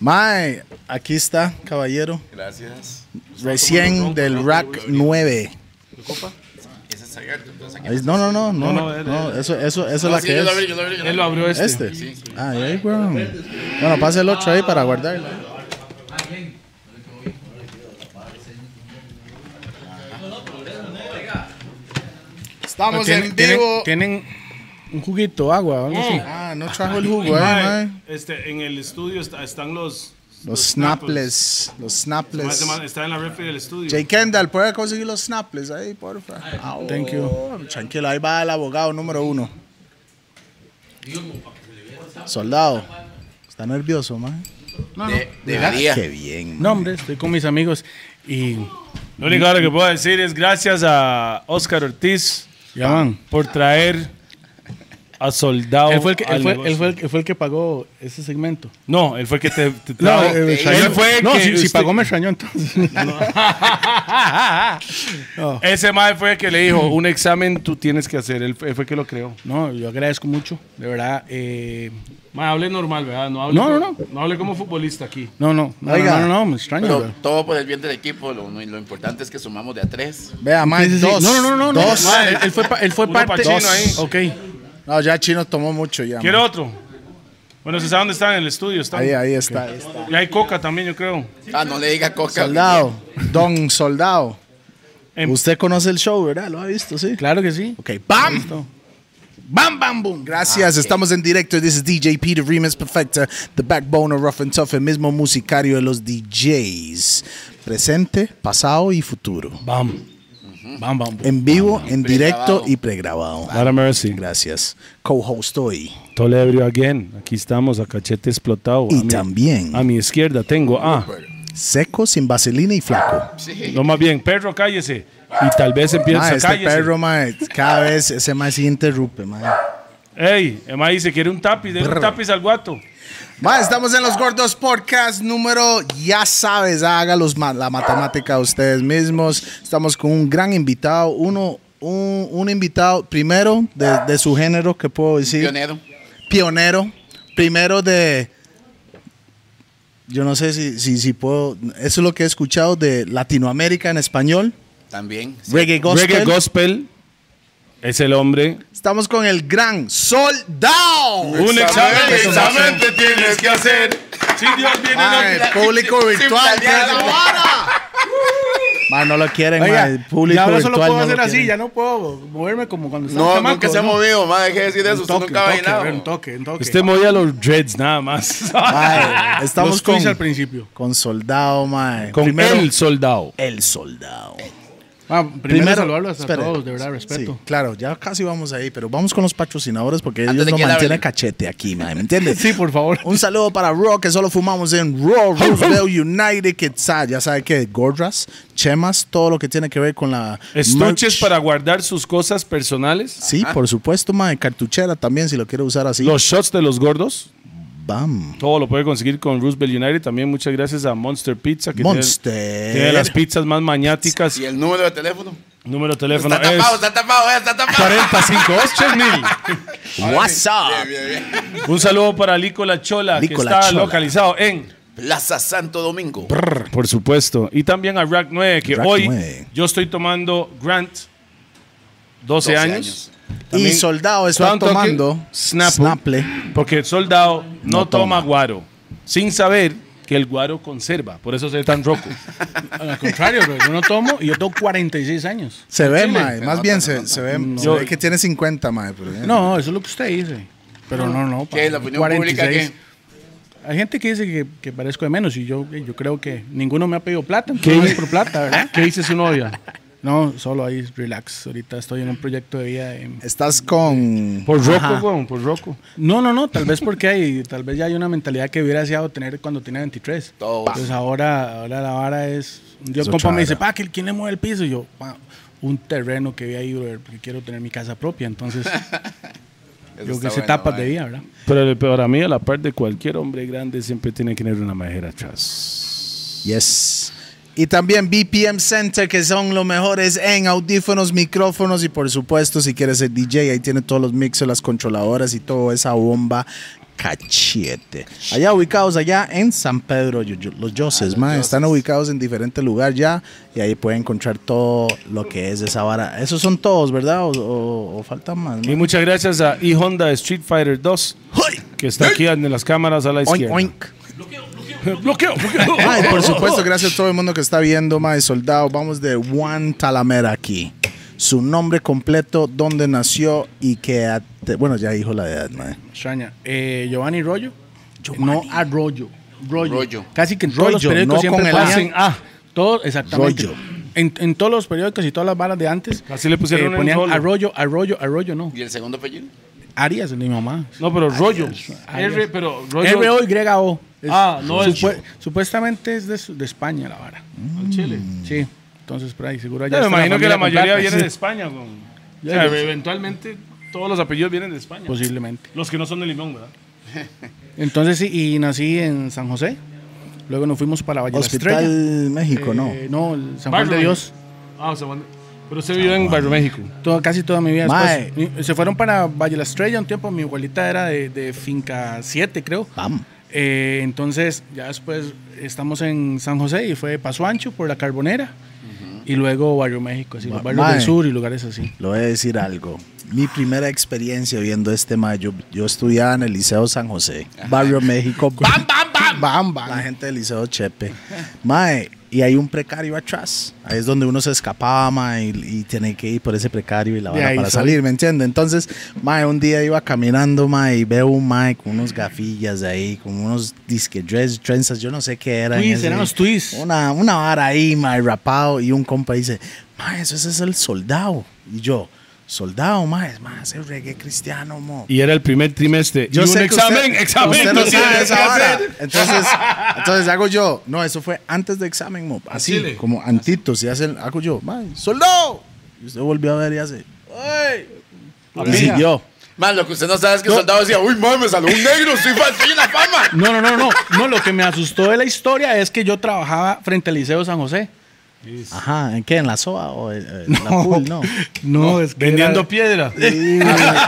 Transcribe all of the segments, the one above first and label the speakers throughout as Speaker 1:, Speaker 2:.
Speaker 1: Mae, aquí está, caballero.
Speaker 2: Gracias.
Speaker 1: Recién del rack 9.
Speaker 2: Ese es abierto, entonces aquí.
Speaker 1: Ahí- No, no, no, no,
Speaker 3: No,
Speaker 1: no,
Speaker 3: no, él,
Speaker 1: eso, eso, eso es
Speaker 2: No,
Speaker 1: la
Speaker 2: sí,
Speaker 1: que
Speaker 2: yo lo
Speaker 1: es.
Speaker 2: abrí, yo lo abrí, yo lo
Speaker 3: Él lo
Speaker 2: abrí.
Speaker 3: abrió este.
Speaker 1: Este. Ah, ahí, weón. Bueno, pase el otro ahí para guardarlo.
Speaker 2: Estamos
Speaker 3: Tienen,
Speaker 2: en vivo.
Speaker 3: tienen- tienen un juguito, agua o algo así.
Speaker 1: Ah, no trajo el jugo, eh, mae.
Speaker 4: Este, en el estudio está- están los.
Speaker 1: Los
Speaker 4: snapples.
Speaker 1: snaples, los
Speaker 4: Más
Speaker 1: snaples.
Speaker 4: de más, Está en la refri del estudio.
Speaker 1: Jay Kendall, ¿puede conseguir los snaples ahí, porfa? Ah, Thank you. Tranquilo, ahí va el abogado número uno. Soldado, está nervioso, man.
Speaker 2: De- debería.
Speaker 1: Qué bien.
Speaker 3: No, hombre, estoy con mis amigos y
Speaker 4: Lo único ahora que puedo decir es gracias a Oscar Ortiz
Speaker 3: ya van.
Speaker 4: por traer a Soldado.
Speaker 3: Él fue el que, él
Speaker 4: al
Speaker 3: fue,
Speaker 4: negocio.
Speaker 3: él fue el que- fue el que pagó ese segmento.
Speaker 4: No, él fue el que te, te
Speaker 3: No,
Speaker 4: trajo.
Speaker 3: eh,
Speaker 4: él
Speaker 3: extrañó.
Speaker 4: fue el
Speaker 3: No,
Speaker 4: que. este-
Speaker 3: si, si
Speaker 4: usted-
Speaker 3: pagó me extrañó entonces.
Speaker 4: Ese mae fue el que le dijo: un examen tú tienes que hacer. Él fue, él fue el que lo creó.
Speaker 3: No, yo agradezco mucho, de verdad. eh,
Speaker 4: Mae, hable normal, ¿verdad? No, hable
Speaker 3: No, no,
Speaker 4: como- No hable como futbolista aquí.
Speaker 3: no, no, no,
Speaker 1: Oiga,
Speaker 3: no, no, no, me extraño.
Speaker 2: Pero
Speaker 3: bro.
Speaker 2: todo por el bien del equipo. Lo, lo importante es que sumamos de a tres.
Speaker 1: Vea, man,
Speaker 3: Sí, sí, sí.
Speaker 1: dos.
Speaker 3: No, no, no, no, no.
Speaker 1: dos.
Speaker 3: no, Él, él fue, pa- él fue
Speaker 4: Uno
Speaker 3: parte.
Speaker 4: pa'
Speaker 1: chino ahí.
Speaker 3: Ok.
Speaker 1: No, ya Chino tomó mucho ya.
Speaker 4: Quiero
Speaker 1: man.
Speaker 4: otro. Bueno, ¿se sabe dónde están? En el estudio. Están.
Speaker 1: Ahí, ahí está, ahí está.
Speaker 4: Y hay coca también, yo creo.
Speaker 2: Ah, no le diga coca.
Speaker 1: Soldado, don Soldado.
Speaker 4: Em-
Speaker 1: Usted conoce el show, ¿verdad? Lo ha visto, sí.
Speaker 3: Claro que sí.
Speaker 1: Ok, ¡bam! Bam, bam, boom. Gracias, estamos en directo. This is DJ P, the Remix Perfecta, the backbone of Rough and Tough, el mismo musicario de los DJs. Presente, pasado y futuro.
Speaker 3: Bam. Bam, bam. bam.
Speaker 1: En vivo, en directo
Speaker 2: Pregrabado.
Speaker 1: y pregrabado.
Speaker 4: Ahora Mercy.
Speaker 1: Gracias. Co-host hoy.
Speaker 4: Tolebrio again. Aquí estamos a cachete explotado.
Speaker 1: Y
Speaker 4: a mi-
Speaker 1: también
Speaker 4: a mi izquierda tengo a.
Speaker 1: seco, sin vaselina y flaco.
Speaker 2: Sí.
Speaker 4: No más bien, perro, cállese. Y tal vez empieza
Speaker 1: Ma,
Speaker 4: a
Speaker 1: este
Speaker 4: cállese.
Speaker 1: perro, ma, cada vez ese más se interrumpe, ma.
Speaker 4: Ey, Emma dice, quiere un tapiz, denle un
Speaker 1: Brr.
Speaker 4: tapiz al guato.
Speaker 1: Ma, estamos en los Gordos Podcast número, ya sabes, hágalos ma- la matemática a ustedes mismos. Estamos con un gran invitado, uno, un, un invitado primero de, de su género, que puedo decir,
Speaker 2: Pionero.
Speaker 1: Pionero. primero de, yo no sé si, si, si puedo, eso es lo que he escuchado de Latinoamérica en español,
Speaker 2: También.
Speaker 1: reggae gospel.
Speaker 4: Reggae Gospel es el hombre.
Speaker 1: Estamos con el gran Soldado.
Speaker 4: Un examen.
Speaker 2: tienes que hacer.
Speaker 4: Si Dios viene,
Speaker 3: Ah,
Speaker 4: no-
Speaker 1: Ay, público virtual.
Speaker 2: Ah, planear la
Speaker 1: Man, no lo quieren,
Speaker 3: Oiga,
Speaker 1: man. El público
Speaker 3: ya ahora
Speaker 1: virtual
Speaker 3: solo puedo
Speaker 1: no lo
Speaker 3: hacer así,
Speaker 1: quieren.
Speaker 3: ya no puedo moverme como cuando estaba
Speaker 2: No,
Speaker 3: chamaco,
Speaker 2: nunca se ha movido, madre. Deje de decir eso.
Speaker 3: Un
Speaker 2: Usted
Speaker 3: toque,
Speaker 2: nunca ha
Speaker 3: un toque, a ver, un
Speaker 2: bailado.
Speaker 3: toque, un toque.
Speaker 4: Usted Este movía los dreads nada más.
Speaker 1: Ah, Mae, estamos
Speaker 3: Los twists
Speaker 1: con,
Speaker 3: al principio.
Speaker 1: con soldado, mae.
Speaker 4: Con
Speaker 1: Primero,
Speaker 4: el soldado.
Speaker 1: el soldado.
Speaker 3: Ah, primero, saludarlos a
Speaker 1: espere.
Speaker 3: todos, de verdad, respeto.
Speaker 1: Sí, claro, ya casi vamos ahí, pero vamos con los patrocinadores porque
Speaker 2: Antes
Speaker 1: ellos
Speaker 2: de que
Speaker 1: nos
Speaker 2: la
Speaker 1: mantienen
Speaker 2: abren.
Speaker 1: cachete aquí, mae, ¿me entiendes?
Speaker 3: Sí, por favor.
Speaker 1: Un saludo para Raw, que solo fumamos en Raw, Roosevelt United, que sa- ya sabe que gorras, chemas, todo lo que tiene que ver con la
Speaker 4: Estuches
Speaker 1: merch.
Speaker 4: para guardar sus cosas personales.
Speaker 1: Sí, por supuesto, mae, cartuchera también si lo quiere usar así.
Speaker 4: Los shots de los gordos.
Speaker 1: Bam.
Speaker 4: Todo lo puede conseguir con Roosevelt United. También muchas gracias a Monster Pizza, que tiene-
Speaker 1: Monster.
Speaker 4: tiene las pizzas más mañáticas.
Speaker 2: Y el número de teléfono.
Speaker 4: Número de
Speaker 3: Pues
Speaker 4: teléfono
Speaker 2: Está tapado,
Speaker 4: es
Speaker 2: está tapado, eh, está tapado.
Speaker 4: 4588000.
Speaker 1: WhatsApp.
Speaker 2: Bien, bien, bien.
Speaker 4: Un saludo para Lico La Chola,
Speaker 1: Lico
Speaker 4: que
Speaker 1: La
Speaker 4: está
Speaker 1: Chola.
Speaker 4: localizado en.
Speaker 2: Plaza Santo Domingo.
Speaker 4: Por supuesto. Y también a Rack 9, que
Speaker 1: Rack
Speaker 4: hoy
Speaker 1: 9.
Speaker 4: yo estoy tomando Grant, 12,
Speaker 2: 12
Speaker 4: años.
Speaker 1: Y
Speaker 4: También
Speaker 1: soldado está
Speaker 4: Sound Talking,
Speaker 1: tomando
Speaker 4: Snapple.
Speaker 1: Snapple.
Speaker 4: Porque el soldado no,
Speaker 1: No
Speaker 4: toma.
Speaker 1: toma.
Speaker 4: guaro, sin saber que el guaro conserva. Por eso se ve tan roco.
Speaker 3: Al contrario, bro, yo no tomo y yo tengo 46 años.
Speaker 1: Se ve, mae.
Speaker 2: se
Speaker 1: Más
Speaker 2: nota,
Speaker 1: bien
Speaker 2: se
Speaker 1: se,
Speaker 2: nota.
Speaker 1: se ve, se
Speaker 4: Yo-
Speaker 1: ve que tiene 50, mae. pero bien.
Speaker 3: No, eso es lo que usted dice. Pero no, no. pa,
Speaker 2: ¿Qué? ¿La opinión pública
Speaker 3: Hay gente que dice que, que parezco de menos y yo, yo creo que ninguno me ha pedido plata. ¿Qué no es por plata, verdad?
Speaker 4: ¿Qué dice su novia?
Speaker 3: No, solo ahí, relax. Ahorita estoy en un proyecto de vida. en-
Speaker 1: Estás con.
Speaker 4: Por
Speaker 1: Ajá.
Speaker 4: roco, weón, por roco.
Speaker 3: No, no, no. Tal vez porque hay, tal vez ya hay una mentalidad que hubiera deseado tener cuando tenía 23.
Speaker 2: Todo.
Speaker 3: Entonces ahora, ahora la vara es. Un día
Speaker 1: Es
Speaker 3: el compa
Speaker 1: otra
Speaker 3: me dice,
Speaker 1: vara.
Speaker 3: pa, ¿quién quién le mueve el piso? Y yo, pa, un terreno que vi ahí, brother, porque quiero tener mi casa propia. Entonces,
Speaker 2: Eso
Speaker 3: yo
Speaker 2: está
Speaker 3: que se
Speaker 2: bueno,
Speaker 3: tapas
Speaker 2: mae.
Speaker 3: de vida, ¿verdad?
Speaker 4: Pero para mí, a la par de cualquier hombre grande, siempre tiene que tener una majera atrás.
Speaker 1: Yes. Y también BPM Center, que son los mejores en audífonos, micrófonos y por supuesto, si quieres ser DJ, ahí tiene todos los mixes, las controladoras y toda esa bomba Cachete. Allá ubicados allá en San Pedro, yo- yo- Ah, los Yoses, ma, están ubicados en diferentes lugares ya y ahí pueden encontrar todo lo que es esa vara. Esos son todos, ¿verdad? O, o- o faltan más.
Speaker 4: Y
Speaker 1: ma?
Speaker 4: muchas gracias a E Honda Street Fighter 2,
Speaker 1: ¡Ay!
Speaker 4: que está aquí en las cámaras a la
Speaker 1: Oink,
Speaker 4: izquierda.
Speaker 1: oink.
Speaker 4: Bloqueo, bloqueo.
Speaker 1: Ma, y por supuesto, gracias a todo el mundo que está viendo, Mae Soldado. Vamos de Juan Talamera aquí. Su nombre completo, dónde nació y qué edad. te- Bueno, ya dijo la edad, Mae.
Speaker 3: Extraña. Eh, Giovanni Rollo. No Arroyo. Rollo.
Speaker 2: Rollo.
Speaker 3: Casi que en todos los
Speaker 1: Rollo,
Speaker 3: periódicos
Speaker 1: no
Speaker 3: siempre
Speaker 1: con el A.
Speaker 3: ponían A. Todos, exactamente.
Speaker 1: Rollo.
Speaker 3: En, en todos los periódicos y todas las varas de antes. eh,
Speaker 4: Así le pusieron en
Speaker 3: ponían
Speaker 4: solo.
Speaker 3: Arroyo, Arroyo, Arroyo, no.
Speaker 2: ¿Y el segundo apellido?
Speaker 3: Arias, el de mi mamá.
Speaker 4: No, pero rollo.
Speaker 3: Adiós.
Speaker 4: R, pero rollo.
Speaker 3: R-O-Y-O. Es-
Speaker 4: Ah, no, es-
Speaker 3: supue- Supuestamente es de, su- de España la vara.
Speaker 4: Chile.
Speaker 1: Mm.
Speaker 3: Sí. Entonces, por ahí, seguro allá
Speaker 4: Ya me
Speaker 3: está
Speaker 4: imagino que la
Speaker 3: familia
Speaker 4: mayoría
Speaker 3: completa.
Speaker 4: viene de
Speaker 3: Sí,
Speaker 4: España. weón.
Speaker 3: Ya,
Speaker 4: O sea,
Speaker 3: pues.
Speaker 4: eventualmente todos los apellidos vienen de España.
Speaker 1: Pues
Speaker 3: Posiblemente.
Speaker 4: Los que no son de Limón, ¿verdad?
Speaker 3: Entonces, sí, y nací en San José. Luego nos fuimos para Valle de la
Speaker 1: Hospital
Speaker 3: Estrella.
Speaker 1: México, ¿no?
Speaker 3: Eh, no, el San Juan de
Speaker 4: Barrio.
Speaker 3: Dios.
Speaker 4: Ah, o sea, bueno, pero usted vivió en Barrio México.
Speaker 3: Toda- casi toda mi vida. después.
Speaker 1: Mae.
Speaker 3: Mi- se fueron para Valle de la Estrella un tiempo. Mi abuelita era de, de Finca 7, creo.
Speaker 1: Pam.
Speaker 3: Eh, entonces, ya después estamos en San José y fue Paso Ancho por la Carbonera. Y luego Barrio México, así, los
Speaker 1: Ma-
Speaker 3: barrios
Speaker 1: mae.
Speaker 3: del sur y lugares así.
Speaker 1: Le voy a decir algo. Mi primera experiencia viendo este Mae, yo, yo estudiaba en el Liceo San José, Barrio México. ¡Bam, bam, bam! ¡Bam, bam! La gente del Liceo Chepe. Mae, y hay un precario atrás. Ahí es donde uno se escapaba, Mae, y, y tiene que ir por ese precario y la
Speaker 3: De
Speaker 1: vara
Speaker 3: ahí
Speaker 1: para
Speaker 3: soy.
Speaker 1: salir, ¿me entiendes? Entonces, Mae, un día iba caminando, Mae, y veo un Mae con unos gafillas de ahí, con unos disque dress, trenzas, yo no sé qué era. en
Speaker 3: Twists,
Speaker 1: ese-
Speaker 3: eran los twists.
Speaker 1: una, una vara ahí, mae, rapado. Y un compa dice, mae, eso ese es el soldado. Y yo, soldado, mae, es más, es reggae cristiano, mo.
Speaker 4: Y era el primer trimestre.
Speaker 1: Yo
Speaker 4: y
Speaker 1: sé
Speaker 4: un
Speaker 1: que usted-
Speaker 4: examen, examen.
Speaker 1: usted
Speaker 4: no
Speaker 1: no
Speaker 4: tiene
Speaker 1: sabe
Speaker 4: que
Speaker 1: esa vara.
Speaker 4: hacer.
Speaker 1: Entonces, entonces hago yo, no, eso fue antes de examen, mo. Así,
Speaker 4: Chile.
Speaker 1: como antitos. Y hacen, hago yo, mae, soldado. Y usted volvió a ver y hace, ¡ay! Y
Speaker 3: Amiga.
Speaker 1: siguió.
Speaker 2: Más lo que usted no sabe es que el soldado decía, uy, mami, me salió un negro, estoy fa- estoy en la fama.
Speaker 3: No, no, no, no. No, lo que me asustó de la historia es que yo trabajaba frente al Liceo San José.
Speaker 1: Ajá, ¿en qué? ¿En la soa o en, en la pool? No.
Speaker 3: No, es Pues que
Speaker 4: Vendiendo
Speaker 3: era-
Speaker 4: piedra.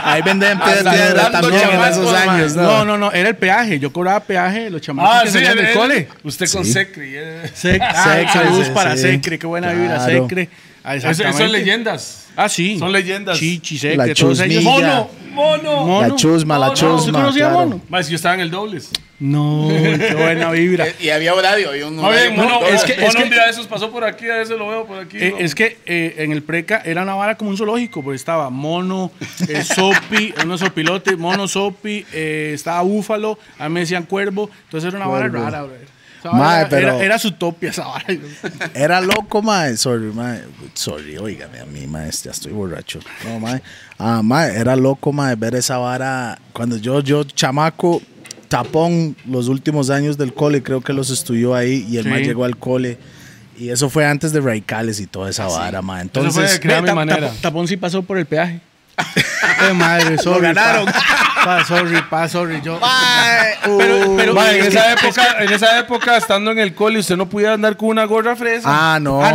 Speaker 1: Ahí vendían
Speaker 2: Hasta
Speaker 1: piedra
Speaker 2: dando
Speaker 1: también en
Speaker 2: chamacos,
Speaker 1: esos
Speaker 2: mae.
Speaker 1: años, ¿no?
Speaker 3: No, no, no, era el peaje. Yo cobraba peaje, los chamacos
Speaker 4: Ah,
Speaker 3: que
Speaker 4: sí,
Speaker 3: salían
Speaker 4: el,
Speaker 3: del cole.
Speaker 4: Usted con
Speaker 1: Sí.
Speaker 4: Secri. eh.
Speaker 3: Sec- ah,
Speaker 1: Secre,
Speaker 3: saludos
Speaker 1: sí,
Speaker 3: para
Speaker 1: sí.
Speaker 3: Secre, qué buena vibra,
Speaker 1: Claro.
Speaker 3: Secre. Ah,
Speaker 4: Eso, eso es
Speaker 3: exactamente.
Speaker 4: leyendas.
Speaker 3: Ah, sí.
Speaker 4: Son leyendas.
Speaker 3: Chichi,
Speaker 1: La
Speaker 3: Secre, todos ellos.
Speaker 1: chusmilla.
Speaker 4: ¡Mono!
Speaker 3: Mono.
Speaker 1: La chusma, la
Speaker 4: No, no,
Speaker 1: chusma.
Speaker 4: ¿usted
Speaker 3: conocía a
Speaker 1: claro.
Speaker 3: Mono?
Speaker 4: Más yo estaba en el dobles.
Speaker 3: No, qué buena vibra.
Speaker 2: Y había horario, había un
Speaker 4: Más
Speaker 2: horario.
Speaker 4: bien, mono,
Speaker 2: No,
Speaker 4: es
Speaker 3: es
Speaker 4: que,
Speaker 3: que- es
Speaker 4: un
Speaker 3: que-
Speaker 4: día de esos pasó por aquí, a veces lo veo por aquí.
Speaker 3: Eh, es que eh, en el preca era una vara como un zoológico, porque estaba mono, eh, sopi, uno sopilote, mono sopi, eh, estaba búfalo, a mí me decían cuervo, entonces era una
Speaker 1: Cuervo.
Speaker 3: vara rara, brother. Esa
Speaker 1: Mae,
Speaker 3: vara era-
Speaker 1: pero-
Speaker 3: era, era su topia esa vara.
Speaker 1: Era loco, mae. Sorry, mae. Sorry, oígame a mí, mae. Ya estoy borracho. No, mae. Ah, mae, era loco, mae, ver esa vara. Cuando yo, yo, chamaco, tapón, los últimos años del cole, creo que los estudió ahí y el
Speaker 3: Sí.
Speaker 1: mae llegó al cole. Y eso fue antes de radicales y toda
Speaker 3: Ah,
Speaker 1: esa vara, mae.
Speaker 4: Eso fue
Speaker 1: Entonces,
Speaker 4: de
Speaker 3: Ve,
Speaker 4: crear mi
Speaker 3: tap-
Speaker 4: manera.
Speaker 3: tap- tapón sí pasó por el peaje. Qué madre, sorry.
Speaker 1: ganaron.
Speaker 3: Pa, pa, sorry, pa, sorry. Yo,
Speaker 1: eh, pero,
Speaker 3: pero-
Speaker 4: Mae, en,
Speaker 3: es
Speaker 4: esa época, en esa época, estando en el cole, usted no podía andar con una gorra fresa.
Speaker 1: Ah, no.
Speaker 3: Ah,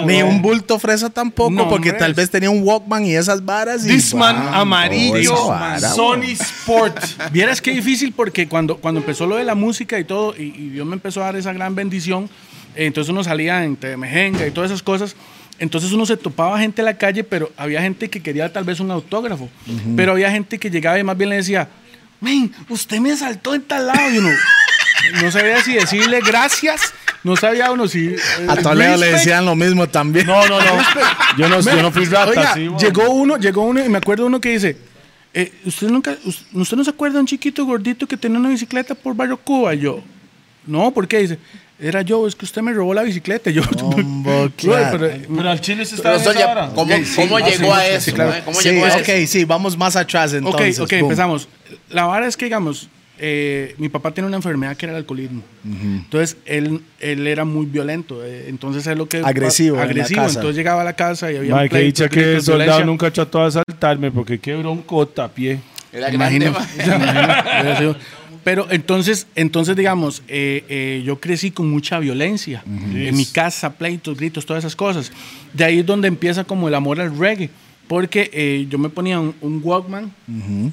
Speaker 3: no,
Speaker 1: Ni
Speaker 3: no.
Speaker 1: un bulto fresa tampoco,
Speaker 3: No,
Speaker 1: porque
Speaker 3: hombre.
Speaker 1: tal vez tenía un Walkman y esas varas. y-
Speaker 4: Disman
Speaker 1: Wow,
Speaker 4: amarillo,
Speaker 1: esa vara,
Speaker 4: Sony Sport.
Speaker 3: Vieras qué difícil porque cuando, cuando empezó lo de la música y todo, y, y Dios me empezó a dar esa gran bendición, eh, entonces uno salía en TV Mejenga y todas esas cosas, entonces uno se topaba gente en la calle, pero había gente que quería tal vez un autógrafo, pero había gente que llegaba y más bien le decía, men, usted me saltó en tal lado, y uno no sabía si decirle gracias, no sabía uno si... eh,
Speaker 1: A Toledo le
Speaker 3: respect.
Speaker 1: decían lo mismo también.
Speaker 4: No, no, no. Yo no, yo no fui rata.
Speaker 3: Oiga,
Speaker 4: sí, bueno.
Speaker 3: llegó uno, llegó uno y me acuerdo uno que dice, eh, ¿usted nunca, us- usted no se acuerda de un chiquito gordito que tenía una bicicleta por Barrio Cuba? Y yo, no, ¿por qué? Dice, era yo, es que usted me robó la bicicleta. Y yo,
Speaker 1: Hombo,
Speaker 3: "Brother,
Speaker 1: claro.
Speaker 3: pero-
Speaker 4: Pero al chile se estaba
Speaker 2: pero
Speaker 4: en esa
Speaker 2: soy ya-
Speaker 4: hora.
Speaker 2: ¿Cómo, cómo llegó a eso? mae? ¿Cómo
Speaker 1: Sí,
Speaker 2: llegó a
Speaker 1: ok, sí, vamos más atrás
Speaker 3: ok,
Speaker 1: entonces.
Speaker 3: ok,
Speaker 1: boom.
Speaker 3: empezamos. La vara es que, digamos, eh, mi papá tiene una enfermedad que era el alcoholismo. Entonces, él, él era muy violento. eh, entonces, es lo que...
Speaker 1: Agresivo en la
Speaker 3: Agresivo.
Speaker 1: casa.
Speaker 3: Entonces, llegaba a la casa y había...
Speaker 4: Mae,
Speaker 3: un
Speaker 4: que
Speaker 3: pleito,
Speaker 4: dicha que el
Speaker 3: gritos,
Speaker 4: soldado
Speaker 3: violencia.
Speaker 4: nunca trató de asaltarme porque qué bronco tapié.
Speaker 2: Era grande,
Speaker 3: Imagino,
Speaker 2: mae.
Speaker 3: imagino, hubiera sido. Pero entonces, entonces digamos, eh, eh, yo crecí con mucha violencia. En mi casa, pleitos, gritos, todas esas cosas. De ahí es donde empieza como el amor al reggae. Porque eh, yo me ponía un, un Walkman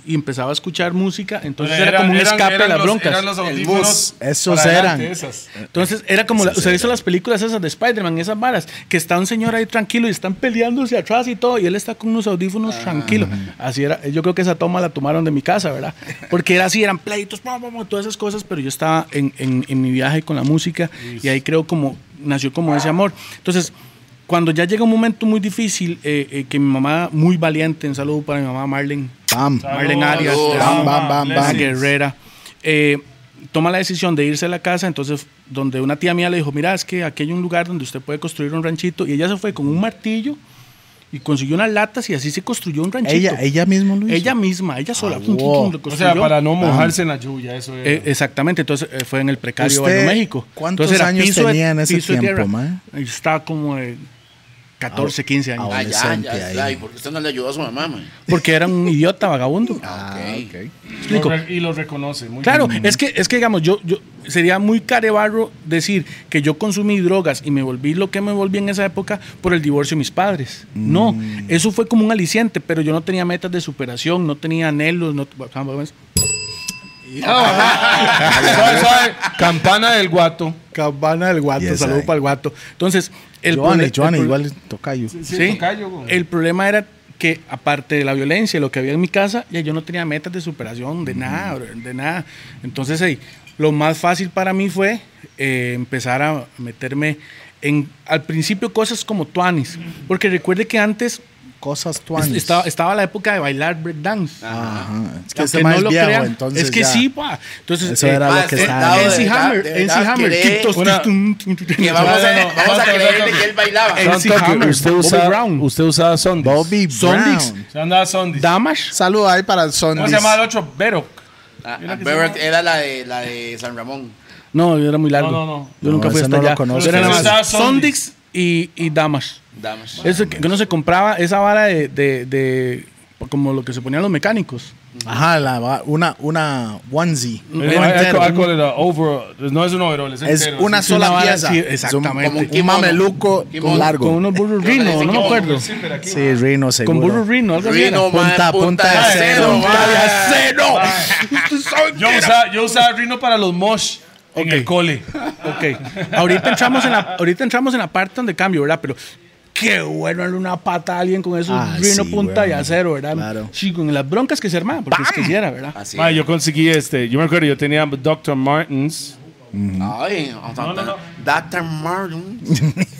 Speaker 3: y empezaba a escuchar música, entonces
Speaker 4: Eran-
Speaker 3: era como un
Speaker 4: eran-
Speaker 3: escape
Speaker 4: eran
Speaker 3: a las
Speaker 4: los-
Speaker 3: broncas.
Speaker 4: Eran los audífonos
Speaker 1: bus, esos
Speaker 4: para
Speaker 1: eran.
Speaker 4: adelante, esas.
Speaker 3: Entonces era como, la- usted hizo las películas esas de Spider-Man, esas varas, que está un señor ahí tranquilo y están peleándose atrás y todo, y él está con unos audífonos tranquilo. Así era, yo creo que esa toma la tomaron de mi casa, ¿verdad? Porque era así, eran pleitos, pam, pam, pam, todas esas cosas, pero yo estaba en, en- en mi viaje con la música y ahí creo como nació como ese amor. Entonces, cuando ya llega un momento muy difícil, eh, eh, que mi mamá, muy valiente, un saludo para mi mamá Marlene,
Speaker 1: Bam.
Speaker 3: Marlene Arias,
Speaker 2: saludos.
Speaker 3: te
Speaker 2: Bam,
Speaker 3: amo.
Speaker 1: bam, bam,
Speaker 3: Ana
Speaker 1: bam.
Speaker 3: Guerrera. eh, toma la decisión de irse a la casa, entonces donde una tía mía le dijo, mira, es que aquí hay un lugar donde usted puede construir un ranchito, y ella se fue con un martillo y consiguió unas latas y así se construyó un ranchito.
Speaker 1: Ella, ella mismo lo hizo.
Speaker 3: Ella misma, ella sola.
Speaker 1: Ah,
Speaker 3: tum, tum,
Speaker 1: wow.
Speaker 3: tum, lo
Speaker 4: O sea,
Speaker 3: construyó.
Speaker 4: para no mojarse en la lluvia, eso era.
Speaker 3: Eh, exactamente, entonces eh, fue en el precario
Speaker 1: ¿Usted
Speaker 3: Barrio México.
Speaker 1: cuántos
Speaker 3: Entonces, era
Speaker 1: años
Speaker 3: piso de-
Speaker 1: tenía en ese
Speaker 3: piso de
Speaker 1: tiempo,
Speaker 3: tierra.
Speaker 1: mae?
Speaker 3: Estaba como de 14, 15 años.
Speaker 1: ahora.
Speaker 2: Ah, ya,
Speaker 1: Adolescente
Speaker 2: ya,
Speaker 1: ahí.
Speaker 2: ya. ¿Y por qué usted no le ayudó a su mamá, man?
Speaker 3: Porque era un idiota vagabundo.
Speaker 1: Ah,
Speaker 2: Ok.
Speaker 1: ok.
Speaker 4: Lo
Speaker 3: explico.
Speaker 4: re- y lo reconoce. Muy
Speaker 3: Claro,
Speaker 4: bien.
Speaker 3: es que, es que digamos, yo, yo sería muy carebarro decir que yo consumí drogas y me volví lo que me volví en esa época por el divorcio de mis padres. No, eso fue como un aliciente, pero yo no tenía metas de superación, no tenía anhelos, no.
Speaker 4: Suave, suave. Campana del guato.
Speaker 3: Cabana del guato,
Speaker 1: Yes,
Speaker 3: saludo
Speaker 1: I.
Speaker 3: para el guato. Entonces, el
Speaker 1: Johnny,
Speaker 3: proble-
Speaker 1: Johnny,
Speaker 3: el pro-
Speaker 1: igual tocayo.
Speaker 4: Sí,
Speaker 3: Sí.
Speaker 4: tocayo, güey.
Speaker 3: El problema era que aparte de la violencia, lo que había en mi casa, ya yo no tenía metas de superación, de nada, bro, de nada. Entonces, ey, lo más fácil para mí fue eh, empezar a meterme en, al principio, cosas como tuanis. Porque recuerde que antes
Speaker 1: Cosas
Speaker 3: es-
Speaker 1: tuanis.
Speaker 3: estaba, estaba la época de bailar breakdance.
Speaker 1: Ajá. Es que
Speaker 3: Aunque
Speaker 1: este mae es
Speaker 3: lo
Speaker 1: viejo,
Speaker 3: crean,
Speaker 1: entonces
Speaker 3: Es que
Speaker 1: ya.
Speaker 3: sí, pa. Entonces,
Speaker 1: Eso era lo que
Speaker 2: sí,
Speaker 1: estaba.
Speaker 2: no,
Speaker 1: ahí.
Speaker 2: de
Speaker 3: NC
Speaker 2: verdad,
Speaker 3: Hammer,
Speaker 2: de
Speaker 3: NC
Speaker 2: verdad
Speaker 3: Hammer,
Speaker 2: cree
Speaker 3: Kick Tos,
Speaker 4: una-
Speaker 3: tum, tum, tum, tum.
Speaker 2: Que vamos
Speaker 4: No,
Speaker 2: a,
Speaker 4: no, no,
Speaker 2: vamos a
Speaker 4: no, no,
Speaker 2: creerle
Speaker 4: no.
Speaker 2: que él bailaba.
Speaker 3: Eh,
Speaker 5: Don
Speaker 3: MC
Speaker 5: Tucker,
Speaker 3: Hammer,
Speaker 5: usted
Speaker 3: Bobby
Speaker 5: usaba,
Speaker 3: Brown.
Speaker 5: usted usaba Sundays.
Speaker 1: Bobby
Speaker 3: Sondix.
Speaker 1: Brown.
Speaker 4: Se andaba Sondis.
Speaker 3: Damas.
Speaker 1: Saludo ahí para
Speaker 4: ¿Cómo
Speaker 1: Sondis.
Speaker 4: se llama el otro? Beroc.
Speaker 2: Ah,
Speaker 4: Mira que
Speaker 2: Barrett
Speaker 4: se
Speaker 2: era la de, la de San Ramón.
Speaker 3: No, yo era muy largo.
Speaker 4: No, no, no.
Speaker 3: Yo
Speaker 1: No,
Speaker 3: nunca fui
Speaker 1: ese
Speaker 3: hasta
Speaker 1: no lo
Speaker 3: allá.
Speaker 1: conozco.
Speaker 3: Yo era nada
Speaker 4: Estaba
Speaker 3: más
Speaker 4: Sondix.
Speaker 3: Sondix y, y Damas.
Speaker 2: Damas.
Speaker 3: Eso que, que uno se compraba esa vara de, de- de- como lo que se ponían los mecánicos.
Speaker 1: Ajá, la- una, una onesie.
Speaker 3: Mm,
Speaker 4: No,
Speaker 3: eh,
Speaker 1: Era entero.
Speaker 4: no es un overall, es,
Speaker 1: Es
Speaker 4: entero,
Speaker 1: una
Speaker 4: sí.
Speaker 1: sola
Speaker 3: Una vara
Speaker 1: pieza.
Speaker 3: así,
Speaker 1: Es un-
Speaker 3: exactamente.
Speaker 1: como un,
Speaker 2: Kimono.
Speaker 1: mameluco
Speaker 2: Kimono.
Speaker 1: largo.
Speaker 3: Con unos burros rino, no me acuerdo.
Speaker 4: Sí, pero aquí,
Speaker 1: Sí, Rino seguro.
Speaker 3: Con burros rino, algo así. era.
Speaker 2: Rino, man,
Speaker 1: Punta, punta de acero,
Speaker 2: man.
Speaker 4: Yo usaba, yo usaba Rino para los mosh en el cole.
Speaker 3: Ok. Ahorita entramos, en la, ahorita entramos en la parte donde cambio, ¿verdad? Pero qué bueno darle una pata a alguien con esos
Speaker 1: Ah,
Speaker 3: rino
Speaker 1: sí,
Speaker 3: punta y
Speaker 1: weón.
Speaker 3: acero, ¿verdad?
Speaker 1: Claro.
Speaker 3: Sí, con las broncas que se armaban, porque es que sí era, ¿verdad?
Speaker 2: Así.
Speaker 5: Ma, yo conseguí este. Yo me acuerdo, yo tenía Dr. Martens.
Speaker 2: Ay, o sea,
Speaker 4: no, no.
Speaker 2: Dr. Martin.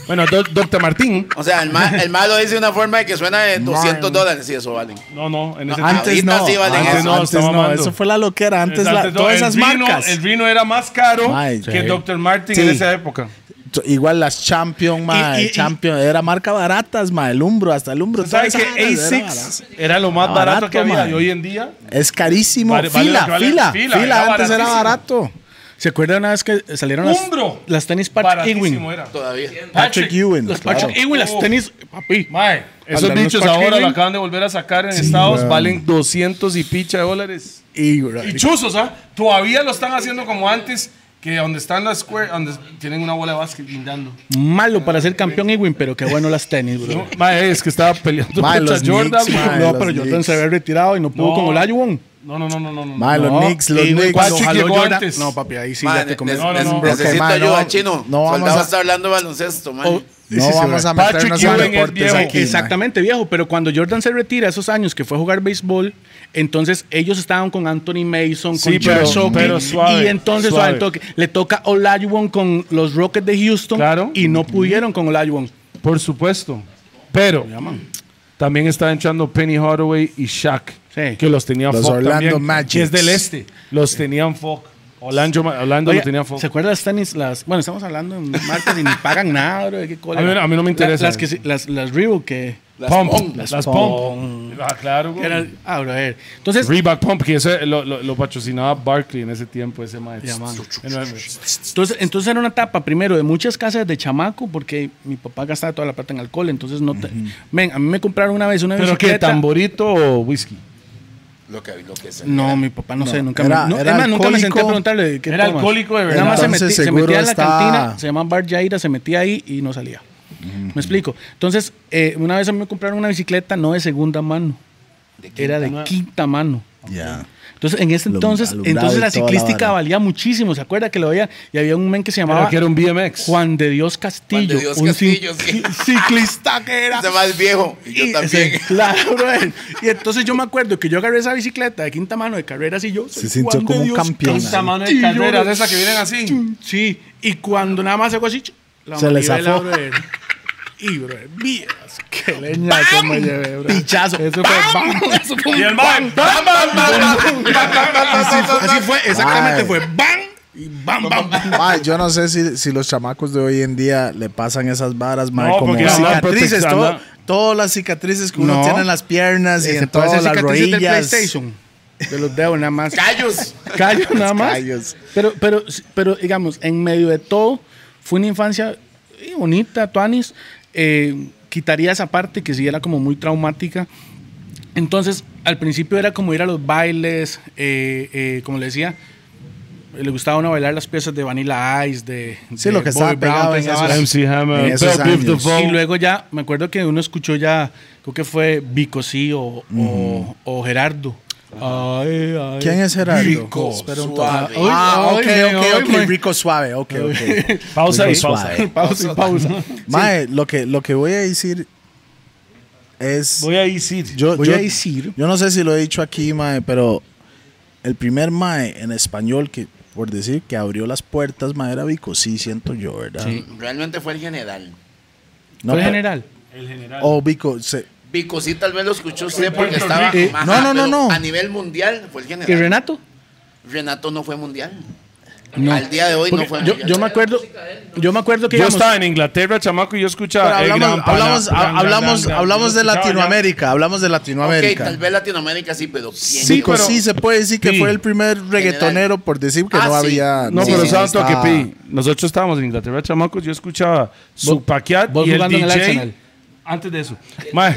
Speaker 5: Bueno, doc- Dr. Martín.
Speaker 2: O sea, el mal, el malo dice de una forma de que suena de 200 dólares. Sí, eso valen.
Speaker 5: No, no, en ese tiempo.
Speaker 2: No,
Speaker 1: Antes
Speaker 2: Ahorita
Speaker 1: no,
Speaker 2: sí valen
Speaker 1: antes
Speaker 2: eso.
Speaker 1: no,
Speaker 5: Antes
Speaker 1: antes
Speaker 5: no,
Speaker 1: no,
Speaker 5: mamando.
Speaker 1: eso fue la loquera, antes la-
Speaker 4: Entonces,
Speaker 1: todas
Speaker 4: el
Speaker 1: esas
Speaker 4: Rino-
Speaker 1: marcas.
Speaker 4: El Rino era más caro
Speaker 1: Mae,
Speaker 4: que
Speaker 1: sí.
Speaker 4: Dr. Martin
Speaker 1: Sí.
Speaker 4: en esa época.
Speaker 1: T- Igual las Champion, ma,
Speaker 4: Y- y- y-
Speaker 1: Champion, era marca baratas, ma, el Umbro, hasta el Umbro.
Speaker 4: ¿Sabes que
Speaker 1: todas esas marcas eran
Speaker 4: A6 era lo más
Speaker 1: Barato,
Speaker 4: barato, que había
Speaker 1: man.
Speaker 4: y hoy en día?
Speaker 1: baratas. Es carísimo,
Speaker 4: Vale- vale
Speaker 1: fila,
Speaker 4: lo que vale
Speaker 1: fila,
Speaker 4: la fila,
Speaker 1: fila,
Speaker 4: era
Speaker 1: antes era
Speaker 4: baratísimo.
Speaker 1: barato.
Speaker 3: ¿Se acuerdan una vez que salieron las,
Speaker 4: Umbro.
Speaker 3: las tenis Patrick
Speaker 4: Baratísimo
Speaker 3: Ewing?
Speaker 4: era.
Speaker 2: Todavía.
Speaker 1: Patrick Ewing,
Speaker 3: Las
Speaker 1: claro.
Speaker 3: Patrick Ewing, las
Speaker 4: Oh.
Speaker 3: tenis, papi.
Speaker 4: Mae, esos
Speaker 3: Pantalón
Speaker 4: bichos
Speaker 3: Patrick
Speaker 4: ahora lo
Speaker 3: Ewing.
Speaker 4: acaban de volver a sacar en Estados, valen 200 y picha de dólares.
Speaker 1: Y-
Speaker 4: Y chuzos, ¿ah? Todavía lo están haciendo como antes, que donde están las square, donde tienen una bola de básquet guindando.
Speaker 3: Malo para ser campeón Ewing, pero qué bueno las tenis, bro.
Speaker 5: Ma, es que estaba peleando
Speaker 1: Ma,
Speaker 5: contra
Speaker 1: los
Speaker 5: Jordan.
Speaker 1: Knicks, ma.
Speaker 5: ma.
Speaker 1: Ay,
Speaker 3: no,
Speaker 1: los
Speaker 3: pero Jordan
Speaker 1: Knicks.
Speaker 3: se había retirado y no pudo
Speaker 4: No.
Speaker 3: con Olajuwon.
Speaker 4: No, no, no, no, no. no.
Speaker 1: Ma, los
Speaker 4: No.
Speaker 1: Knicks, los
Speaker 3: Ewing,
Speaker 1: Knicks.
Speaker 3: cuando
Speaker 4: Patrick
Speaker 3: jaló
Speaker 4: llegó
Speaker 3: Jordan-
Speaker 4: antes.
Speaker 3: No, papi, ahí sí
Speaker 2: Man,
Speaker 3: ya te comes.
Speaker 2: ne-
Speaker 4: No, no, no.
Speaker 2: ne- Necesito
Speaker 1: Ok, man,
Speaker 2: ayuda,
Speaker 1: no-
Speaker 2: chino.
Speaker 1: no vamos
Speaker 2: Soldado
Speaker 1: a-
Speaker 2: está hablando de baloncesto, man.
Speaker 3: Oh,
Speaker 1: No vamos a
Speaker 4: Patrick
Speaker 1: meternos en
Speaker 4: Ewing es
Speaker 1: deportes
Speaker 4: viejo,
Speaker 1: aquí. ma.
Speaker 3: Exactamente, viejo. Pero cuando Jordan se retira esos años que fue a jugar béisbol, entonces ellos estaban con Anthony Mason, con
Speaker 5: Sí,
Speaker 3: Joe
Speaker 5: pero-
Speaker 3: Shockey,
Speaker 5: pero suave,
Speaker 3: y entonces
Speaker 5: suave.
Speaker 3: suave, toque. le toca Olajuwon con los Rockets de Houston
Speaker 5: Claro.
Speaker 3: y no pudieron con Olajuwon.
Speaker 5: Por supuesto. Pero también estaba entrando Penny Hardaway y Shaq.
Speaker 3: Sí.
Speaker 5: Que los tenía
Speaker 1: Los
Speaker 5: Fox
Speaker 1: Orlando
Speaker 5: también,
Speaker 1: Magics.
Speaker 5: que es del este. Los tenían Fox. Orlando, Orlando
Speaker 3: Oiga,
Speaker 5: lo tenía Fox.
Speaker 3: ¿Se acuerdan las tenis? Las, bueno, estamos hablando de marcas y ni pagan nada, bro. ¿Qué cólera.
Speaker 5: A mí no- a mí no me
Speaker 3: La-
Speaker 5: interesa.
Speaker 3: las, que, se- las, las Reebok que...
Speaker 2: Las
Speaker 5: Pump.
Speaker 2: pong.
Speaker 5: Las,
Speaker 3: Las
Speaker 5: Pump. Ah, claro. güey.
Speaker 3: eran- ah, bro, a ver. Entonces,
Speaker 5: Reebok Pump, que ese lo, lo, lo patrocinaba Barkley en ese tiempo, ese maestro.
Speaker 3: Ya, man. Entonces, entonces era una etapa, primero, de muchas casas de chamaco, porque mi papá gastaba toda la plata en alcohol, entonces no te... Men, a mí me compraron una vez una
Speaker 5: Pero que
Speaker 3: bicicleta.
Speaker 5: tamborito o whisky.
Speaker 2: Lo que, lo que se.
Speaker 3: No, mi papá no, sé, nunca
Speaker 1: era-
Speaker 3: me... no,
Speaker 1: era
Speaker 3: es más, nunca me senté a
Speaker 1: alcohólico.
Speaker 3: preguntarle qué
Speaker 4: Era
Speaker 3: tomas?
Speaker 4: alcohólico de verdad.
Speaker 3: Nada más se
Speaker 1: Entonces,
Speaker 3: metí- se,
Speaker 1: seguro
Speaker 3: metía en la
Speaker 1: está-
Speaker 3: cantina, se llama Bar Jaira, se metía ahí y no salía. Me explico. Entonces, eh, una vez a mí me compraron una bicicleta no de segunda mano, era de quinta mano.
Speaker 1: Ya.
Speaker 3: Entonces, en ese
Speaker 6: Alum-
Speaker 3: entonces,
Speaker 6: alumbrado
Speaker 3: entonces
Speaker 6: y
Speaker 3: la
Speaker 6: toda la
Speaker 3: ciclística
Speaker 6: vara.
Speaker 3: valía muchísimo. ¿Se acuerda que lo había? Y había un men que se llamaba
Speaker 4: que era un BMX.
Speaker 3: Juan de Dios Castillo.
Speaker 2: Juan de Dios
Speaker 3: un cin-
Speaker 2: Castillo, sí.
Speaker 3: ciclista que era.
Speaker 2: Ese más viejo. Y yo
Speaker 3: ese-
Speaker 2: también.
Speaker 3: claro, brother. Y entonces yo me acuerdo que yo agarré esa bicicleta de quinta mano de carreras y yo. soy
Speaker 1: Se sintió
Speaker 3: Juan de
Speaker 1: como un
Speaker 3: Dios
Speaker 1: campeón,
Speaker 3: Castillo.
Speaker 7: Esta mano de carreras, esas que vienen así.
Speaker 3: Sí, y cuando nada más hago así, ch- la
Speaker 6: Se le
Speaker 3: manivela,
Speaker 6: zafó.
Speaker 3: brother. Y, bro, vieras qué leña que me llevé, bro.
Speaker 6: Pichazo.
Speaker 3: Eso fue bam. Eso fue un
Speaker 7: Y el man,
Speaker 2: ¡Bam, bam, bam, bam! ¡Bam, bam, bam, bam, bam,
Speaker 3: Así
Speaker 2: bam!
Speaker 3: fue, exactamente
Speaker 1: Ay.
Speaker 3: fue bam y bam, bam, bam.
Speaker 1: Ma, yo no sé si, si los chamacos de hoy en día le pasan esas varas, ma,
Speaker 4: No,
Speaker 1: como
Speaker 4: porque anda
Speaker 1: cicatrices,
Speaker 4: protección,
Speaker 1: todo-
Speaker 4: anda.
Speaker 1: todas las cicatrices que uno
Speaker 3: No.
Speaker 1: tiene en las piernas y en
Speaker 3: Excepto esas
Speaker 1: todas las
Speaker 3: cicatrices del
Speaker 1: rodillas.
Speaker 3: PlayStation. De los dedos nada más.
Speaker 2: ¡Callos!
Speaker 3: Callo nada más.
Speaker 1: callos.
Speaker 3: Pero, pero, pero digamos, en medio de todo, fue una infancia eh, bonita, Tuanis. Eh, quitaría esa parte que sí era como muy traumática. Entonces, al principio era como ir a los bailes, eh, eh, como le decía, le gustaba a uno bailar las piezas de Vanilla Ice, de.
Speaker 1: Sí,
Speaker 3: de
Speaker 1: lo que estaba
Speaker 3: Bobby
Speaker 1: pegado
Speaker 3: toda
Speaker 1: en
Speaker 3: esa
Speaker 1: esos-
Speaker 3: vara.
Speaker 4: MC Hammer,
Speaker 1: En esos
Speaker 4: Bell Biv
Speaker 1: años.
Speaker 4: DeVoe.
Speaker 3: Y luego ya, me acuerdo que uno escuchó ya, creo que fue Vico sí o, o- o Gerardo. Ay, ay.
Speaker 1: ¿Quién es Gerardo?
Speaker 3: Vico.
Speaker 1: Espera un
Speaker 2: Suave.
Speaker 1: toque. Ah,
Speaker 3: Ay,
Speaker 1: ok,
Speaker 3: ay,
Speaker 1: ok,
Speaker 3: ay,
Speaker 1: ok.
Speaker 3: man.
Speaker 1: Rico suave, ok, ok.
Speaker 4: Pausa
Speaker 6: Muy
Speaker 4: y pausa.
Speaker 6: suave.
Speaker 3: pausa y pausa.
Speaker 1: Mae, lo que, lo que voy a decir es.
Speaker 4: Voy a decir.
Speaker 1: yo,
Speaker 3: voy
Speaker 1: yo-
Speaker 3: a decir-
Speaker 1: Yo no sé si lo he dicho aquí, mae, pero el primer mae en español que, por decir, que abrió las puertas, mae, era Vico. Sí, siento yo, ¿verdad?
Speaker 3: Sí.
Speaker 2: Realmente fue el general.
Speaker 1: No,
Speaker 3: ¿Fue
Speaker 1: pero-
Speaker 3: general?
Speaker 1: O Vico. se-
Speaker 2: Vico, sí, tal vez lo escuchó usted porque estaba.
Speaker 3: Eh,
Speaker 2: Ajá,
Speaker 1: no, no, no,
Speaker 2: pero
Speaker 1: no.
Speaker 2: A nivel mundial fue el
Speaker 3: ¿Y
Speaker 2: general.
Speaker 3: Renato?
Speaker 2: Renato no fue mundial.
Speaker 3: No.
Speaker 2: Al día de hoy no
Speaker 3: Porque
Speaker 2: fue
Speaker 3: yo,
Speaker 2: mundial.
Speaker 3: yo me acuerdo, yo me acuerdo que
Speaker 4: Yo
Speaker 3: íbamos-
Speaker 4: estaba en Inglaterra, chamaco, y yo
Speaker 1: pero
Speaker 4: escuchaba. eh,
Speaker 1: hablamos,
Speaker 4: gran pana,
Speaker 1: hablamos,
Speaker 4: gran, gran,
Speaker 1: hablamos,
Speaker 4: gran, gran.
Speaker 1: hablamos de
Speaker 4: Yo escuchaba ya.
Speaker 1: Latinoamérica. Hablamos de
Speaker 2: Ok,
Speaker 1: Latinoamérica.
Speaker 2: tal vez Latinoamérica sí, pero. ¿quién
Speaker 1: Sí,
Speaker 2: llegó?
Speaker 1: pero, sí, se puede decir que
Speaker 4: Sí.
Speaker 1: fue el primer reggaetonero por decir que
Speaker 2: Ah,
Speaker 1: no
Speaker 2: sí.
Speaker 1: había.
Speaker 4: No,
Speaker 1: sí,
Speaker 4: pero
Speaker 1: sí,
Speaker 4: ¿sabes lo que
Speaker 1: estaba-
Speaker 4: pi? Nosotros estábamos en Inglaterra, chamacos, yo escuchaba su Paquiat
Speaker 3: vos
Speaker 4: y el
Speaker 3: jugando en el
Speaker 4: DJ.
Speaker 3: Arsenal.
Speaker 4: Antes de eso. Mae,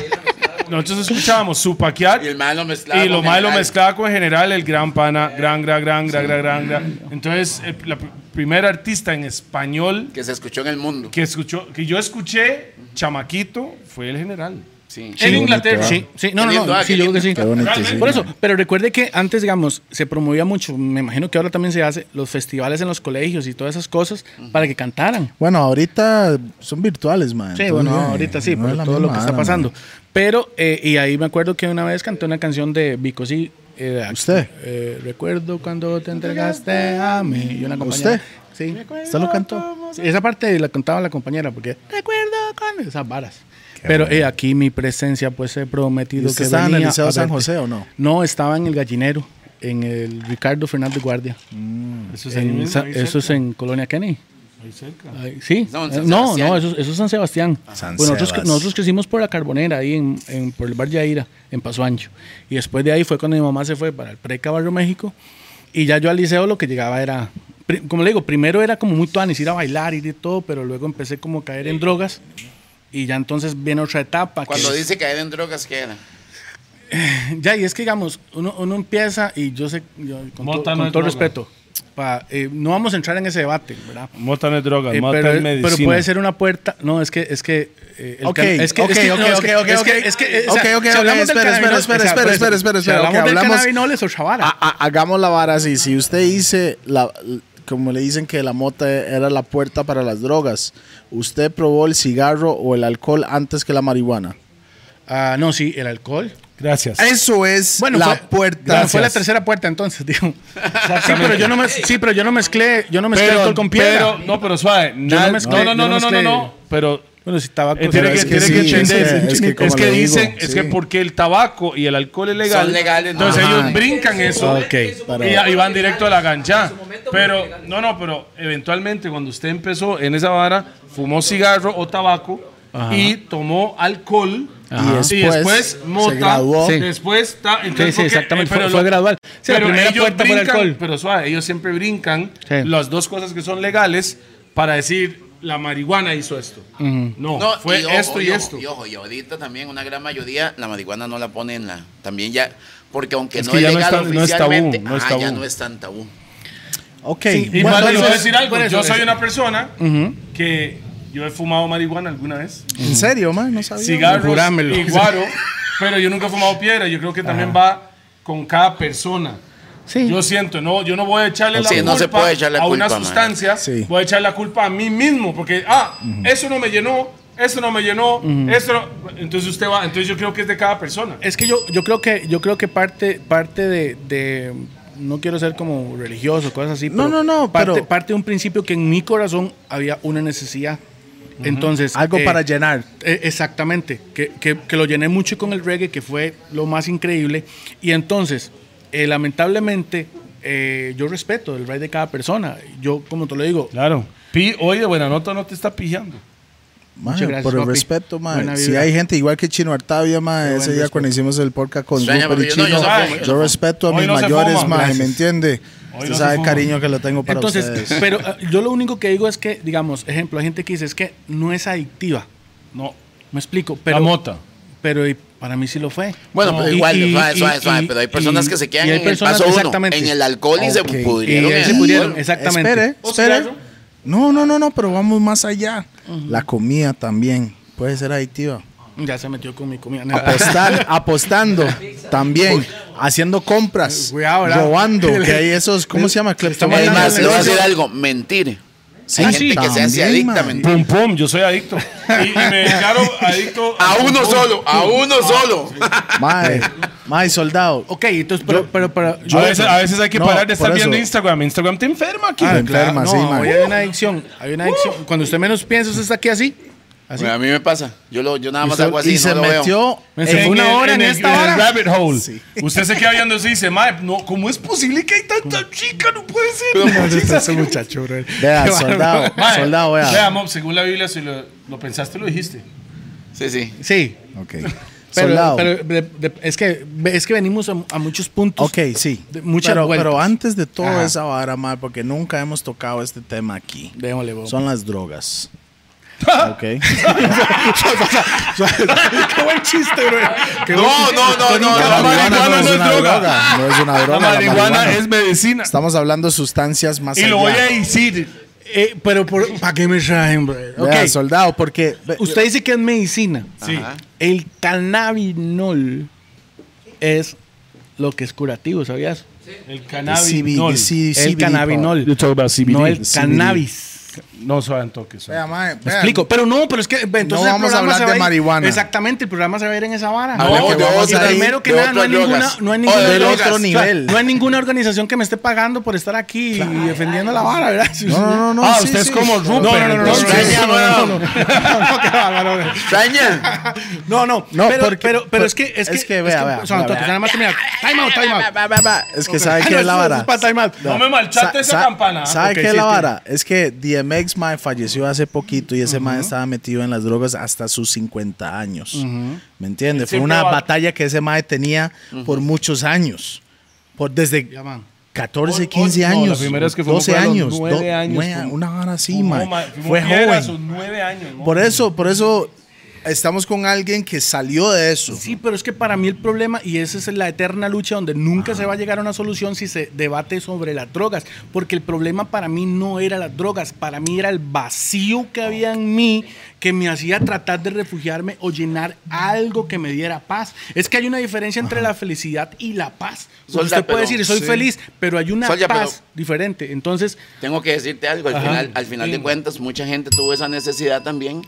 Speaker 4: nosotros escuchábamos su Paquiat
Speaker 2: Y el mal lo mezclaba.
Speaker 4: y lo
Speaker 2: con
Speaker 4: malo
Speaker 2: general.
Speaker 4: mezclaba con general el gran pana, gran, gran, gran, gran, gran, gran, gran. Entonces, el- la pr- primera artista en español
Speaker 2: Que se escuchó en el mundo.
Speaker 4: que escuchó, que yo escuché, chamaquito, fue el general.
Speaker 2: Sí.
Speaker 7: En Inglaterra.
Speaker 3: Sí, sí, no,
Speaker 2: Qué
Speaker 3: no,
Speaker 2: lindo,
Speaker 3: no,
Speaker 2: ah,
Speaker 3: sí,
Speaker 2: qué
Speaker 3: yo creo que sí.
Speaker 1: ¿eh? Qué bonito, sí,
Speaker 3: Por
Speaker 1: mae.
Speaker 3: eso, pero recuerde que antes, digamos, se promovía mucho, me imagino que ahora también se hace, los festivales en los colegios y todas esas cosas para que cantaran.
Speaker 1: Bueno, ahorita son virtuales, man.
Speaker 3: Sí,
Speaker 1: Entonces,
Speaker 3: bueno,
Speaker 1: eh,
Speaker 3: ahorita sí,
Speaker 1: no
Speaker 3: por
Speaker 1: es la
Speaker 3: todo lo
Speaker 1: misma
Speaker 3: que está
Speaker 1: vara,
Speaker 3: pasando.
Speaker 1: man.
Speaker 3: Pero, eh, y ahí me acuerdo que una vez canté una canción de Vico, sí. eh,
Speaker 1: ¿Usted?
Speaker 3: eh, recuerdo cuando te entregaste a mí. Y una compañera.
Speaker 1: ¿Usted?
Speaker 3: Sí.
Speaker 1: ¿Usted lo cantó?
Speaker 3: Sí, esa parte la contaba la compañera, porque recuerdo con esas varas. Pero eh, aquí mi presencia, pues he
Speaker 1: ¿Y
Speaker 3: prometido
Speaker 1: ¿Usted
Speaker 3: que
Speaker 1: estaba en el
Speaker 3: venía
Speaker 1: Liceo
Speaker 3: a
Speaker 1: San
Speaker 3: verte.
Speaker 1: José o no?
Speaker 3: No, estaba en el gallinero, en el Ricardo Fernández Guardia.
Speaker 7: Eso es ahí
Speaker 3: En
Speaker 7: mismo,
Speaker 3: Sa- eh,
Speaker 7: ahí
Speaker 3: eso es en Colonia Kenny.
Speaker 7: cerca, ahí cerca.
Speaker 3: Ay, Sí,
Speaker 2: No, en
Speaker 3: Eh,
Speaker 2: San
Speaker 3: no,
Speaker 2: Sebastián. Ah.
Speaker 3: no, eso, es- eso es San Sebastián.
Speaker 1: San
Speaker 3: Bueno, nosotros,
Speaker 1: Sebas.
Speaker 3: nosotros crecimos por la Carbonera, ahí en, en- por el bar Yaira, en Paso Ancho. Y después de ahí fue cuando mi mamá se fue para el Preca Barrio México. Y ya yo al liceo lo que llegaba era, pri- como le digo, primero era como muy tuanis, ir a bailar, ir y todo, pero luego empecé como a caer en drogas. Y ya entonces viene otra etapa.
Speaker 2: Cuando
Speaker 3: que-
Speaker 2: dice caer en drogas, ¿qué era?
Speaker 3: ya, y es que digamos, uno, uno empieza y yo sé, yo- con, to-
Speaker 7: Mota no
Speaker 3: con
Speaker 7: es
Speaker 3: todo
Speaker 7: droga.
Speaker 3: respeto, pa- eh, no vamos a entrar en ese debate, ¿verdad?
Speaker 4: Mota no es droga,
Speaker 3: Eh,
Speaker 4: mota
Speaker 3: pero,
Speaker 4: es
Speaker 3: pero
Speaker 4: medicina.
Speaker 3: puede ser una puerta. No, es que. Es que eh, el
Speaker 1: Ok,
Speaker 3: cana- es que,
Speaker 1: ok,
Speaker 3: es que-
Speaker 1: ok,
Speaker 3: no, es
Speaker 1: ok,
Speaker 3: que-
Speaker 1: ok,
Speaker 3: es que-
Speaker 1: ok.
Speaker 3: es que, o sea,
Speaker 1: Ok, ok, ok,
Speaker 3: si hablamos del
Speaker 1: espera, espera, espera,
Speaker 3: cannabinol- o sea,
Speaker 1: espera,
Speaker 3: por eso,
Speaker 1: espera, espera,
Speaker 3: Si
Speaker 1: espera,
Speaker 3: hablamos
Speaker 1: ok,
Speaker 3: del
Speaker 1: hablamos- Ah.
Speaker 3: cannabinol es otra vara.
Speaker 1: Ha- ha- hagamos la vara así. Si usted dice, la, como le dicen que la mota era la puerta para las drogas, ¿usted probó el cigarro o el alcohol antes que la marihuana?
Speaker 3: Ah, no, sí, el alcohol.
Speaker 4: Gracias.
Speaker 1: Eso es
Speaker 3: Bueno,
Speaker 1: la
Speaker 3: fue,
Speaker 1: puerta.
Speaker 3: bueno, fue la tercera puerta entonces, digo. Sí, pero yo no, me, sí, pero yo no mezclé, yo no mezclé alcohol con piedra.
Speaker 4: pero- no, pero suave.
Speaker 3: no
Speaker 4: na-
Speaker 3: mezclé,
Speaker 4: no,
Speaker 3: yo
Speaker 4: no,
Speaker 3: no
Speaker 4: no, no, no,
Speaker 3: mezclé.
Speaker 4: no, Pero
Speaker 3: bueno, si tabaco.
Speaker 4: eh, tiene
Speaker 1: pero
Speaker 4: que,
Speaker 1: es que
Speaker 4: tiene
Speaker 1: sí,
Speaker 4: que
Speaker 1: es que-
Speaker 4: entender.
Speaker 1: es
Speaker 4: Es
Speaker 1: que
Speaker 4: que,
Speaker 1: como le digo,
Speaker 4: dicen, es
Speaker 1: sí.
Speaker 4: que porque el tabaco y el alcohol es legal.
Speaker 2: Son legales, ¿no?
Speaker 4: Entonces
Speaker 2: Ajá.
Speaker 4: ellos brincan eso.
Speaker 3: Ok,
Speaker 1: para-
Speaker 4: Y, y van directo a la cancha. Pero, no, no, pero eventualmente cuando usted empezó en esa vara, fumó cigarro o tabaco y tomó alcohol.
Speaker 1: Ajá.
Speaker 4: Y,
Speaker 1: después
Speaker 4: después
Speaker 1: se
Speaker 4: mota,
Speaker 1: graduó. Sí.
Speaker 4: después ta-
Speaker 3: Sí,
Speaker 4: entonces,
Speaker 3: sí,
Speaker 4: porque-
Speaker 3: exactamente,
Speaker 4: eh,
Speaker 3: fue- fue gradual. Sí, la
Speaker 4: pero
Speaker 3: primera
Speaker 4: ellos
Speaker 3: puerta fue el
Speaker 4: brincan-
Speaker 3: alcohol.
Speaker 4: Pero suave, ellos siempre brincan
Speaker 3: Sí.
Speaker 4: las dos cosas que son legales para decir la marihuana hizo esto. No,
Speaker 2: No,
Speaker 4: fue
Speaker 2: y ojo,
Speaker 4: esto y,
Speaker 2: ojo,
Speaker 4: esto.
Speaker 2: Y ojo, y ahorita también una gran mayoría la marihuana no la pone en la. También ya. Porque aunque
Speaker 4: Es
Speaker 2: no
Speaker 4: que
Speaker 2: es
Speaker 4: ya no
Speaker 2: legal
Speaker 4: es tan- no es tabú,
Speaker 2: oficialmente,
Speaker 4: no es
Speaker 2: ajá, ya
Speaker 4: tabú.
Speaker 2: no es tan tabú.
Speaker 1: Ok.
Speaker 4: Igual
Speaker 1: bueno,
Speaker 4: les voy a
Speaker 1: entonces-
Speaker 4: decir algo.
Speaker 3: por eso,
Speaker 4: yo soy
Speaker 3: eso.
Speaker 4: una persona que Yo he fumado marihuana alguna vez.
Speaker 1: ¿En serio, man? No sabía.
Speaker 4: Cigarros
Speaker 3: Jurámelo.
Speaker 4: y guaro. pero yo nunca he fumado piedra. Yo creo que también va con cada persona.
Speaker 1: Sí.
Speaker 4: Yo siento, no, yo no voy a echarle la
Speaker 2: Sí,
Speaker 4: culpa
Speaker 2: no se puede echar la
Speaker 4: a una
Speaker 2: culpa, man.
Speaker 4: sustancia,
Speaker 1: Sí.
Speaker 4: voy a echar la culpa a mí mismo, porque, ah, eso no me llenó, eso no me llenó, eso no- Entonces usted va, entonces yo creo que es de cada persona.
Speaker 3: Es que yo, yo creo que yo creo que parte, parte de, de- no quiero ser como religioso, cosas así.
Speaker 1: No,
Speaker 3: pero
Speaker 1: no, no,
Speaker 3: Parte,
Speaker 1: pero-
Speaker 3: parte de un principio que en mi corazón había una necesidad. Entonces.
Speaker 1: Algo
Speaker 3: eh,
Speaker 1: para llenar.
Speaker 3: eh, exactamente, que, que- que lo llené mucho con el reggae, que fue lo más increíble. Y entonces, eh, lamentablemente, eh, yo respeto el rey de cada persona. Yo, como te lo digo,
Speaker 4: Claro.
Speaker 8: Pi, oye, buena nota, no te está pillando.
Speaker 1: Man,
Speaker 3: Muchas gracias,
Speaker 1: por el
Speaker 3: papi.
Speaker 1: respeto, man.
Speaker 3: Buena
Speaker 1: Si
Speaker 3: vibra.
Speaker 1: hay gente igual que Chino Artavia, man, ese día cuando hicimos el podcast con
Speaker 2: Extraña,
Speaker 1: Rupert y
Speaker 2: papi, yo
Speaker 1: Chino,
Speaker 2: no, yo
Speaker 1: yo,
Speaker 2: no fumo, yo no
Speaker 1: respeto a
Speaker 4: Hoy
Speaker 1: mis
Speaker 4: no se
Speaker 1: mayores,
Speaker 4: fuma,
Speaker 1: man,
Speaker 4: gracias.
Speaker 1: ¿me entiende? Usted
Speaker 4: no se
Speaker 1: sabe el
Speaker 4: fuma.
Speaker 1: cariño que lo tengo para
Speaker 3: Entonces,
Speaker 1: ustedes.
Speaker 3: pero eh, yo lo único que digo es que, digamos, ejemplo, hay gente que dice es que no es adictiva.
Speaker 4: No.
Speaker 3: Me explico, pero.
Speaker 4: la mota.
Speaker 3: Pero y para mí sí lo fue.
Speaker 2: Bueno,
Speaker 3: No.
Speaker 2: pero
Speaker 3: Y-
Speaker 2: igual,
Speaker 3: y-
Speaker 2: suave,
Speaker 3: y-
Speaker 2: suave, suave,
Speaker 3: y-
Speaker 2: pero hay personas
Speaker 3: y-
Speaker 2: que se quedan
Speaker 3: y hay
Speaker 2: en el
Speaker 3: personas-
Speaker 2: paso uno,
Speaker 3: exactamente.
Speaker 2: en el alcohol y se
Speaker 1: Ok.
Speaker 2: pudrieron.
Speaker 3: Y ahí
Speaker 2: en
Speaker 3: se
Speaker 2: el
Speaker 3: pudrieron,
Speaker 2: alcohol.
Speaker 3: exactamente.
Speaker 1: Espere, espere. No, no, no, no, pero vamos más allá. La comida también puede ser adictiva.
Speaker 3: Ya se metió con mi comida.
Speaker 1: Apostar, apostando también, haciendo compras,
Speaker 3: Cuidado, ¿verdad?
Speaker 1: robando, que hay esos, ¿cómo se llama?
Speaker 3: estamos
Speaker 2: Es
Speaker 1: Cleptomanía.
Speaker 2: más, le voy a
Speaker 3: Entonces-
Speaker 2: decir algo, mentir. Hay
Speaker 1: Ah,
Speaker 2: gente
Speaker 1: sí,
Speaker 2: que se hace
Speaker 1: también,
Speaker 2: adicta a
Speaker 1: man.
Speaker 2: mentir.
Speaker 4: Pum, pum, yo soy adicto.
Speaker 8: Y, y me declaro adicto
Speaker 2: A uno solo, a uno solo.
Speaker 1: Mae, mae, soldado.
Speaker 3: ok, entonces, pero, pero, pero-
Speaker 4: a, veces, a veces hay que
Speaker 1: No,
Speaker 4: parar de estar
Speaker 1: por eso.
Speaker 4: viendo Instagram. Instagram te enferma aquí.
Speaker 1: Ah,
Speaker 4: Ah,
Speaker 1: claro. enferma,
Speaker 3: no,
Speaker 1: sí, man. Uh.
Speaker 3: hoy hay una adicción. Hay una adicción. Cuando usted menos piensa, usted está aquí así. así.
Speaker 2: A mí me pasa. Yo, lo, yo nada más
Speaker 1: Sol-
Speaker 2: hago así.
Speaker 1: y
Speaker 2: no
Speaker 1: se
Speaker 2: lo veo.
Speaker 1: metió
Speaker 3: Me se fue una hora en, esta hora.
Speaker 4: rabbit hole. Usted se queda viendo eso y dice, "Mae, no, ¿cómo es posible que hay tanta chica? No puede ser.
Speaker 3: Ese muchacho, bro.
Speaker 1: Vea, soldado,
Speaker 4: Mae,
Speaker 1: soldado, vea.
Speaker 4: vea, Mom, según la Biblia, si lo, lo pensaste, lo dijiste.
Speaker 2: Sí, sí.
Speaker 3: Sí,
Speaker 1: Ok.
Speaker 3: pero,
Speaker 1: soldado.
Speaker 3: pero de- de- es, que, es que venimos a, a muchos puntos.
Speaker 1: ok, sí.
Speaker 3: de muchas
Speaker 1: pero,
Speaker 3: vueltas.
Speaker 1: pero antes de toda
Speaker 3: Ajá.
Speaker 1: esa vara, mae, porque nunca hemos tocado este tema aquí.
Speaker 3: Démosle, bo.
Speaker 1: Son las drogas. ok.
Speaker 3: Qué buen chiste, bro. Qué buen
Speaker 2: No,
Speaker 3: chiste.
Speaker 2: no, no, no.
Speaker 1: La
Speaker 4: La
Speaker 2: no.
Speaker 1: marihuana no es una
Speaker 4: droga.
Speaker 1: droga. No es una droga.
Speaker 4: La marihuana es medicina.
Speaker 1: Estamos hablando de sustancias más
Speaker 4: Y lo voy a
Speaker 1: allá.
Speaker 4: decir.
Speaker 3: Eh, pero, ¿para qué me traen, bro?
Speaker 1: Vea,
Speaker 3: Ok.
Speaker 1: soldado, porque... ve-
Speaker 3: Usted dice que es medicina.
Speaker 4: Sí.
Speaker 2: Ajá.
Speaker 3: El cannabinol es lo que es curativo, ¿sabías?
Speaker 4: El
Speaker 1: The CB,
Speaker 4: cannabinol.
Speaker 1: the C-
Speaker 3: el
Speaker 1: CBD
Speaker 3: cannabinol.
Speaker 4: You talk about CBD.
Speaker 3: No el
Speaker 1: CBD.
Speaker 3: cannabis.
Speaker 4: No suave en toque. suave.
Speaker 1: Vea, mae,
Speaker 3: Me
Speaker 1: vea.
Speaker 3: explico. Pero no, pero es que ve,
Speaker 1: No
Speaker 3: entonces el
Speaker 1: vamos a
Speaker 3: programa
Speaker 1: hablar
Speaker 3: se
Speaker 1: de
Speaker 3: va ir-
Speaker 1: marihuana.
Speaker 3: Exactamente, el programa se va a ir en esa vara.
Speaker 1: A la que
Speaker 2: de
Speaker 1: vamos
Speaker 3: y
Speaker 2: otra,
Speaker 1: a ir,
Speaker 3: primero que
Speaker 2: de
Speaker 3: nada, no hay,
Speaker 2: otras
Speaker 3: ninguna,
Speaker 2: drogas.
Speaker 3: no, hay
Speaker 2: O de
Speaker 3: ninguna,
Speaker 1: del
Speaker 2: drogas.
Speaker 1: otro nivel.
Speaker 3: no hay ninguna organización que me esté pagando por estar aquí y defendiendo la vara, ¿verdad?
Speaker 1: No, no, no, no.
Speaker 4: Ah,
Speaker 1: sí,
Speaker 4: usted es
Speaker 1: sí.
Speaker 4: como Rupert.
Speaker 3: No, no, no, no, no,
Speaker 4: entonces.
Speaker 2: Extraña,
Speaker 3: no,
Speaker 2: bueno.
Speaker 3: no, qué bárbaro.
Speaker 2: Extraña.
Speaker 3: No, no,
Speaker 1: No,
Speaker 3: pero,
Speaker 1: porque-
Speaker 3: pero, pero es que es
Speaker 1: es
Speaker 3: que,
Speaker 1: que vea, vea,
Speaker 3: o sea,
Speaker 1: vea,
Speaker 3: no,
Speaker 1: vea.
Speaker 3: nada más terminar. Time out, time out.
Speaker 1: Es que sabe
Speaker 3: Ah,
Speaker 1: que
Speaker 3: no,
Speaker 1: es la
Speaker 3: eso- eso
Speaker 1: vara.
Speaker 3: es para time out.
Speaker 4: No me malchate
Speaker 1: Sa-
Speaker 4: esa
Speaker 1: sa-
Speaker 4: campana.
Speaker 1: ¿Sabe
Speaker 3: Ok,
Speaker 1: qué es
Speaker 3: sí,
Speaker 1: la
Speaker 3: entiendo.
Speaker 1: vara? Es que DMX Mae falleció hace poquito y ese Mae estaba metido en las drogas hasta sus 50 años. ¿Me entiendes? Fue
Speaker 4: Siempre
Speaker 1: una
Speaker 4: va-
Speaker 1: batalla que ese Mae tenía por muchos años. Por desde
Speaker 3: Ya, man.
Speaker 1: 14, 15
Speaker 4: no, la
Speaker 1: años.
Speaker 4: primera vez que fumó
Speaker 1: 12
Speaker 4: fue a los
Speaker 1: años.
Speaker 4: nueve
Speaker 1: do-
Speaker 4: años,
Speaker 1: nueve-
Speaker 4: fumó-
Speaker 1: una hora así,
Speaker 4: Fumó,
Speaker 1: Mae.
Speaker 4: mae, fumó
Speaker 1: Fue
Speaker 4: piedra
Speaker 1: joven.
Speaker 4: a sus nueve años. ¿no?
Speaker 1: Por eso, por eso estamos con alguien que salió de eso.
Speaker 3: Sí, pero es que para mí el problema, y esa es la eterna lucha donde nunca se va a llegar a una solución si se debate sobre las drogas, porque el problema para mí no era las drogas, para mí era el vacío que había en mí que me hacía tratar de refugiarme o llenar algo que me diera paz. Es que hay una diferencia entre la felicidad y la paz. Porque
Speaker 2: Solda,
Speaker 3: usted puede
Speaker 2: pero-
Speaker 3: decir, soy
Speaker 2: sí.
Speaker 3: feliz, pero hay una
Speaker 2: Solda, pero-
Speaker 3: paz diferente. Entonces,
Speaker 2: Tengo que decirte algo. Al final, al final de cuentas, mucha gente tuvo esa necesidad también.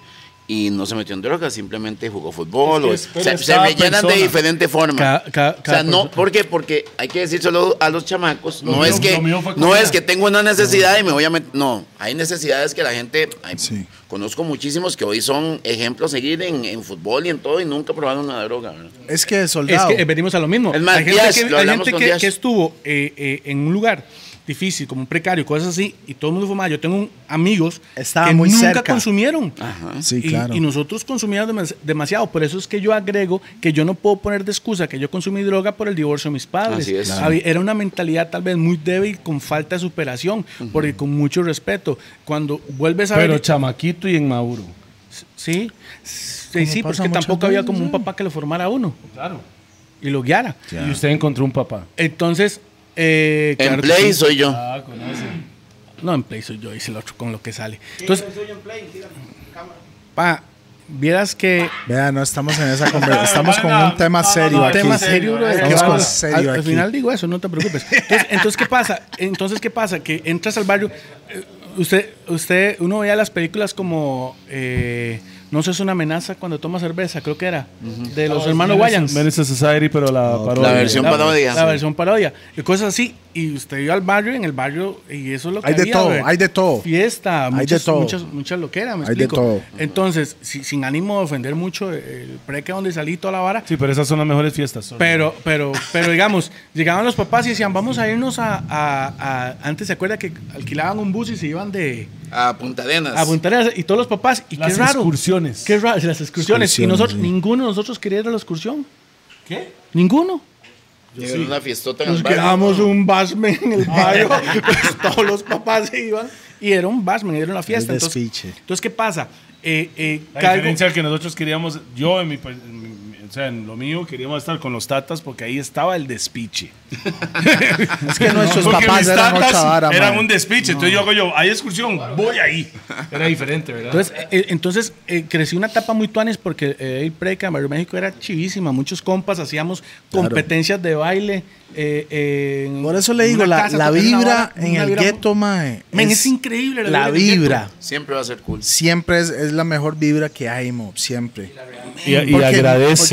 Speaker 2: Y no se metió en drogas, simplemente jugó fútbol. o-
Speaker 4: Es que-
Speaker 2: se,
Speaker 4: pero
Speaker 2: se
Speaker 4: cada
Speaker 2: rellenan de
Speaker 4: persona.
Speaker 2: diferente forma.
Speaker 3: Cada- cada- cada
Speaker 2: o sea, no,
Speaker 3: persona.
Speaker 2: ¿por qué? Porque hay que decírselo a los chamacos. no
Speaker 4: mío-
Speaker 2: es que
Speaker 4: lo mío fue
Speaker 2: no
Speaker 4: comida.
Speaker 2: es que tengo una necesidad y me voy a meter. No, hay necesidades que la gente. ay,
Speaker 1: Sí.
Speaker 2: Conozco muchísimos que hoy son ejemplos a seguir en, en fútbol y en todo y nunca probaron una droga. ¿verdad?
Speaker 1: Es que
Speaker 3: Es
Speaker 1: soldado.
Speaker 3: que eh, venimos a lo mismo.
Speaker 2: Es más,
Speaker 3: hay
Speaker 2: Díaz,
Speaker 3: gente, que,
Speaker 2: lo
Speaker 3: hay
Speaker 2: hablamos
Speaker 3: gente
Speaker 2: con
Speaker 3: que-
Speaker 2: Díaz.
Speaker 3: que estuvo eh, eh, en un lugar difícil, como un precario, cosas así, y todo el mundo fumaba. Yo tengo un- amigos
Speaker 1: Estaba
Speaker 3: que
Speaker 1: muy
Speaker 3: nunca
Speaker 1: cerca.
Speaker 3: consumieron.
Speaker 1: Sí,
Speaker 3: y,
Speaker 1: claro.
Speaker 3: y nosotros consumíamos demas- demasiado. Por eso es que yo agrego que yo no puedo poner de excusa que yo consumí droga por el divorcio de mis padres.
Speaker 2: Así es.
Speaker 3: Había- Era una mentalidad tal vez muy débil, con falta de superación, porque con mucho respeto. Cuando vuelves a
Speaker 4: Pero
Speaker 3: ver.
Speaker 4: chamaquito y en Maduro.
Speaker 3: Sí, sí,
Speaker 1: pasa
Speaker 3: sí, porque
Speaker 1: muchas
Speaker 3: tampoco había
Speaker 1: veces,
Speaker 3: como un
Speaker 1: sí.
Speaker 3: papá que lo formara a uno
Speaker 4: Claro.
Speaker 3: y lo guiara.
Speaker 4: Y usted encontró un papá.
Speaker 3: Entonces, eh,
Speaker 2: En
Speaker 3: claro que
Speaker 2: Play
Speaker 3: sí.
Speaker 2: soy yo.
Speaker 4: Ah, conoce.
Speaker 3: No, en Play soy yo, hice el otro con lo que sale. Entonces, Pa, vieras que
Speaker 1: Vea, no estamos en esa conversación. Estamos con un tema serio aquí.
Speaker 3: tema serio, bro, de que
Speaker 1: Estamos con
Speaker 3: vamos-
Speaker 1: serio
Speaker 3: al, al
Speaker 1: aquí.
Speaker 3: final digo eso, no te preocupes. Entonces, entonces, ¿qué pasa? Entonces, ¿qué pasa? Que entras al barrio, eh, usted, usted, uno veía las películas como, eh, no sé, es una amenaza cuando toma cerveza, creo que era, de los hermanos Wayans.
Speaker 4: Menace Society, pero la parodia.
Speaker 2: La versión
Speaker 3: La-
Speaker 2: parodia.
Speaker 3: La versión parodia. Y cosas así. Y usted iba al barrio, en el barrio, y eso es lo que
Speaker 1: Hay de
Speaker 3: había,
Speaker 1: todo,
Speaker 3: güey.
Speaker 1: hay de todo.
Speaker 3: Fiesta, muchas,
Speaker 1: de todo.
Speaker 3: muchas, muchas loqueras, me
Speaker 1: Hay de
Speaker 3: explico.
Speaker 1: todo.
Speaker 3: Entonces, si- sin ánimo de ofender mucho eh, el preca donde salí toda la vara,
Speaker 4: Sí, pero esas son las mejores fiestas.
Speaker 3: pero, pero, pero digamos, llegaban los papás y decían, vamos a irnos a, a- a-". Antes se acuerda que alquilaban un bus y se iban de
Speaker 2: A Punta Arenas.
Speaker 4: Ah,
Speaker 3: a Punta Arenas, y todos los papás, y
Speaker 4: Las
Speaker 3: qué raro.
Speaker 4: excursiones.
Speaker 3: Qué raro, las excursiones. y
Speaker 1: Excursiones,
Speaker 3: nosotros,
Speaker 1: sí.
Speaker 3: ninguno de nosotros quería ir a la excursión. ¿Qué? Ninguno.
Speaker 2: Llegaron una fiestota en
Speaker 3: Nos
Speaker 2: el barrio.
Speaker 3: quedamos un basmen en el barrio. pues, todos los papás se iban. Y era un basmen, era una fiesta.
Speaker 1: El
Speaker 3: Entonces,
Speaker 1: desfiche.
Speaker 3: entonces, ¿qué pasa? Eh, eh,
Speaker 4: La
Speaker 3: caigo-
Speaker 4: diferencia que nosotros queríamos, yo en mi, pa- en mi- o sea, en lo mío, queríamos estar con los tatas porque ahí estaba el despiche.
Speaker 1: Es que nuestros
Speaker 4: Porque
Speaker 1: papás
Speaker 4: mis
Speaker 1: eran otra
Speaker 4: tatas
Speaker 1: vara,
Speaker 4: eran
Speaker 1: man.
Speaker 4: un despiche. Entonces yo hago yo, hay excursión, voy ahí. Era diferente, ¿verdad?
Speaker 3: Entonces, eh, entonces eh, crecí una etapa muy tuanes porque eh, el preca en Barrio México era chivísima. Muchos compas hacíamos competencias de baile. eh, eh, en
Speaker 1: Por eso le digo,
Speaker 3: una
Speaker 1: la,
Speaker 3: casa,
Speaker 1: la
Speaker 3: tocar una
Speaker 1: vibra
Speaker 3: vara,
Speaker 1: en
Speaker 3: una
Speaker 1: el
Speaker 3: vibra-
Speaker 1: gueto, mae.
Speaker 3: Men, es increíble la
Speaker 1: La
Speaker 3: vibra del
Speaker 1: vibra.
Speaker 2: Siempre va a ser cool.
Speaker 1: Siempre es, es la mejor vibra que hay, mo. Siempre.
Speaker 4: y
Speaker 1: Porque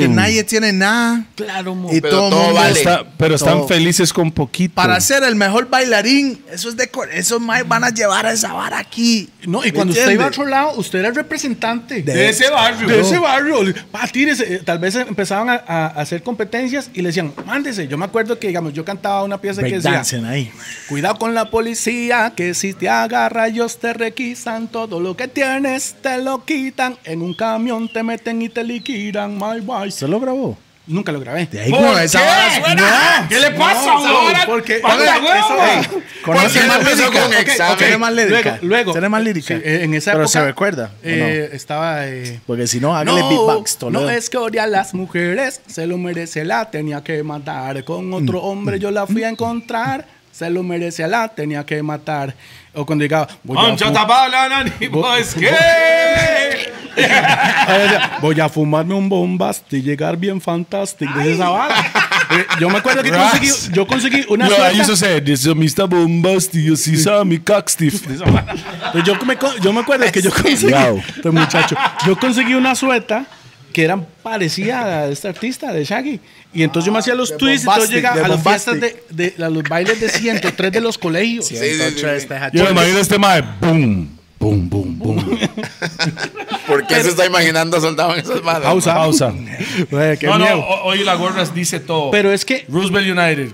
Speaker 1: nadie tiene nada.
Speaker 3: Claro, mo.
Speaker 1: Y
Speaker 2: Pero
Speaker 1: todo,
Speaker 2: todo
Speaker 1: mundo
Speaker 2: vale.
Speaker 1: está-
Speaker 4: pero
Speaker 1: están Todo.
Speaker 4: felices con poquito.
Speaker 1: Para ser el mejor bailarín, esos, de, esos mae van a llevar a esa vara aquí.
Speaker 3: No, y
Speaker 1: ¿Me
Speaker 3: cuando usted iba a
Speaker 1: entiende?
Speaker 3: otro lado, usted era el representante de,
Speaker 4: de ese barrio.
Speaker 3: de ese barrio. Pa, tírese. Eh, Tal vez empezaban a, a hacer competencias y le decían, mándese. Yo me acuerdo que, digamos, yo cantaba una pieza que decía,
Speaker 1: Breakdancing ahí.
Speaker 3: Cuidado con la policía, que si te agarra ellos te requisan, todo lo que tienes te lo quitan, en un camión te meten y te liquidan, my boy.
Speaker 1: ¿Usted lo grabó?
Speaker 3: Nunca lo grabé.
Speaker 1: De ahí, no, esa vara suena.
Speaker 4: ¿Qué le pasa,
Speaker 3: No,
Speaker 4: güey?
Speaker 3: no, porque-
Speaker 4: ¡Panda,
Speaker 3: Oiga, esa-
Speaker 4: huevo!
Speaker 3: ey,
Speaker 1: Conoce
Speaker 4: Porque
Speaker 1: más
Speaker 4: empezó
Speaker 1: lírica.
Speaker 4: con
Speaker 1: Ok,
Speaker 4: examen.
Speaker 1: ok. Tiene más lírica.
Speaker 3: Luego, luego
Speaker 1: Tiene más lírica.
Speaker 3: Sí, eh, en esa
Speaker 1: Pero
Speaker 3: época,
Speaker 1: se recuerda, ¿o no?
Speaker 3: eh, Estaba. eh,
Speaker 1: Porque si no, hágale beatbox, Toledo.
Speaker 3: no es que odia a las mujeres, se lo merece, la tenía que matar.
Speaker 1: Mm,
Speaker 3: Con otro hombre yo la fui a encontrar, se lo merece, la tenía que matar. O cuando llegaba, voy a,
Speaker 4: Ancha
Speaker 3: fu-
Speaker 4: tabalana, ni pues, ¿qué?
Speaker 3: voy a fumarme un bombast y llegar bien fantástico. Dice esa vara. Eh, Yo me acuerdo que conseguí, yo conseguí una
Speaker 4: Yo
Speaker 3: suelta.
Speaker 4: eso sé, desomista bombasti, yo sí mi caxtif.
Speaker 3: Pues Yo me, co- yo me acuerdo que yo conseguí.
Speaker 1: Wow.
Speaker 3: Este muchacho. Yo conseguí una sueta que era parecida a la de este artista, de Shaggy. Y entonces yo me hacía
Speaker 4: Ah,
Speaker 3: los
Speaker 1: de
Speaker 3: tweets y entonces
Speaker 1: Bombastic,
Speaker 3: llegaba
Speaker 1: de
Speaker 3: a las fiestas de,
Speaker 1: Bombastic.
Speaker 3: de- a los bailes de 103 de los colegios.
Speaker 2: sí, sí, sí.
Speaker 1: Este hacha-
Speaker 4: Yo me imagino este mae, boom, boom, boom, boom.
Speaker 2: ¿Por qué se está imaginando soldaban esas manos?
Speaker 4: Pausa, pausa.
Speaker 1: Güey, qué
Speaker 4: No, no,
Speaker 1: miedo.
Speaker 4: o- hoy la gorra dice todo.
Speaker 3: Pero es que
Speaker 4: Roosevelt United.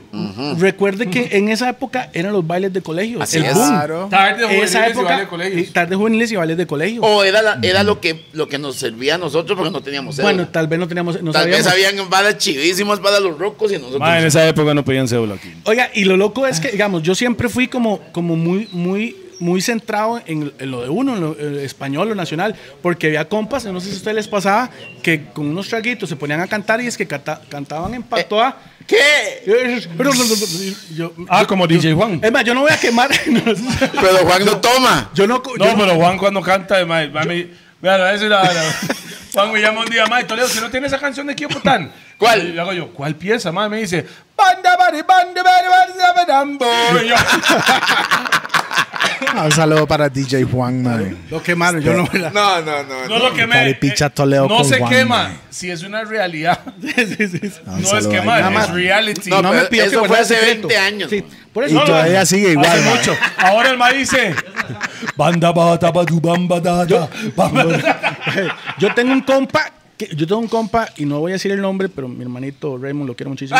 Speaker 3: recuerde que en esa época eran los bailes de colegio.
Speaker 2: Mm. Así
Speaker 3: el
Speaker 2: es.
Speaker 3: boom.
Speaker 1: Claro.
Speaker 4: Tarde
Speaker 3: Esa
Speaker 4: juveniles y
Speaker 3: época,
Speaker 4: vale colegios.
Speaker 3: y tarde juveniles y bailes de colegio.
Speaker 2: O era, la- era lo, que, lo que nos servía a nosotros porque no teníamos cédula.
Speaker 3: bueno, tal vez no teníamos. No
Speaker 2: Tal
Speaker 3: sabíamos.
Speaker 2: vez habían balas chivísimas para los rocos y nosotros.
Speaker 4: Mae, en esa época no pedían cédula aquí.
Speaker 3: Oiga, y lo loco es que, digamos, yo siempre fui como, como muy, muy, muy centrado en, en lo de uno, en lo eh, español, lo nacional, porque había compas, no sé si a ustedes les pasaba, que con unos traguitos se ponían a cantar y es que canta- cantaban en patoa.
Speaker 2: ¿Qué?
Speaker 3: Yo-
Speaker 4: Ah,
Speaker 3: yo-
Speaker 4: como
Speaker 3: yo-
Speaker 4: DJ Juan.
Speaker 3: Es más, yo no voy a quemar.
Speaker 2: Pero Juan no toma.
Speaker 3: yo no.
Speaker 4: No,
Speaker 3: yo no-
Speaker 4: pero Juan cuando canta, mae, mae, me- vea, le voy a decir la vara. Juan me llama un día, mae, Toledo, si no tiene esa canción de Kiopotán.
Speaker 2: ¿Cuál?
Speaker 4: Y le hago yo, ¿cuál pieza, mae? Me dice, banda, bari, banda, bari, bari, zabadambo. Y yo,
Speaker 1: Ah, Un saludo para DJ Juan, man.
Speaker 3: Lo quemaron, yo no voy a.
Speaker 2: No, no, no.
Speaker 4: No lo quemé.
Speaker 1: Carepicha
Speaker 4: eh,
Speaker 1: Toledo
Speaker 4: no
Speaker 1: con
Speaker 4: se
Speaker 1: Juan,
Speaker 4: quema.
Speaker 1: mae.
Speaker 4: Si es una realidad.
Speaker 3: Sí, sí, sí.
Speaker 1: Ah, un
Speaker 4: No es
Speaker 1: saludo ahí,
Speaker 4: quemar,
Speaker 1: man.
Speaker 4: es reality.
Speaker 2: No,
Speaker 4: No,
Speaker 3: No me
Speaker 2: pero
Speaker 3: pidió que
Speaker 2: eso fue
Speaker 3: guardara
Speaker 2: hace
Speaker 3: secreto.
Speaker 2: 20 años. pues.
Speaker 3: Sí, por
Speaker 1: Y
Speaker 3: eso.
Speaker 1: todavía sigue igual,
Speaker 4: hace
Speaker 1: man.
Speaker 4: mucho. Ahora el mae dice, banda, bata, badu, bamba, da, da, bamba, da.
Speaker 3: Yo tengo un compa, que- yo tengo un compa, y no voy a decir el nombre, pero mi hermanito Raymond lo quiero muchísimo.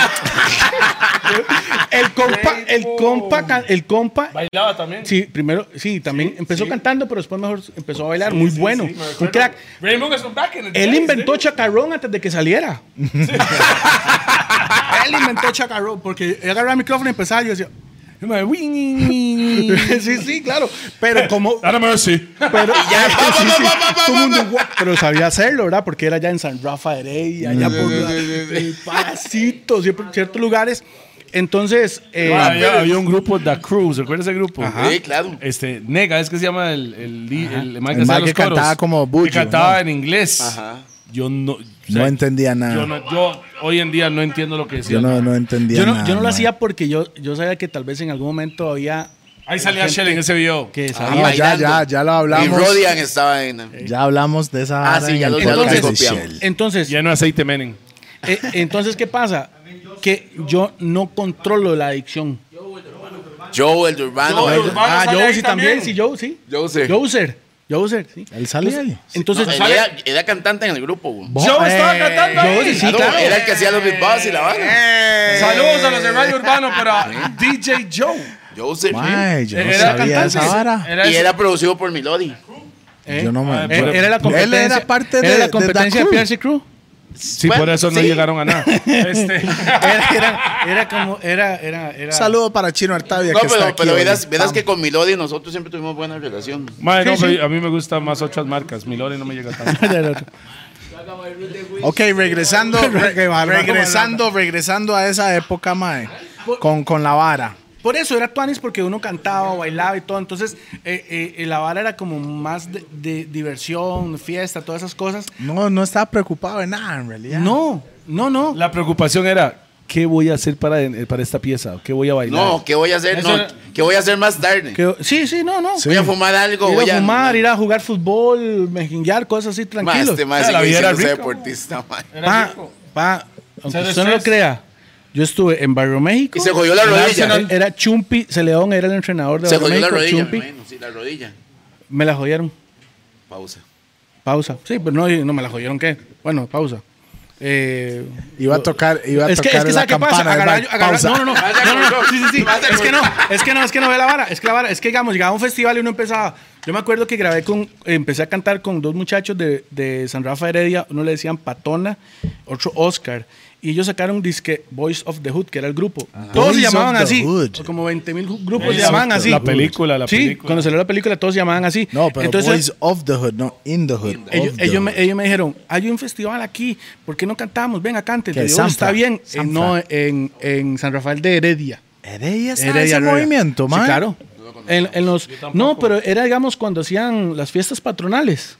Speaker 3: el compa, el compa, ca- el compa.
Speaker 4: Bailaba también.
Speaker 3: Sí, primero, sí, también empezó cantando, pero después mejor empezó a bailar. muy bueno. un crack.
Speaker 4: Raymond es un back in the
Speaker 3: Él
Speaker 4: days,
Speaker 3: inventó
Speaker 4: ¿eh?
Speaker 3: chacarrón antes de que saliera. Él inventó chacarrón porque él agarraba el micrófono y empezaba y yo decía,
Speaker 4: Y mae, "Wing, wing, wing".
Speaker 3: sí, sí, claro. Pero como,
Speaker 4: Dame mercy.
Speaker 3: Pero,
Speaker 2: ya, pa,
Speaker 3: Sí,
Speaker 2: pa,
Speaker 3: sí.
Speaker 2: pa, pa, pa,
Speaker 3: Todo
Speaker 2: pa,
Speaker 3: mundo,
Speaker 2: pa.
Speaker 3: "Guau", pero sabía hacerlo, ¿verdad? Porque eh, era ya en San Rafael y allá por la- el Paracito, siempre en ciertos lugares. Entonces, eh,
Speaker 4: había, había un grupo, The Crew, ¿se acuerda ese grupo?
Speaker 2: Sí, claro.
Speaker 4: Este, Nega, es que se llama el, el, li- el, man
Speaker 1: El
Speaker 4: hacía
Speaker 1: man
Speaker 4: los
Speaker 1: que cantaba como
Speaker 4: Que
Speaker 1: Bujo,
Speaker 4: cantaba
Speaker 1: ¿no?
Speaker 4: en inglés.
Speaker 2: Ajá.
Speaker 4: Yo no. o
Speaker 1: No
Speaker 4: sea,
Speaker 1: entendía nada.
Speaker 4: yo, no- yo hoy en día no entiendo lo que decía.
Speaker 1: Yo no, no entendía
Speaker 3: yo no,
Speaker 1: nada.
Speaker 3: yo no lo
Speaker 1: man.
Speaker 3: hacía porque yo, yo sabía que tal vez en algún momento había
Speaker 4: Ahí salía Shell en ese video.
Speaker 3: que
Speaker 1: Ah,
Speaker 3: sabía.
Speaker 1: ya,
Speaker 2: bailando.
Speaker 1: ya, ya lo hablamos.
Speaker 2: Y Rodian estaba en.
Speaker 1: Ya hablamos de esa.
Speaker 2: Ah,
Speaker 1: vara
Speaker 2: sí,
Speaker 1: en
Speaker 2: ya
Speaker 1: el
Speaker 2: lo-
Speaker 1: podcast
Speaker 3: ya lo
Speaker 1: de
Speaker 2: copiamos.
Speaker 1: Shell.
Speaker 3: Entonces,
Speaker 4: Lleno de aceite, menen.
Speaker 3: eh, entonces, ¿qué pasa? Que yo no controlo la adicción.
Speaker 2: Joe, el de Urbano.
Speaker 9: Joe, el de Urbano.
Speaker 3: ah,
Speaker 9: sale
Speaker 3: yo
Speaker 9: ahí
Speaker 3: sí
Speaker 9: también.
Speaker 3: también, sí, yo sí.
Speaker 2: Joseph.
Speaker 3: Yo user, yo user, sí.
Speaker 1: Él sale ahí.
Speaker 3: Entonces,
Speaker 2: No, él era, era cantante en el grupo. güey.
Speaker 9: Yo estaba cantando ahí.
Speaker 3: Joe, sí,
Speaker 2: Claro,
Speaker 3: claro.
Speaker 2: Era el que hacía los beatbox y la
Speaker 1: Eh.
Speaker 2: banda.
Speaker 4: Eh,
Speaker 9: Saludos a los de Radio Urbano para DJ Joe.
Speaker 2: Joseph.
Speaker 1: Mae, yo no
Speaker 9: Era
Speaker 1: sabía
Speaker 9: cantante.
Speaker 1: esa vara.
Speaker 9: Era
Speaker 2: Y era producido por Melody.
Speaker 3: Eh,
Speaker 1: Yo no me.
Speaker 3: eh,
Speaker 1: yo-
Speaker 3: era la competencia.
Speaker 1: Él era parte de.
Speaker 3: era
Speaker 1: de
Speaker 3: la
Speaker 1: Da
Speaker 3: competencia de,
Speaker 1: Crew.
Speaker 3: Pierce Crew.
Speaker 4: Sí,
Speaker 2: Bueno,
Speaker 4: por eso no
Speaker 2: sí.
Speaker 4: llegaron a nada. Este,
Speaker 3: Era, era, era como, era, era, era.
Speaker 1: Saludo para Chino Artavia.
Speaker 2: No,
Speaker 1: que está
Speaker 2: pero,
Speaker 1: aquí
Speaker 2: pero
Speaker 1: hoy.
Speaker 2: verás, verás
Speaker 1: Pam.
Speaker 2: que con Melody nosotros siempre tuvimos buena relación.
Speaker 4: Mae, no, pero a mí me gustan más otras marcas. Mi Lore no me llega tanto.
Speaker 1: Ok, regresando, re- regresando, regresando a esa época, mae. Con, con la vara.
Speaker 3: Por eso era Tuanis, porque uno cantaba, bailaba y todo. Entonces, eh, eh, la vara era como más de, de diversión, fiesta, todas esas cosas.
Speaker 1: No, no estaba preocupado de nada, en realidad.
Speaker 3: No, no, no.
Speaker 4: La preocupación era, ¿qué voy a hacer para, eh, para esta pieza? ¿Qué voy a bailar?
Speaker 2: No, ¿qué voy a hacer?
Speaker 4: Eso
Speaker 2: No,
Speaker 4: era-
Speaker 2: ¿Qué voy a hacer más tarde?
Speaker 3: Que- sí, sí, no, no.
Speaker 1: Sí.
Speaker 2: Voy a fumar algo. voy
Speaker 3: Ir a fumar, ir a jugar fútbol, mejinguear, cosas así,
Speaker 2: Ma,
Speaker 3: tranquilos.
Speaker 2: este ma
Speaker 4: Ah,
Speaker 2: sigue
Speaker 4: la vida era
Speaker 2: siendo
Speaker 4: rica,
Speaker 2: deportista, ma.
Speaker 3: Pa, pa, aunque
Speaker 9: Cero
Speaker 3: usted no lo
Speaker 9: estrés.
Speaker 3: crea, yo estuve en Barrio México.
Speaker 2: Y se jodió la
Speaker 3: En
Speaker 2: rodilla. ¿eh?
Speaker 3: Arsenal, Era Chumpi, Celeón era el entrenador de
Speaker 2: Se
Speaker 3: Barrio
Speaker 2: jodió la
Speaker 3: México,
Speaker 2: rodilla, me
Speaker 3: Chumpi.
Speaker 2: imagino, sí, la rodilla.
Speaker 3: Me la jodieron.
Speaker 2: Pausa.
Speaker 3: Pausa. Sí, pero no, no me la jodieron, ¿qué? Bueno, pausa. Eh,
Speaker 1: Iba a tocar, iba a
Speaker 3: es que,
Speaker 1: tocar
Speaker 3: es que
Speaker 1: la
Speaker 3: ¿sabe qué pasa?
Speaker 1: campana.
Speaker 3: Agarra-
Speaker 1: ¿verdad?
Speaker 3: agarra-
Speaker 1: Pausa.
Speaker 3: no, no, no, no, no, no, sí, sí, sí.
Speaker 2: Pasa
Speaker 3: Es que no,
Speaker 2: con-
Speaker 3: es que no, es que no ve la vara, es que la vara, es que digamos, llegaba a un festival y uno empezaba, yo me acuerdo que grabé con, empecé a cantar con dos muchachos de, de San Rafa Heredia, uno le decían Patona, otro Oscar, y ellos sacaron disque Voice of the Hood, que era el grupo.
Speaker 1: Ah.
Speaker 3: Todos se
Speaker 1: Boys of
Speaker 3: llamaban
Speaker 1: the
Speaker 3: así,
Speaker 1: Hood.
Speaker 3: o como 20 mil grupos se
Speaker 4: Exacto.
Speaker 3: llamaban así.
Speaker 4: La película, la
Speaker 3: sí,
Speaker 4: película.
Speaker 3: cuando salió la película todos se llamaban así.
Speaker 1: No, pero
Speaker 3: Entonces,
Speaker 1: Boys of the Hood, no in the Hood. of
Speaker 3: ellos,
Speaker 1: the
Speaker 3: ellos,
Speaker 1: hood.
Speaker 3: me, ellos me dijeron, hay un festival aquí, ¿por qué no cantamos? Venga, cante.
Speaker 1: ¿Qué,
Speaker 3: Yo,
Speaker 1: Sanfra?
Speaker 3: está bien.
Speaker 1: Sanfra.
Speaker 3: Eh, no, en, en San Rafael de Heredia.
Speaker 1: Heredia está en
Speaker 3: Heredia,
Speaker 1: ese
Speaker 3: Heredia.
Speaker 1: movimiento,
Speaker 3: Sí,
Speaker 1: mae.
Speaker 3: claro. En, en los, no, pero era, digamos, cuando hacían las fiestas patronales.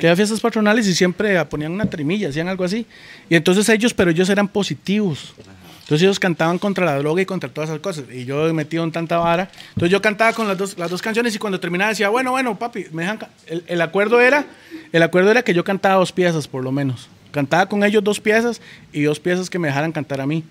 Speaker 3: Que había fiestas patronales y siempre ah, ponían una trimilla, hacían algo así. Y entonces ellos, pero ellos eran positivos. Entonces ellos cantaban contra la droga y contra todas esas cosas. Y yo me metido en tanta vara. Entonces yo cantaba con las dos, las dos canciones y cuando terminaba decía, bueno, bueno, papi, me dejan... ca-". El, el acuerdo era, el acuerdo era que yo cantaba dos piezas por lo menos. Cantaba con ellos dos piezas y dos piezas que me dejaran cantar a mí.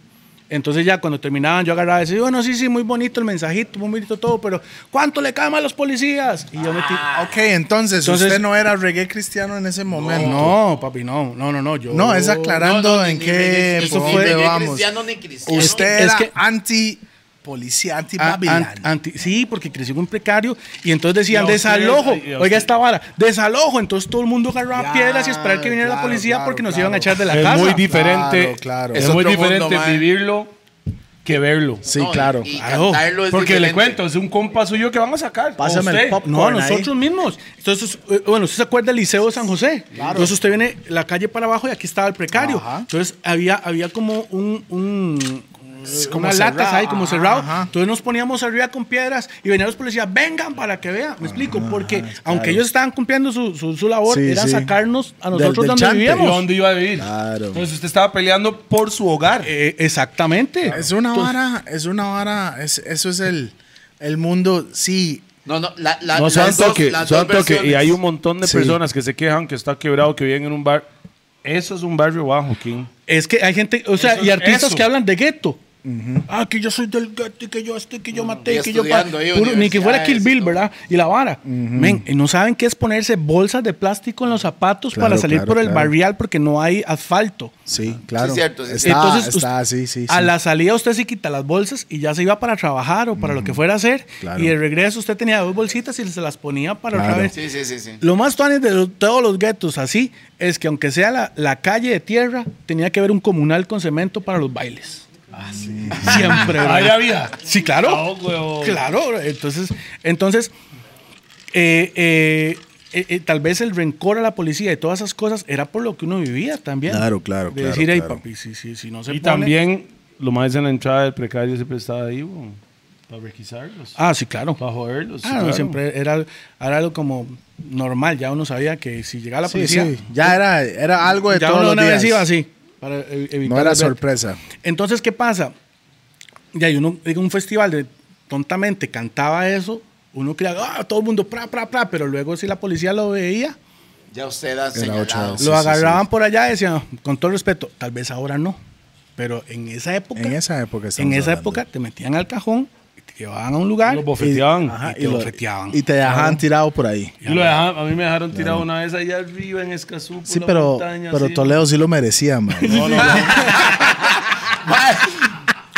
Speaker 3: Entonces ya cuando terminaban yo agarraba y decía, bueno, sí, sí, muy bonito el mensajito, muy bonito todo, pero ¿cuánto le cama a los policías? Y yo metí...
Speaker 1: Ok, entonces,
Speaker 3: Entonces-
Speaker 1: usted no era reggae cristiano en ese momento.
Speaker 3: No, papi, no, no, no, no, yo...
Speaker 1: No, es aclarando
Speaker 2: ni-
Speaker 1: en
Speaker 2: ni
Speaker 1: qué
Speaker 2: reggae-
Speaker 1: por
Speaker 2: ni
Speaker 1: dónde
Speaker 2: reggae
Speaker 1: vamos.
Speaker 2: cristiano ni cristiano.
Speaker 1: Usted
Speaker 3: Es
Speaker 1: era
Speaker 3: que-
Speaker 1: anti policía, anti
Speaker 3: Ah,
Speaker 1: Babilán.
Speaker 3: an- anti- sí, porque creció un precario y entonces decían
Speaker 4: Y a ustedes,
Speaker 3: desalojo.
Speaker 4: y a
Speaker 3: Oiga
Speaker 4: ustedes.
Speaker 3: esta vara, desalojo. Entonces todo el mundo agarraba
Speaker 1: Ya,
Speaker 3: piedras y esperar que viniera
Speaker 1: claro,
Speaker 3: la policía
Speaker 1: claro,
Speaker 3: porque nos
Speaker 1: claro.
Speaker 3: iban a echar de la
Speaker 4: es
Speaker 3: casa.
Speaker 4: muy diferente.
Speaker 1: Claro, claro.
Speaker 4: Es,
Speaker 2: Es
Speaker 4: muy
Speaker 2: otro mundo,
Speaker 4: diferente
Speaker 2: mae.
Speaker 4: vivirlo que verlo.
Speaker 1: sí,
Speaker 2: No, y-
Speaker 1: claro.
Speaker 2: y
Speaker 3: Claro,
Speaker 2: cantarlo es
Speaker 4: Porque le
Speaker 2: diferente.
Speaker 4: cuento, es un compa suyo que van a sacar.
Speaker 1: Pásame
Speaker 4: Usted.
Speaker 1: el pop.
Speaker 3: no,
Speaker 1: popcorn
Speaker 3: nosotros mismos. Entonces, eh, bueno, ¿usted se acuerda del Liceo de San José? Entonces usted viene la calle para abajo y aquí estaba el precario.
Speaker 1: Ajá.
Speaker 3: Entonces había, había como un... un
Speaker 1: como
Speaker 3: como unas latas
Speaker 1: cerrado,
Speaker 3: ahí como
Speaker 1: ajá,
Speaker 3: cerrado.
Speaker 1: ajá.
Speaker 3: Entonces nos poníamos arriba con piedras y venían los policías, vengan para que vean. Me explico, porque aunque ellos estaban cumpliendo su, su, su labor,
Speaker 1: Ah, Sí,
Speaker 3: era
Speaker 1: sí.
Speaker 3: sacarnos a
Speaker 1: Del-
Speaker 3: nosotros
Speaker 1: del
Speaker 3: donde
Speaker 1: chante.
Speaker 4: ¿Y
Speaker 3: vivíamos.
Speaker 4: dónde iba a vivir?
Speaker 1: Claro.
Speaker 4: Entonces usted estaba peleando por su hogar.
Speaker 3: Eh, exactamente.
Speaker 1: Es una
Speaker 3: Entonces,
Speaker 1: vara, es una vara, es- eso es el, el mundo, sí.
Speaker 2: No, no, la, la,
Speaker 4: No,
Speaker 2: las
Speaker 4: santo
Speaker 2: dos-
Speaker 4: que,
Speaker 2: las
Speaker 4: santo
Speaker 2: dos
Speaker 4: que- y
Speaker 2: versiones.
Speaker 4: hay un montón de
Speaker 1: Sí.
Speaker 4: personas que se quejan que está quebrado, que viven en un bar. Eso es un barrio bajo, King.
Speaker 3: Es que hay gente, o sea,
Speaker 4: Eso-
Speaker 3: y artistas
Speaker 4: eso.
Speaker 3: que hablan de gueto. Ah, que yo soy del gueto y que yo este, que yo maté,
Speaker 2: Y
Speaker 3: que yo... pa-
Speaker 2: estudiando ahí,
Speaker 3: puro- ni que fuera
Speaker 2: universidades
Speaker 3: Kill
Speaker 2: y
Speaker 3: Bill,
Speaker 2: todo.
Speaker 3: ¿verdad? Y la vara. Men, y no saben qué es ponerse bolsas de plástico en los zapatos
Speaker 1: Claro,
Speaker 3: para salir
Speaker 1: claro,
Speaker 3: por el
Speaker 1: claro.
Speaker 3: barrial porque no hay asfalto.
Speaker 1: Sí, claro.
Speaker 2: Sí, cierto, sí,
Speaker 1: está,
Speaker 3: Entonces,
Speaker 1: está,
Speaker 3: us-
Speaker 1: sí, sí,
Speaker 3: a
Speaker 1: sí.
Speaker 3: la salida usted se quita las bolsas y ya se iba para trabajar o para lo que fuera a hacer.
Speaker 1: Claro.
Speaker 3: Y de regreso usted tenía dos bolsitas y se las ponía para
Speaker 1: Claro.
Speaker 3: otra vez.
Speaker 2: Sí, sí, sí, sí.
Speaker 3: Lo más tuanis de lo- todos los guetos así es que aunque sea la, la calle de tierra, tenía que haber un comunal con cemento para los bailes. Siempre. bro.
Speaker 4: Ah, Ahí había.
Speaker 3: Sí, claro.
Speaker 4: No, huevón.
Speaker 3: claro. bro. Entonces, entonces eh, eh, eh, eh, tal vez el rencor a la policía y todas esas cosas era por lo que uno vivía también.
Speaker 1: Claro, claro,
Speaker 3: De
Speaker 1: claro,
Speaker 3: decir, "Ey,
Speaker 1: claro.
Speaker 3: papi, si, si, si no se
Speaker 4: Y
Speaker 3: pone-
Speaker 4: también Lo más en la entrada del precario siempre estaba ahí, weón, para requisarlos,
Speaker 3: Ah, sí, claro.
Speaker 4: para joderlos.
Speaker 3: Ah,
Speaker 4: sí,
Speaker 3: no,
Speaker 4: claro.
Speaker 3: siempre era, era algo como normal. Ya uno sabía que si llegaba la
Speaker 1: Sí,
Speaker 3: policía,
Speaker 1: sí. Ya era, era algo de
Speaker 3: ya
Speaker 1: todos
Speaker 3: uno
Speaker 1: los
Speaker 3: una
Speaker 1: días.
Speaker 3: vez iba así. Para ev-
Speaker 1: no
Speaker 3: evitar
Speaker 1: era
Speaker 3: el brete.
Speaker 1: sorpresa.
Speaker 3: Entonces, ¿qué pasa? Ya, y uno en un festival de tontamente cantaba eso, uno creía, ah, todo el mundo, pra, pra, pra, pero luego si la policía lo veía,
Speaker 2: Ya usted ha
Speaker 1: ocho
Speaker 2: señalado.
Speaker 1: Sí,
Speaker 3: lo
Speaker 1: sí,
Speaker 3: agarraban por allá y decían, con todo respeto, tal vez ahora no, pero en esa época,
Speaker 1: En esa época
Speaker 3: en
Speaker 1: estamos
Speaker 3: esa
Speaker 1: hablando.
Speaker 3: época te metían al cajón, y te llevaban a un lugar,
Speaker 4: Los bofeteaban.
Speaker 3: Ajá, y
Speaker 1: y
Speaker 3: te
Speaker 1: lo-
Speaker 3: bofeteaban.
Speaker 1: Y te dejaban tirado por ahí.
Speaker 4: Y lo dejaban- a mí me dejaron tirado una vez allá arriba en Escazú. por
Speaker 1: Sí,
Speaker 4: la
Speaker 1: pero,
Speaker 4: montaña,
Speaker 1: pero
Speaker 4: así.
Speaker 1: Toledo sí lo merecía, man.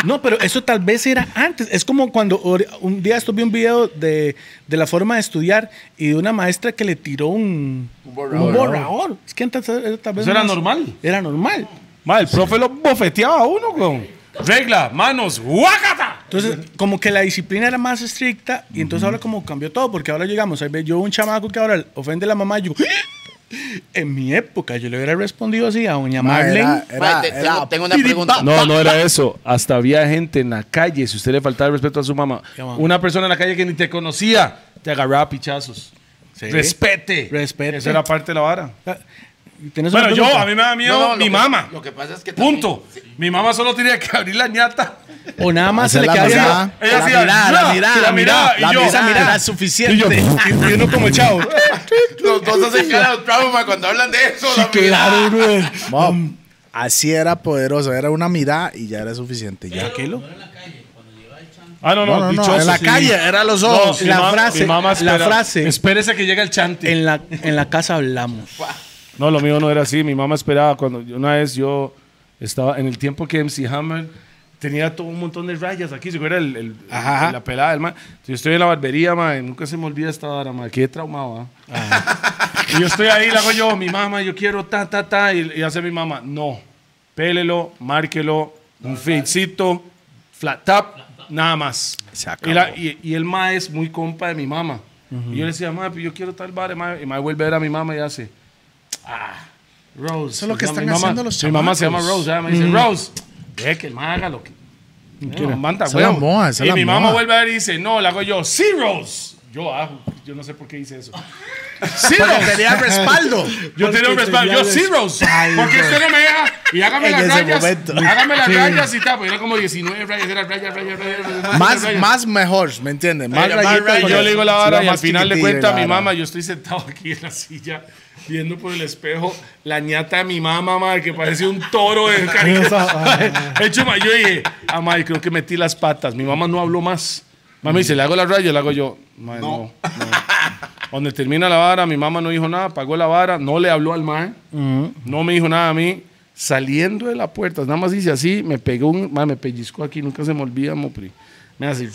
Speaker 3: No, pero eso tal vez era antes. Es como cuando ori- un día estuve un video de, de la forma de estudiar y de una maestra que le tiró un,
Speaker 2: Un borrador.
Speaker 3: un borrador. Es que antes era tal vez
Speaker 4: Eso era
Speaker 3: más-
Speaker 4: normal.
Speaker 3: Era normal.
Speaker 4: Ma, el profe lo bofeteaba a uno, weón. Regla, manos, guácata.
Speaker 3: Entonces, como que la disciplina era más estricta y entonces ahora como cambió todo, porque ahora llegamos, ahí ve yo un chamaco que ahora ofende a la mamá, yo... "¡Ah!". En mi época yo le hubiera respondido así a doña
Speaker 1: Ma, era-
Speaker 3: Marlene.
Speaker 1: era-
Speaker 2: Mae, te-
Speaker 1: era
Speaker 2: tengo, tengo una pregunta.
Speaker 4: No, no era eso. Hasta había gente en la calle, si usted le faltaba el respeto a su mamá.
Speaker 3: Ya, mamá.
Speaker 4: Una persona en la calle que ni te conocía, te agarraba a pichazos.
Speaker 3: Sí.
Speaker 4: Respete.
Speaker 3: Respete.
Speaker 4: Eso era parte de la vara.
Speaker 3: ¿Tienes una
Speaker 4: Bueno, yo,
Speaker 3: pregunta?
Speaker 4: a mí me da miedo
Speaker 2: No, no, lo
Speaker 4: mi
Speaker 2: que-
Speaker 4: mamá.
Speaker 2: Lo que pasa es que. también-
Speaker 4: Punto. Mi mamá solo tenía que abrir la ñata.
Speaker 3: O nada más se
Speaker 1: Hacer
Speaker 3: le
Speaker 1: la
Speaker 3: queda
Speaker 1: mirada.
Speaker 4: Ella
Speaker 1: La
Speaker 4: hacía,
Speaker 1: mirada,
Speaker 4: "Ya",
Speaker 1: la mirada,
Speaker 4: y la mirada, y
Speaker 1: la
Speaker 4: yo,
Speaker 1: mirada,
Speaker 4: "Ah".
Speaker 1: era
Speaker 3: y, yo,
Speaker 1: suficiente.
Speaker 3: y- y uno como chavo.
Speaker 2: Los dos hacen cara de trauma cuando hablan de eso. la
Speaker 3: claro, güey.
Speaker 1: Mom, así era poderoso. Era una mirada y ya era suficiente. Ya.
Speaker 3: Tranquilo.
Speaker 4: Ah, no, no,
Speaker 1: No, no, no,
Speaker 4: dichoso,
Speaker 1: en la
Speaker 4: sí.
Speaker 1: calle, era los
Speaker 4: No,
Speaker 1: ojos.
Speaker 4: mi
Speaker 3: la
Speaker 4: ma-
Speaker 3: frase,
Speaker 4: mi mamá
Speaker 3: la
Speaker 4: espera-
Speaker 3: frase.
Speaker 4: Espérese que llegue el chante.
Speaker 3: En la, en la casa hablamos.
Speaker 4: No, lo mío no era así. Mi mamá esperaba cuando una vez yo estaba en el tiempo que MC Hammer tenía todo un montón de rayas aquí, se acuerda el, el-
Speaker 3: Ajá.
Speaker 4: la pelada del man. Yo estoy en la barbería, man, nunca se me olvida esta hora, man, qué traumado. ¿ah? Y yo estoy ahí, la hago yo, mi mamá, yo quiero ta, ta, ta, y, y hace mi mamá, no, pélelo, márquelo, un fitcito, flat tap, nada más.
Speaker 1: Se
Speaker 4: Y, la- y- y el ma es muy compa de mi mamá. Y yo le decía, ma, pero yo quiero tal bar, ma", y ma vuelve a ver a mi mamá y hace, Rose.
Speaker 1: Eso es lo que
Speaker 4: Mi
Speaker 1: están
Speaker 4: mamá-
Speaker 1: haciendo los
Speaker 4: Mi mamá se llama
Speaker 1: chamacos.
Speaker 4: Rose. ¿eh? Me dice, Rose, ve que el man haga lo que. No, manda,
Speaker 1: Esa es la
Speaker 4: huevo.
Speaker 1: moa, esa es
Speaker 4: y
Speaker 1: la
Speaker 4: mi mamá
Speaker 1: moa.
Speaker 4: vuelve a ver y dice, no, la hago yo. Sí, Rose. Yo hago. Yo no sé por qué hice eso.
Speaker 1: Porque
Speaker 4: Sí, Rose.
Speaker 1: tenía respaldo.
Speaker 4: Yo tenía un respaldo. Yo sí, Rose. Porque usted no me deja. Y hágame
Speaker 1: En
Speaker 4: las
Speaker 1: ese
Speaker 4: rayas.
Speaker 1: momento.
Speaker 4: Hágame las rayas y tal. Pero era como 19 rayas. Era rayas, rayas, rayas. rayas,
Speaker 1: Más,
Speaker 4: rayas.
Speaker 1: más mejor, ¿me entiendes? Más
Speaker 4: Era más
Speaker 1: rayitas,
Speaker 4: rayas.
Speaker 1: porque
Speaker 4: Yo le digo la
Speaker 1: se
Speaker 4: vara
Speaker 1: iba
Speaker 4: y al
Speaker 1: más
Speaker 4: final le
Speaker 1: chiquitilla
Speaker 4: cuenta a
Speaker 1: la
Speaker 4: mi
Speaker 1: vara.
Speaker 4: mamá. Yo estoy sentado aquí en la silla viendo por el espejo la ñata de mi mamá, madre, que parece un toro de caricatura. Hecho, ma, yo dije, ah, madre, creo que metí las patas. Mi mamá no habló más. Mami dice, le hago la raya, le hago yo. Madre, no. no. Donde termina la vara, mi mamá no dijo nada, pagó la vara, no le habló al mae, no me dijo nada a mí. Saliendo de la puerta, nada más hice así, me pegó un, mae, me pellizcó aquí, nunca se me olvida, Mopri. Me hace,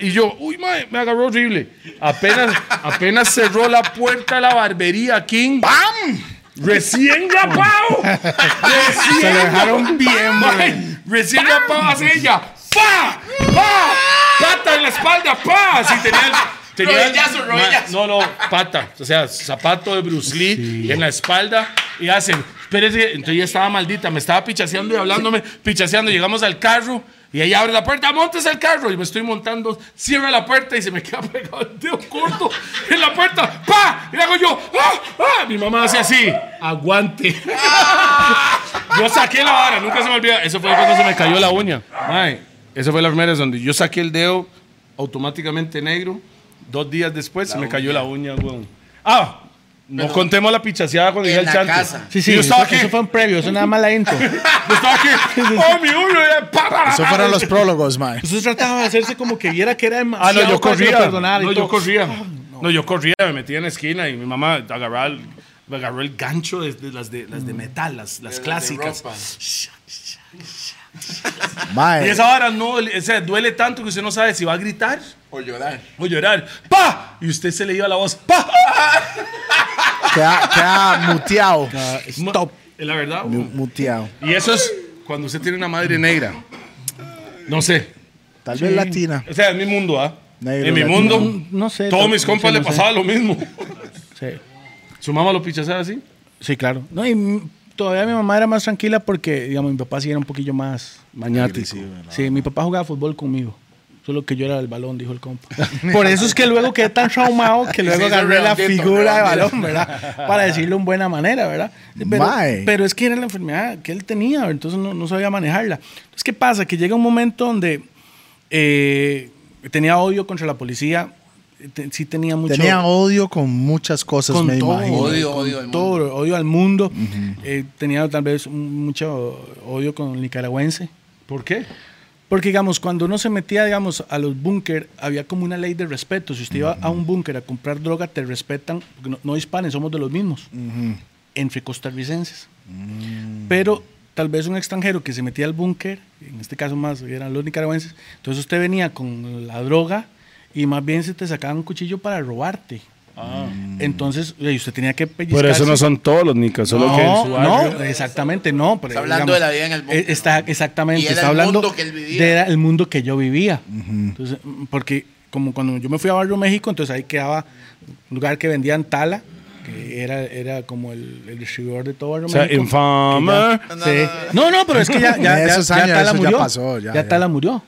Speaker 4: y yo, uy, mae, me agarró horrible. Apenas, apenas cerró la puerta de la barbería, King. ¡Bam! Recién grapado. Recién
Speaker 1: Oh. Se lo dejaron bien,
Speaker 4: Mae,
Speaker 1: mae.
Speaker 4: Recién grapado hace ella. ¡Pa! ¡Pa! ¡Pata en la espalda! ¡Pa! Así tenía el- Tenía-
Speaker 2: Rodillazo,
Speaker 4: Ma-
Speaker 2: rodillazo.
Speaker 4: No, no, pata. O sea, zapato de Bruce Lee en la espalda. Y hacen, espérese. Entonces ya estaba maldita. Me estaba pichaseando y hablándome, pichaseando. Llegamos al carro y ella abre la puerta. Montes el carro. Y me estoy montando. Cierra la puerta y se me queda pegado el dedo corto en la puerta. ¡Pa! Y le hago yo. ¡Ah! ¡Ah! Mi mamá hace así. Aguante. Yo saqué la vara, nunca se me olvida. Eso fue cuando se me cayó la uña. Mae, esa fue la primera vez donde yo saqué el dedo automáticamente negro. Dos días después se me cayó la uña, weón. Ah, no contemos la pichaseada cuando
Speaker 2: En
Speaker 4: llegué al
Speaker 2: la
Speaker 4: chante.
Speaker 2: casa.
Speaker 3: Sí, sí,
Speaker 4: Yo
Speaker 3: eso,
Speaker 4: estaba aquí.
Speaker 3: eso fue un previo, eso nada más la intro.
Speaker 4: Yo estaba aquí. Oh, mi uña. pa, pa, pa,
Speaker 1: Eso
Speaker 4: pa.
Speaker 1: fueron los prólogos, mae.
Speaker 3: Entonces trataba de hacerse como que viera que era
Speaker 4: Ah,
Speaker 3: demasiado
Speaker 4: no, yo
Speaker 3: para que lo
Speaker 4: corría.
Speaker 3: perdonara y
Speaker 4: no,
Speaker 3: todo.
Speaker 4: yo corría. no. yo corría, me metía en la esquina y mi mamá agarraba el, me agarró el gancho de, de las, de, las de metal, las, las
Speaker 2: De- de
Speaker 4: clásicas.
Speaker 2: ropa.
Speaker 1: Mae.
Speaker 4: Y esa vara no, o sea, duele tanto que usted no sabe si va a gritar
Speaker 2: O llorar.
Speaker 4: o llorar. ¡Pa! Y usted se le iba la voz. ¡Pa!
Speaker 1: Queda, queda muteado.
Speaker 4: Stop. Es la verdad.
Speaker 1: Mu-
Speaker 4: güey.
Speaker 1: Muteado.
Speaker 4: Y eso es cuando usted tiene una madre negra. No sé.
Speaker 1: Tal vez latina.
Speaker 4: O sea, en mi mundo, ¿ah?
Speaker 1: Negro,
Speaker 4: en mi
Speaker 1: latino.
Speaker 4: mundo,
Speaker 3: No sé.
Speaker 4: todos
Speaker 3: tal-
Speaker 4: mis
Speaker 3: no
Speaker 4: compas
Speaker 3: sé,
Speaker 4: le
Speaker 3: no sé.
Speaker 4: pasaba lo mismo.
Speaker 3: Sí.
Speaker 4: ¿Su mamá lo pichaseaba así?
Speaker 3: Sí, claro. No, y mm, todavía mi mamá era más tranquila porque, digamos, mi papá sí era un poquillo más mañático. Sí, mi papá jugaba fútbol conmigo. Solo que yo era el balón, dijo el compa. Por eso es que luego quedé tan traumado que luego
Speaker 2: Sí, sí,
Speaker 3: agarré la
Speaker 2: redondito,
Speaker 3: figura de
Speaker 2: redondito.
Speaker 3: balón, ¿verdad? Para decirlo en buena manera, ¿verdad? Pero,
Speaker 1: Mae.
Speaker 3: pero es que era la enfermedad que él tenía, entonces no, no sabía manejarla. Entonces, ¿qué pasa? Que llega un momento donde eh, tenía odio contra la policía, te- sí tenía mucho
Speaker 1: Tenía odio con muchas cosas,
Speaker 3: con
Speaker 1: me
Speaker 3: todo,
Speaker 1: imagino.
Speaker 2: Odio,
Speaker 3: con
Speaker 2: odio al
Speaker 3: todo, odio al mundo. Eh, tenía tal vez un- mucho odio con el nicaragüense.
Speaker 4: ¿Por qué?
Speaker 3: Porque, digamos, cuando uno se metía, digamos, a los búnker, había como una ley de respeto. Si usted iba a un búnker a comprar droga, te respetan. porque No, no hispanes, somos de los mismos. Entre costarricenses. Pero tal vez un extranjero que se metía al búnker, en este caso más eran los nicaragüenses, entonces usted venía con la droga y más bien se te sacaban un cuchillo para robarte. Entonces, y usted tenía que pellizcar.
Speaker 4: Por eso no son todos los nicas, solo
Speaker 3: no,
Speaker 4: que en su barrio.
Speaker 3: no, exactamente, no. pero
Speaker 2: Está hablando de la vida en el búnker.
Speaker 3: eh, Está, exactamente.
Speaker 2: Y era el
Speaker 3: está hablando
Speaker 2: mundo que él vivía.
Speaker 3: de era el mundo que yo vivía. Entonces, mm, porque como cuando yo me fui a Barrio México, entonces ahí quedaba un lugar que vendían tala, que era, era como el, el distribuidor de todo Barrio
Speaker 4: O sea,
Speaker 3: México.
Speaker 4: infamer.
Speaker 3: Que ya- sí. No, no, pero es que ya, ya,
Speaker 1: De
Speaker 3: ya-
Speaker 1: esos
Speaker 3: ya
Speaker 1: años,
Speaker 3: Tala
Speaker 1: eso ya
Speaker 3: murió.
Speaker 1: pasó, ya,
Speaker 3: ya,
Speaker 1: ya.
Speaker 3: Tala murió.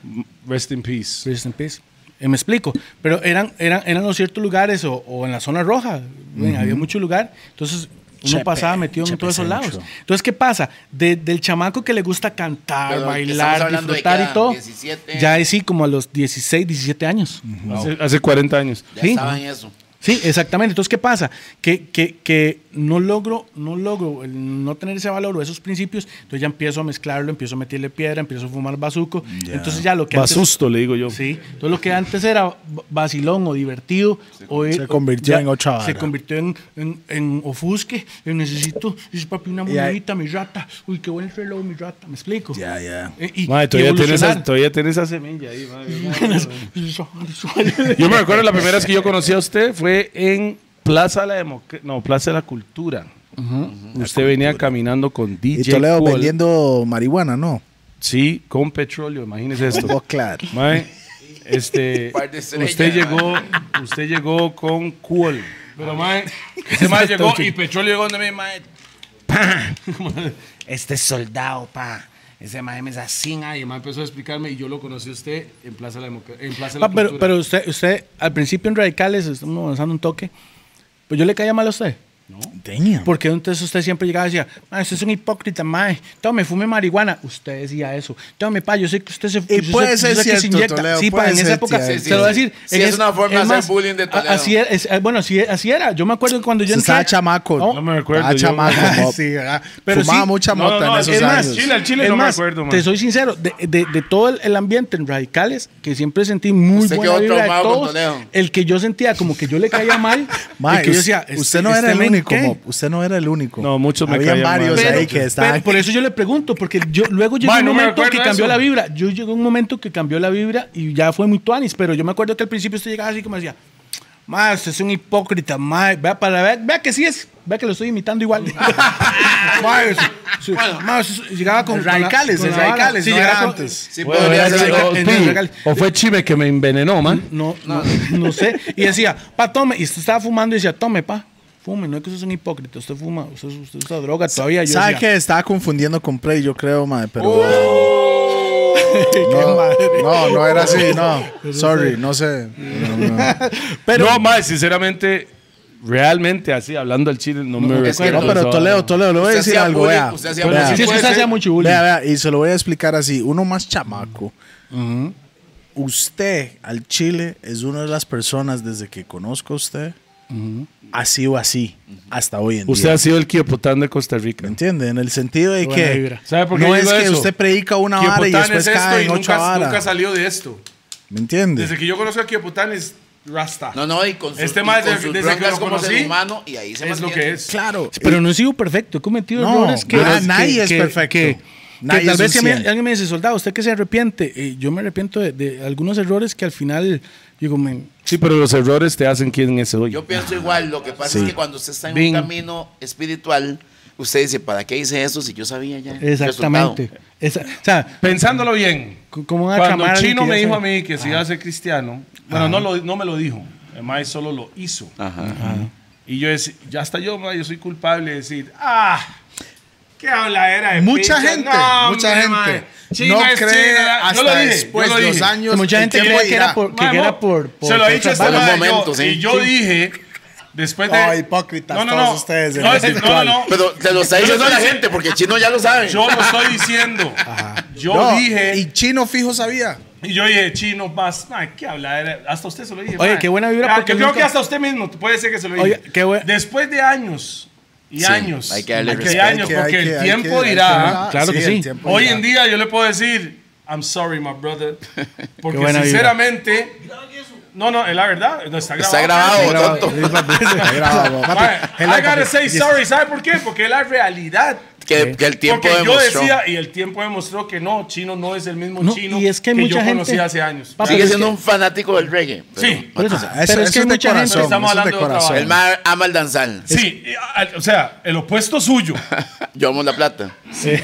Speaker 4: Rest in peace.
Speaker 3: Rest in peace. Eh, me explico. Pero eran, eran, eran los ciertos lugares o, o en la zona roja. Bueno, Había mucho lugar. Entonces uno
Speaker 1: Chepe,
Speaker 3: pasaba metido en
Speaker 1: Chepe
Speaker 3: todos esos lados.
Speaker 1: Sancho.
Speaker 3: Entonces, ¿qué pasa? De- del chamaco que le gusta cantar,
Speaker 2: Pero, estamos
Speaker 3: bailar,
Speaker 2: hablando de
Speaker 3: disfrutar
Speaker 2: qué edad,
Speaker 3: y todo.
Speaker 2: 17.
Speaker 3: Ya es sí, como a los 16, 17 años.
Speaker 4: Hace, hace 40 años.
Speaker 2: Ya
Speaker 3: Sí.
Speaker 2: estaba en eso.
Speaker 3: Sí, exactamente. Entonces, ¿qué pasa? Que, que, que no logro, no logro el no tener ese valor o esos principios. Entonces ya empiezo a mezclarlo, empiezo a meterle piedra, empiezo a fumar bazuco. Entonces ya lo que antes-
Speaker 4: Basusto, le digo yo.
Speaker 3: Sí, todo lo que antes era ba- vacilón o divertido, hoy
Speaker 1: se convirtió en otra vara.
Speaker 3: Se convirtió en, en, en ofusque, en necesito, dice papi, una
Speaker 1: ahí-
Speaker 3: monedita, mi rata, uy, qué buen reloj, mi rata, ¿me explico?
Speaker 1: Ya, ya.
Speaker 3: Eh, Y,
Speaker 4: Madre, todavía,
Speaker 3: y
Speaker 4: tiene esa,
Speaker 3: evolucionar.
Speaker 4: todavía tiene esa semilla ahí, madre. Yo me recuerdo la primera vez que yo conocí a usted fue en Plaza de la Democ- no, Plaza de la Cultura. Usted venía caminando con
Speaker 1: Y
Speaker 4: DJ
Speaker 1: Toledo
Speaker 4: Paul.
Speaker 1: vendiendo marihuana, ¿no?
Speaker 4: Sí, con petróleo, imagínese esto.
Speaker 1: Oh, claro.
Speaker 4: Mae, este,
Speaker 2: Par de estrellas,
Speaker 4: usted
Speaker 2: mae.
Speaker 4: llegó, usted llegó con Cuol.
Speaker 10: Pero, mae, ese mae llegó y Petróleo llegó donde me mae.
Speaker 11: Este soldado, pa. Ese maje me es así.
Speaker 10: Y el mae empezó a explicarme y yo lo conocí a usted en Plaza de la Democ- en Plaza de la
Speaker 4: Ah,
Speaker 3: Pa, Ah, pero,
Speaker 10: Cultura.
Speaker 3: pero usted, usted, al principio en radicales, estamos avanzando un toque, pues yo le caía mal a usted.
Speaker 1: Damn.
Speaker 3: Porque entonces usted siempre llegaba y decía, "Ah, usted es un hipócrita, mae. Tome, fume marihuana. Usted decía eso. Tome, pa, yo sé que usted se.
Speaker 1: Y
Speaker 3: yo
Speaker 1: puede
Speaker 3: sé- yo
Speaker 1: ser
Speaker 3: sé que se
Speaker 1: cierto,
Speaker 3: inyecta".
Speaker 1: Toledo,
Speaker 3: Sí,
Speaker 1: puede
Speaker 3: pa, en
Speaker 1: ser
Speaker 3: esa época.
Speaker 1: cierto.
Speaker 3: se lo voy a decir.
Speaker 2: Sí,
Speaker 3: en
Speaker 2: es
Speaker 3: es-
Speaker 2: una forma de
Speaker 3: es
Speaker 2: hacer bullying de
Speaker 3: a-
Speaker 2: Toledo.
Speaker 3: Así era, es- eh, bueno, así, así era. Yo me acuerdo que cuando yo
Speaker 1: Se estaba chamaco.
Speaker 3: No,
Speaker 4: no me recuerdo,
Speaker 1: Estaba
Speaker 4: yo-
Speaker 1: chamaco. mo-
Speaker 3: Sí, ¿verdad? Pero
Speaker 1: Fumaba
Speaker 3: sí.
Speaker 1: mucha
Speaker 4: No,
Speaker 1: mota
Speaker 4: no, no,
Speaker 1: en esos
Speaker 4: es más,
Speaker 1: años.
Speaker 4: Chile, al Chile
Speaker 3: es
Speaker 4: no
Speaker 3: más,
Speaker 4: me acuerdo, mae.
Speaker 3: Te soy sincero, de, de- de todo el- el ambiente en radicales, que siempre sentí muy
Speaker 2: Usted
Speaker 3: buena
Speaker 2: quedó
Speaker 3: vibra de
Speaker 2: traumado con
Speaker 3: todos,
Speaker 2: Toledo.
Speaker 3: el que yo sentía como que yo le caía mal,
Speaker 1: Mae,
Speaker 3: el que yo decía,
Speaker 1: usted,
Speaker 3: "Este-
Speaker 1: no era
Speaker 3: este
Speaker 1: el
Speaker 3: men,
Speaker 1: único,
Speaker 3: ¿qué?"
Speaker 1: Bob. Usted no era el único.
Speaker 4: No, muchos me
Speaker 1: Habían
Speaker 4: caían mal.
Speaker 1: varios
Speaker 4: Pero-
Speaker 1: ahí que estaban.
Speaker 3: Pero por eso yo le pregunto, porque yo luego llegó
Speaker 4: Mae,
Speaker 3: un
Speaker 4: no me
Speaker 3: momento
Speaker 4: acuerdo
Speaker 3: que
Speaker 4: de
Speaker 3: cambió
Speaker 4: eso.
Speaker 3: la vibra. Yo llegó un momento que cambió la vibra y ya fue muy tuanis, pero yo me acuerdo que al principio usted llegaba así como decía, más usted es un hipócrita, mae, vea para vea, vea que sí es, vea que lo estoy imitando igual. mae, sí, mae, eso- llegaba con
Speaker 1: Radicales, es
Speaker 3: con la- con la vara.
Speaker 1: radicales, no
Speaker 3: llegaba
Speaker 1: era
Speaker 3: con-
Speaker 1: antes.
Speaker 2: Sí,
Speaker 4: Bueno,
Speaker 2: podría
Speaker 4: era-
Speaker 2: ser
Speaker 3: algo-
Speaker 4: o-
Speaker 3: en
Speaker 4: tú,
Speaker 3: el regal.
Speaker 4: o fue Chime que me envenenó, man.
Speaker 3: No, no, no sé. Y decía, pa, tome. Y usted estaba fumando y decía, tome, pa, fume. No es que usted es un hipócrita. Usted fuma, usted, usted usa droga todavía. Yo
Speaker 1: ¿Sabe
Speaker 3: decía,
Speaker 1: que Estaba confundiendo con Prey, yo creo, madre, pero... no, no, no era así, no. Sorry, no sé.
Speaker 4: no, más, sinceramente, realmente así, hablando al chile, no, me
Speaker 2: es que
Speaker 4: recuerdo.
Speaker 1: No, pero
Speaker 4: eso.
Speaker 1: Toledo, Toledo, le voy a
Speaker 2: Usted
Speaker 1: decir
Speaker 2: hacía
Speaker 1: algo,
Speaker 2: bullying,
Speaker 1: vea.
Speaker 2: usted hacía
Speaker 1: Vea.
Speaker 2: bullying.
Speaker 3: Sí, es que
Speaker 2: puede
Speaker 3: usted hacía
Speaker 2: ser.
Speaker 3: mucho bullying.
Speaker 1: Vea, vea, y se lo voy a explicar así. Uno más chamaco. Usted al Chile es una de las personas desde que conozco a usted. Ha sido así hasta hoy en
Speaker 4: Usted
Speaker 1: día.
Speaker 4: ha sido el Kiepotán de Costa Rica.
Speaker 1: ¿Me entiende? En el sentido de
Speaker 3: Buena
Speaker 1: que
Speaker 3: vibra.
Speaker 4: ¿Sabe por qué
Speaker 1: no es
Speaker 4: digo
Speaker 1: que
Speaker 4: eso?
Speaker 1: usted predica una vara y
Speaker 10: Kiepután
Speaker 1: después
Speaker 10: es esto
Speaker 1: cae
Speaker 10: y
Speaker 1: en ocho
Speaker 10: nunca, nunca
Speaker 1: varas.
Speaker 10: salió de esto.
Speaker 1: ¿Me entiende?
Speaker 10: Desde que yo conozco a Kiepután es Rasta.
Speaker 2: No, no, y con sus,
Speaker 10: Este
Speaker 2: y
Speaker 10: mae
Speaker 2: con
Speaker 10: desde-
Speaker 2: sus
Speaker 10: desde que
Speaker 2: broncas
Speaker 10: lo
Speaker 2: como ser
Speaker 10: conocí,
Speaker 2: humano y ahí se
Speaker 10: es lo
Speaker 2: mantiene.
Speaker 10: que es.
Speaker 1: Claro.
Speaker 3: Pero no he sido perfecto. He cometido
Speaker 1: No,
Speaker 3: errores que.
Speaker 1: na-
Speaker 3: que-
Speaker 1: nadie es
Speaker 3: que-
Speaker 1: perfecto.
Speaker 3: que-
Speaker 1: Nadie
Speaker 3: que tal
Speaker 1: es
Speaker 3: vez
Speaker 1: un
Speaker 3: si a mí-
Speaker 1: 100.
Speaker 3: alguien me dice, soldado, usted que se arrepiente. Y yo me arrepiento de, de algunos errores que al final digo, men,
Speaker 4: Sí, pero los errores te hacen quien es hoy.
Speaker 2: Yo pienso igual, lo que pasa es que cuando usted está en
Speaker 4: Bing.
Speaker 2: un camino espiritual, usted dice, ¿para qué hice eso si yo sabía ya? el
Speaker 3: exactamente.
Speaker 2: resultado?"
Speaker 3: Esa- o sea,
Speaker 4: Pensándolo bien,
Speaker 3: c- ¿cómo van a
Speaker 4: cuando
Speaker 3: chamar a alguien
Speaker 4: Chino
Speaker 3: que ya
Speaker 4: me dijo a
Speaker 3: sabe?
Speaker 4: mí que si iba a ser cristiano, bueno, no, lo- no me lo dijo, el mae solo lo hizo.
Speaker 2: Ajá.
Speaker 4: Y yo decía, ya hasta yo, mae, yo soy culpable de decir, ah, ¿Qué habladera de
Speaker 1: Mucha
Speaker 4: pinche?
Speaker 1: gente,
Speaker 4: No,
Speaker 1: mucha
Speaker 4: hombre,
Speaker 1: gente
Speaker 4: mae.
Speaker 1: no
Speaker 4: China es
Speaker 1: cree
Speaker 4: China. Yo
Speaker 1: hasta
Speaker 4: lo dije, yo
Speaker 1: después
Speaker 4: lo
Speaker 1: de los
Speaker 4: dije.
Speaker 1: años.
Speaker 3: Mucha
Speaker 1: el
Speaker 3: gente
Speaker 1: tiempo
Speaker 3: cree que
Speaker 1: dirá.
Speaker 3: era por, que
Speaker 4: Mae,
Speaker 3: era
Speaker 4: mo-
Speaker 3: por, por
Speaker 4: se lo ha dicho
Speaker 3: otras
Speaker 4: esta
Speaker 3: varas.
Speaker 4: madre,
Speaker 2: momentos,
Speaker 4: yo-
Speaker 2: sí.
Speaker 4: Y yo dije, después de.
Speaker 1: Oh, hipócritas
Speaker 4: no, no,
Speaker 1: todos
Speaker 4: no.
Speaker 1: ustedes en
Speaker 4: No,
Speaker 1: el
Speaker 4: es- no, no,
Speaker 1: virtual.
Speaker 4: no.
Speaker 2: Pero te lo está diciendo
Speaker 4: Yo
Speaker 2: la
Speaker 4: estoy-
Speaker 2: gente porque Chino ya lo sabe.
Speaker 4: Yo lo estoy diciendo. Yo
Speaker 1: No,
Speaker 4: dije.
Speaker 1: Y Chino fijo sabía.
Speaker 4: Y yo dije, chino, más, ay, qué hablar. Hasta usted se lo dije.
Speaker 3: Oye,
Speaker 4: mae.
Speaker 3: qué buena vibra,
Speaker 4: Ya,
Speaker 3: porque
Speaker 4: yo creo
Speaker 3: nunca-
Speaker 4: que hasta usted mismo puede ser que se lo dije.
Speaker 3: Oye, qué bue-
Speaker 4: Después de años y
Speaker 2: Sí,
Speaker 4: años.
Speaker 2: hay que darle
Speaker 4: y
Speaker 2: respeto.
Speaker 4: años,
Speaker 1: Que hay
Speaker 4: porque
Speaker 1: que-
Speaker 4: el
Speaker 1: hay
Speaker 4: tiempo
Speaker 1: que-
Speaker 4: dirá. ¿ah?
Speaker 1: hay
Speaker 3: claro que
Speaker 1: el
Speaker 3: sí.
Speaker 1: tiempo
Speaker 4: Hoy
Speaker 1: dirá.
Speaker 4: en día yo le puedo decir, I'm sorry, my brother. Porque
Speaker 3: buena vibra.
Speaker 4: sinceramente. No, no, es la verdad. No, está grabado.
Speaker 2: Está grabado, tonto.
Speaker 1: Ahí grababa,
Speaker 4: Mae,
Speaker 1: papi.
Speaker 4: I gotta say sorry. ¿Sabe por qué? Porque es la realidad.
Speaker 2: Que, que el tiempo
Speaker 4: Porque yo
Speaker 2: demostró.
Speaker 4: decía, y el tiempo demostró que no, chino no es el mismo
Speaker 3: No,
Speaker 4: chino
Speaker 3: y es que hay mucha
Speaker 4: yo
Speaker 3: gente-
Speaker 4: conocí hace años.
Speaker 3: Papi,
Speaker 2: Sigue
Speaker 3: es
Speaker 2: siendo
Speaker 3: que-
Speaker 2: un fanático del reggae. pero-
Speaker 4: Sí,
Speaker 3: por eso.
Speaker 1: Ah, eso-
Speaker 3: pero es
Speaker 1: eso
Speaker 3: que hay
Speaker 1: es de
Speaker 3: mucha gente.
Speaker 1: corazón.
Speaker 4: Estamos
Speaker 1: eso es de
Speaker 4: hablando de otra
Speaker 1: corazón.
Speaker 2: El mar ama el danzal.
Speaker 4: Sí, y, a- o sea, el opuesto suyo.
Speaker 2: Yo amo la plata.
Speaker 3: O sea,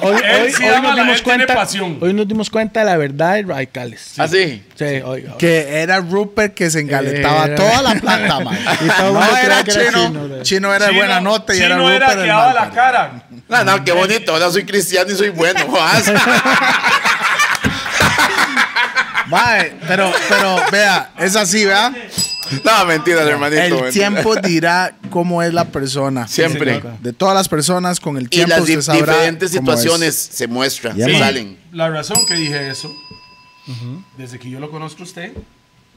Speaker 3: hoy,
Speaker 4: Él
Speaker 3: hoy-
Speaker 4: sí
Speaker 3: hoy
Speaker 4: ama
Speaker 3: nos
Speaker 4: la-
Speaker 3: dimos
Speaker 4: él tiene
Speaker 3: cuenta.
Speaker 4: pasión.
Speaker 3: Hoy nos dimos cuenta de la verdad de radicales. Sí,
Speaker 2: Así.
Speaker 3: hoy- hoy-
Speaker 1: Que era Rupert que se engaletaba
Speaker 3: Era-
Speaker 1: toda la plata, man.
Speaker 3: Y todo el mundo
Speaker 1: No
Speaker 3: creía
Speaker 1: era
Speaker 3: que era
Speaker 1: chino.
Speaker 3: chino, güey.
Speaker 1: Chino era de buena nota y era
Speaker 4: chino
Speaker 1: Rupert
Speaker 4: era
Speaker 1: el
Speaker 4: que daba la
Speaker 1: mal parido.
Speaker 4: cara.
Speaker 2: No, no, qué bonito. Ahora soy cristiano y soy bueno. Ah, jodas.
Speaker 1: Mae, pero, pero vea, es así, vea.
Speaker 2: no, mentiras, hermanito.
Speaker 1: El
Speaker 2: mentiras.
Speaker 1: tiempo dirá cómo es la persona.
Speaker 2: Siempre.
Speaker 1: De todas las personas, con el
Speaker 2: Y
Speaker 1: tiempo
Speaker 2: las di-
Speaker 1: se sabrá
Speaker 2: diferentes
Speaker 1: cómo es.
Speaker 2: situaciones se muestran,
Speaker 1: Ya,
Speaker 2: se
Speaker 1: man.
Speaker 2: salen.
Speaker 4: La razón que dije eso, desde que yo lo conozco a usted,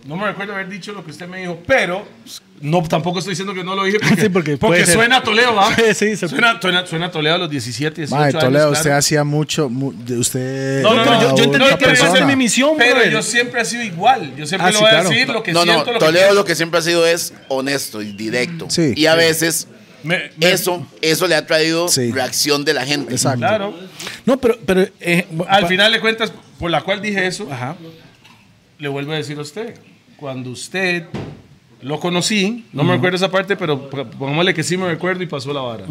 Speaker 4: no me recuerdo haber dicho lo que usted me dijo, pero pues, no, tampoco estoy diciendo que no lo dije porque,
Speaker 3: Sí, porque
Speaker 4: porque
Speaker 3: puede ser.
Speaker 4: suena a Toledo, ¿va?
Speaker 3: Sí, sí, se-
Speaker 4: suena, suena, suena a Toledo a los 17, 18
Speaker 1: Mae,
Speaker 4: años.
Speaker 1: Toledo,
Speaker 4: claro.
Speaker 1: usted hacía mucho. mu- de usted
Speaker 4: No, no, no,
Speaker 1: era
Speaker 4: yo- yo entendí
Speaker 1: otra
Speaker 4: que iba a ser
Speaker 1: persona.
Speaker 4: mi
Speaker 3: misión,
Speaker 4: Pero
Speaker 3: brother.
Speaker 4: yo siempre he sido igual. Yo siempre
Speaker 3: Ah,
Speaker 4: le
Speaker 3: sí,
Speaker 4: voy
Speaker 3: claro.
Speaker 4: a decir lo que
Speaker 2: No, no,
Speaker 4: siento. lo que
Speaker 2: Toledo
Speaker 4: pienso.
Speaker 2: lo que siempre ha sido es honesto y directo.
Speaker 1: Sí.
Speaker 2: y a veces
Speaker 4: Me- me-
Speaker 2: eso, eso le ha traído
Speaker 1: Sí.
Speaker 2: reacción de la gente.
Speaker 1: Exacto.
Speaker 4: Claro.
Speaker 3: No, pero. pero eh, bu-
Speaker 4: Al
Speaker 3: pa-
Speaker 4: final de cuentas, por la cual dije eso,
Speaker 3: Ajá.
Speaker 4: le vuelvo a decir a usted. Cuando usted lo conocí, no me recuerdo esa parte, pero p- pongámosle que sí me recuerdo y pasó la vara.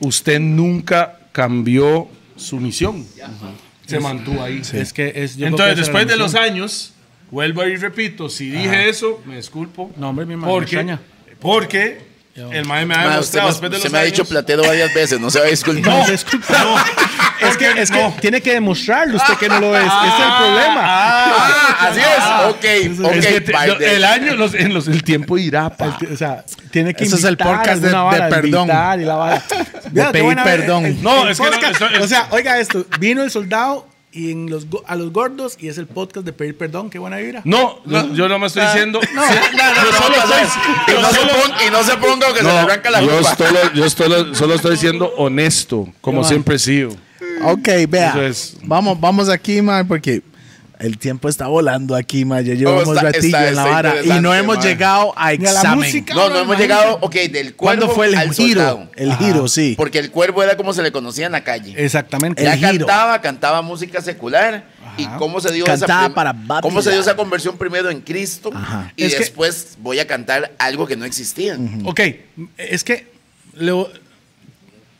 Speaker 4: Usted nunca cambió su misión. Se mantuvo ahí.
Speaker 3: Es que es. yo creo
Speaker 4: Entonces,
Speaker 3: que esa
Speaker 4: después
Speaker 3: era
Speaker 4: de
Speaker 3: la
Speaker 4: los
Speaker 3: misión.
Speaker 4: años, vuelvo y repito, si dije eso, me disculpo.
Speaker 3: No, hombre, mi madre, me
Speaker 4: porque,
Speaker 3: extraña.
Speaker 4: porque el mae me ha
Speaker 2: Ma, usted
Speaker 4: demostrado
Speaker 2: me,
Speaker 4: después de los
Speaker 2: se me ha
Speaker 4: años-
Speaker 2: dicho platero varias veces, no se va a disculpar.
Speaker 3: No, disculpa. es que, es que
Speaker 4: no.
Speaker 3: tiene que demostrarlo usted que no lo es. Ese es el problema.
Speaker 2: Ah, así es. ok, ok.
Speaker 4: Es que te-
Speaker 2: bye,
Speaker 4: lo-
Speaker 2: de-
Speaker 4: el año, los, en los- el tiempo irá. pa.
Speaker 3: El ti- O sea, tiene que
Speaker 1: Ese es el
Speaker 3: invitar
Speaker 1: podcast de-
Speaker 3: alguna vara,
Speaker 1: de perdón.
Speaker 3: invitar y la vara.
Speaker 1: De
Speaker 3: Mira, qué
Speaker 1: pedir
Speaker 3: buena-
Speaker 1: perdón.
Speaker 3: el-
Speaker 4: No,
Speaker 3: el
Speaker 4: es que no,
Speaker 3: podcast-
Speaker 4: eso-
Speaker 3: O sea, oiga esto. Vino el soldado y en los, go- a los gordos y es el podcast de pedir perdón. Qué buena vibra.
Speaker 1: Mm.
Speaker 4: No, no, yo no me estoy diciendo.
Speaker 2: Ah. No, no, no, no, no, no, y no se ponga- Y no se ponga que se le arranca la
Speaker 12: yo
Speaker 2: ropa.
Speaker 12: estoy, lo- yo estoy lo- solo estoy siendo honesto, como siempre he sido.
Speaker 1: Ok, vea.
Speaker 12: Eso es.
Speaker 1: Vamos, vamos aquí, man, porque el tiempo está volando aquí, man. Ya
Speaker 2: Oh,
Speaker 1: llevamos
Speaker 2: está-
Speaker 1: ratillo
Speaker 2: está-
Speaker 1: en la
Speaker 2: está
Speaker 1: vara y no
Speaker 2: interesante,
Speaker 1: hemos
Speaker 2: man.
Speaker 1: llegado a
Speaker 3: Ni a la
Speaker 1: examen.
Speaker 3: música.
Speaker 2: No, no hemos llegado, ok, del cuervo
Speaker 1: ¿Cuándo fue el
Speaker 2: al
Speaker 1: giro?
Speaker 2: soldado.
Speaker 1: El giro, sí.
Speaker 2: Porque el cuervo era como se le conocía en la calle.
Speaker 3: Exactamente.
Speaker 2: ya
Speaker 1: el giro.
Speaker 2: cantaba, cantaba música secular. ¿Y cómo se dio
Speaker 1: Cantaba
Speaker 2: esa prim-
Speaker 1: para Babylon.
Speaker 2: cómo se dio esa conversión primero en Cristo?
Speaker 1: Ajá.
Speaker 2: Y
Speaker 3: Es que-
Speaker 2: después voy a cantar algo que no existía.
Speaker 3: Mm. Ok, es que lo-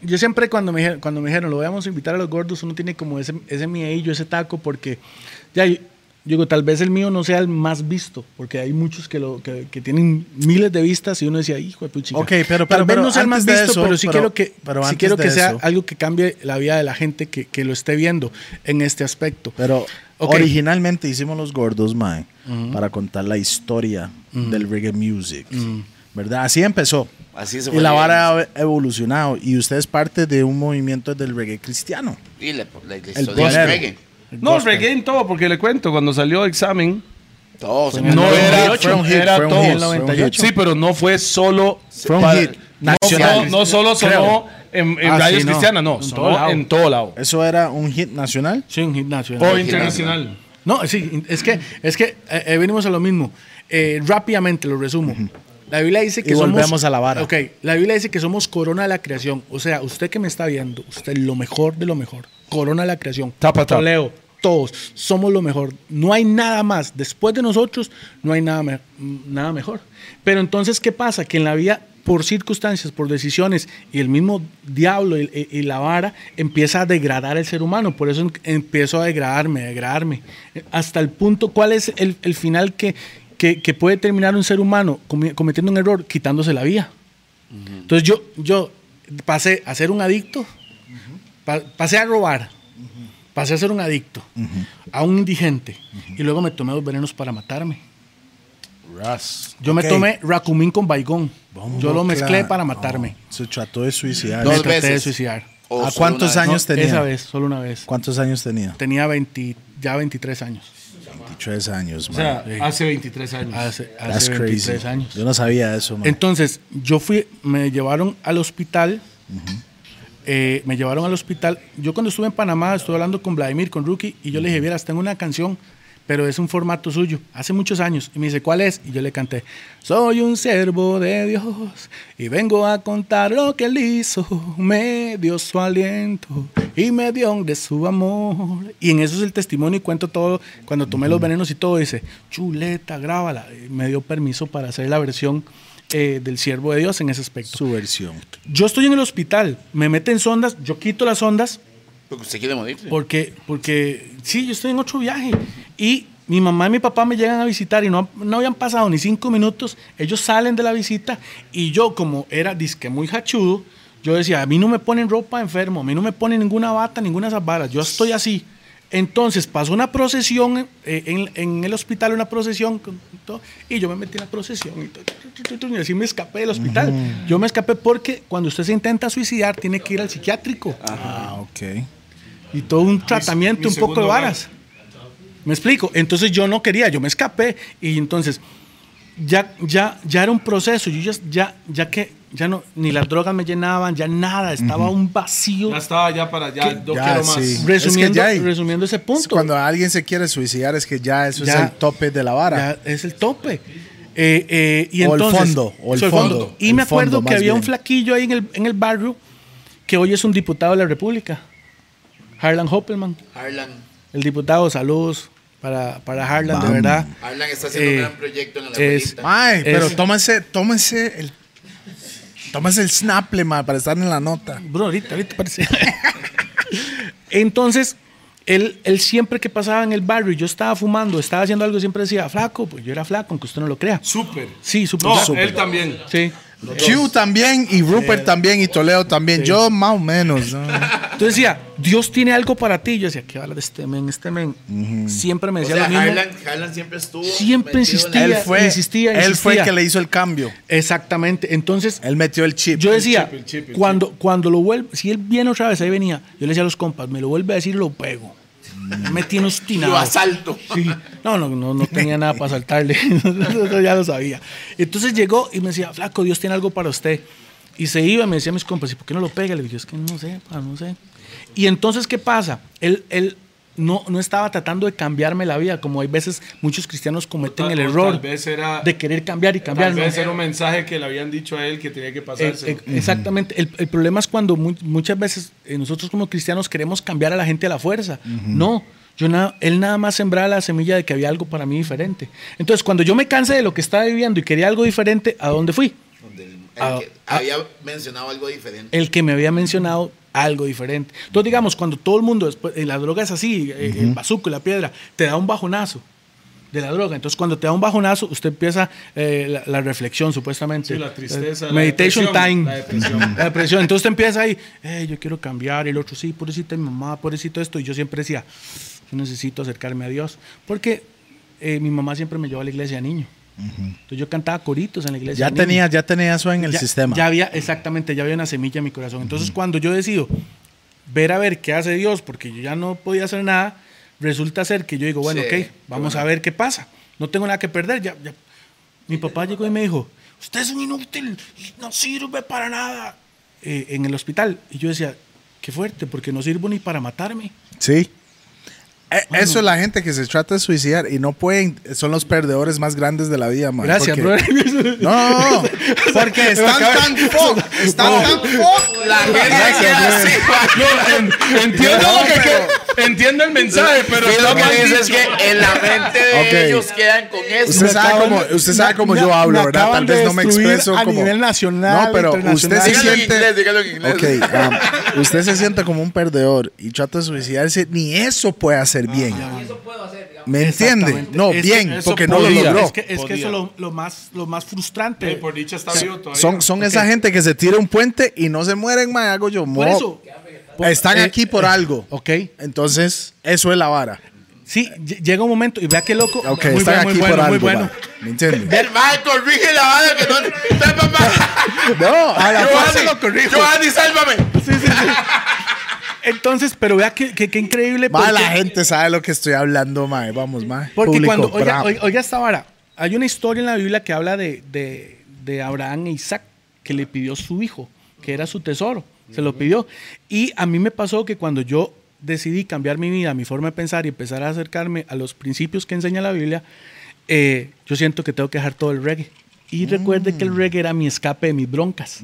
Speaker 3: yo siempre cuando me, dije- cuando me dijeron, lo vamos a invitar a los gordos, uno tiene como ese, ese miedillo, ese taco, porque ya yo digo, tal vez el mío no sea el más visto, porque hay muchos que, lo, que, que tienen miles de vistas y uno decía, hijo de puchica.
Speaker 1: Ok, pero-
Speaker 3: tal
Speaker 1: pero-
Speaker 3: vez
Speaker 1: pero
Speaker 3: no sea el más
Speaker 1: antes de
Speaker 3: visto,
Speaker 1: eso,
Speaker 3: pero sí
Speaker 1: pero-
Speaker 3: quiero que,
Speaker 1: pero
Speaker 3: sí
Speaker 1: antes
Speaker 3: quiero
Speaker 1: de
Speaker 3: que sea
Speaker 1: eso-
Speaker 3: algo que cambie la vida de la gente que, que lo esté viendo en este aspecto.
Speaker 1: Pero
Speaker 3: Ok.
Speaker 1: originalmente hicimos los gordos, mae, para contar la historia del reggae music. ¿Verdad? Así empezó.
Speaker 2: Así se
Speaker 1: y
Speaker 2: fue
Speaker 1: la
Speaker 2: bien.
Speaker 1: vara ha evolucionado. Y usted es parte de un movimiento del reggae cristiano.
Speaker 2: Y la, la- la historia del
Speaker 1: bolero.
Speaker 2: reggae.
Speaker 4: No, regué en todo, porque le cuento, cuando salió examen,
Speaker 2: Todos. se
Speaker 4: no
Speaker 2: cantaron.
Speaker 4: era,
Speaker 1: fue un hit,
Speaker 4: era
Speaker 1: fue un
Speaker 4: todos.
Speaker 1: hit, fue un hit.
Speaker 4: Sí, pero no fue solo.
Speaker 1: Fue un
Speaker 4: para-
Speaker 1: hit
Speaker 4: no,
Speaker 1: nacional.
Speaker 4: no- no solo sonó en, en
Speaker 3: Ah,
Speaker 4: radios
Speaker 3: sí, no.
Speaker 4: cristianas, no,
Speaker 3: En
Speaker 4: sonó
Speaker 3: todo lado.
Speaker 4: en todo lado.
Speaker 1: ¿Eso era un hit nacional?
Speaker 3: Soy un hit nacional.
Speaker 4: O internacional.
Speaker 3: No, sí, es que, es que eh, eh, venimos a lo mismo. Eh, rápidamente lo resumo. La Biblia dice que
Speaker 1: Y
Speaker 3: somos-
Speaker 1: volvemos a la vara.
Speaker 3: Ok, la Biblia dice que somos corona de la creación. O sea, usted que me está viendo, usted lo mejor de lo mejor. Corona de la creación.
Speaker 12: Tapa, tapa.
Speaker 3: Toledo, todos somos lo mejor. No hay nada más. Después de nosotros, no hay nada, me- nada mejor. Pero entonces, ¿qué pasa? Que en la vida, por circunstancias, por decisiones, y el mismo diablo y, y- y la vara empieza a degradar al ser humano. Por eso em- empiezo a degradarme, a degradarme. Eh, Hasta el punto, ¿cuál es el, el final que, que, que puede terminar un ser humano comi- cometiendo un error? Quitándose la vida. Entonces yo, yo pasé a ser un adicto, pa- pasé a robar, pasé a ser un adicto, a un indigente, y luego me tomé dos venenos para matarme. Yo
Speaker 1: Ok.
Speaker 3: me tomé racumín con baigón. Yo lo mezclé
Speaker 1: Claro.
Speaker 3: para matarme.
Speaker 1: Se trató de suicidar.
Speaker 3: Me
Speaker 2: Dos
Speaker 3: traté de
Speaker 2: veces.
Speaker 3: suicidar.
Speaker 2: O
Speaker 1: ¿A
Speaker 2: solo
Speaker 1: cuántos
Speaker 2: una vez?
Speaker 1: años
Speaker 3: No,
Speaker 1: tenía?
Speaker 3: Esa vez, solo una vez.
Speaker 1: ¿Cuántos años tenía?
Speaker 3: Tenía 20, ya 23 años.
Speaker 1: 23 años, man.
Speaker 13: O sea, hace 23 años.
Speaker 3: Hace,
Speaker 1: That's
Speaker 3: hace
Speaker 1: crazy.
Speaker 3: 23 años.
Speaker 1: Yo no sabía eso, man.
Speaker 3: Entonces, yo fui, me llevaron al hospital. eh, me llevaron al hospital. Yo cuando estuve en Panamá, estuve hablando con Vladimir, con Rookie, y yo le dije, vieras, tengo una canción, pero es un formato suyo, hace muchos años. Y me dice, ¿cuál es? Y yo le canté, soy un servo de Dios, y vengo a contar lo que él hizo. Me dio su aliento, y me dio de su amor. Y en eso es el testimonio y cuento todo, cuando tomé los venenos y todo, dice, chuleta, grábala. Y me dio permiso para hacer la versión eh, del siervo de Dios en ese aspecto.
Speaker 1: Su versión.
Speaker 3: Yo estoy en el hospital, me meten sondas, yo quito las sondas
Speaker 2: Porque usted quiere morirse.
Speaker 3: porque, porque sí, yo estoy en otro viaje. Y mi mamá y mi papá me llegan a visitar y no, no habían pasado ni cinco minutos, ellos salen de la visita y yo como era disque muy hachudo, yo decía, a mí no me ponen ropa de enfermo, a mí no me ponen ninguna bata, ninguna zaparas, yo estoy así. Entonces pasó una procesión eh, en, en el hospital, una procesión con todo, y yo me metí en la procesión y, tu, tu, tu, tu, tu, y así me escapé del hospital. Yo me escapé porque cuando usted se intenta suicidar tiene que ir al psiquiátrico
Speaker 1: Ah, ok.
Speaker 3: y todo un tratamiento, un poco de varas. Me explico. Entonces yo no quería, yo me escapé y entonces ya, ya, ya era un proceso. Yo ya, ya, ya que ya no, ni las drogas me llenaban, ya nada, estaba un vacío.
Speaker 13: Ya estaba ya para allá, no
Speaker 1: Ya,
Speaker 13: quiero más.
Speaker 1: sí. Es que
Speaker 3: Resumiendo,
Speaker 1: ya hay-
Speaker 3: resumiendo ese punto,
Speaker 1: Cuando alguien se quiere suicidar es que ya eso
Speaker 3: Ya.
Speaker 1: es el tope de la vara.
Speaker 3: ya es el tope. Eh, eh, y
Speaker 1: O el
Speaker 3: entonces-
Speaker 1: fondo, o el
Speaker 3: Sí,
Speaker 1: fondo,
Speaker 3: Y
Speaker 1: el
Speaker 3: me acuerdo
Speaker 1: fondo,
Speaker 3: que
Speaker 1: más
Speaker 3: había un
Speaker 1: bien.
Speaker 3: flaquillo ahí en el, en el barrio que hoy es un diputado de la República, Harlan Hoppelman.
Speaker 2: Harlan,
Speaker 3: El diputado, saludos para, para Harlan, de verdad.
Speaker 2: Harlan está haciendo
Speaker 3: Eh,
Speaker 2: un gran proyecto en la
Speaker 3: es-
Speaker 2: abuelita.
Speaker 1: Mae, pero
Speaker 3: Es-
Speaker 1: tómese, tómese el. Tómese el snaple, mae, para estar en la nota.
Speaker 3: Bro, ahorita, ahorita parece. Entonces, él, él siempre que pasaba en el barrio y yo estaba fumando, estaba haciendo algo, siempre decía, flaco, pues yo era flaco, aunque usted no lo crea.
Speaker 13: Súper.
Speaker 3: Sí, súper
Speaker 13: No,
Speaker 3: flaco.
Speaker 13: él también.
Speaker 3: Sí.
Speaker 1: Q también, y Rupert también, y Toledo también. Yo más o menos. ¿no?
Speaker 3: Entonces decía, Dios tiene algo para ti. Yo decía, ¿qué habla de este men? Este men. Siempre me
Speaker 2: O
Speaker 3: decía
Speaker 2: sea,
Speaker 3: lo mismo.
Speaker 2: Harlan, Harlan siempre estuvo.
Speaker 3: Siempre
Speaker 2: metido en
Speaker 3: insistía.
Speaker 2: el-
Speaker 1: él fue,
Speaker 3: insistía,
Speaker 1: él fue el
Speaker 3: insistía.
Speaker 1: que le hizo el cambio.
Speaker 3: Exactamente. Entonces,
Speaker 1: Él metió el chip.
Speaker 3: Yo decía,
Speaker 13: chip, el chip, el
Speaker 3: cuando, cuando lo vuelve, si él viene otra vez, ahí venía, yo le decía a los compas, me lo vuelve a decir, lo pego. Me tiene obstinado.
Speaker 2: Lo asalto.
Speaker 3: Sí. No, no, no, no tenía nada para saltarle. Eso ya lo sabía. Entonces llegó y me decía, flaco, Dios tiene algo para usted. Y se iba y me decía a mis compas, ¿y por qué no lo pega? Le dije, es que no sé, pa, no sé. Y entonces, ¿qué pasa? Él, él no, no estaba tratando de cambiarme la vida, como hay veces muchos cristianos cometen
Speaker 13: tal-
Speaker 3: el
Speaker 13: Ah, o tal
Speaker 3: error
Speaker 13: vez era-
Speaker 3: de querer cambiar y cambiar.
Speaker 13: Tal
Speaker 3: ¿no?
Speaker 13: vez era un mensaje que le habían dicho a él que tenía que pasarse.
Speaker 3: Eh, eh, exactamente. El, el problema es cuando mu- muchas veces eh, nosotros como cristianos queremos cambiar a la gente a la fuerza. No. Yo na- él nada más sembraba la semilla de que había algo para mí diferente. Entonces, cuando yo me cansé de lo que estaba viviendo y quería algo diferente, ¿a dónde fui?
Speaker 2: Donde el- el
Speaker 3: Ah,
Speaker 2: que
Speaker 3: ah.
Speaker 2: había mencionado algo diferente.
Speaker 3: El que me había mencionado algo diferente. Entonces, digamos, cuando todo el mundo, después, eh, la droga es así, eh, el bazuco y la piedra, te da un bajonazo de la droga. Entonces, cuando te da un bajonazo, usted empieza eh, la, la reflexión, supuestamente. Eh,
Speaker 13: Sí, la tristeza, la
Speaker 3: meditation
Speaker 13: depresión,
Speaker 3: time.
Speaker 13: la depresión.
Speaker 3: La depresión. Entonces usted empieza ahí, "Eh, yo quiero cambiar. El otro, sí, pobrecito mi mamá, pobrecito esto. Y yo siempre decía, yo necesito acercarme a Dios. Porque eh, mi mamá siempre me llevaba a la iglesia de niño. Entonces yo cantaba coritos en la
Speaker 1: Ya
Speaker 3: iglesia. de niño.
Speaker 1: tenía, ya tenía eso en el
Speaker 3: Ya-
Speaker 1: sistema.
Speaker 3: Ya había, exactamente, ya había una semilla en mi corazón. Entonces cuando yo decido ver a ver qué hace Dios, porque yo ya no podía hacer nada, resulta ser que yo digo, bueno,
Speaker 2: Sí,
Speaker 3: ok, vamos a ver qué pasa. No tengo nada que perder. Ya, ya. Mi papá llegó y me dijo, usted es un inútil, no sirve para nada. eh, en el hospital. Y yo decía, qué fuerte, porque no sirvo ni para matarme.
Speaker 1: Sí. E- Eso es la gente que se trata de suicidar y no pueden, son los perdedores más grandes de la vida, man.
Speaker 3: Gracias,
Speaker 1: Porque-
Speaker 3: brother.
Speaker 1: No, no, no, porque están tan fuck, están tan fuck.
Speaker 2: La gente
Speaker 1: Gracias,
Speaker 2: que
Speaker 1: brother.
Speaker 2: hace-
Speaker 13: Entiendo
Speaker 1: No,
Speaker 13: lo que-
Speaker 1: pero-
Speaker 13: que- entiendo el mensaje, pero
Speaker 2: Sí,
Speaker 13: está
Speaker 2: lo que
Speaker 13: mal
Speaker 2: dice
Speaker 13: dicho.
Speaker 2: es que en la mente de
Speaker 1: Ok.
Speaker 2: ellos quedan con eso.
Speaker 1: Usted sabe cómo, usted sabe cómo yo hablo, ¿verdad? Tal vez no me expreso
Speaker 3: a
Speaker 1: como.
Speaker 3: nivel nacional,
Speaker 1: no, pero usted
Speaker 3: internacional.
Speaker 1: se
Speaker 2: Dígalo en inglés,
Speaker 1: siente.
Speaker 2: dígalo en inglés.
Speaker 1: Ok,
Speaker 3: ah.
Speaker 1: um, usted se siente como un perdedor y trata de suicidarse, ni eso puede hacer bien.
Speaker 12: Y eso puedo hacer, digamos.
Speaker 1: ¿Me entiende?
Speaker 3: Ah. Exactamente.
Speaker 1: No,
Speaker 3: Eso-
Speaker 1: bien,
Speaker 3: eso
Speaker 1: porque no lo
Speaker 3: podía.
Speaker 1: logró.
Speaker 3: Es que, es que eso es lo, lo más, lo más frustrante.
Speaker 14: Eh, por dicha está vivo todavía.
Speaker 1: Son, son esa gente que se tira un puente y no se mueren, mae, hago yo.
Speaker 3: Por
Speaker 1: mo-
Speaker 3: eso.
Speaker 1: Están
Speaker 3: Eh,
Speaker 1: aquí por
Speaker 3: eh,
Speaker 1: algo.
Speaker 3: Ok.
Speaker 1: Entonces, eso es la vara.
Speaker 3: Sí, ll- llega un momento y vea qué loco.
Speaker 1: Ok,
Speaker 3: muy
Speaker 1: están
Speaker 3: bueno,
Speaker 1: aquí
Speaker 3: muy bueno,
Speaker 1: por
Speaker 3: muy
Speaker 1: algo.
Speaker 3: bueno.
Speaker 1: mae. ¿Me entiende?
Speaker 2: El mae corrige la vara que no. Está papá.
Speaker 1: No, a
Speaker 3: pues,
Speaker 1: la fuerza lo
Speaker 2: Giovanni,
Speaker 1: corrijo.
Speaker 2: Giovanni, sálvame.
Speaker 3: Entonces, pero vea qué, qué, qué increíble.
Speaker 1: Mae,
Speaker 3: porque-
Speaker 1: la gente sabe lo que estoy hablando, mae. Vamos, mae.
Speaker 3: Porque
Speaker 1: Público
Speaker 3: cuando, oiga,
Speaker 1: bravo.
Speaker 3: oiga- oiga esta vara, hay una historia en la Biblia que habla de, de- de Abraham e Isaac, que le pidió su hijo, que era su tesoro, se lo pidió. Y a mí me pasó que cuando yo decidí cambiar mi vida, mi forma de pensar y empezar a acercarme a los principios que enseña la Biblia, eh, yo siento que tengo que dejar todo el reggae. Y recuerde
Speaker 1: Mm.
Speaker 3: que el reggae era mi escape de mis broncas.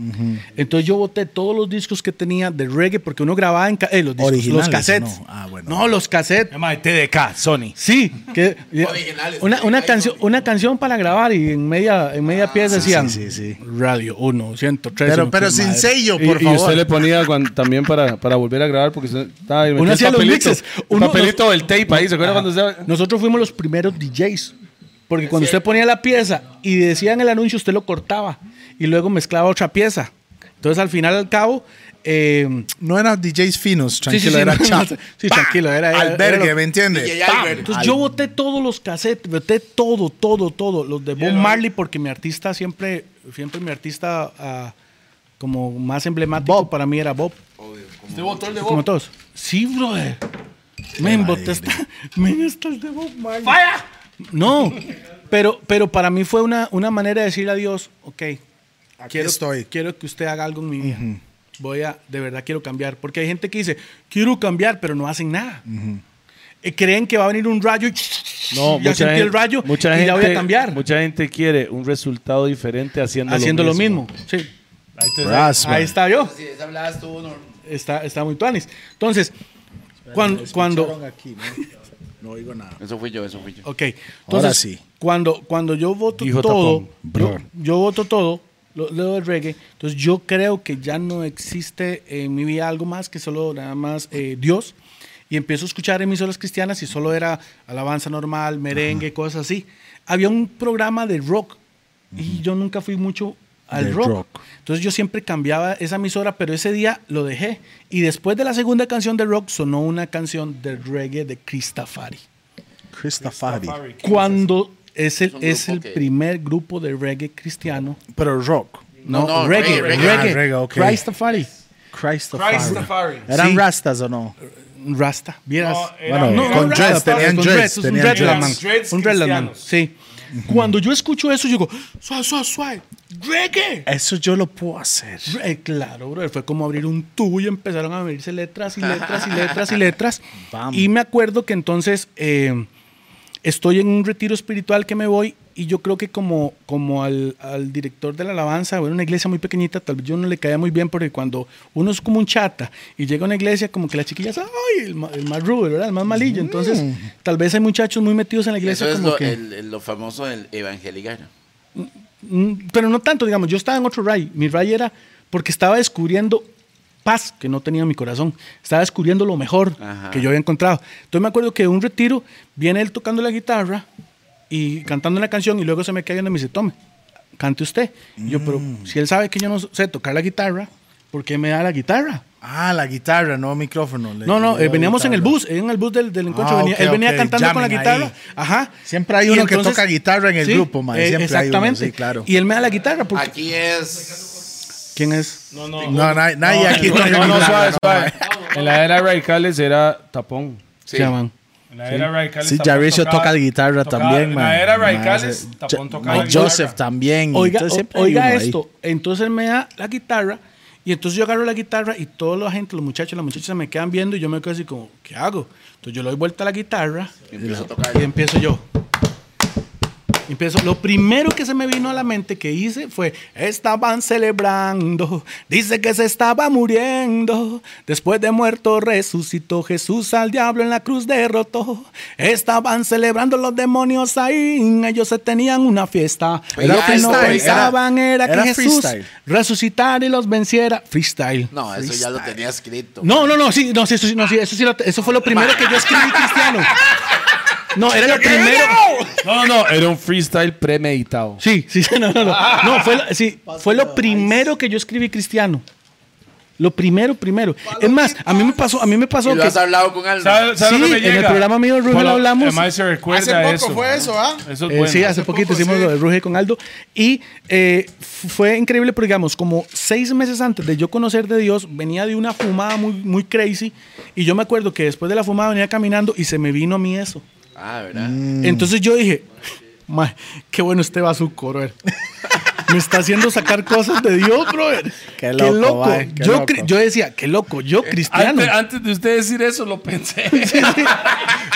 Speaker 3: Entonces yo boté todos los discos que tenía de reggae, porque uno grababa en ca- eh, los, discos,
Speaker 1: Originales,
Speaker 3: los cassettes.
Speaker 1: ¿no? Ah, bueno.
Speaker 3: no, los cassettes.
Speaker 15: Llama de TDK, Sony.
Speaker 3: Sí, que
Speaker 2: Originales.
Speaker 3: una, una canción una canción para grabar y en media en media pieza decían
Speaker 1: Ah, sí, sí, sí.
Speaker 3: radio 1 103
Speaker 1: Pero, pero sin sello, por
Speaker 4: y, y
Speaker 1: favor.
Speaker 4: usted le ponía cuan- también para, para volver a grabar porque usted estaba
Speaker 3: Uno hacía los mixes.
Speaker 4: Un
Speaker 3: Uno-
Speaker 4: papelito del tape ahí, ¿se acuerda cuando usted...
Speaker 3: Nosotros fuimos los primeros DJs porque cuando usted ponía la pieza y decían el anuncio usted lo cortaba y luego mezclaba otra pieza. Entonces al final al cabo eh,
Speaker 1: No eran DJs finos,
Speaker 3: sí, sí,
Speaker 1: tranquilo, era
Speaker 3: no,
Speaker 1: chap.
Speaker 3: no, sí, tranquilo, era- era-
Speaker 1: Albergue,
Speaker 3: era lo-
Speaker 1: ¿me entiendes?
Speaker 2: DJ Albert.
Speaker 3: Entonces yo boté todos los cassettes, boté todo, todo, todo. Los de Bob Marley, porque mi artista siempre, siempre mi artista ah, como más emblemático para mí era Bob.
Speaker 14: botón de
Speaker 3: Como todos. Oh. Sí, brother. Men, boté esta. Men, esta es de Bob Marley.
Speaker 14: ¡Vaya!
Speaker 3: No, pero, pero para mí fue una, una manera de decirle a Dios, ok, quiero,
Speaker 1: estoy.
Speaker 3: quiero que usted haga algo en mi vida. Voy a, de verdad quiero cambiar. Porque hay gente que dice, quiero cambiar, pero no hacen nada. Eh, creen que va a venir un rayo y
Speaker 12: No,
Speaker 3: ya
Speaker 12: mucha
Speaker 3: sentí
Speaker 12: gente,
Speaker 3: el rayo
Speaker 12: mucha
Speaker 3: y
Speaker 12: gente,
Speaker 3: ya voy a cambiar.
Speaker 12: Mucha gente quiere un resultado diferente haciendo,
Speaker 3: haciendo lo mismo. Sí. Ahí está yo.
Speaker 2: Si esa hablabas tú, no.
Speaker 3: Está, está muy tuanis. Entonces, cuando... cuando
Speaker 1: No digo nada.
Speaker 2: Eso fui yo, eso fui yo.
Speaker 3: Ok. Entonces,
Speaker 1: Ahora sí.
Speaker 3: Cuando, cuando yo voto
Speaker 12: Dijo
Speaker 3: todo,
Speaker 12: Tapón.
Speaker 3: yo, yo voto todo, lo, lo del reggae, entonces yo creo que ya no existe en mi vida algo más que solo nada más eh, Dios. Y empiezo a escuchar emisoras cristianas y solo era alabanza normal, merengue, cosas así. Había un programa de rock y yo nunca fui mucho al
Speaker 1: De
Speaker 3: rock.
Speaker 1: rock.
Speaker 3: Entonces yo siempre cambiaba esa emisora, pero ese día lo dejé. Y después de la segunda canción de rock sonó una canción de reggae de Cristafari.
Speaker 1: Cristafari.
Speaker 3: Cuando es el,
Speaker 2: un grupo
Speaker 3: es el
Speaker 2: que-
Speaker 3: primer grupo de reggae cristiano.
Speaker 1: Pero rock.
Speaker 3: No,
Speaker 2: no,
Speaker 3: reggae,
Speaker 2: reggae,
Speaker 3: reggae.
Speaker 1: Ah, reggae, ok.
Speaker 3: Rastafari.
Speaker 1: Cristafari.
Speaker 14: Christafari.
Speaker 1: ¿Eran
Speaker 3: Sí.
Speaker 1: rastas o no?
Speaker 3: Rasta, vieras.
Speaker 14: No, era-
Speaker 1: Bueno,
Speaker 4: eh,
Speaker 14: No,
Speaker 1: con
Speaker 14: no,
Speaker 1: dreads,
Speaker 14: rastas,
Speaker 1: tenían
Speaker 3: con
Speaker 1: dreads.
Speaker 3: dreads, es un
Speaker 1: Tenían
Speaker 3: dreadlock,
Speaker 14: dreads.
Speaker 1: dreads.
Speaker 3: man.
Speaker 14: Dreads
Speaker 3: Un dreadlock, man,
Speaker 14: cristianos.
Speaker 3: Sí. Cuando yo escucho eso, yo digo, suave, suave, suave. Reggae.
Speaker 1: Eso yo lo puedo hacer.
Speaker 3: Re- eh, claro, bro. Fue como abrir un tubo y empezaron a abrirse letras y letras y letras y letras.
Speaker 1: Bam.
Speaker 3: Y me acuerdo que entonces eh, estoy en un retiro espiritual que me voy y yo creo que como, como al, al director de la alabanza, bueno, una iglesia muy pequeñita, tal vez yo no le caía muy bien porque cuando uno es como un chata y llega a una iglesia, como que las chiquillas, ay, el, ma- el más rudo, ¿verdad? El más malillo. Entonces, tal vez hay muchachos muy metidos en la iglesia
Speaker 2: Eso es
Speaker 3: como
Speaker 2: lo,
Speaker 3: que...
Speaker 2: el- el- lo famoso del evangeligar.
Speaker 3: Mm, pero no tanto, digamos, yo estaba en otro ray. Mi ray era porque estaba descubriendo paz que no tenía en mi corazón. Estaba descubriendo lo mejor
Speaker 2: Ajá.
Speaker 3: que yo había encontrado. Entonces me acuerdo que en un retiro viene él tocando la guitarra y cantando una canción y luego se me cae viendo y me dice, tome, cante usted. Y yo, pero
Speaker 1: Mm.
Speaker 3: si él sabe que yo no sé tocar la guitarra, ¿por qué me da la guitarra?
Speaker 1: Ah, la guitarra, no micrófono. Le-
Speaker 3: No, no,
Speaker 1: le-
Speaker 3: eh, veníamos en el
Speaker 1: guitarra.
Speaker 3: bus, en el bus del, del encuentro.
Speaker 1: Ah,
Speaker 3: venía-
Speaker 1: ok,
Speaker 3: él venía
Speaker 1: ok,
Speaker 3: cantando con la
Speaker 1: jamming
Speaker 3: guitarra.
Speaker 1: ahí.
Speaker 3: Ajá.
Speaker 1: Siempre hay
Speaker 3: Y eh,
Speaker 1: uno que toca guitarra en el grupo, man, siempre hay uno,
Speaker 3: exactamente.
Speaker 1: sí, claro.
Speaker 3: Y él me da la guitarra. Porque,
Speaker 2: Aquí es.
Speaker 3: ¿Quién es?
Speaker 14: No, no.
Speaker 1: No, na- nadie aquí toca
Speaker 4: No, no,
Speaker 1: guitarra.
Speaker 4: suave,
Speaker 1: no,
Speaker 4: suave.
Speaker 1: man.
Speaker 4: En la era radicales era tapón.
Speaker 2: Sí.
Speaker 3: Se llaman.
Speaker 14: En la era radicales
Speaker 1: Sí,
Speaker 14: Tapón
Speaker 1: Jarricio
Speaker 14: tocaba-
Speaker 1: toca guitarra
Speaker 14: tocaba-
Speaker 1: también,
Speaker 14: en
Speaker 1: man.
Speaker 14: la era
Speaker 1: Man,
Speaker 14: radicales,
Speaker 1: hace-
Speaker 14: Tapón
Speaker 1: Ja-
Speaker 14: tocaba
Speaker 1: Mike
Speaker 14: guitarra.
Speaker 1: Joseph también.
Speaker 3: Oiga,
Speaker 1: Entonces,
Speaker 3: o-
Speaker 1: siempre hay
Speaker 3: oiga
Speaker 1: uno ahí.
Speaker 3: esto. Entonces él me da la guitarra y entonces yo agarro la guitarra y toda la gente, los muchachos, las muchachas se me quedan viendo y yo me quedo así como, ¿qué hago? Entonces yo le doy vuelta a la guitarra
Speaker 2: Empiezo a tocar.
Speaker 3: y empiezo yo. Empiezo. Lo primero que se me vino a la mente que hice fue, estaban celebrando, dice que se estaba muriendo, después de muerto resucitó Jesús al diablo en la cruz derrotó, estaban celebrando los demonios ahí, ellos se tenían una fiesta,
Speaker 2: Era
Speaker 3: lo que no
Speaker 2: freestyle,
Speaker 3: pensaban era,
Speaker 1: era
Speaker 3: que Jesús
Speaker 1: freestyle.
Speaker 3: resucitara y los venciera, freestyle.
Speaker 2: No, eso ya lo tenía escrito.
Speaker 3: No, no, no, sí, no, sí, eso sí, no, sí, eso, sí lo- eso fue lo primero que yo escribí cristiano. No, era la primera.
Speaker 12: No, no, no, era un freestyle premeditado.
Speaker 3: Sí, sí, no, no, no. No, fue lo, sí, fue lo primero que yo escribí cristiano. Lo primero, primero. Es más, a mí me pasó, a mí me pasó
Speaker 2: Y lo
Speaker 3: que
Speaker 2: has
Speaker 3: sí,
Speaker 2: hablado con alguien.
Speaker 4: ¿Sabes lo que me
Speaker 3: en
Speaker 4: llega?
Speaker 3: el programa mío de Rubio
Speaker 4: Bueno,
Speaker 3: lo hablamos.
Speaker 4: además se
Speaker 1: Hace
Speaker 4: recuerda
Speaker 1: poco
Speaker 4: eso.
Speaker 1: fue eso, ¿ah?
Speaker 4: Eso es
Speaker 3: Eh,
Speaker 4: bueno.
Speaker 3: sí, hace poquito
Speaker 1: poco,
Speaker 3: hicimos
Speaker 1: sí.
Speaker 3: lo de Ruge con Aldo. Y eh, f- fue increíble, porque digamos, como seis meses antes de yo conocer de Dios, venía de una fumada muy, muy crazy. Y yo me acuerdo que después de la fumada venía caminando y se me vino a mí eso.
Speaker 2: Ah, ¿verdad?
Speaker 3: Mm.
Speaker 1: Mm.
Speaker 3: Entonces yo dije, "Ma, qué bueno este bazuco, brother. Me está haciendo sacar cosas de Dios, brother.
Speaker 1: Qué loco, mae, qué
Speaker 3: yo,
Speaker 1: loco.
Speaker 3: cri- yo decía, qué loco, yo cristiano.
Speaker 4: Antes, antes de usted decir eso, lo pensé.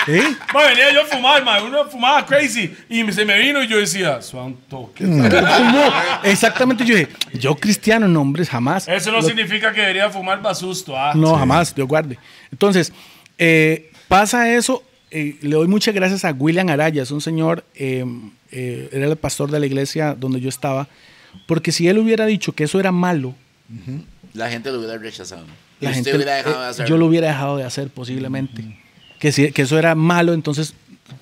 Speaker 3: ¿Eh?
Speaker 4: Ma, venía yo a fumar, ma, una fumada crazy. Y me- se me vino y yo decía, son toque.
Speaker 3: ¿Cómo? Exactamente, yo dije, yo cristiano, no, hombre, jamás.
Speaker 4: Eso no
Speaker 3: Lo-
Speaker 4: significa que debería fumar basusto, ah.
Speaker 3: No, jamás, Dios guarde. Entonces, eh, pasa eso. eh, le doy muchas gracias a William Araya, es un señor, eh, eh, era el pastor de la iglesia donde yo estaba, porque si él hubiera dicho que eso era malo,
Speaker 2: La gente lo hubiera rechazado.
Speaker 3: la
Speaker 2: y
Speaker 3: gente,
Speaker 2: usted hubiera dejado
Speaker 3: eh,
Speaker 2: de hacerlo.
Speaker 3: yo lo hubiera dejado de hacer posiblemente. que, si, que eso era malo, entonces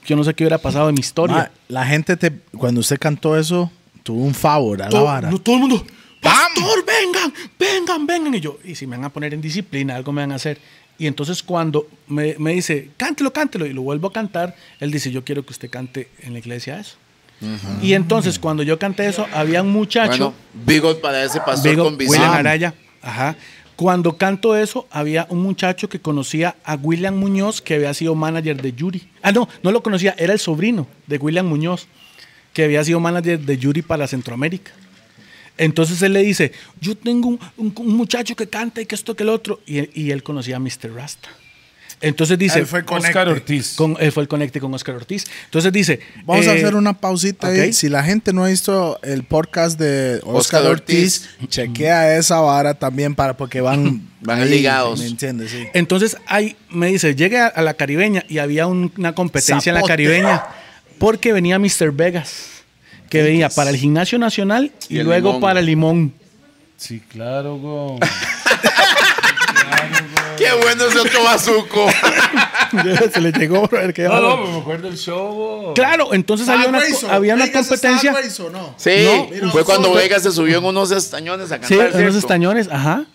Speaker 3: yo no sé qué hubiera pasado en mi historia.
Speaker 1: Ma, la gente, te, cuando usted cantó eso, tuvo un favor a la
Speaker 3: todo,
Speaker 1: vara.
Speaker 3: no, todo el mundo, pastor, vengan, vengan, vengan. Y yo, y si me van a poner en disciplina, algo me van a hacer. Y entonces cuando me, me dice, cántelo, cántelo, y lo vuelvo a cantar, él dice, yo quiero que usted cante en la iglesia eso. Y entonces cuando yo canté eso, había un
Speaker 2: Bueno,
Speaker 3: muchacho,
Speaker 2: Bigot para ese pastor
Speaker 3: Vigo-
Speaker 2: con visión.
Speaker 3: William Araya, ajá. Cuando canto eso, había un muchacho que conocía a William Muñoz, que había sido manager de Yuri. Ah, no, no lo conocía, era el sobrino de William Muñoz, que había sido manager de Yuri para Centroamérica. Entonces él le dice, yo tengo un, un- un muchacho que canta y que esto, que el otro. Y, él- y él conocía a Mr. Rasta. Entonces dice,
Speaker 1: Él fue
Speaker 4: Oscar
Speaker 1: conecte.
Speaker 4: Ortiz.
Speaker 3: Ah, con, él fue el conecte con Oscar Ortiz. Entonces dice,
Speaker 1: Vamos a
Speaker 3: eh,
Speaker 1: hacer una pausita ahí.
Speaker 3: ok.
Speaker 1: Si la gente no ha visto el podcast de Oscar,
Speaker 2: Oscar
Speaker 1: Ortiz, chequea esa vara también para porque van,
Speaker 2: Van ligados.
Speaker 1: ¿Me entiendes? Sí.
Speaker 3: Entonces ahí me dice, llegué a, a la caribeña y había un- una competencia en la
Speaker 1: Zapote.
Speaker 3: caribeña porque venía Mr. Vegas, que venía para el gimnasio nacional y,
Speaker 2: Y el
Speaker 3: luego
Speaker 2: Limón.
Speaker 3: para Limón.
Speaker 12: Sí, claro, go.
Speaker 2: Qué bueno ese otro bazuco.
Speaker 3: Se le llegó, brother, que-
Speaker 4: No, Ah, no, me acuerdo del show. bo.
Speaker 3: Claro, entonces había una, co- había una competencia.
Speaker 2: Sí,
Speaker 1: No,
Speaker 2: fue cuando
Speaker 1: nosotros-
Speaker 2: Vega se subió en unos estañones a cantar.
Speaker 3: Sí, en los
Speaker 2: ¿cierto?
Speaker 3: estañones, ajá.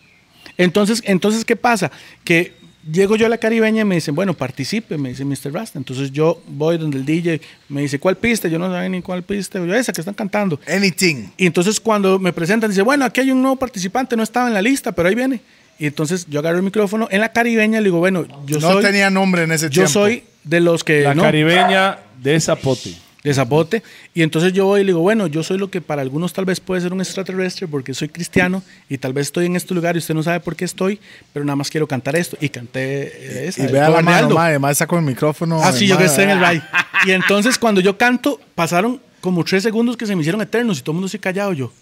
Speaker 3: Entonces, entonces, ¿qué pasa? Que llego yo a la caribeña y me dicen, bueno, participe, me dice Mr. Rasta. Entonces yo voy donde el DJ me dice, ¿cuál pista? Yo no sabía ni cuál pista. Yo, esa que están cantando.
Speaker 1: Anything.
Speaker 3: Y entonces cuando me presentan, dice, bueno, aquí hay un nuevo participante, no estaba en la lista, pero ahí viene. Y entonces yo agarro el micrófono en la caribeña y le digo, bueno, yo
Speaker 1: no
Speaker 3: soy,
Speaker 1: tenía nombre en ese
Speaker 3: yo
Speaker 1: tiempo.
Speaker 3: soy de los
Speaker 1: Eh,
Speaker 3: que
Speaker 12: La
Speaker 3: no,
Speaker 12: caribeña de Zapote.
Speaker 3: de zapote. Y entonces yo voy y le digo, bueno, yo soy lo que para algunos tal vez puede ser un extraterrestre porque soy cristiano y tal vez estoy en este lugar y usted no sabe por qué estoy, pero nada más quiero cantar esto. Y canté eh, esa,
Speaker 1: Y
Speaker 3: el
Speaker 1: vea la
Speaker 3: cover de
Speaker 1: mano,
Speaker 3: Aldo.
Speaker 1: ma, además está con el micrófono.
Speaker 3: Ah, sí, yo que
Speaker 1: además,
Speaker 3: estoy en el baile. Y entonces cuando yo canto, pasaron como tres segundos que se me hicieron eternos y todo el mundo se callado yo.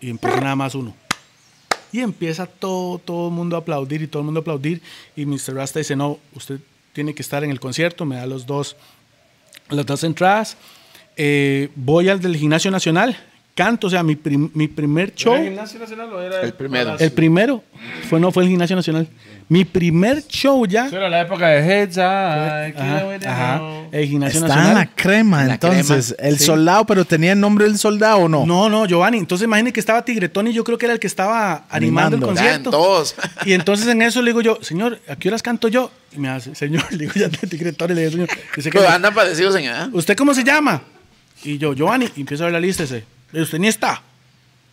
Speaker 3: Y, y empieza nada más uno. Y empieza todo, todo el mundo a aplaudir y todo el mundo a aplaudir. Y Mr. Rasta dice, no, usted tiene que estar en el concierto, me da los dos, las dos entradas. Eh, voy al del Gimnasio Nacional, canto, o sea, mi, prim- mi primer show.
Speaker 4: ¿Era el Gimnasio Nacional o era
Speaker 2: El primero.
Speaker 3: El primero fue, no, fue el Gimnasio Nacional. Mi primer show ya.
Speaker 4: Eso era la época de Heads. Ay, qué
Speaker 3: Ajá,
Speaker 4: bueno.
Speaker 3: ajá, el Gimnasio
Speaker 1: Está en
Speaker 3: Nacional.
Speaker 1: la crema,
Speaker 2: la
Speaker 1: entonces. El
Speaker 3: sí.
Speaker 1: soldado, pero tenía el nombre del soldado o no.
Speaker 3: No, no, Giovanni. Entonces imagínate que estaba Tigretón y yo creo que era el que estaba
Speaker 1: Animando.
Speaker 3: animando, el
Speaker 2: Estaban
Speaker 3: concierto.
Speaker 2: todos.
Speaker 3: Y entonces en eso le digo yo, señor, ¿a qué horas canto yo? Y me hace, señor, le digo ya está Tigretón y le digo, señor, dice que
Speaker 2: Pero andan parecidos en edad.
Speaker 3: ¿usted cómo se llama? Y yo, Giovanni, y empiezo a ver la lista y dice, "Eh, usted ni está.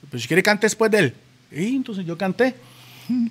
Speaker 3: Pero si quiere cante después de él. Y entonces yo canté.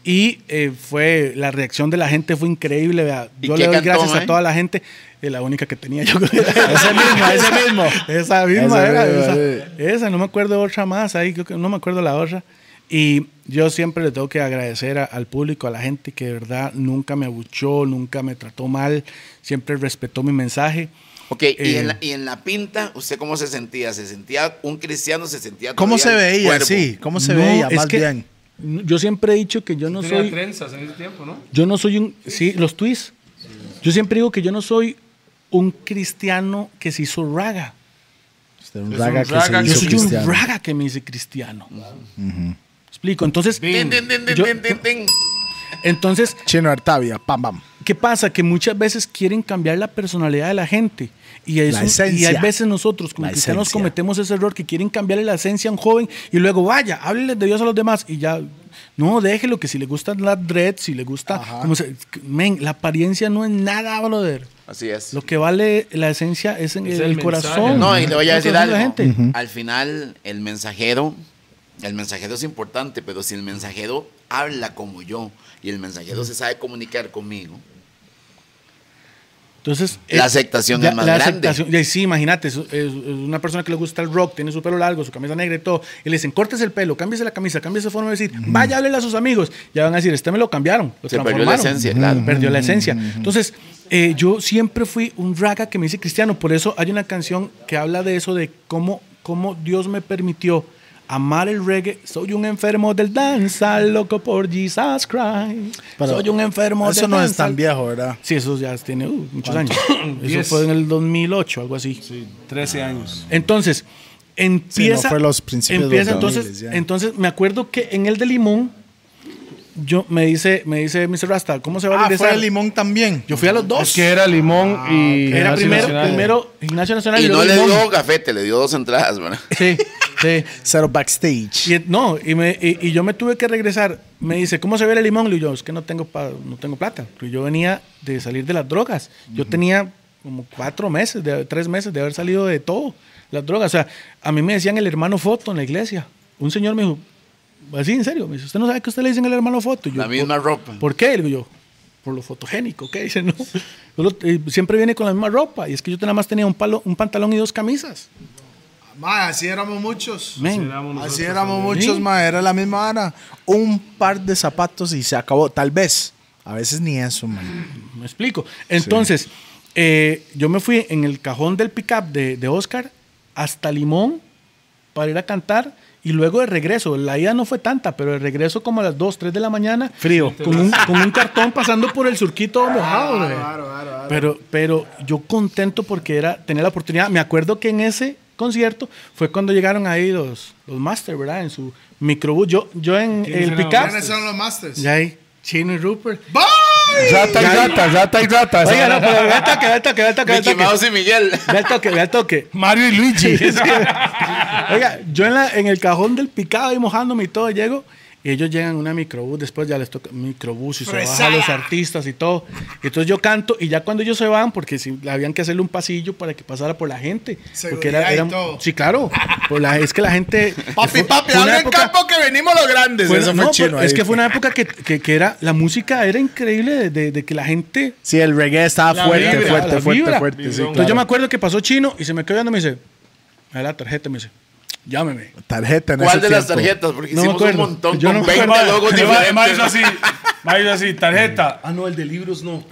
Speaker 3: Y eh, fue, la reacción de la gente fue increíble. vea.
Speaker 2: ¿Y
Speaker 3: Yo
Speaker 2: qué
Speaker 3: le doy
Speaker 2: cantó,
Speaker 3: gracias
Speaker 2: mae?
Speaker 3: a toda la gente. Es la única que tenía yo. creo.
Speaker 1: Ese mismo, ese mismo.
Speaker 3: Esa misma
Speaker 1: Esa
Speaker 3: era.
Speaker 1: misma,
Speaker 3: esa, esa, no me acuerdo otra más. Ahí creo que no me acuerdo la otra. Y yo siempre le tengo que agradecer a- al público, a la gente que de verdad nunca me abuchó, nunca me trató mal, siempre respetó mi mensaje.
Speaker 2: Ok, y,
Speaker 3: Eh.
Speaker 2: en la, y en la pinta, ¿usted cómo se sentía? ¿Se sentía un cristiano? ¿Se sentía
Speaker 1: ¿Cómo se
Speaker 2: todavía un
Speaker 1: veía?
Speaker 2: cuervo?
Speaker 1: Sí, ¿cómo se
Speaker 3: No,
Speaker 1: veía?
Speaker 3: es
Speaker 1: Más
Speaker 3: que
Speaker 1: bien.
Speaker 3: n- Yo siempre he dicho que yo no
Speaker 4: Tenía
Speaker 3: soy.
Speaker 4: trenzas en ese tiempo, ¿no?
Speaker 3: Yo no soy un. Sí, los tweets. Yo siempre digo que yo no soy un cristiano que se hizo raga.
Speaker 1: Usted era un
Speaker 4: Es
Speaker 1: raga
Speaker 4: un
Speaker 1: que
Speaker 4: raga
Speaker 1: se
Speaker 3: Yo
Speaker 1: hizo
Speaker 3: soy
Speaker 1: cristiano.
Speaker 3: un raga que me hice cristiano. Explico. Entonces.
Speaker 2: Tin, tin, tin, tin,
Speaker 3: yo-
Speaker 2: tin, tin, tin.
Speaker 3: entonces,
Speaker 1: Chino Artavia, pam, pam.
Speaker 3: ¿Qué pasa? Que muchas veces quieren cambiar la personalidad de la gente. Y, eso-
Speaker 1: La esencia.
Speaker 3: y hay veces nosotros como
Speaker 1: La
Speaker 3: cristianos
Speaker 1: esencia.
Speaker 3: cometemos ese error que quieren cambiarle la esencia a un joven y luego vaya, háblele de Dios a los demás y ya. No, déjelo que si le gustan las dreads, si le gusta. como se- men, la apariencia no es nada, brother.
Speaker 2: Así es.
Speaker 3: Lo que vale la esencia es en
Speaker 13: Es
Speaker 3: el,
Speaker 13: el
Speaker 3: corazón.
Speaker 13: mensaje.
Speaker 2: No, y le voy a
Speaker 3: El
Speaker 2: decir
Speaker 3: corazón de
Speaker 2: algo.
Speaker 3: la gente.
Speaker 2: Al final, el mensajero, el mensajero es importante, pero si el mensajero habla como yo y el mensajero se sabe comunicar conmigo,
Speaker 3: Entonces,
Speaker 2: La
Speaker 3: eh,
Speaker 2: aceptación es más grande.
Speaker 3: y ahí sí, imagínate, es, es- es una persona que le gusta el rock, tiene su pelo largo, su camisa negra y todo, y le dicen, cortes el pelo, cámbiese la camisa, cámbiese forma de decir, vaya, háblele a sus amigos. Ya van a decir, este me lo cambiaron, lo
Speaker 2: Se perdió
Speaker 3: transformaron.
Speaker 2: la esencia, claro.
Speaker 3: Perdió la esencia. Entonces, eh, yo siempre fui un raga que me dice cristiano, por eso hay una canción que habla de eso, de cómo, cómo Dios me permitió amar el reggae. Soy un enfermo del danza, loco por Jesus Christ.
Speaker 1: Pero
Speaker 3: Soy un enfermo
Speaker 1: Eso
Speaker 3: del
Speaker 1: no es
Speaker 3: dancehall.
Speaker 1: tan viejo, ¿verdad?
Speaker 3: Sí, eso ya tiene uh, muchos años. Eso
Speaker 4: Diez.
Speaker 3: fue en el 2008, algo así.
Speaker 4: 13 años.
Speaker 3: Entonces, empieza.
Speaker 1: fue los principios de los
Speaker 3: empieza, entonces,
Speaker 1: 2000s, ya.
Speaker 3: entonces, me acuerdo que en el de Limón, yo me dice, me dice Mr. Rasta, ¿cómo se va a
Speaker 1: Ah,
Speaker 3: regresar?
Speaker 1: fue el limón también.
Speaker 3: Yo fui a los dos.
Speaker 12: Es que era Limón y.
Speaker 3: Era
Speaker 12: Gimnasio
Speaker 3: primero,
Speaker 12: Nacional.
Speaker 3: primero Ignacio Nacional y,
Speaker 2: y no
Speaker 3: luego
Speaker 2: le
Speaker 3: Limón.
Speaker 2: dio gafete, le dio dos entradas, ¿verdad?
Speaker 3: Sí, sí.
Speaker 1: Cero backstage.
Speaker 3: Y, no, y, me, y, y yo me tuve que regresar. Me dice, ¿cómo se ve el limón? Le digo, yo, es que no tengo, pa- no tengo plata. Porque yo venía de salir de las drogas. Yo tenía como cuatro meses, de, tres meses de haber salido de todo, las drogas. O sea, a mí me decían el hermano foto en la iglesia. Un señor me dijo, así, en serio, me dice, ¿usted no sabe que usted le dicen el hermano foto? Y yo,
Speaker 2: La misma ropa.
Speaker 3: ¿Por qué? Le digo yo, por lo fotogénico, ¿qué? Dice, no. Yo lo- eh, siempre viene con la misma ropa. Y es que yo nada más tenía un, palo, un pantalón y dos camisas.
Speaker 1: Ma, así éramos muchos.
Speaker 3: Men.
Speaker 1: Así éramos muchos, ma, era la misma vara. Un par de zapatos y se acabó. Tal vez. A veces ni eso, man.
Speaker 3: Me explico. Entonces, eh, yo me fui en el cajón del pickup de, de Oscar hasta Limón para ir a cantar y luego de regreso. La ida no fue tanta, pero de regreso como a las 2, 3 de la mañana. Frío. Con un, con un cartón pasando por el
Speaker 1: Ah,
Speaker 3: surquito mojado. güey. Pero, pero yo contento porque era tener la oportunidad. Me acuerdo que en ese concierto fue cuando llegaron ahí los, los Masters, ¿verdad? En su microbús. Yo, yo en el pickup.
Speaker 1: los masters?
Speaker 3: Ya ahí, Chino y Rupert.
Speaker 12: Rata y rata, rata y rata.
Speaker 3: Oiga, no,
Speaker 12: Esa-
Speaker 3: pero ve al toque, ve al toque, ve al toque, ve al
Speaker 2: Mickey
Speaker 3: toque.
Speaker 2: Mouse y Miguel.
Speaker 3: Ve al toque, ve al toque.
Speaker 12: Mario y Luigi.
Speaker 3: Sí, sí. Oiga, yo en, la, en el cajón del picado y mojándome y todo, llego y ellos llegan en una microbús, después ya les toca microbús y se bajan los artistas y todo. Y entonces yo canto y ya cuando ellos se van, porque si, habían que hacerle un pasillo para que pasara por la gente. porque era,
Speaker 1: Seguridad y
Speaker 3: era-
Speaker 1: todo.
Speaker 3: Sí, claro. Por la, es que la gente...
Speaker 1: Papi,
Speaker 3: fue-
Speaker 1: papi,
Speaker 3: fue una
Speaker 1: habla en
Speaker 3: época-
Speaker 1: campo que venimos los grandes.
Speaker 3: fue-
Speaker 1: Eso fue
Speaker 3: no,
Speaker 1: chino
Speaker 3: pero
Speaker 1: ahí.
Speaker 3: es que fue una época que, que- que era la música era increíble de- de- de que la gente
Speaker 1: Sí, el reggae estaba
Speaker 3: la
Speaker 1: fuerte,
Speaker 3: vibra,
Speaker 1: fuerte,
Speaker 3: la
Speaker 1: fuerte,
Speaker 3: vibra.
Speaker 1: fuerte, sí,
Speaker 3: Entonces
Speaker 1: claro.
Speaker 3: yo me acuerdo que pasó chino y se me quedó viendo y me dice, me da la tarjeta, me dice, llámeme.
Speaker 1: Tarjeta en
Speaker 2: ¿Cuál
Speaker 1: ese
Speaker 2: de las
Speaker 1: tiempo.
Speaker 2: tarjetas? Porque
Speaker 3: No me
Speaker 2: hicimos un
Speaker 3: acuerdo.
Speaker 2: montón
Speaker 3: Yo
Speaker 2: con
Speaker 3: no me
Speaker 2: 20
Speaker 3: acuerdo.
Speaker 2: logos diferentes.
Speaker 4: Mayo así, Mayo así, tarjeta. Ah, no, el de libros no.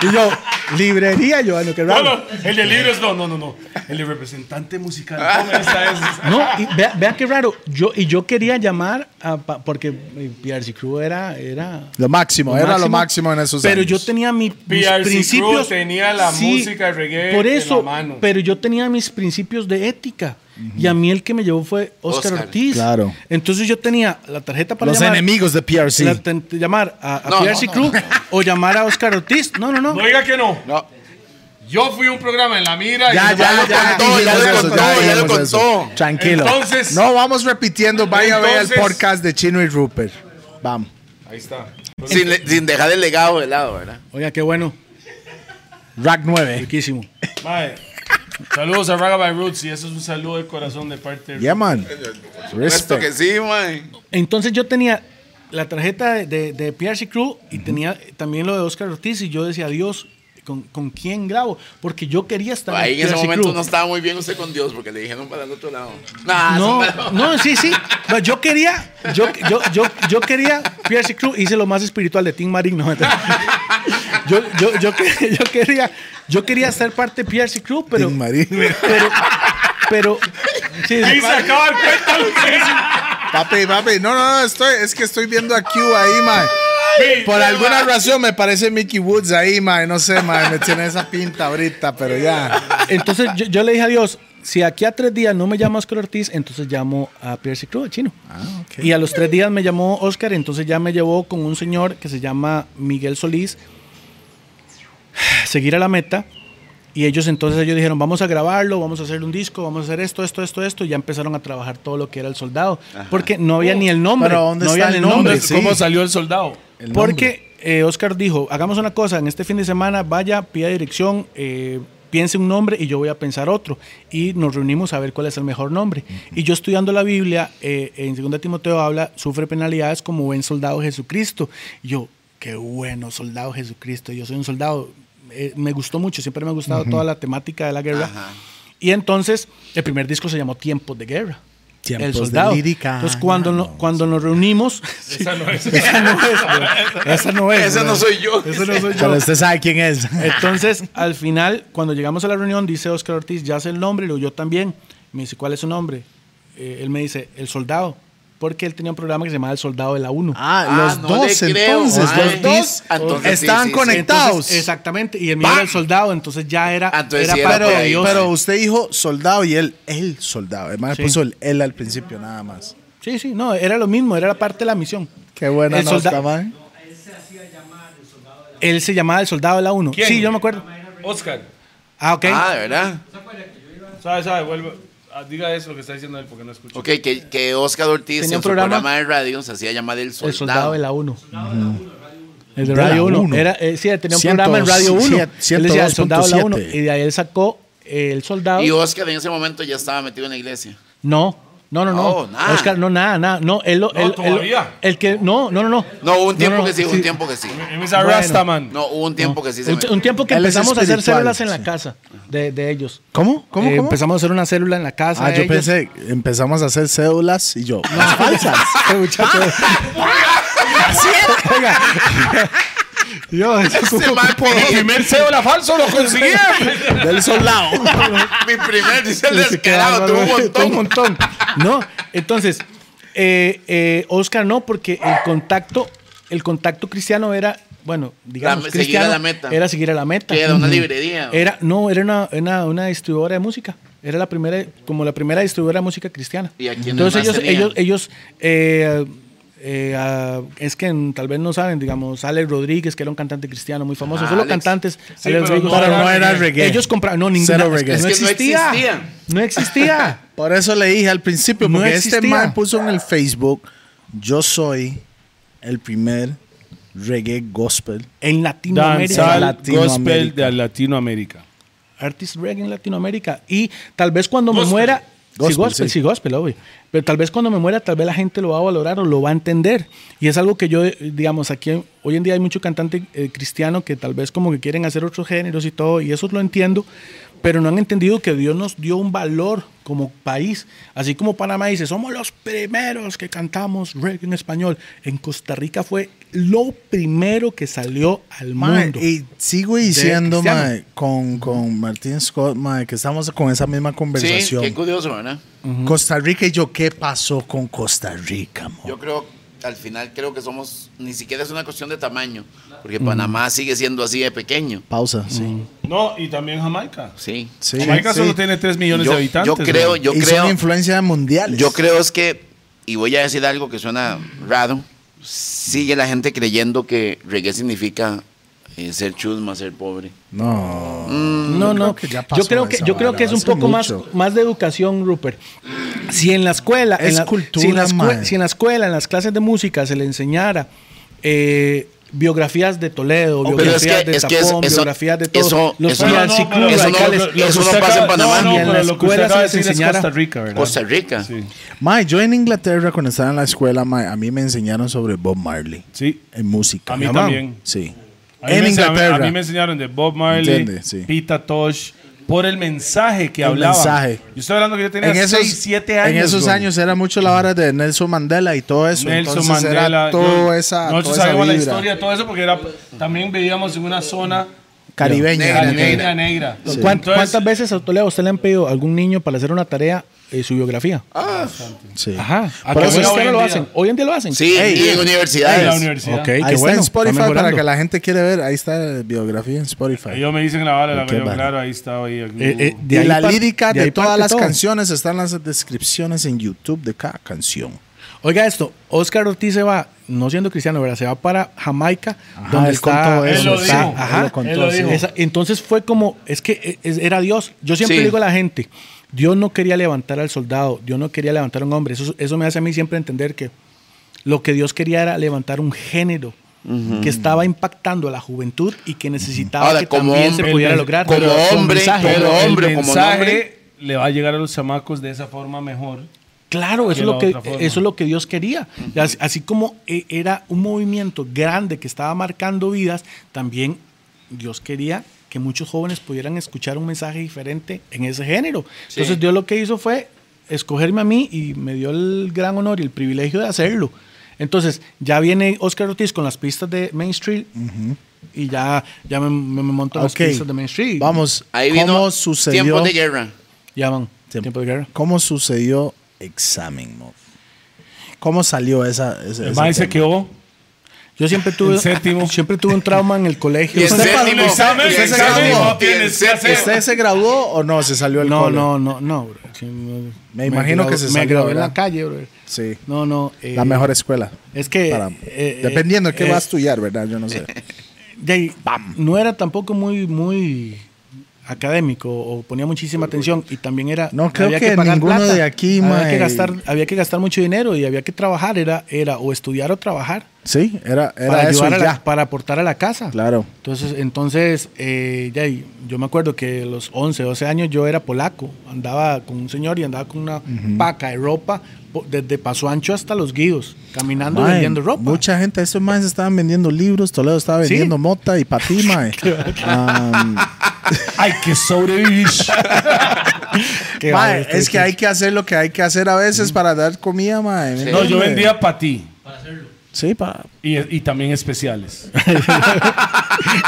Speaker 3: y yo, librería, yo, "Ah, no, qué
Speaker 4: No,
Speaker 3: raro.
Speaker 4: no, el de libros no, no, no, no. El de representante musical.
Speaker 2: Ah.
Speaker 4: ¿Cómo esa es?
Speaker 3: No, y vea, vea qué raro. Yo, y yo quería llamar a pa- porque eh, PRC Crew era, era
Speaker 1: Lo máximo, era lo máximo en esos
Speaker 3: Pero
Speaker 1: años.
Speaker 3: yo tenía mi, mis
Speaker 4: PRC
Speaker 3: principios.
Speaker 4: Crew tenía la música reggae
Speaker 3: Por
Speaker 4: en
Speaker 3: eso,
Speaker 4: la mano.
Speaker 3: pero yo tenía mis principios de ética. Y a mí el que me llevó fue Oscar,
Speaker 2: Oscar,
Speaker 3: Ortiz.
Speaker 1: claro.
Speaker 3: Entonces yo tenía la tarjeta para
Speaker 1: Los
Speaker 3: llamar.
Speaker 1: enemigos de PRC.
Speaker 3: la- ten- llamar a, a
Speaker 2: No,
Speaker 3: PRC
Speaker 2: no, no,
Speaker 3: Crew o llamar a Oscar Ortiz. No, no, no.
Speaker 4: No diga que no.
Speaker 2: No.
Speaker 4: Yo fui a un programa en La Mira y
Speaker 1: Ya, ya, ya,
Speaker 2: contó, ya
Speaker 1: dijimos
Speaker 2: lo
Speaker 1: eso,
Speaker 2: contó, ya lo
Speaker 1: dijimos eso.
Speaker 2: contó.
Speaker 1: Tranquilo.
Speaker 4: Entonces-
Speaker 1: no vamos repitiendo. Vaya a ver el
Speaker 4: Entonces-
Speaker 1: podcast de Chino y Rupert. Vamos.
Speaker 4: Ahí está.
Speaker 2: Sin, le- sin dejar el legado de lado, ¿verdad?
Speaker 3: Oiga, qué bueno.
Speaker 1: Rack 9.
Speaker 3: Riquísimo.
Speaker 4: Mae. Saludos a Raga by Roots y eso es un saludo de corazón de parte de
Speaker 1: Yeah, man.
Speaker 2: Puesto que
Speaker 1: Respect.
Speaker 2: sí, man.
Speaker 3: Entonces yo tenía la tarjeta de, de, de PRC Crew y tenía también lo de Oscar Ortiz y yo decía, Dios, ¿con, con quién grabo? Porque yo quería estar
Speaker 2: Pues Ahí en ese
Speaker 3: PRC
Speaker 2: momento
Speaker 3: Crew.
Speaker 2: no estaba muy bien usted con Dios porque le dijeron para el otro lado. Nah,
Speaker 4: Ah,
Speaker 2: son para-
Speaker 3: No, no, sí, sí. Pero Yo quería, yo, yo, yo, yo quería PRC Crew, hice lo más espiritual de Tim Marín. no, yo, yo, yo, que- yo quería, yo quería ser parte de PRC Crew, pero,
Speaker 1: Tin Marín.
Speaker 3: pero, pero, sí,
Speaker 4: Ahí se acaba el cuento lo que hizo.
Speaker 1: Papi, papi, no, no, no, estoy, es que estoy viendo a Q ahí, man. Por alguna razón me parece Mickey Woods ahí, man. No sé, man, me tiene esa pinta ahorita, pero ya.
Speaker 3: Entonces yo, yo le dije a Dios, si aquí a tres días no me llama Oscar Ortiz, entonces llamo a Piercy Cruz, al chino.
Speaker 1: Ah,
Speaker 3: Y a los tres días me llamó Oscar, entonces ya me llevó con un señor que se llama Miguel Solís. Seguir a la meta. Y ellos entonces ellos dijeron, vamos a grabarlo, vamos a hacer un disco, vamos a hacer esto, esto, esto, esto. Y ya empezaron a trabajar todo lo que era el soldado. Porque no había ni el nombre.
Speaker 1: Oh, Pero, ¿dónde
Speaker 3: no
Speaker 1: está
Speaker 3: había
Speaker 1: el
Speaker 3: ni
Speaker 1: nombre?
Speaker 4: Entonces, ¿Cómo salió el soldado?
Speaker 1: El nombre.
Speaker 3: Porque eh, Oscar dijo, hagamos una cosa, en este fin de semana vaya, pida dirección, eh, piense un nombre y yo voy a pensar otro. Y nos reunimos a ver cuál es el mejor nombre. Y yo estudiando la Biblia, eh, en 2 Timoteo habla, sufre penalidades como buen soldado Jesucristo. Y yo, qué bueno, soldado Jesucristo, yo soy un soldado. Eh, me gustó mucho, siempre me ha gustado toda la temática de la guerra. Y entonces, el primer disco se llamó Tiempos de Guerra.
Speaker 1: Tiempos
Speaker 3: el
Speaker 1: de
Speaker 3: soldado.
Speaker 1: lírica.
Speaker 3: Entonces, cuando, no- cuando nos reunimos, esa no es, güey. Esa no es.
Speaker 2: Ese no
Speaker 3: güey.
Speaker 2: soy yo.
Speaker 3: Esa no soy yo.
Speaker 1: Pero usted sabe quién es.
Speaker 3: Entonces, al final, cuando llegamos a la reunión, dice Oscar Ortiz, ya sé el nombre, lo yo también. Me dice, ¿cuál es su nombre? Eh, él me dice, El Soldado. Porque él tenía un programa que se llamaba El Soldado de la 1.
Speaker 1: Ah, los
Speaker 2: no
Speaker 1: dos
Speaker 2: le creo.
Speaker 1: entonces,
Speaker 2: Ay.
Speaker 1: los dos
Speaker 2: Entonces, sí,
Speaker 1: estaban
Speaker 2: sí, sí.
Speaker 1: conectados.
Speaker 3: exactamente. Y el mío era El Soldado, entonces ya era,
Speaker 2: Ah, entonces sí
Speaker 3: era
Speaker 2: era
Speaker 3: parte
Speaker 1: pero,
Speaker 2: por
Speaker 3: de
Speaker 2: ahí.
Speaker 3: Dios.
Speaker 1: pero usted dijo soldado y él, el soldado. Además,
Speaker 3: Sí.
Speaker 1: puso el él al principio nada más.
Speaker 3: Sí, sí, no, era lo mismo, era la parte de la misión.
Speaker 1: Qué buena
Speaker 3: El solda-
Speaker 1: nota, man.
Speaker 3: Él se llamaba El Soldado de la 1.
Speaker 4: ¿Quién?
Speaker 3: Sí, yo me acuerdo.
Speaker 4: Oscar.
Speaker 3: Ah, ok.
Speaker 2: Ah, de verdad.
Speaker 4: Sabe, sabe, vuelve. Ah, Diga eso lo que está diciendo él porque no escucho.
Speaker 2: Ok, que, que Oscar Ortiz
Speaker 3: Tenía
Speaker 2: en
Speaker 3: un
Speaker 2: su
Speaker 3: programa-
Speaker 2: programa, de radio se hacía llamar el soldado.
Speaker 3: El soldado de la 1. El de
Speaker 1: De la
Speaker 3: Radio 1.
Speaker 1: uno.
Speaker 3: Era, eh, sí, tenía un
Speaker 1: Ciento-
Speaker 3: programa en Radio 1.
Speaker 1: cien-
Speaker 3: Él decía el soldado de la 1.
Speaker 1: 102.7.
Speaker 3: Y de ahí él sacó eh, el soldado.
Speaker 2: Y Oscar en ese momento ya estaba metido en la iglesia.
Speaker 3: No, no, no, no.
Speaker 2: No, nada.
Speaker 3: Oscar, no, nada, nada. No, él lo. él- él-
Speaker 4: todavía.
Speaker 3: el que. No, no, no. No,
Speaker 2: No, hubo un tiempo
Speaker 3: No, no,
Speaker 2: que sí, hubo un
Speaker 3: sí.
Speaker 2: tiempo que sí.
Speaker 4: Él es a Rastaman.
Speaker 2: No, hubo un tiempo que sí se
Speaker 3: un,
Speaker 2: metió.
Speaker 3: un tiempo que
Speaker 1: Él es
Speaker 3: empezamos a hacer
Speaker 1: espiritual,
Speaker 3: células en la
Speaker 1: sí.
Speaker 3: casa de, de ellos.
Speaker 1: ¿Cómo? ¿Cómo?
Speaker 3: Eh,
Speaker 1: ¿Cómo?
Speaker 3: Empezamos a hacer una célula en la casa.
Speaker 1: Ah,
Speaker 3: de
Speaker 1: yo
Speaker 3: ellos.
Speaker 1: pensé, empezamos a hacer cédulas y yo. Las falsas.
Speaker 3: Este muchacho. Oiga. Yo, eso
Speaker 2: Ese
Speaker 3: como-
Speaker 2: man,
Speaker 12: Pues,
Speaker 2: mi,
Speaker 4: Primer cédula falso lo consiguieron.
Speaker 1: Del soldado.
Speaker 2: mi primer, dice el
Speaker 3: Les
Speaker 2: descarado,
Speaker 3: quedaba,
Speaker 2: tuvo un
Speaker 3: ¿no? Tuvo un
Speaker 2: montón.
Speaker 3: montón. No, entonces, eh, eh, Oscar no, porque el contacto, el contacto cristiano era, bueno, digamos,
Speaker 2: seguir a
Speaker 3: cristiano,
Speaker 2: la meta.
Speaker 3: era seguir a la meta.
Speaker 2: Que era una
Speaker 3: Ujú.
Speaker 2: librería.
Speaker 3: Era, no, era una, una, una distribuidora de música. Era la primera, como la primera distribuidora de música cristiana.
Speaker 2: ¿Y a quiénes
Speaker 3: Entonces
Speaker 2: más
Speaker 3: ellos,
Speaker 2: tenían?
Speaker 3: ellos, ellos, eh, eh, ah, es que mm, tal vez no saben, digamos, Alex Rodríguez, que era un cantante cristiano muy famoso,
Speaker 2: Ah,
Speaker 3: solo
Speaker 2: Alex.
Speaker 3: cantantes.
Speaker 4: pero
Speaker 3: Alex Rodríguez,
Speaker 4: no
Speaker 1: Pero
Speaker 4: era
Speaker 1: no era
Speaker 4: reggae.
Speaker 1: reggae.
Speaker 3: Ellos compraban, no, ninguna.
Speaker 1: Cero
Speaker 3: es que
Speaker 1: reggae.
Speaker 3: no
Speaker 2: Es que no
Speaker 3: existía.
Speaker 2: existía.
Speaker 3: No existía.
Speaker 1: Por eso le dije al principio,
Speaker 3: No
Speaker 1: porque este
Speaker 3: existía.
Speaker 1: man puso en el Facebook, yo soy el primer reggae gospel.
Speaker 3: En Latinoamérica.
Speaker 4: Danzal
Speaker 1: Latinoamérica.
Speaker 4: Gospel de Latinoamérica.
Speaker 3: Artist reggae en Latinoamérica. Y tal vez cuando me
Speaker 4: Gospel.
Speaker 3: muera. sí,
Speaker 1: Gospel,
Speaker 3: gospel,
Speaker 1: sí.
Speaker 3: sí, gospel, obvio. Pero tal vez cuando me muera, tal vez la gente lo va a valorar o lo va a entender. Y es algo que yo, eh, digamos, aquí hoy en día hay mucho cantante eh, cristiano que tal vez como que quieren hacer otros géneros y todo, y eso lo entiendo, pero no han entendido que Dios nos dio un valor como país. Así como Panamá dice, somos los primeros que cantamos reggae en español. En Costa Rica fue lo primero que salió al
Speaker 1: Mae,
Speaker 3: mundo.
Speaker 1: y sigo diciendo,
Speaker 3: cristiano.
Speaker 1: mae, con, con Martín Scott, mae, que estamos con esa misma
Speaker 2: Sí,
Speaker 1: conversación.
Speaker 2: qué curioso, ¿verdad?
Speaker 1: Costa Rica y yo, ¿qué pasó con Costa Rica, mo?
Speaker 2: Yo creo, al final creo que somos, ni siquiera es una cuestión de tamaño, porque Panamá sigue siendo así de pequeño.
Speaker 1: Pausa, sí.
Speaker 4: No, y también Jamaica.
Speaker 2: Sí.
Speaker 1: Sí,
Speaker 4: Jamaica
Speaker 1: sí.
Speaker 4: solo tiene 3 millones
Speaker 2: Yo,
Speaker 4: de habitantes.
Speaker 2: yo creo,
Speaker 4: güey.
Speaker 2: yo
Speaker 1: y
Speaker 2: creo,
Speaker 1: son influencias mundiales.
Speaker 2: yo creo es que, y voy a decir algo que suena raro, sigue la gente creyendo que reggae significa eh, ser chusma, ser pobre.
Speaker 1: No.
Speaker 3: No,
Speaker 1: Mm, Yo
Speaker 3: no.
Speaker 1: creo que ya pasó
Speaker 3: Yo creo que
Speaker 1: esa
Speaker 3: yo creo
Speaker 1: vara,
Speaker 3: que es un
Speaker 1: hace
Speaker 3: poco más,
Speaker 1: mucho.
Speaker 3: más de educación, Rupert. Si en la escuela,
Speaker 1: Es
Speaker 3: en la, si, en
Speaker 1: cultura,
Speaker 3: la escue-
Speaker 1: mae.
Speaker 3: si en la escuela, en las clases de música se le enseñara eh, biografías de Toledo,
Speaker 2: Oh, pero
Speaker 3: biografías
Speaker 2: es que-
Speaker 3: de
Speaker 2: es que
Speaker 3: Tapón,
Speaker 2: eso-
Speaker 3: biografías de todo,
Speaker 2: eso-
Speaker 3: los
Speaker 2: eso no-
Speaker 3: Fiancy
Speaker 4: no, pero
Speaker 3: Club
Speaker 2: eso no-
Speaker 3: radicales,
Speaker 2: lo- eso no pasa en Panamá.
Speaker 4: No, no,
Speaker 3: Y en
Speaker 4: pero
Speaker 3: la
Speaker 4: lo que usted
Speaker 3: escuela se
Speaker 4: acaba de
Speaker 3: les
Speaker 4: decir es
Speaker 3: enseñara.
Speaker 4: Costa Rica, ¿verdad?
Speaker 2: Costa Rica.
Speaker 4: Sí.
Speaker 1: Mae, yo en Inglaterra cuando estaba en la escuela, mae, a mí me enseñaron sobre Bob Marley
Speaker 4: Sí.
Speaker 1: en música.
Speaker 4: A mí
Speaker 1: Jamás.
Speaker 4: también.
Speaker 1: Sí.
Speaker 4: A mí
Speaker 1: en
Speaker 4: me ense- a mí-
Speaker 1: Inglaterra.
Speaker 4: A mí me enseñaron de Bob Marley,
Speaker 1: Entiende, sí.
Speaker 4: Pita Tosh, por el mensaje que
Speaker 1: El
Speaker 4: hablaba.
Speaker 1: mensaje.
Speaker 4: Yo estoy hablando que yo tenía
Speaker 1: en esos,
Speaker 4: 6, 7 años.
Speaker 1: en esos
Speaker 4: güey.
Speaker 1: años era mucho la vara de Nelson Mandela y todo eso.
Speaker 4: Nelson
Speaker 1: Entonces
Speaker 4: Mandela.
Speaker 1: Era todo
Speaker 4: yo-
Speaker 1: esa,
Speaker 4: nosotros
Speaker 1: toda esa
Speaker 4: sabíamos la
Speaker 1: vibra.
Speaker 4: historia, todo eso, porque era, también vivíamos en una zona
Speaker 1: Caribeña.
Speaker 2: Negra,
Speaker 1: Caribeña.
Speaker 12: Negra, negra.
Speaker 3: ¿Cuán- ¿Cuántas,
Speaker 12: Entonces-
Speaker 3: veces a Toledo usted le han pedido a algún niño para hacer una tarea eh, su biografía?
Speaker 1: Sí.
Speaker 3: Ajá.
Speaker 4: Ah,
Speaker 1: Por
Speaker 3: Por
Speaker 1: eso
Speaker 3: eso
Speaker 1: hoy
Speaker 3: ustedes
Speaker 12: en
Speaker 3: lo
Speaker 12: día.
Speaker 3: hacen. Hoy en día lo hacen.
Speaker 2: Sí,
Speaker 1: Ey,
Speaker 2: y en
Speaker 12: En la
Speaker 2: universidades.
Speaker 12: universidad.
Speaker 3: Ok, qué
Speaker 1: Ahí está
Speaker 3: bueno.
Speaker 1: en Spotify
Speaker 3: está
Speaker 1: para
Speaker 3: mejorando.
Speaker 1: que la gente quiere ver. Ahí está la biografía en Spotify.
Speaker 12: Ellos me dicen la vara, la
Speaker 1: Qué
Speaker 12: veo,
Speaker 1: vara.
Speaker 12: claro, ahí está. Ahí, aquí.
Speaker 3: Eh, eh, de
Speaker 1: y
Speaker 3: ahí
Speaker 1: la
Speaker 3: par-
Speaker 1: lírica de,
Speaker 3: ahí
Speaker 1: todas
Speaker 3: parte
Speaker 1: las
Speaker 3: todo.
Speaker 1: canciones están las descripciones en YouTube de cada canción.
Speaker 3: Oiga esto, Oscar Ortiz se va, no siendo cristiano, ¿verdad? Se va para Jamaica, donde
Speaker 1: él
Speaker 3: está,
Speaker 1: contó eso,
Speaker 12: Él lo
Speaker 3: está-
Speaker 12: dijo,
Speaker 3: ajá.
Speaker 1: él lo contó, sí.
Speaker 3: Esa- entonces fue como, es que eh, es- era Dios. Yo siempre
Speaker 2: Sí.
Speaker 3: digo a la gente, Dios no quería levantar al soldado, Dios no quería levantar a un hombre. Eso, eso me hace a mí siempre entender que lo que Dios quería era levantar un género que estaba impactando a la juventud y que necesitaba
Speaker 2: Ahora,
Speaker 3: que
Speaker 2: como
Speaker 3: también
Speaker 2: hombre-
Speaker 3: se pudiera
Speaker 12: el-
Speaker 3: lograr.
Speaker 2: como
Speaker 3: Pero con
Speaker 2: hombre,
Speaker 3: mensaje.
Speaker 2: pero-
Speaker 12: el
Speaker 2: hombre, como
Speaker 12: mensaje
Speaker 2: nombre.
Speaker 12: le va a llegar a los chamacos de esa forma mejor.
Speaker 3: Claro, eso
Speaker 12: de
Speaker 3: es, lo
Speaker 12: la
Speaker 3: que,
Speaker 12: otra forma.
Speaker 3: eso es lo que Dios quería. Así, así como eh, era un movimiento grande que estaba marcando vidas, también Dios quería que muchos jóvenes pudieran escuchar un mensaje diferente en ese género. Entonces Dios lo que hizo fue escogerme a mí y me dio el gran honor y el privilegio de hacerlo. Entonces ya viene Oscar Ortiz con las pistas de Main Street y ya, ya me, me- me monto
Speaker 1: Ok.
Speaker 3: las pistas de Main Street.
Speaker 1: Vamos,
Speaker 2: Ahí
Speaker 1: ¿cómo
Speaker 2: vino
Speaker 1: sucedió,
Speaker 2: tiempos de guerra.
Speaker 3: Ya van.
Speaker 1: Tiempo.
Speaker 3: Tiempo de guerra.
Speaker 1: ¿Cómo sucedió examen? mo? ¿Cómo salió esa? ese-
Speaker 12: El
Speaker 1: ese
Speaker 12: mae se
Speaker 1: tema?
Speaker 12: quedó.
Speaker 3: Yo siempre tuve,
Speaker 12: El séptimo.
Speaker 3: siempre tuve un trauma en el colegio.
Speaker 2: Y el
Speaker 1: Usted
Speaker 2: séptimo,
Speaker 1: pasó-
Speaker 12: examen,
Speaker 1: usted se
Speaker 12: examen,
Speaker 1: graduó.
Speaker 12: no tienes que hacer.
Speaker 1: Eh, ¿Usted se graduó o no? ¿Se salió el
Speaker 3: No,
Speaker 1: cole?
Speaker 3: no, no, no, bro. Sí, no.
Speaker 1: Me imagino
Speaker 3: gradué-
Speaker 1: que se
Speaker 3: Me
Speaker 1: salió,
Speaker 3: gradué en
Speaker 1: ¿verdad?
Speaker 3: la calle, bro.
Speaker 1: Sí.
Speaker 3: No, no. eh,
Speaker 1: la mejor escuela.
Speaker 3: Es que.
Speaker 1: Para-
Speaker 3: eh,
Speaker 1: dependiendo de qué
Speaker 3: eh,
Speaker 1: va a estudiar, ¿verdad? Yo no sé.
Speaker 3: de ahí, No era tampoco muy, muy académico o ponía muchísima atención y también era.
Speaker 1: No, creo
Speaker 3: había
Speaker 1: que
Speaker 3: pagar
Speaker 1: ninguno
Speaker 3: plata,
Speaker 1: de aquí,
Speaker 3: había
Speaker 1: mae.
Speaker 3: que, gastar, había que gastar mucho dinero y había que trabajar. Era, era o estudiar o trabajar
Speaker 1: Sí, era,
Speaker 3: para
Speaker 1: era eso y
Speaker 3: ayudar a la-
Speaker 1: ya.
Speaker 3: para aportar a la casa.
Speaker 1: Claro.
Speaker 3: Entonces, entonces eh, ya, y yo me acuerdo que a los 11, 12 años yo era polaco. Andaba con un señor y andaba con una paca de ropa po- desde Paso Ancho hasta Los Guíos, caminando
Speaker 1: Mae,
Speaker 3: vendiendo ropa.
Speaker 1: Mucha gente, estos más estaban vendiendo libros, Toledo estaba
Speaker 3: Sí.
Speaker 1: vendiendo mota y patí, mae. Am,
Speaker 16: Hay que sobrevivir.
Speaker 1: mae,
Speaker 3: Qué barbaridad,
Speaker 1: es que hay que hacer lo que hay que hacer a veces para dar comida, mae. ¿me
Speaker 2: Sí.
Speaker 12: No, yo
Speaker 1: entiende?
Speaker 12: vendía para ti.
Speaker 1: Sí, pa-
Speaker 12: Y, y también especiales.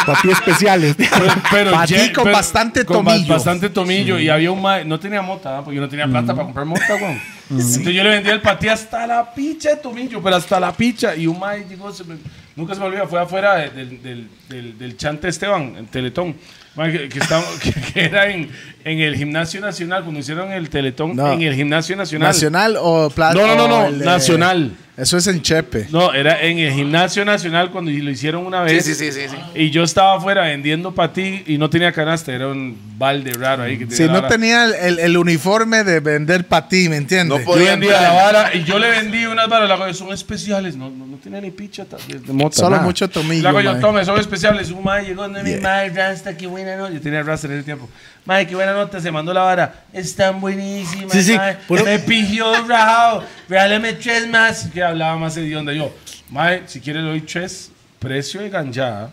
Speaker 3: para ti especiales.
Speaker 12: Pero, pero
Speaker 1: Pa' ti
Speaker 12: ye-
Speaker 1: con bastante
Speaker 12: con ba-
Speaker 1: tomillo.
Speaker 12: bastante tomillo. Y había un mae, no tenía mota, ¿ah? porque yo no tenía plata para comprar mota, weón. Entonces yo le vendía el patí hasta la picha de tomillo, pero hasta la picha. Y un mae llegó, se me- nunca se me olvida, fue afuera de- del, del, del- del Chante Esteban, en Teletón. Mae, que, que estaba- que- que era en, en el Gimnasio Nacional, cuando hicieron el Teletón,
Speaker 1: No.
Speaker 12: en el Gimnasio Nacional.
Speaker 1: ¿Nacional o plata?
Speaker 12: No, no, no, no,
Speaker 1: o el, eh,
Speaker 12: nacional.
Speaker 1: Eso es en Chepe.
Speaker 12: No, era en el Gimnasio Nacional cuando lo hicieron una
Speaker 2: Sí,
Speaker 12: vez.
Speaker 2: sí, sí, sí. sí.
Speaker 12: Y yo estaba afuera vendiendo para ti y no tenía canasta, era un balde raro ahí. Que tenía
Speaker 1: Si
Speaker 12: la
Speaker 1: no
Speaker 12: vara.
Speaker 1: tenía el, el- el uniforme de vender patí, ¿me entiendes?
Speaker 2: No
Speaker 12: Yo
Speaker 2: podía
Speaker 12: vendía la
Speaker 2: entrar.
Speaker 12: vara y yo le vendí unas varas, la cosa, son especiales, no, no, no tenía ni picha ta- de, de mota.
Speaker 1: Solo
Speaker 12: nada.
Speaker 1: mucho tomillo,
Speaker 12: La cosa, yo
Speaker 1: mae.
Speaker 12: tome, son especiales. Un mae llegó, no mi mae, Rasta, qué buena nota. Yo tenía Rasta en ese tiempo. Mae, qué buena nota, se mandó la vara. Están buenísimas,
Speaker 3: Sí, sí,
Speaker 12: mae.
Speaker 3: puro-
Speaker 12: Me pigió rajado, regálame tres más. Que hablaba más de onda. Yo, mae, si quieres le doy tres, precio de ganjada.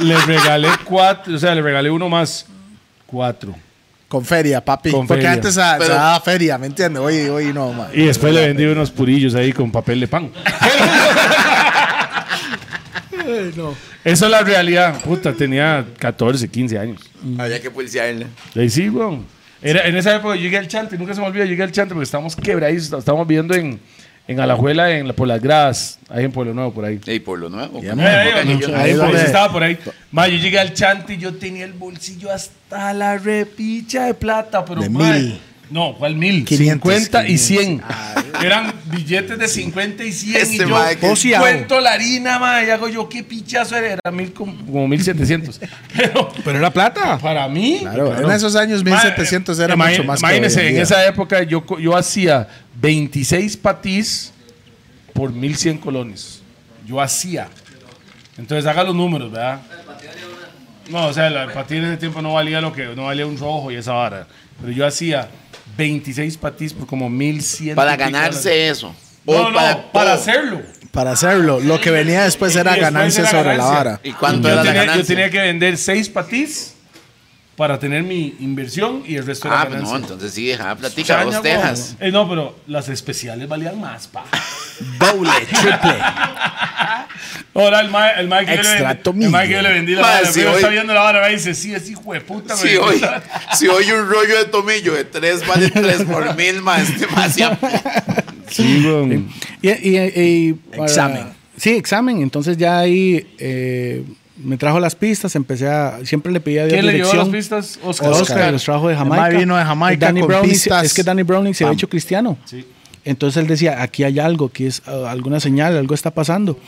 Speaker 12: le regalé cuatro, o sea, le regalé uno más. Cuatro.
Speaker 1: Con feria, papi.
Speaker 12: Con
Speaker 1: Porque
Speaker 12: feria.
Speaker 1: antes se- se
Speaker 2: Pero-
Speaker 1: daba feria, ¿me entiendes? Hoy, hoy no, mae.
Speaker 12: Y después le vendí unos purillos ahí con papel de pan. Eso es la realidad. Puta, tenía 14, 15 años.
Speaker 2: Había que pulsearle.
Speaker 12: Ahí sí, weón. Era, en esa época yo llegué al chante, nunca se me olvida, llegué al chante porque estábamos quebradizos, estábamos viendo en, en Alajuela, en, la- por las gradas, ahí en Pueblo Nuevo, por ahí.
Speaker 2: Y por lo nuevo.
Speaker 1: Ya,
Speaker 2: por-
Speaker 1: mae.
Speaker 12: Ahí, ahí,
Speaker 1: no,
Speaker 12: ahí,
Speaker 1: ahí
Speaker 12: por-
Speaker 1: donde-
Speaker 12: estaba por ahí. Ma, yo llegué al chante y yo tenía el bolsillo hasta la repicha de plata, pero
Speaker 1: De
Speaker 12: ma,
Speaker 1: mil.
Speaker 12: No, ¿cuál mil?
Speaker 1: 500,
Speaker 12: 50 y 100. Eran billetes de 50 y 100
Speaker 2: Este
Speaker 12: y yo
Speaker 2: ma, que-
Speaker 12: poseado. cuento la harina, ma, y hago yo qué pichazo era, era mil como, como 1700. Pero
Speaker 3: pero era plata.
Speaker 12: para mí,
Speaker 1: Claro, en esos años
Speaker 12: Ma,
Speaker 1: 1700 era
Speaker 12: eh,
Speaker 1: mucho
Speaker 12: imagín-
Speaker 1: más que
Speaker 12: Imagínense,
Speaker 1: hoy en
Speaker 12: en
Speaker 1: día.
Speaker 12: esa época yo, co- yo hacía 26 patís por 1100 colones. Yo hacía. Entonces haga los números, ¿verdad? No, o sea, el patí en ese tiempo no valía lo que no valía un rojo y esa vara. Pero yo hacía 26 patís por como 1100
Speaker 2: Para
Speaker 12: y pico
Speaker 2: ganarse eso. O
Speaker 12: dólares. No, no, para,
Speaker 2: todo.
Speaker 12: hacerlo.
Speaker 1: Para hacerlo, lo que venía después era
Speaker 12: Y después
Speaker 1: ganancia
Speaker 12: era
Speaker 1: sobre la
Speaker 12: ganancia.
Speaker 1: vara.
Speaker 2: ¿Y cuánto
Speaker 12: Yo
Speaker 2: era la
Speaker 12: tenía,
Speaker 2: ganancia?
Speaker 12: yo tenía que vender 6 patís para tener mi inversión y el resto era
Speaker 2: Ah, pues
Speaker 12: ganancia.
Speaker 2: no, entonces sí, deja, platica
Speaker 12: Chaña,
Speaker 2: vos,
Speaker 12: huevón.
Speaker 2: Tejas.
Speaker 12: Eh, no, pero las especiales valían más, pa.
Speaker 3: doble, triple.
Speaker 4: Ahora el mae, el mae que yo le
Speaker 1: Extra
Speaker 4: vendí, el mae que yo le vendí la
Speaker 2: Mae,
Speaker 4: vara,
Speaker 2: sí,
Speaker 4: pero
Speaker 2: hoy-
Speaker 4: está viendo la vara, mae, y dice, sí, es hijo de puta, me
Speaker 2: Si
Speaker 4: vendió
Speaker 2: hoy,
Speaker 4: la-
Speaker 2: si hoy un rollo de tomillo de tres vale tres por mil, más este más ya- pues
Speaker 12: Sí, weón.
Speaker 3: Y, y- y- para-
Speaker 1: Examen.
Speaker 3: Sí, examen. Entonces ya ahí eh, me trajo las pistas, empecé a... Siempre le pedía a Dios
Speaker 4: ¿Quién le llevó
Speaker 3: dirección.
Speaker 4: las pistas? Oscar.
Speaker 3: Oscar, los trajo de
Speaker 1: El
Speaker 3: Jamaica.
Speaker 1: mae vino de Jamaica
Speaker 3: Danny
Speaker 1: con
Speaker 3: Browning-
Speaker 1: pistas.
Speaker 3: Es que Danny Browning se había
Speaker 1: Pam.
Speaker 3: hecho cristiano. Entonces él decía, aquí hay algo, aquí es uh, alguna señal, algo está pasando.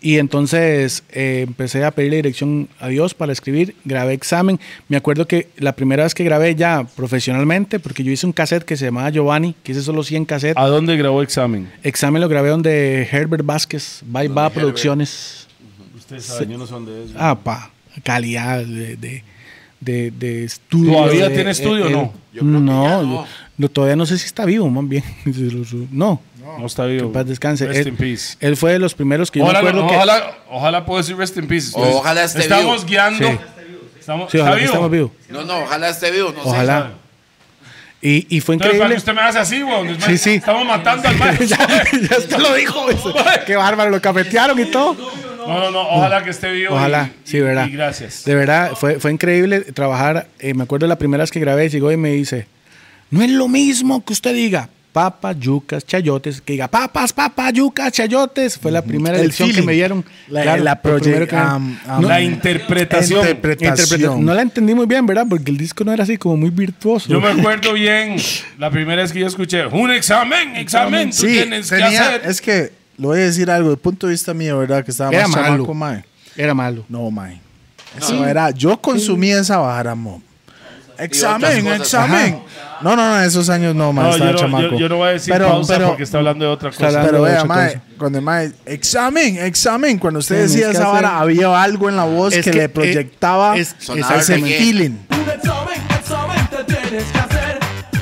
Speaker 3: Y entonces eh, empecé a pedirle dirección a Dios para escribir, grabé examen. Me acuerdo que la primera vez que grabé ya profesionalmente, porque yo hice un cassette que se llamaba Giovanni, que hice solo 100 cassettes.
Speaker 4: ¿A dónde grabó examen?
Speaker 3: Examen lo grabé donde Herbert Vázquez, Bye Bye Producciones.
Speaker 4: Ustedes saben, yo no sé dónde es.
Speaker 3: Ah, pa, calidad de, de, de- de estudio.
Speaker 4: ¿Todavía
Speaker 3: de-
Speaker 4: tiene estudio o no?
Speaker 2: Yo creo que
Speaker 3: no,
Speaker 2: ya no.
Speaker 3: yo- no, todavía no sé si está vivo, más bien. No,
Speaker 4: No está vivo.
Speaker 3: que paz descanse.
Speaker 4: Rest
Speaker 3: él,
Speaker 4: in peace.
Speaker 3: él fue de los primeros que yo
Speaker 4: Ojalá,
Speaker 3: me acuerdo que...
Speaker 4: ojalá, ojalá pueda decir rest in peace.
Speaker 2: Ojalá esté
Speaker 4: Estamos
Speaker 2: vivo.
Speaker 4: guiando.
Speaker 3: Sí.
Speaker 4: Estamos,
Speaker 3: Sí, ojalá que
Speaker 4: ¿Está
Speaker 3: estemos
Speaker 4: vivo?
Speaker 3: vivos.
Speaker 2: No, no, ojalá esté vivo. No
Speaker 3: Ojalá. Y, y fue
Speaker 4: Entonces, ¿para
Speaker 3: increíble.
Speaker 4: que usted me hace así, weón?
Speaker 3: Sí, sí.
Speaker 4: Estamos matando al mal.
Speaker 3: ya hasta lo dijo. Qué bárbaro, lo cafetearon y todo.
Speaker 4: No, no, no. Ojalá que esté vivo.
Speaker 3: Ojalá,
Speaker 4: y-
Speaker 3: sí,
Speaker 4: y-
Speaker 3: verdad.
Speaker 4: Y gracias.
Speaker 3: De verdad, fue, fue increíble trabajar. eh, me acuerdo la primera vez que grabé, llegó y me dice, no es lo mismo que usted diga papas, yucas, chayotes, que diga papas, papas, yucas, chayotes. Fue la primera
Speaker 1: El
Speaker 3: lección
Speaker 1: feeling.
Speaker 3: que me dieron.
Speaker 1: La-
Speaker 3: Claro,
Speaker 1: la
Speaker 3: lo primero
Speaker 1: proye-
Speaker 3: que me-
Speaker 1: am- am-
Speaker 3: No,
Speaker 4: La interpretación.
Speaker 3: interpreta-
Speaker 1: Interpretación.
Speaker 3: No la entendí muy bien, ¿verdad? Porque el disco no era así como muy virtuoso.
Speaker 4: Yo me acuerdo bien la primera vez que yo escuché un examen, examen, tú
Speaker 1: Sí,
Speaker 4: tienes que
Speaker 1: tenía,
Speaker 4: hacer.
Speaker 1: es que lo voy a decir algo, desde el punto de vista mío, ¿verdad? Que estaba
Speaker 3: Era
Speaker 1: más
Speaker 3: malo.
Speaker 1: chamaco, mae.
Speaker 3: Era malo.
Speaker 1: No, mae. Eso era, yo consumí esa vara, mo. Examen,
Speaker 2: cosas.
Speaker 1: examen. No, no, no, esos años no, mae,
Speaker 4: No,
Speaker 1: estaba
Speaker 4: yo, no,
Speaker 1: chamaco.
Speaker 4: yo- yo no voy a decir
Speaker 1: pero,
Speaker 4: pausa
Speaker 1: pero,
Speaker 4: porque está hablando de otra cosa.
Speaker 3: hablando
Speaker 1: pero
Speaker 3: de
Speaker 1: vea,
Speaker 3: otra
Speaker 1: mae,
Speaker 3: cosa.
Speaker 1: cuando el mae, examen, examen, cuando usted
Speaker 3: Tienes
Speaker 1: decía
Speaker 3: que
Speaker 1: esa vara,
Speaker 3: hacer-
Speaker 1: había algo en la voz
Speaker 3: Es
Speaker 1: que,
Speaker 3: que,
Speaker 1: le
Speaker 3: eh,
Speaker 1: proyectaba
Speaker 3: es-
Speaker 2: Sonaba
Speaker 1: ese
Speaker 2: reggae.
Speaker 1: feeling.
Speaker 17: Un examen, examen te tienes que hacer.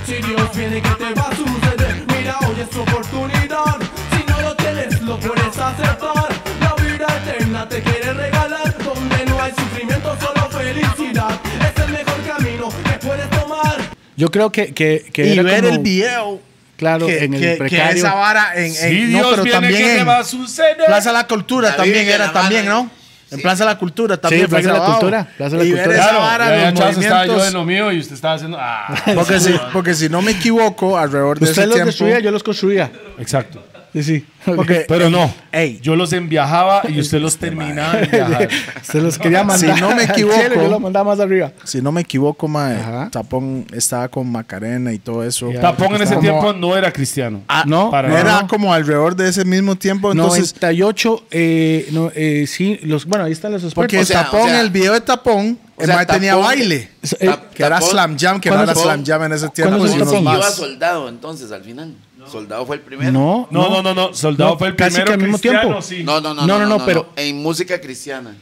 Speaker 17: Si Dios viene, ¿qué te va a suceder? Mira, hoy es tu oportunidad. Si no lo tienes, lo puedes aceptar. La vida eterna te quiere regalar. Donde no hay sufrimiento, solo felicidad. Es el mejor camino que puedes tomar.
Speaker 3: Yo creo que... que, que
Speaker 1: y
Speaker 3: era
Speaker 1: ver
Speaker 3: como-
Speaker 1: el video.
Speaker 3: Claro,
Speaker 1: que,
Speaker 3: en el
Speaker 1: que- que
Speaker 3: precario.
Speaker 1: esa vara en, en-
Speaker 4: Si
Speaker 1: no,
Speaker 4: Dios
Speaker 1: pero
Speaker 4: viene,
Speaker 1: también
Speaker 4: ¿qué
Speaker 1: en
Speaker 4: te va a suceder?
Speaker 1: Plaza de la Cultura
Speaker 2: La
Speaker 1: también
Speaker 2: Virgen,
Speaker 1: era
Speaker 2: la
Speaker 1: también,
Speaker 2: madre.
Speaker 1: ¿no? En Plaza de la Cultura también fue
Speaker 3: Plaza de la
Speaker 1: grabado.
Speaker 3: Cultura, Plaza de la
Speaker 1: Y ver
Speaker 3: Cultura.
Speaker 1: esa
Speaker 4: Claro,
Speaker 1: vara,
Speaker 4: ya, ya,
Speaker 1: los
Speaker 4: chavos, estaba yo en
Speaker 1: movimientos.
Speaker 4: lo mío y usted estaba haciendo. Ah,
Speaker 1: Porque si, porque si no me equivoco, alrededor de
Speaker 3: Usted
Speaker 1: ese
Speaker 3: los
Speaker 1: tiempo...
Speaker 3: destruía, yo los construía.
Speaker 4: exacto.
Speaker 3: Sí, sí.
Speaker 1: porque-
Speaker 4: Pero no.
Speaker 1: Ey. Este
Speaker 4: Yo los enviajaba y usted los terminaba de enviajar.
Speaker 3: Se los quería mandar.
Speaker 1: Si no me
Speaker 3: al
Speaker 1: equivoco-
Speaker 3: cielo, yo los mandaba más arriba.
Speaker 1: Si no me equivoco, mae,
Speaker 3: Ajá.
Speaker 1: Tapón estaba con Macarena y todo eso.
Speaker 4: Tapón en ese
Speaker 1: Como-
Speaker 4: tiempo no era cristiano.
Speaker 1: Ah,
Speaker 3: No,
Speaker 4: para
Speaker 1: no
Speaker 4: nada.
Speaker 1: era como alrededor de ese mismo tiempo, entonces...
Speaker 3: 98, eh, no, eh, sí, los, bueno, ahí están los
Speaker 1: Porque
Speaker 2: O
Speaker 3: expertos.
Speaker 2: sea,
Speaker 1: Tapón,
Speaker 2: o sea-
Speaker 1: el video de Tapón, el
Speaker 2: sea,
Speaker 1: mae tenía
Speaker 2: Tapón-
Speaker 1: baile.
Speaker 3: Es-
Speaker 1: Que
Speaker 3: eh,
Speaker 1: era
Speaker 2: Tapón-
Speaker 1: Slam Jam, que no
Speaker 3: ¿Cuándo
Speaker 1: era
Speaker 2: Tapón-
Speaker 1: Slam Jam en ese tiempo.
Speaker 3: ¿cuándo se
Speaker 1: y unos
Speaker 3: Tapón?
Speaker 2: Iba
Speaker 1: más.
Speaker 2: soldado entonces al final. Soldado fue el primero.
Speaker 3: no,
Speaker 4: No, no, no, no. Soldado
Speaker 3: No,
Speaker 4: fue el
Speaker 3: casi
Speaker 4: primero.
Speaker 3: que al mismo
Speaker 4: cristiano,
Speaker 3: tiempo.
Speaker 4: sí.
Speaker 2: No, no, no,
Speaker 3: No, no, no, pero-
Speaker 2: En música cristiana.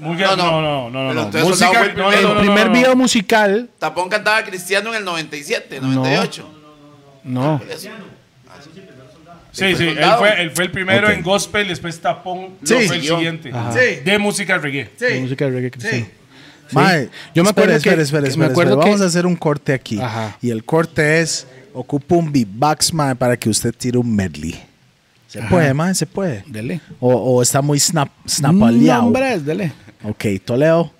Speaker 4: Muy bien,
Speaker 2: No,
Speaker 4: No,
Speaker 2: no.
Speaker 4: no, no, no,
Speaker 2: Pero
Speaker 4: no.
Speaker 2: entonces
Speaker 4: Música-
Speaker 2: Soldado fue el
Speaker 4: no, no,
Speaker 2: primero.
Speaker 4: no,
Speaker 3: El
Speaker 4: no,
Speaker 3: primer
Speaker 4: no, no.
Speaker 3: video musical,
Speaker 2: Tapón cantaba cristiano en el 97, 98.
Speaker 3: no.
Speaker 2: Eso.
Speaker 4: Sí, sí, él
Speaker 2: Soldado.
Speaker 4: fue, él fue el primero
Speaker 1: Ok.
Speaker 4: en gospel, después Tapón
Speaker 1: Sí.
Speaker 4: fue el
Speaker 2: Siguió.
Speaker 4: siguiente.
Speaker 1: Sí.
Speaker 4: De música reggae.
Speaker 3: de música de reggae cristiano.
Speaker 1: Mae,
Speaker 3: Yo me acuerdo que-
Speaker 1: espera, espera,
Speaker 3: que
Speaker 1: espera,
Speaker 3: me acuerdo
Speaker 1: espera.
Speaker 3: que-
Speaker 1: Vamos a hacer un corte aquí.
Speaker 3: Ajá.
Speaker 1: Y el corte es: ocupa un beatbox, mae, para que usted tire un medley. Se puede, mae, se puede.
Speaker 3: Dele.
Speaker 1: O, o está muy snap,
Speaker 3: No,
Speaker 1: snapaleado.
Speaker 3: hombre, dele.
Speaker 1: ok, Toledo.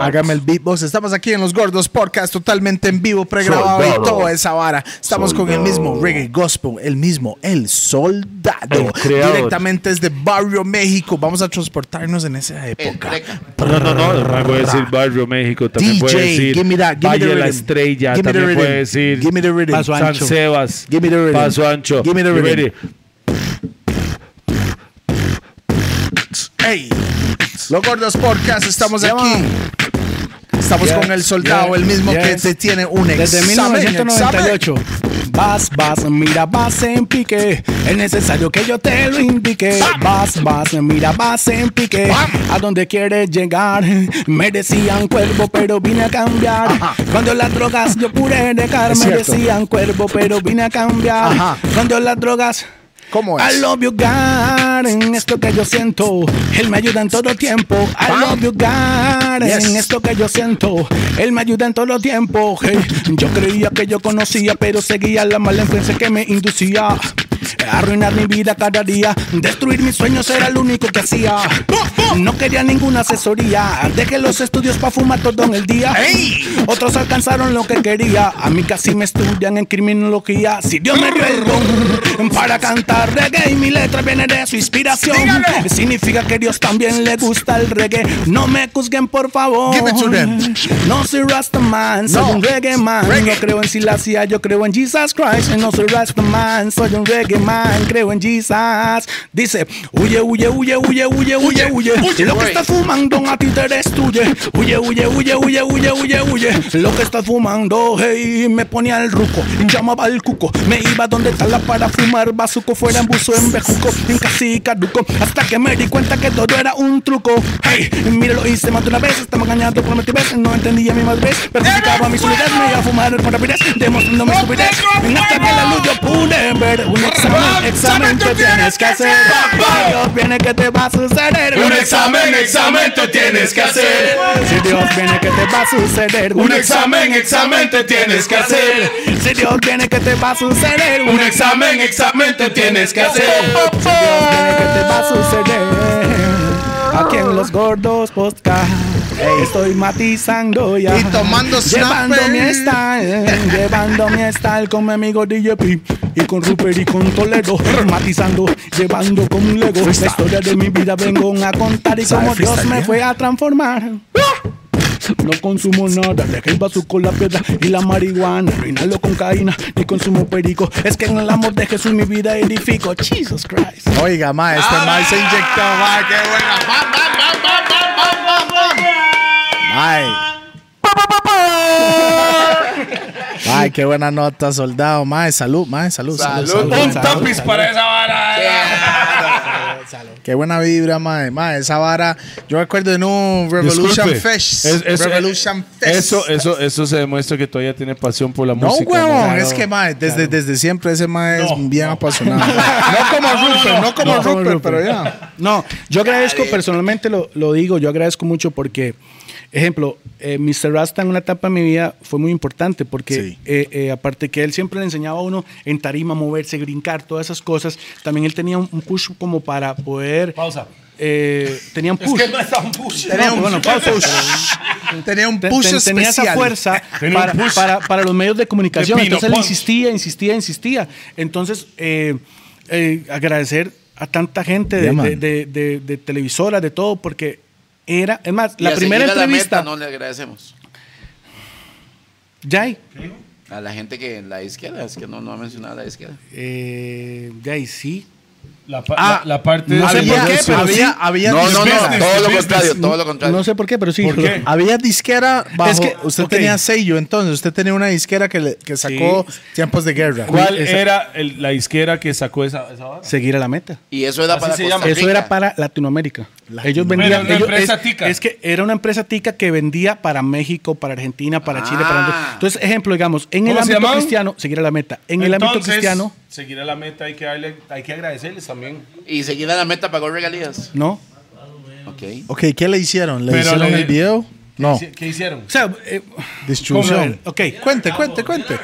Speaker 1: Hágame el beatbox. Estamos aquí en Los Gordos Podcast, totalmente en vivo, pregrabado y toda esa vara. Estamos con el mismo reggae gospel, el mismo El Soldado.
Speaker 12: El creador.
Speaker 1: Directamente desde Barrio México. Vamos a transportarnos en esa
Speaker 2: El
Speaker 1: época.
Speaker 2: Treca.
Speaker 12: No, no, no. También puede decir Barrio México. También
Speaker 1: DJ,
Speaker 12: puede decir
Speaker 1: Ah. give me that, give me
Speaker 12: Valle
Speaker 1: the
Speaker 12: de la
Speaker 1: rhythm.
Speaker 12: Estrella.
Speaker 1: Give me the
Speaker 12: También
Speaker 1: rhythm.
Speaker 12: puede decir
Speaker 1: Give me the rhythm. Paso
Speaker 12: San
Speaker 1: ancho.
Speaker 12: Sebas.
Speaker 1: Give me the rhythm.
Speaker 12: Paso ancho.
Speaker 1: Give me the
Speaker 12: You
Speaker 1: rhythm.
Speaker 12: ready?
Speaker 1: Hey, los gordos podcast, estamos aquí. Estamos con el soldado, el mismo
Speaker 3: yes.
Speaker 1: que te tiene un
Speaker 3: Desde
Speaker 1: examen.
Speaker 3: 1998. Vas, vas, mira, vas en pique. Es necesario que yo te lo indique. Vas, vas, mira, vas en pique. A donde quieres llegar. Me decían cuervo, pero vine a cambiar. Cuando las drogas yo pude dejar. Me
Speaker 1: cierto.
Speaker 3: decían cuervo, pero vine a cambiar.
Speaker 1: Ajá.
Speaker 3: Cuando las drogas.
Speaker 1: ¿Cómo es?
Speaker 3: I love you, Karen, esto que yo siento, Él me ayuda en todo tiempo. I love you, Karen,
Speaker 1: Yes.
Speaker 3: esto que yo siento, Él me ayuda en todo tiempo. Hey, yo creía que yo conocía, pero seguía la mala influencia que me inducía.
Speaker 18: Arruinar mi vida cada día. Destruir mis sueños era lo único que hacía. No quería ninguna asesoría. Dejé los estudios para fumar todo en el día. Otros alcanzaron lo que quería. A mí casi me estudian en criminología. Si Dios me dio el don para cantar reggae y mi letra viene de su inspiración. Significa que Dios también le gusta el reggae. No me juzguen, por favor.
Speaker 1: Give it to them.
Speaker 18: No soy Rastaman, soy
Speaker 1: No.
Speaker 18: un reggae man. No creo en Silasia, yo creo en Jesus Christ. No soy Rastaman, soy un reggae man, creo en Jesus. Dice, huye, huye, huye, huye, huye, huye, huye. Lo que estás fumando a ti te destruye. Huye, huye, huye, huye, huye, huye, huye. Lo que estás fumando, hey, me ponía al ruco. Llamaba al cuco, me iba donde tala para fumar bazuco. Fuera en buzo, en bejuco, en casi caduco. Hasta que me di cuenta que todo era un truco. Hey, mira lo hice más de una vez, estaba engañando por vez. No entendía mi madurez, perjudicaba mi solidez. Me iba a fumar con rapidez, demostrando mi estupidez. Hasta que la luz yo pude ver un examen, examen que tienes que hacer. Dios viene que te va a suceder. Un
Speaker 13: examen, examen te tienes que hacer.
Speaker 18: Si Dios viene que te va a suceder.
Speaker 13: Un examen, examen te tienes que hacer.
Speaker 18: Si Dios viene que te va a suceder.
Speaker 13: Un examen, examen te tienes que hacer.
Speaker 18: Tiene que te va a suceder. Aquí en los gordos podcast. Estoy matizando ya.
Speaker 1: Y tomando
Speaker 18: Llevando
Speaker 1: snapper.
Speaker 18: mi style. llevando mi style con mi amigo DJ P. Y con Rupert y con Toledo. matizando, llevando como un lego. La historia de mi vida vengo a contar. Y como Dios me fue a transformar. No consumo nada, dejé el vaso con la piedra y la marihuana, reinalo con caína, ni consumo perico. Es que en el amor de Jesús mi vida edifico. Jesus Christ.
Speaker 1: Oiga, ma, este ma se inyectó, ma, qué buena. Ma, ma, ma, ma, ma, ma, ma, ma. Mae. Mae, qué buena nota, soldado. Mae, salud, mae, salud, salud, salud.
Speaker 13: Un
Speaker 1: salud.
Speaker 13: tapiz para esa vara.
Speaker 1: Qué buena vibra, mae. Mae, esa vara. Yo recuerdo en un Revolution
Speaker 4: Disculpe.
Speaker 1: Fest.
Speaker 4: Es-
Speaker 12: eh,
Speaker 4: es-
Speaker 1: Revolution Fest.
Speaker 4: Eso, eso, eso se demuestra que todavía tiene pasión por la
Speaker 1: No,
Speaker 4: música.
Speaker 1: huevón, es que mae, desde, desde siempre ese mae es bien apasionado. No como Rupert, no, como
Speaker 3: No como
Speaker 1: Rupert,
Speaker 3: Rupert.
Speaker 1: pero ya.
Speaker 3: No, yo agradezco, personalmente lo, lo digo, yo agradezco mucho porque, ejemplo, eh, Mr. Rasta en una etapa de mi vida fue muy importante porque,
Speaker 1: Sí.
Speaker 3: eh, eh, aparte que él siempre le enseñaba a uno en tarima, moverse, brincar, todas esas cosas, también él tenía un, un push como para poder...
Speaker 13: Pausa.
Speaker 3: eh, tenía un push. pues
Speaker 1: Tenía un,
Speaker 3: bueno, pausa.
Speaker 1: tenía un
Speaker 3: Te-
Speaker 1: push
Speaker 3: te-
Speaker 1: especial.
Speaker 3: tenía esa fuerza para, para- para los medios de comunicación.
Speaker 13: Pepino
Speaker 3: Entonces él
Speaker 13: punch.
Speaker 3: insistía, insistía, insistía. Entonces, eh, eh, agradecer a tanta gente de,
Speaker 1: Yeah, man.
Speaker 3: de, de- de- de televisoras, de todo, porque era, es más,
Speaker 2: Y
Speaker 3: la
Speaker 2: a
Speaker 3: primera
Speaker 2: seguir a la
Speaker 3: entrevista,
Speaker 2: meta, no le agradecemos.
Speaker 3: Jay,
Speaker 2: A la gente que la izquierda, es que no, no ha mencionado a la izquierda.
Speaker 3: eh, Jay, sí.
Speaker 4: La, pa- la- la parte
Speaker 3: no
Speaker 4: de-
Speaker 3: sé por qué, pero
Speaker 1: había, había
Speaker 2: No, no, no,
Speaker 1: disquera.
Speaker 2: todo lo contrario, todo lo contrario.
Speaker 3: No sé por qué, pero sí.
Speaker 4: qué?
Speaker 1: Había disquera bajo.
Speaker 3: que,
Speaker 1: usted
Speaker 3: ok.
Speaker 1: tenía sello, entonces. Usted tenía una disquera que, le- que sacó tiempos de guerra.
Speaker 4: ¿Cuál
Speaker 3: Esa-
Speaker 4: era el- la izquierda que sacó esa, esa vara?
Speaker 3: Seguir a la meta.
Speaker 2: Y eso era
Speaker 4: Así
Speaker 2: para
Speaker 4: se
Speaker 2: Costa
Speaker 4: llama.
Speaker 2: Rica.
Speaker 3: Eso era para Latinoamérica. Ellos
Speaker 4: Era
Speaker 3: vendían.
Speaker 4: una
Speaker 3: ellos-
Speaker 4: empresa
Speaker 3: es,
Speaker 4: tica.
Speaker 3: es que era una empresa tica que vendía para México, para Argentina, para Chile, para Honduras. Entonces, ejemplo, digamos, en el
Speaker 4: ¿Cómo se
Speaker 3: ámbito
Speaker 4: llamaban?
Speaker 3: cristiano, seguir a la meta. En el ámbito
Speaker 4: Entonces,
Speaker 3: cristiano,
Speaker 4: Seguir a la meta, hay que, darle, hay que agradecerles también.
Speaker 2: Y seguida la meta pagó regalías.
Speaker 3: no.
Speaker 2: Ok.
Speaker 1: Ok, ¿qué le hicieron? ¿Le
Speaker 4: Pero
Speaker 1: hicieron
Speaker 4: le-
Speaker 1: el video? No,
Speaker 4: ¿Qué- ¿Qué hicieron?
Speaker 3: O sea, eh,
Speaker 1: distribución.
Speaker 3: ¿Cómo era? Ok. pues,
Speaker 1: Cuente, cuente, cuente.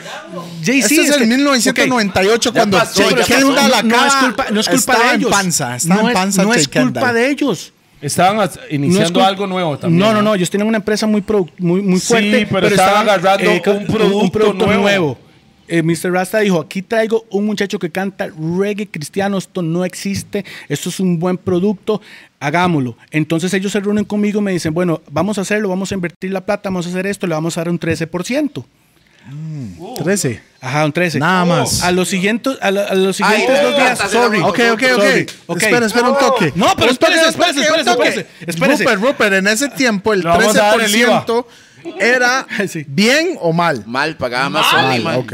Speaker 1: Este
Speaker 3: Jay-Z
Speaker 1: es, el
Speaker 3: que- ok.
Speaker 1: 1998 cuando
Speaker 2: pasó, ya
Speaker 1: Jay
Speaker 2: pasó.
Speaker 1: Kendall
Speaker 3: No,
Speaker 1: acá
Speaker 3: no es culpa, no es culpa
Speaker 1: estaba
Speaker 3: de ellos.
Speaker 1: en panza. Estaba
Speaker 3: no
Speaker 1: en
Speaker 3: es-
Speaker 1: panza
Speaker 3: no es,
Speaker 1: Jay Kendall.
Speaker 3: culpa de ellos.
Speaker 4: Estaban as-
Speaker 3: No es
Speaker 4: iniciando
Speaker 3: cul-
Speaker 4: algo nuevo también.
Speaker 3: No, no, no. Ellos tienen una empresa muy, produ- muy, muy
Speaker 4: Sí,
Speaker 3: fuerte.
Speaker 4: pero estaban agarrando
Speaker 3: con-
Speaker 4: un producto nuevo.
Speaker 3: Eh, Mr. Rasta dijo, aquí traigo un muchacho que canta reggae cristiano, esto no existe, esto es un buen producto, hagámoslo. Entonces ellos se reúnen conmigo y me dicen, bueno, vamos a hacerlo, vamos a invertir la plata, vamos a hacer esto, le vamos a dar un 13%.
Speaker 1: 13.
Speaker 3: Ajá, un 13%.
Speaker 1: Nada más.
Speaker 3: A los siguientes, a, la- a los siguientes
Speaker 2: oh,
Speaker 3: dos días,
Speaker 2: hasta se
Speaker 3: sorry.
Speaker 2: la-
Speaker 1: Ok, ok,
Speaker 3: Sorry,
Speaker 1: ok.
Speaker 3: ok.
Speaker 1: Espera, espera un toque.
Speaker 3: No, pero
Speaker 1: Un
Speaker 3: espérese,
Speaker 1: toque,
Speaker 3: espérese,
Speaker 1: un
Speaker 3: espérese,
Speaker 1: toque.
Speaker 3: espérese, espérese.
Speaker 1: Rupert, Rupert, en ese tiempo el
Speaker 4: vamos a dar el
Speaker 1: 13% era
Speaker 3: Sí.
Speaker 1: bien o mal.
Speaker 2: Mal, pagaba más o
Speaker 1: Mal,
Speaker 2: menos.
Speaker 1: ok.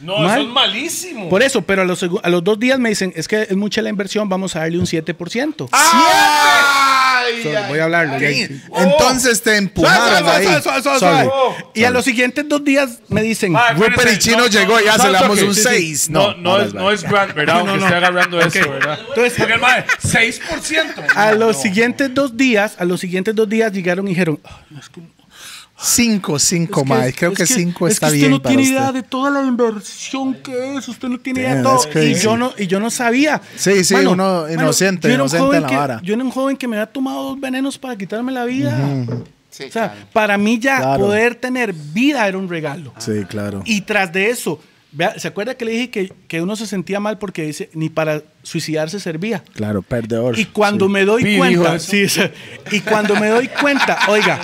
Speaker 4: No,
Speaker 3: Mal.
Speaker 4: eso es malísimo.
Speaker 3: Por eso, pero a los, segu- a los dos días me dicen, es que es mucha la inversión, vamos a darle un 7%.
Speaker 4: Ah,
Speaker 2: Ay,
Speaker 3: Sorry,
Speaker 2: ay.
Speaker 3: voy a hablarlo. ya.
Speaker 1: Entonces te empujaron
Speaker 3: Suave,
Speaker 1: ahí.
Speaker 3: suave, suave, suave, suave.
Speaker 4: Oh.
Speaker 3: Y a los siguientes dos días me dicen,
Speaker 4: Ah, espérese,
Speaker 1: Rupert y Chino llegó y ya se le damos
Speaker 4: ok,
Speaker 1: un
Speaker 4: sí, sí.
Speaker 1: seis.
Speaker 4: No,
Speaker 1: No,
Speaker 4: no, es, no es Grant, ¿verdad? Aunque esté agarrando eso, ¿verdad?
Speaker 3: Entonces-
Speaker 4: Porque, madre, 6%.
Speaker 3: a
Speaker 4: No,
Speaker 3: los
Speaker 4: no.
Speaker 3: siguientes dos días, a los siguientes dos días llegaron y dijeron, "Ay, "Ah, es que no-
Speaker 1: Cinco, cinco, Mike. Creo que, cinco está
Speaker 3: usted
Speaker 1: bien
Speaker 3: no
Speaker 1: para
Speaker 3: tiene
Speaker 1: usted.
Speaker 3: idea de toda la inversión que es, usted no tiene idea de
Speaker 1: Damn, that's
Speaker 3: todo. Y
Speaker 1: crazy.
Speaker 3: yo, no, y yo no sabía.
Speaker 1: Sí, sí, uno inocente,
Speaker 3: yo era un
Speaker 1: inocente
Speaker 3: joven
Speaker 1: en la
Speaker 3: que-
Speaker 1: vara.
Speaker 3: Yo era un joven que me había tomado dos venenos para quitarme la vida.
Speaker 2: Sí,
Speaker 3: O sea,
Speaker 2: claro.
Speaker 3: para mí ya
Speaker 1: Claro.
Speaker 3: poder tener vida era un regalo.
Speaker 1: Sí, claro.
Speaker 3: Y tras de eso, vea, ¿se acuerda que le dije que, que uno se sentía mal porque dice, ni para suicidarse servía?
Speaker 1: Claro, perdedor.
Speaker 3: Y cuando me doy
Speaker 12: Pi dijo
Speaker 3: cuenta,
Speaker 12: eso.
Speaker 3: sí, o sea, y cuando me doy cuenta, oiga,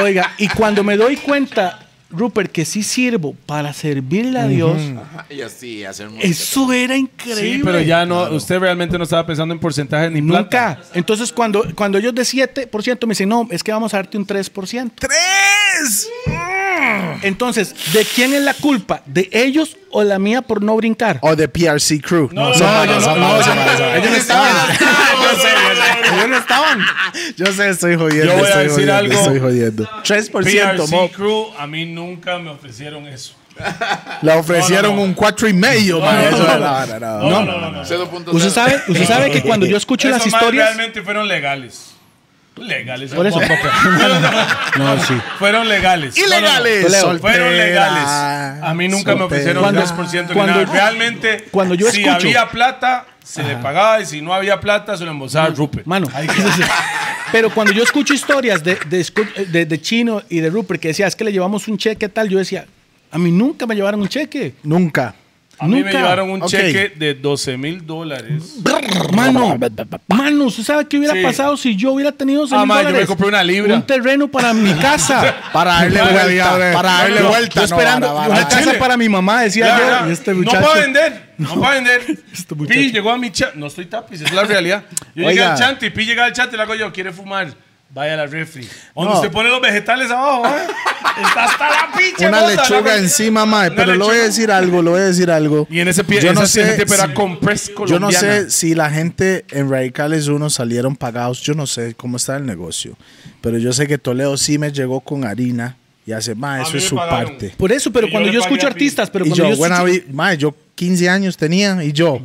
Speaker 3: oiga, y cuando me doy cuenta, Rupert, que sí sirvo para servirle a Dios,
Speaker 2: Y así, hacer música.
Speaker 3: eso era increíble.
Speaker 12: Sí, pero ya no, usted realmente no estaba pensando en porcentaje ni
Speaker 3: Nunca.
Speaker 12: plata.
Speaker 3: Entonces, cuando, cuando ellos de 7% me dicen, no, es que vamos a darte un 3%.
Speaker 1: ¡Tres!
Speaker 3: Entonces, ¿de quién es la culpa? ¿De ellos o la mía por no brincar?
Speaker 1: O de PRC Crew. No, son
Speaker 12: no,
Speaker 1: malos,
Speaker 12: yo no-
Speaker 1: son
Speaker 12: no,
Speaker 1: malos,
Speaker 12: no,
Speaker 1: son malos.
Speaker 12: no, no,
Speaker 1: Ellos no
Speaker 12: no,
Speaker 1: estaban. Ellos no estaban. Yo sé, estoy jodiendo.
Speaker 12: Yo voy a
Speaker 1: estoy
Speaker 12: decir
Speaker 1: jodiendo,
Speaker 12: algo.
Speaker 1: Estoy jodiendo. 3%, mo.
Speaker 4: PRC Crew, a mí nunca me ofrecieron eso.
Speaker 1: Le ofrecieron
Speaker 4: No, no, no.
Speaker 1: un cuatro y medio, man. Eso era la vara, no.
Speaker 4: No, no, no. no, no.
Speaker 2: 0.0.
Speaker 3: Usted sabe, usted sabe que cuando yo escucho las
Speaker 4: Esos maes
Speaker 3: historias...
Speaker 4: realmente fueron legales. Legales.
Speaker 3: Por eso.
Speaker 4: no, sí. Fueron legales. No, no, no.
Speaker 1: Ilegales.
Speaker 4: Fueron
Speaker 1: soltera,
Speaker 4: legales. A mí nunca me ofrecieron
Speaker 1: soltera.
Speaker 4: un
Speaker 3: Cuando-
Speaker 4: 3% ni
Speaker 3: cuando
Speaker 4: nada.
Speaker 3: yo-
Speaker 4: Realmente,
Speaker 3: cuando yo
Speaker 4: si
Speaker 3: escucho-
Speaker 4: había plata, se le pagaba y si no había plata, se lo embolsaba a Rupert.
Speaker 3: Mano, pero cuando yo escucho historias de, de, escu- de- de Chino y de Rupert que decía, es que le llevamos un cheque a tal, yo decía, a mí nunca me llevaron un cheque.
Speaker 1: Nunca.
Speaker 4: a mí me
Speaker 3: nunca.
Speaker 4: llevaron un
Speaker 1: Ok.
Speaker 4: cheque de 12 mil dólares.
Speaker 3: Mano, mano, ¿usted sabe qué hubiera
Speaker 4: Sí.
Speaker 3: pasado si yo hubiera tenido 12
Speaker 4: Ah,
Speaker 3: mil
Speaker 4: ma, yo
Speaker 3: dólares?
Speaker 4: me compré una libra.
Speaker 3: Un terreno para mi casa.
Speaker 1: Para darle vuelta. Para darle
Speaker 3: Yo-
Speaker 1: vuelta.
Speaker 3: yo
Speaker 1: no,
Speaker 3: esperando
Speaker 1: vara, vara.
Speaker 3: una casa para mi mamá, decía
Speaker 4: Ah, Ya,
Speaker 3: yo.
Speaker 4: ya.
Speaker 3: y este
Speaker 4: no
Speaker 3: muchacho-
Speaker 4: puedo vender, no, puedo vender.
Speaker 3: muchacho.
Speaker 4: Pi llegó a mi chat, no estoy tapiz, es la realidad. Yo llegué
Speaker 1: Oiga.
Speaker 4: al chat y Pi llega al chat y le hago yo, ¿quiere fumar? Vaya a la refri. Donde
Speaker 1: No.
Speaker 4: usted pone los vegetales abajo, ¿eh? Está hasta la pinche.
Speaker 1: Una
Speaker 4: bota, la-
Speaker 1: lechuga encima, mae.
Speaker 4: Una
Speaker 1: Pero le voy a
Speaker 4: lechuga.
Speaker 1: decir algo, le voy a decir algo.
Speaker 4: Y en ese pie,
Speaker 1: Yo no
Speaker 4: esa
Speaker 1: sé
Speaker 4: gente
Speaker 1: si-
Speaker 4: pero era con press
Speaker 1: Yo no
Speaker 4: colombiana.
Speaker 1: sé si la gente en Radicales 1 salieron pagados. Yo no sé cómo está el negocio. Pero yo sé que Toledo sí me llegó con harina y hace, ma, eso
Speaker 4: mí
Speaker 1: es
Speaker 4: me
Speaker 1: su
Speaker 4: pagaron.
Speaker 1: parte.
Speaker 3: Por eso, pero
Speaker 4: Y yo
Speaker 3: cuando
Speaker 4: le
Speaker 3: yo
Speaker 4: pagué
Speaker 3: escucho
Speaker 4: a Pi.
Speaker 3: artistas, pero
Speaker 1: Y
Speaker 3: cuando
Speaker 1: yo,
Speaker 3: yo,
Speaker 1: buena
Speaker 3: escucho-
Speaker 1: vi- mae, yo 15 años tenía y yo,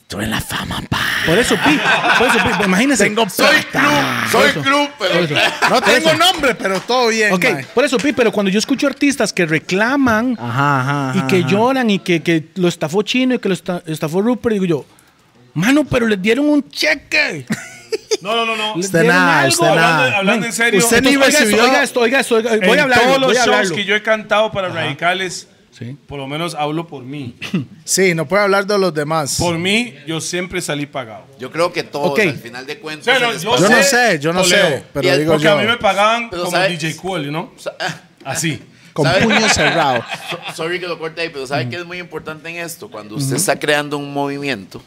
Speaker 1: estoy en la fama, pa.
Speaker 3: Por eso, Pi, por eso, Pi, imagínese.
Speaker 2: Soy club, soy club, pero.
Speaker 1: No tengo nombre, pero todo bien,
Speaker 3: Ok,
Speaker 1: mae.
Speaker 3: por eso, Pi, pero cuando yo escucho artistas que reclaman
Speaker 1: Ajá, ajá,
Speaker 3: y
Speaker 1: ajá,
Speaker 3: que
Speaker 1: ajá.
Speaker 3: lloran y que, que lo estafó Chino y que lo esta- estafó Rupert, digo yo, mano, pero les dieron un cheque.
Speaker 4: No, no, no, no.
Speaker 1: Usted
Speaker 3: ¿Vieron
Speaker 1: nada,
Speaker 3: algo?
Speaker 1: usted
Speaker 4: Hablando-
Speaker 1: nada.
Speaker 4: hablando en serio.
Speaker 1: Usted ni
Speaker 3: Entonces, oiga, esto,
Speaker 1: recibió...
Speaker 3: oiga esto, oiga esto, oiga- voy
Speaker 4: en
Speaker 3: a hablar.
Speaker 4: todos los
Speaker 3: voy a
Speaker 4: shows
Speaker 3: hablarlo.
Speaker 4: que yo he cantado para radicales, por lo menos hablo por mí.
Speaker 1: Sí, no puede hablar de los demás.
Speaker 4: Por mí, yo siempre salí pagado.
Speaker 2: Yo creo que todos,
Speaker 3: Ok.
Speaker 2: al final de cuentas.
Speaker 4: Sí, no,
Speaker 2: les
Speaker 4: yo
Speaker 2: pasa-
Speaker 1: Yo no
Speaker 4: sé,
Speaker 1: sé, yo no
Speaker 4: Toledo.
Speaker 1: sé,
Speaker 2: Y
Speaker 1: pero
Speaker 2: es
Speaker 1: digo
Speaker 4: Porque a mí me
Speaker 1: yo,
Speaker 4: pagaban
Speaker 2: Pero,
Speaker 4: como
Speaker 2: ¿sabe?
Speaker 4: DJ Cool, ¿no? Así.
Speaker 1: con
Speaker 2: ¿sabe?
Speaker 1: puño cerrado.
Speaker 2: So- Sorry que lo corte ahí, pero ¿sabe qué es muy importante en esto? Cuando usted está creando un movimiento,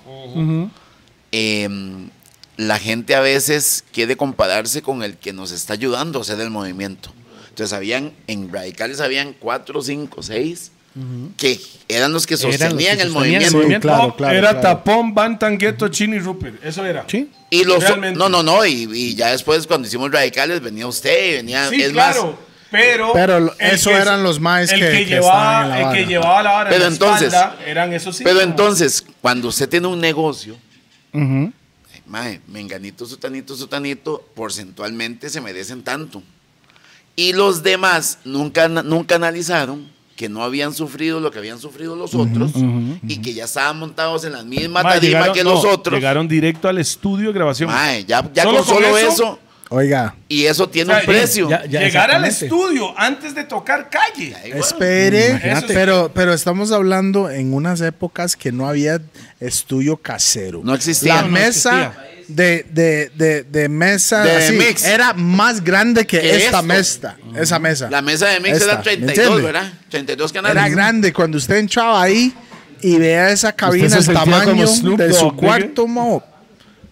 Speaker 2: em, la gente a veces quiere compararse con el que nos está ayudando a hacer el movimiento. Entonces, habían, en Radicales habían cuatro, cinco, seis, que eran los que sostenían, el, movimiento.
Speaker 1: movimiento. Claro,
Speaker 4: Top
Speaker 1: claro,
Speaker 4: era
Speaker 1: claro.
Speaker 4: Tapón, Bantan, Gueto, Chino y Rupert. Eso era.
Speaker 2: Y los,
Speaker 4: Realmente.
Speaker 2: no, no, no, y, y ya después cuando hicimos Radicales venía usted, y venía...
Speaker 4: Sí,
Speaker 2: es
Speaker 4: claro.
Speaker 2: más,
Speaker 4: pero
Speaker 1: Pero
Speaker 4: el
Speaker 1: eso eran los maes
Speaker 4: el
Speaker 1: que-
Speaker 4: que,
Speaker 1: que estaban
Speaker 4: llevaba,
Speaker 1: en la
Speaker 4: el
Speaker 1: vara.
Speaker 4: que llevaba la vara
Speaker 2: Pero
Speaker 4: en la
Speaker 2: entonces-
Speaker 4: espalda eran esos cinco.
Speaker 2: Pero entonces, cuando usted tiene un negocio, ay, mae, menganito, sutanito, sutanito, porcentualmente se merecen tanto. Y los demás nunca, ana- nunca analizaron que no habían sufrido lo que habían sufrido los otros y que ya estaban montados en la misma
Speaker 4: Ma,
Speaker 2: tarima
Speaker 4: llegaron-
Speaker 2: que
Speaker 4: no,
Speaker 2: los otros.
Speaker 4: Llegaron directo al estudio de grabación.
Speaker 2: Mae, ya, ya
Speaker 4: Solo
Speaker 2: con
Speaker 4: con
Speaker 2: solo eso,
Speaker 4: eso,
Speaker 1: Oiga,
Speaker 2: y eso tiene
Speaker 4: O sea,
Speaker 2: un precio.
Speaker 3: ya- ya-
Speaker 4: Llegar al
Speaker 3: exactamente.
Speaker 4: estudio antes de tocar calle.
Speaker 1: espere,
Speaker 4: Eso sí.
Speaker 1: pero, pero estamos hablando en unas épocas que no había estudio casero.
Speaker 2: No existía.
Speaker 1: La
Speaker 2: No, no
Speaker 1: mesa de, de, de, de mesa
Speaker 2: De
Speaker 1: así,
Speaker 2: mix.
Speaker 1: era más grande que,
Speaker 2: Que
Speaker 1: esta
Speaker 2: esto.
Speaker 1: mesa, esa mesa.
Speaker 2: la mesa de mix
Speaker 1: Esta,
Speaker 2: era
Speaker 1: ¿me
Speaker 2: 32,
Speaker 1: entiende?
Speaker 2: ¿verdad? 32 canales.
Speaker 1: Era grande. Cuando usted entraba ahí y veía esa cabina,
Speaker 12: se
Speaker 1: el
Speaker 12: sentía
Speaker 1: tamaño
Speaker 12: como Snoop
Speaker 1: de
Speaker 12: Dogg,
Speaker 1: su
Speaker 12: ¿sí?
Speaker 1: cuarto, mo,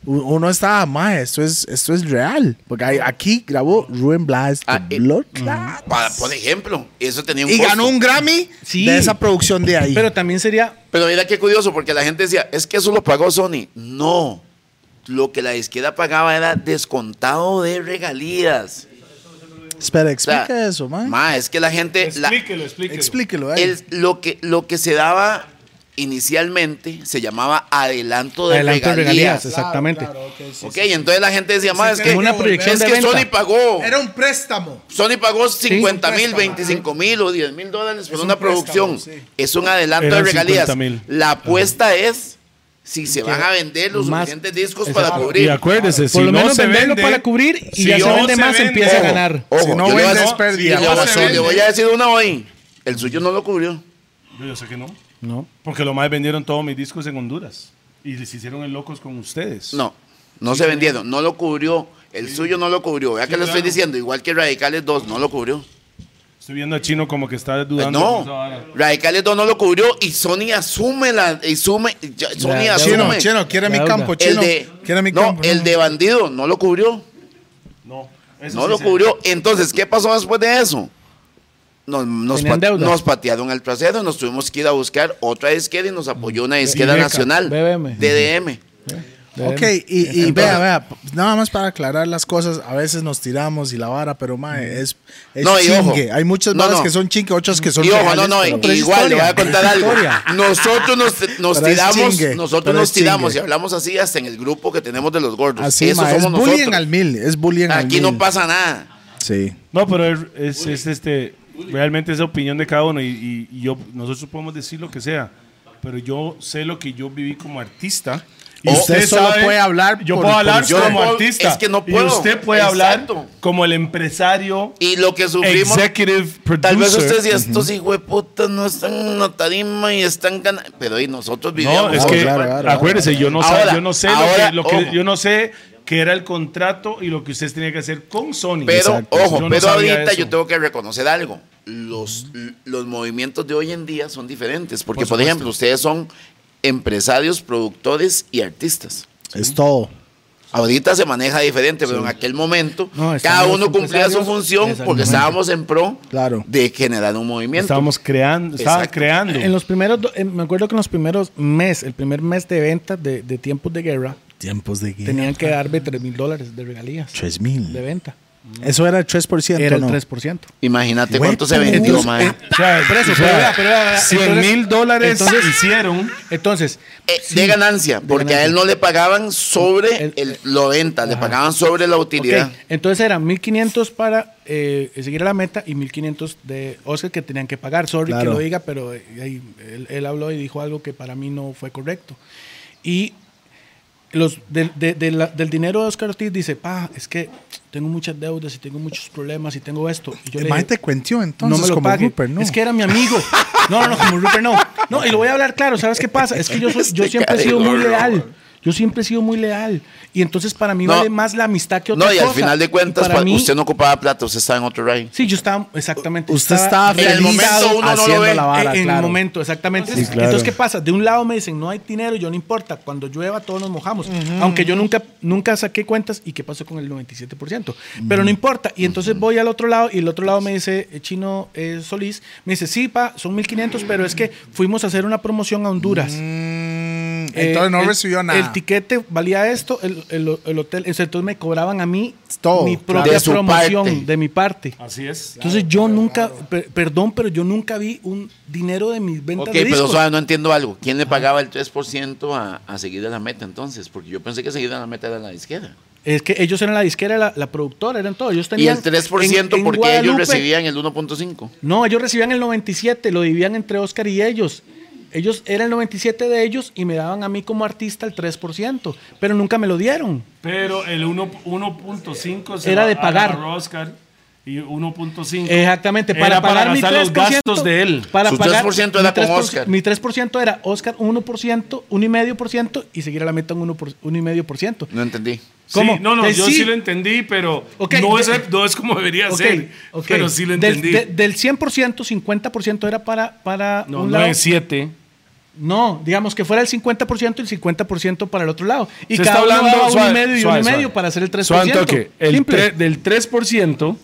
Speaker 1: u- uno estaba, más esto es, esto es real. Porque ahí- aquí grabó Ruben Blas,
Speaker 2: Ah,
Speaker 1: The
Speaker 2: eh,
Speaker 1: Blood Clot.
Speaker 2: Pa- por ejemplo, eso tenía un
Speaker 1: y
Speaker 2: costo.
Speaker 1: ganó un Grammy
Speaker 3: Sí.
Speaker 1: de esa producción de ahí.
Speaker 3: Pero también sería
Speaker 2: Pero mira qué curioso, porque la gente decía, es que eso lo pagó Sony. No, lo que la izquierda pagaba era descontado de regalías.
Speaker 1: Espera,
Speaker 2: O sea,
Speaker 1: explica eso, man.
Speaker 2: ma, es que la gente, la-
Speaker 4: Explíquelo, explíquelo.
Speaker 1: Explíquelo. eh.
Speaker 2: el- lo, que, lo que se daba inicialmente se llamaba adelanto de
Speaker 3: Adelanto de
Speaker 2: regalías.
Speaker 3: regalías, exactamente.
Speaker 2: ok, entonces la gente decía, más es que,
Speaker 3: Como una
Speaker 2: es
Speaker 3: proyección de
Speaker 2: que
Speaker 3: venta.
Speaker 2: Sony pagó.
Speaker 1: Era un préstamo.
Speaker 2: Sony pagó 50 mil,
Speaker 1: préstamo,
Speaker 2: 25 mil o 10 mil dólares por
Speaker 1: Es un
Speaker 2: una producción.
Speaker 1: préstamo, sí.
Speaker 2: Es un adelanto
Speaker 12: Eran
Speaker 2: de regalías.
Speaker 12: 50.000.
Speaker 2: La apuesta es si se van a vender los
Speaker 3: más-
Speaker 2: suficientes discos
Speaker 3: Exacto.
Speaker 2: para
Speaker 12: Y
Speaker 2: cubrir.
Speaker 12: acuérdese,
Speaker 3: Por
Speaker 12: si
Speaker 3: lo
Speaker 12: no
Speaker 3: menos
Speaker 12: se
Speaker 3: venderlo
Speaker 12: vende-
Speaker 3: para cubrir y
Speaker 12: si
Speaker 3: ya se
Speaker 12: no
Speaker 3: vende
Speaker 12: se
Speaker 3: más,
Speaker 12: vende-
Speaker 3: empieza a
Speaker 1: Oh.
Speaker 12: Ojo.
Speaker 3: ganar.
Speaker 2: Ojo,
Speaker 1: Si no
Speaker 2: yo le voy a-
Speaker 1: vendes,
Speaker 2: no,
Speaker 1: pérdida
Speaker 2: y le
Speaker 1: para
Speaker 2: voy a-
Speaker 1: Sony.
Speaker 2: le voy a decir una hoy. El suyo no lo cubrió.
Speaker 4: Yo, yo sé que no.
Speaker 3: No.
Speaker 4: Porque los más vendieron todos mis discos en Honduras. Y les hicieron el locos con ustedes.
Speaker 2: No, no se vendieron, no lo cubrió. El suyo no lo cubrió. Vea que le estoy
Speaker 4: claro.
Speaker 2: diciendo, igual que Radicales 2, no lo cubrió.
Speaker 4: Estoy viendo a Chino como que está
Speaker 2: Eh,
Speaker 4: dudando. con esa vara.
Speaker 2: no, Radicales 2 no lo cubrió y Sony asume la. Y sume, ya- Sony
Speaker 3: deuda.
Speaker 2: asume.
Speaker 1: Chino, chino, quiere mi
Speaker 3: Deuda.
Speaker 1: campo,
Speaker 2: el
Speaker 1: chino.
Speaker 2: de,
Speaker 1: Quiere mi
Speaker 2: no,
Speaker 1: campo.
Speaker 2: el de bandido no lo cubrió.
Speaker 4: No, eso
Speaker 2: No
Speaker 4: sí
Speaker 2: lo
Speaker 4: se-
Speaker 2: cubrió. Entonces, ¿qué pasó después de eso? Nos, nos,
Speaker 3: Tenían
Speaker 2: pat-
Speaker 3: deuda.
Speaker 2: nos patearon al trasero, nos tuvimos que ir a buscar otra disquera y nos apoyó una disquera
Speaker 3: Beca,
Speaker 2: nacional,
Speaker 3: BBM.
Speaker 2: DDM.
Speaker 1: Ok, y, y vea, vea, nada más para aclarar las cosas, a veces nos tiramos y la vara, pero mae, es, es
Speaker 2: No, y ojo.
Speaker 1: chingue. Hay muchas
Speaker 2: No,
Speaker 1: varas
Speaker 2: no.
Speaker 1: que son chingue, otras que son
Speaker 2: Y ojo, no,
Speaker 1: reales,
Speaker 2: no,
Speaker 1: pero- pues
Speaker 2: igual le voy a contar algo. Nosotros nos, nos
Speaker 1: Pero es
Speaker 2: tiramos,
Speaker 1: chingue,
Speaker 2: nosotros
Speaker 1: pero
Speaker 2: nos
Speaker 1: es chingue.
Speaker 2: tiramos y hablamos así hasta en el grupo que tenemos de los gordos.
Speaker 1: Así,
Speaker 2: Eso
Speaker 1: mae, es
Speaker 2: somos
Speaker 1: bullying
Speaker 2: nosotros.
Speaker 1: al mil, es bullying al mil.
Speaker 2: Aquí no pasa nada.
Speaker 1: Sí.
Speaker 4: No, pero es, es- es, este, realmente es la opinión de cada uno y, y- y yo, nosotros podemos decir lo que sea, pero yo sé lo que yo viví como artista. Y
Speaker 2: O-
Speaker 1: usted solo puede hablar
Speaker 4: Yo
Speaker 1: por-
Speaker 4: puedo
Speaker 1: por
Speaker 4: hablar
Speaker 1: usted.
Speaker 4: como
Speaker 2: Yo no puedo-
Speaker 4: artista.
Speaker 2: es que no
Speaker 4: Y
Speaker 2: puedo.
Speaker 4: usted puede
Speaker 2: Exacto.
Speaker 4: hablar como el empresario,
Speaker 2: Y lo que sufrimos.
Speaker 4: executive producer.
Speaker 2: Tal vez usted decía, estos hijos de puta no están en una tarima y están ganando. Pero y nosotros
Speaker 4: No,
Speaker 2: vivíamos.
Speaker 4: es
Speaker 1: Oh,
Speaker 4: que
Speaker 1: claro, claro,
Speaker 4: acuérdese, yo no
Speaker 2: Ahora,
Speaker 4: sé, yo no sé
Speaker 2: ahora,
Speaker 4: lo que, lo que-
Speaker 2: ojo.
Speaker 4: yo no sé qué era el contrato y lo que usted tenía que hacer con Sony.
Speaker 2: Pero, ojo,
Speaker 4: Yo no
Speaker 2: pero
Speaker 4: sabía
Speaker 2: ahorita
Speaker 4: eso.
Speaker 2: yo tengo que reconocer algo. Los, los movimientos de hoy en día son diferentes. Porque, por, ejemplo, ustedes son empresarios, productores y artistas.
Speaker 1: Es todo.
Speaker 2: Ahorita se maneja diferente, pero en aquel momento
Speaker 3: No, estaban
Speaker 2: cada
Speaker 3: los
Speaker 2: uno cumplía su
Speaker 3: empresarios,
Speaker 2: función porque
Speaker 3: exactamente.
Speaker 2: estábamos en pro
Speaker 1: Claro.
Speaker 2: de generar un movimiento.
Speaker 4: Estábamos creando, estaban
Speaker 2: Exacto.
Speaker 4: creando.
Speaker 3: En los primeros, do- eh, me acuerdo que en los primeros meses, el primer mes de venta de, de tiempos de guerra,
Speaker 1: Tiempos de guerra.
Speaker 3: tenían que darme 3 mil dólares de regalías
Speaker 1: 3
Speaker 3: de
Speaker 1: mil.
Speaker 3: venta.
Speaker 1: Eso era el 3%.
Speaker 3: Era el
Speaker 1: ¿no?
Speaker 3: 3%.
Speaker 2: Imagínate
Speaker 1: Güey,
Speaker 2: cuánto se
Speaker 1: puta.
Speaker 2: vendió, mae.
Speaker 4: O sea,
Speaker 3: eso,
Speaker 4: o sea,
Speaker 3: pero vea, pero vea, vea,
Speaker 4: 100
Speaker 3: entonces-
Speaker 4: mil dólares
Speaker 3: entonces-
Speaker 4: hicieron.
Speaker 3: Entonces,
Speaker 2: Eh, de ganancia, porque a él no le pagaban sobre
Speaker 3: El-
Speaker 2: el, lo venta, le pagaban sobre la utilidad.
Speaker 3: ok, entonces eran 1500 para eh, seguir a la meta y 1500 de Oscar que tenían que pagar. Sorry
Speaker 1: Claro.
Speaker 3: que lo diga, pero eh, ahí él, él habló y dijo algo que para mí no fue correcto. Y los del- de- de la- del dinero de Oscar Ortiz dice, pa, es que tengo muchas deudas y tengo muchos problemas y tengo esto. Y yo le dije,
Speaker 1: Imagínate cuentió entonces
Speaker 3: no me lo
Speaker 1: como
Speaker 3: pague.
Speaker 1: Rupert, ¿no?
Speaker 3: Es que era mi amigo. No, no, no, como Rupert no. No, y lo voy a hablar claro, ¿sabes qué pasa? Es que yo, soy- yo
Speaker 2: Este
Speaker 3: siempre he sido muy
Speaker 2: caregorro.
Speaker 3: leal. Yo siempre he sido muy leal. Y entonces para mí
Speaker 2: No.
Speaker 3: vale más la amistad que otra
Speaker 2: No,
Speaker 3: cosa.
Speaker 2: y al final de cuentas,
Speaker 3: Y para
Speaker 2: pa-
Speaker 3: mí-
Speaker 2: usted no ocupaba plata, usted estaba en otro ride.
Speaker 3: Sí, yo estaba, exactamente.
Speaker 1: Usted estaba
Speaker 2: En el
Speaker 1: feliz
Speaker 2: momento uno no lo
Speaker 1: haciendo
Speaker 2: ve.
Speaker 1: la vara,
Speaker 3: en, en el
Speaker 1: claro.
Speaker 3: momento, exactamente. Entonces,
Speaker 12: claro.
Speaker 3: Entonces, ¿qué pasa? De un lado me dicen, no hay dinero, yo no importa. Cuando llueva, todos nos mojamos. Aunque yo nunca, nunca saqué cuentas y qué pasó con el 97%. Pero no importa. Y entonces voy al otro lado y el otro lado me dice, eh, Chino eh, Solís, me dice, sí, pa, son 1500, pero es que fuimos a hacer una promoción a Honduras.
Speaker 1: Mm,
Speaker 3: Eh,
Speaker 1: entonces no
Speaker 3: el-
Speaker 1: recibió nada.
Speaker 3: El tiquete valía esto, el, el- el hotel. Entonces me cobraban a mí
Speaker 1: Todo,
Speaker 3: mi
Speaker 1: claro.
Speaker 3: propia
Speaker 2: De su
Speaker 3: promoción,
Speaker 2: parte.
Speaker 3: de mi parte.
Speaker 4: Así es.
Speaker 3: Entonces yo nunca, per- perdón, pero yo nunca vi un dinero de mis ventas
Speaker 2: Ok,
Speaker 3: de
Speaker 2: pero
Speaker 3: discos.
Speaker 2: suave, no entiendo algo. ¿Quién le pagaba el 3% a, a seguir a la meta entonces? Porque yo pensé que seguir a la meta era la izquierda.
Speaker 3: es que ellos eran la disquera, la, la productora, eran todos. Ellos
Speaker 2: Y
Speaker 3: tenían
Speaker 2: el 3%
Speaker 3: en- en
Speaker 2: porque ellos
Speaker 3: Guadalupe-
Speaker 2: recibían el 1.5.
Speaker 3: No, ellos recibían el 97, lo dividían entre Oscar y ellos. Ellos eran el 97 de ellos y me daban a mí como artista el 3%, pero nunca me lo dieron.
Speaker 4: Pero el uno- 1.5 se
Speaker 3: Era
Speaker 4: lo
Speaker 3: de pagar.
Speaker 4: agarró Oscar y 1.5.
Speaker 3: Exactamente,
Speaker 4: era
Speaker 3: para pagar mi 3%.
Speaker 4: gastar los gastos de él.
Speaker 3: Para
Speaker 2: Su
Speaker 3: pagar
Speaker 2: 3% era
Speaker 3: mi 3%,
Speaker 2: con Oscar.
Speaker 3: Mi 3% era Oscar 1%, 1,5% y seguir a la meta un 1%, 1,5%.
Speaker 2: No entendí.
Speaker 3: ¿Cómo?
Speaker 4: Sí, no, no,
Speaker 3: Que
Speaker 4: yo
Speaker 3: sí.
Speaker 4: sí. lo entendí, pero
Speaker 3: Ok,
Speaker 4: no,
Speaker 3: de-
Speaker 4: es, no es como debería
Speaker 3: Ok,
Speaker 4: ser.
Speaker 3: ok.
Speaker 4: Pero sí lo
Speaker 3: Del-
Speaker 4: entendí.
Speaker 3: de- Del, 100%, 50% era para, para
Speaker 4: no,
Speaker 3: un
Speaker 4: no
Speaker 3: lado.
Speaker 4: es 7.
Speaker 3: No, digamos que fuera el 50% y el 50% para el otro lado. Y
Speaker 4: Se
Speaker 3: cada
Speaker 4: está hablando
Speaker 3: uno daba
Speaker 4: suave,
Speaker 3: un y medio y
Speaker 4: suave,
Speaker 3: un y medio
Speaker 4: suave.
Speaker 3: para hacer el 3%.
Speaker 4: Suave un toque. El
Speaker 3: Simple.
Speaker 4: tre- del 3%,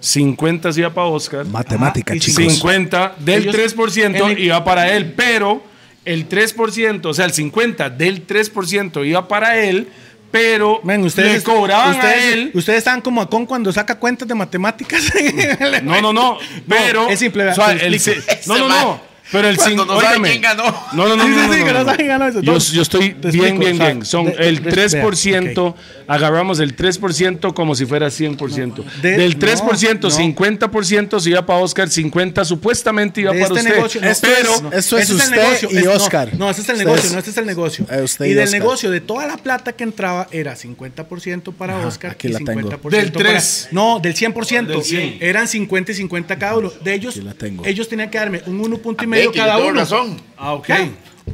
Speaker 4: 50 se iba para Oscar.
Speaker 1: Matemática,
Speaker 3: Ajá, y
Speaker 1: chicos.
Speaker 4: 50 del
Speaker 3: Ellos-
Speaker 4: 3%
Speaker 3: en el-
Speaker 4: iba para él, pero el 3%, o sea, el 50 del 3% iba para él, pero
Speaker 3: Men, ustedes,
Speaker 4: le cobraban
Speaker 3: ustedes,
Speaker 4: a él.
Speaker 3: ustedes estaban como Acon cuando saca cuentas de matemáticas.
Speaker 4: No, no, no, pero
Speaker 3: es simple, vea,
Speaker 4: o sea,
Speaker 3: te
Speaker 4: el
Speaker 3: explico.
Speaker 4: se- no, no,
Speaker 2: Ese
Speaker 4: no.
Speaker 13: Pero el
Speaker 2: Cuando
Speaker 13: cinco-
Speaker 2: no sabe
Speaker 13: óigame.
Speaker 2: quién ganó.
Speaker 13: No, no, no.
Speaker 3: Sí,
Speaker 13: no,
Speaker 3: sí,
Speaker 13: no,
Speaker 3: sí,
Speaker 13: no,
Speaker 3: que no
Speaker 13: no.
Speaker 3: saben ganar eso.
Speaker 13: Yo,
Speaker 3: Entonces,
Speaker 13: yo estoy
Speaker 3: te
Speaker 13: bien,
Speaker 3: explico,
Speaker 13: bien,
Speaker 3: o sea,
Speaker 13: bien. Son
Speaker 3: de-
Speaker 13: el
Speaker 3: de- respea,
Speaker 13: 3%,
Speaker 3: ok.
Speaker 13: agarramos el 3% como si fuera 100%.
Speaker 3: De-
Speaker 13: Del
Speaker 3: no,
Speaker 13: 3%,
Speaker 3: no.
Speaker 13: 50% se iba para Oscar, 50% supuestamente iba
Speaker 3: de
Speaker 13: para
Speaker 3: este
Speaker 13: usted.
Speaker 3: negocio. no,
Speaker 1: Esto
Speaker 13: pero
Speaker 1: es- esto es
Speaker 3: ese el
Speaker 1: usted y
Speaker 3: es- no,
Speaker 1: Oscar.
Speaker 3: No, ese es el
Speaker 1: Usted
Speaker 3: negocio,
Speaker 1: es-
Speaker 3: no, este es el negocio.
Speaker 1: eh, usted y
Speaker 3: y del
Speaker 1: Oscar.
Speaker 3: negocio, de toda la plata que entraba, era 50% para Oscar
Speaker 1: aquí
Speaker 3: y
Speaker 1: la tengo.
Speaker 3: 50%
Speaker 13: Del
Speaker 3: para-
Speaker 13: tres.
Speaker 3: No, del 100%.
Speaker 13: Del cien.
Speaker 3: Eran 50 y 50 cada uno. De ellos,
Speaker 1: la tengo.
Speaker 3: ellos tenían que darme un 1.5
Speaker 2: Ve que yo
Speaker 3: cada
Speaker 2: tengo
Speaker 3: uno.
Speaker 2: razón.
Speaker 3: Ah, ok.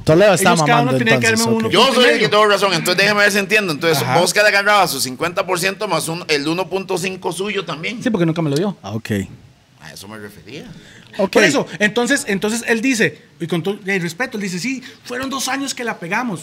Speaker 1: Toledo está
Speaker 3: Ellos cada
Speaker 1: mamando
Speaker 3: uno tenía que
Speaker 1: entonces.
Speaker 3: darme
Speaker 1: ok.
Speaker 3: uno.
Speaker 2: Yo
Speaker 3: Punto
Speaker 2: soy
Speaker 3: y
Speaker 2: el que
Speaker 3: medio.
Speaker 2: tengo razón, entonces déjeme ver si entiendo. Entonces, Oscar agarraba su 50% más un, el 1.5 suyo también.
Speaker 3: Sí, porque nunca me lo dio.
Speaker 1: Ah, ok.
Speaker 2: A eso me refería.
Speaker 1: Ok.
Speaker 3: Por eso, entonces, entonces él dice, y con todo el respeto, él dice, sí, fueron dos años que la pegamos.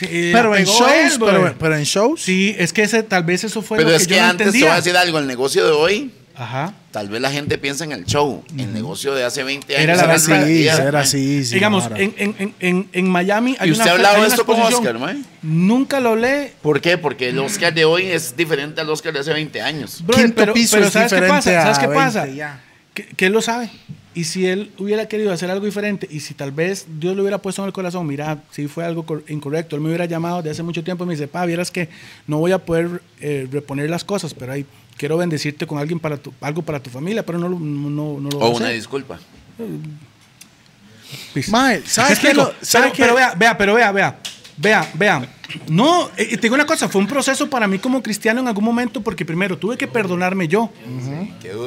Speaker 3: Eh, la
Speaker 1: pero en
Speaker 3: pegó
Speaker 1: shows,
Speaker 3: él, brother.
Speaker 1: pero, pero en shows.
Speaker 3: Sí, es que ese, tal vez eso fue
Speaker 2: Pero
Speaker 3: lo
Speaker 2: es que,
Speaker 3: que, yo no
Speaker 2: antes te voy
Speaker 3: entendía.
Speaker 2: a decir algo, el negocio de hoy,
Speaker 3: Ajá.
Speaker 2: tal vez la gente piensa en el show, el negocio de hace 20 años.
Speaker 3: Era la
Speaker 1: era
Speaker 2: el
Speaker 3: verdad.
Speaker 1: así,
Speaker 2: día.
Speaker 1: era así. sí,
Speaker 3: Digamos,
Speaker 1: ahora.
Speaker 3: en, en, en, en, en Miami hay
Speaker 2: ¿Y usted
Speaker 3: una-
Speaker 2: ha hablado
Speaker 3: hay
Speaker 2: de
Speaker 3: una
Speaker 2: esto con
Speaker 3: exposición.
Speaker 2: Oscar, mae?
Speaker 3: Nunca lo hablé.
Speaker 2: ¿Por qué? Porque el Oscar de hoy es diferente al Oscar de hace 20 años.
Speaker 3: brother,
Speaker 1: Quinto
Speaker 3: pero,
Speaker 1: piso
Speaker 3: pero
Speaker 1: es
Speaker 3: ¿sabes qué
Speaker 1: diferente
Speaker 3: pasa?
Speaker 1: a
Speaker 3: ¿Sabes qué
Speaker 1: 20
Speaker 3: pasa?
Speaker 1: ya.
Speaker 3: Que, que él lo sabe. Y si él hubiera querido hacer algo diferente, y si tal vez Dios le hubiera puesto en el corazón, mira, si fue algo cor- incorrecto, él me hubiera llamado de hace mucho tiempo y me dice, pa, vieras que no voy a poder eh, reponer las cosas, pero ahí quiero bendecirte con alguien para tu, algo para tu familia, pero no, lo- no, no, no lo voy
Speaker 2: O
Speaker 3: a
Speaker 2: una
Speaker 3: hacer".
Speaker 2: disculpa.
Speaker 1: Mae, ¿sabes
Speaker 3: Te
Speaker 1: qué?
Speaker 3: explico?
Speaker 1: lo- ¿Sabes
Speaker 3: pero,
Speaker 1: qué?
Speaker 3: pero vea, vea, pero vea, vea. Vea, vea. No, eh, eh, te digo una cosa, fue un proceso para mí como cristiano en algún momento porque primero tuve que perdonarme yo.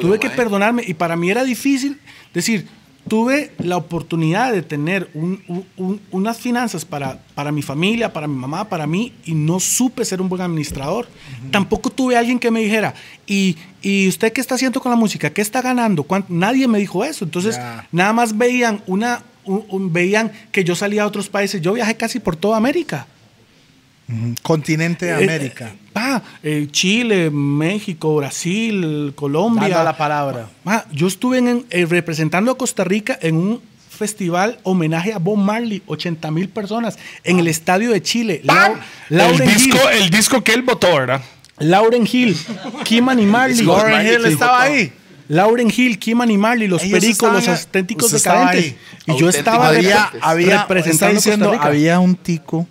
Speaker 3: tuve que perdonarme y para mí era difícil decir, tuve la oportunidad de tener un- un- un- unas finanzas para, para mi familia, para mi mamá, para mí y no supe ser un buen administrador. Tampoco tuve alguien que me dijera, ¿y, y usted qué está haciendo con la música? ¿Qué está ganando? ¿Cuán-?" Nadie me dijo eso. Entonces,
Speaker 1: Ya.
Speaker 3: nada más veían una un- un- veían que yo salía a otros países yo viajé casi por toda América
Speaker 1: Continente de
Speaker 3: Eh,
Speaker 1: América.
Speaker 3: eh, pa, eh, Chile México Brasil Colombia
Speaker 1: Dando la palabra.
Speaker 3: Ma, yo estuve en- eh, representando a Costa Rica en un festival homenaje a Bob Marley 80 mil personas en el estadio de Chile
Speaker 1: Ah,
Speaker 3: Lau-
Speaker 13: El
Speaker 3: Lauren Hill
Speaker 13: disco, el disco que él votó, ¿verdad?
Speaker 3: Lauren Hill Kiman y Marley
Speaker 1: Lauren Hill estaba ahí.
Speaker 3: Lauren Hill, Kiman y Marley, los
Speaker 1: Ellos
Speaker 3: pericos,
Speaker 1: estaban
Speaker 3: los
Speaker 1: a-
Speaker 3: auténticos
Speaker 1: usted estaba
Speaker 3: decadentes.
Speaker 2: ahí.
Speaker 3: Y yo
Speaker 2: Auténticos
Speaker 3: estaba
Speaker 1: Había,
Speaker 2: Representando
Speaker 1: había, está
Speaker 3: representando
Speaker 1: diciendo,
Speaker 3: Costa Rica.
Speaker 1: había un tico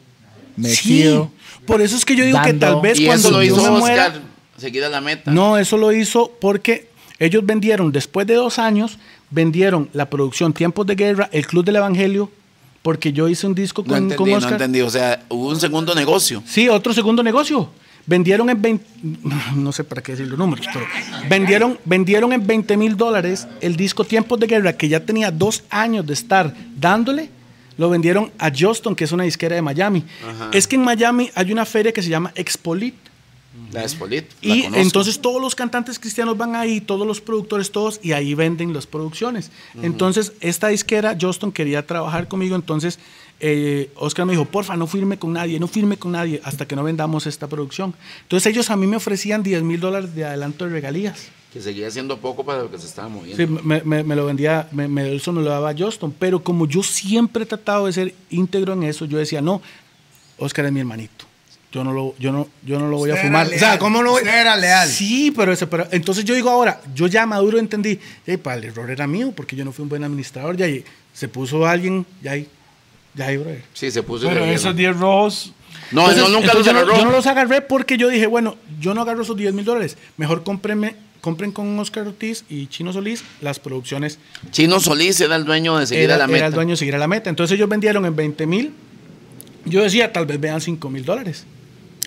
Speaker 3: Sí,
Speaker 1: metido.
Speaker 3: por eso es que yo digo que
Speaker 1: dando-
Speaker 3: tal vez
Speaker 2: Y
Speaker 3: cuando
Speaker 2: eso lo
Speaker 3: yo
Speaker 2: hizo
Speaker 3: me muera-
Speaker 2: Oscar, seguida la meta.
Speaker 3: No, eso lo hizo porque ellos vendieron, después de dos años, vendieron la producción Tiempos de Guerra, el Club del Evangelio, porque yo hice un disco
Speaker 2: No
Speaker 3: con, con
Speaker 2: entendí, no
Speaker 3: Oscar.
Speaker 2: entendí. O sea, hubo un segundo negocio.
Speaker 3: Sí, otro segundo negocio. Vendieron en 20, no sé para qué decir los números, pero vendieron, vendieron en 20 mil dólares el disco Tiempos de Guerra, que ya tenía dos años de estar dándole, lo vendieron a Justin, que es una disquera de Miami. Es que en Miami hay una feria que se llama Expolit.
Speaker 2: La Espolit. la
Speaker 3: Y
Speaker 2: conozco.
Speaker 3: entonces todos los cantantes cristianos van ahí, todos los productores, todos, y ahí venden las producciones. Entonces, esta disquera, Justin, quería trabajar conmigo, entonces eh, Oscar me dijo, porfa, no firme con nadie, no firme con nadie hasta que no vendamos esta producción. Entonces ellos a mí me ofrecían 10 mil dólares de adelanto de regalías.
Speaker 2: Que seguía siendo poco para lo que se estaba moviendo.
Speaker 3: Sí, me, me- me lo vendía, me, me- eso me lo daba Justin, pero como yo siempre he tratado de ser íntegro en eso, yo decía, no, Oscar es mi hermanito. Yo no lo, yo no, yo no lo voy a fumar. O sea, ¿cómo no voy-
Speaker 1: Usted era leal.
Speaker 3: Sí, pero, ese, pero entonces yo digo ahora, yo ya maduro entendí, "Ey, pa, el error era mío porque yo no fui un buen administrador, ya y se puso alguien, ya ahí, ya ahí, brother.
Speaker 2: Sí, se puso. y
Speaker 4: Pero
Speaker 2: le
Speaker 4: esos
Speaker 2: dieron.
Speaker 4: 10 rojos.
Speaker 2: No, no,
Speaker 3: Entonces-
Speaker 2: nunca
Speaker 3: entonces
Speaker 2: los
Speaker 3: yo no-
Speaker 2: agarró.
Speaker 3: Yo no los agarré porque yo dije, bueno, yo no agarro esos 10 mil dólares, mejor cómprenme, compren con Oscar Ortiz y Chino Solís las producciones.
Speaker 2: Chino Solís era el dueño de seguir
Speaker 3: era,
Speaker 2: a la
Speaker 3: era
Speaker 2: meta.
Speaker 3: el dueño de seguir a la meta. Entonces ellos vendieron en 20 mil, yo decía, tal vez vean 5 mil dólares.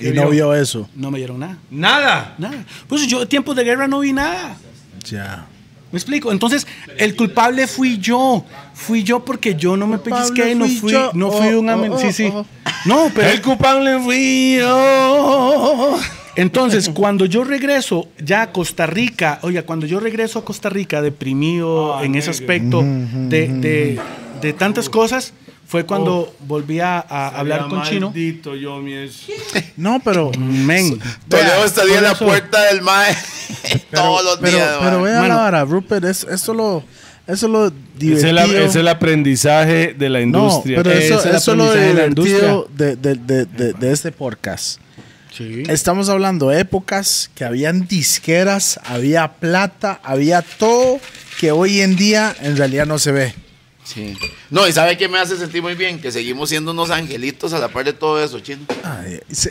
Speaker 1: Y no vio eso.
Speaker 3: No me dieron nada,
Speaker 4: Nada.
Speaker 3: nada. Pues yo en tiempos de guerra no vi nada.
Speaker 1: Ya.
Speaker 3: ¿Me explico? Entonces, el culpable fui yo. Fui yo porque yo no me pellizqué, no
Speaker 1: fui
Speaker 3: fui,
Speaker 1: yo.
Speaker 3: no fui
Speaker 1: Oh,
Speaker 3: un amen-
Speaker 1: oh,
Speaker 3: Sí,
Speaker 1: oh,
Speaker 3: sí.
Speaker 1: oh.
Speaker 3: No, pero.
Speaker 4: El culpable fui yo.
Speaker 3: Entonces, cuando yo regreso ya a Costa Rica, oiga, cuando yo regreso a Costa Rica deprimido en ese aspecto de, de- de tantas cosas, fue cuando volví a, a hablar con Chino.
Speaker 4: Maldito yo, mi es-
Speaker 1: No, pero.
Speaker 12: Mm.
Speaker 3: Men.
Speaker 2: Toledo
Speaker 1: Vea,
Speaker 2: estaría en
Speaker 3: por
Speaker 2: la
Speaker 3: eso-
Speaker 2: puerta del MAE todos los
Speaker 1: Pero,
Speaker 2: días.
Speaker 1: pero
Speaker 2: mae.
Speaker 1: vea
Speaker 3: Bueno.
Speaker 1: la vara, Rupert, es, eso lo. Eso lo
Speaker 12: Es el,
Speaker 1: divertido.
Speaker 12: es el aprendizaje de la
Speaker 1: no,
Speaker 12: industria.
Speaker 1: pero
Speaker 12: Es
Speaker 1: eso,
Speaker 12: el
Speaker 1: eso es lo
Speaker 12: aprendizaje de la
Speaker 1: divertido
Speaker 12: industria.
Speaker 1: de, de, de, de, de este podcast. Estamos hablando de épocas que habían disqueras, había plata, había todo que hoy en día en realidad no se ve.
Speaker 2: Sí. No, ¿y sabe qué me hace sentir muy bien? Que seguimos siendo unos angelitos a la par de todo eso, chino.
Speaker 1: Ay, sí.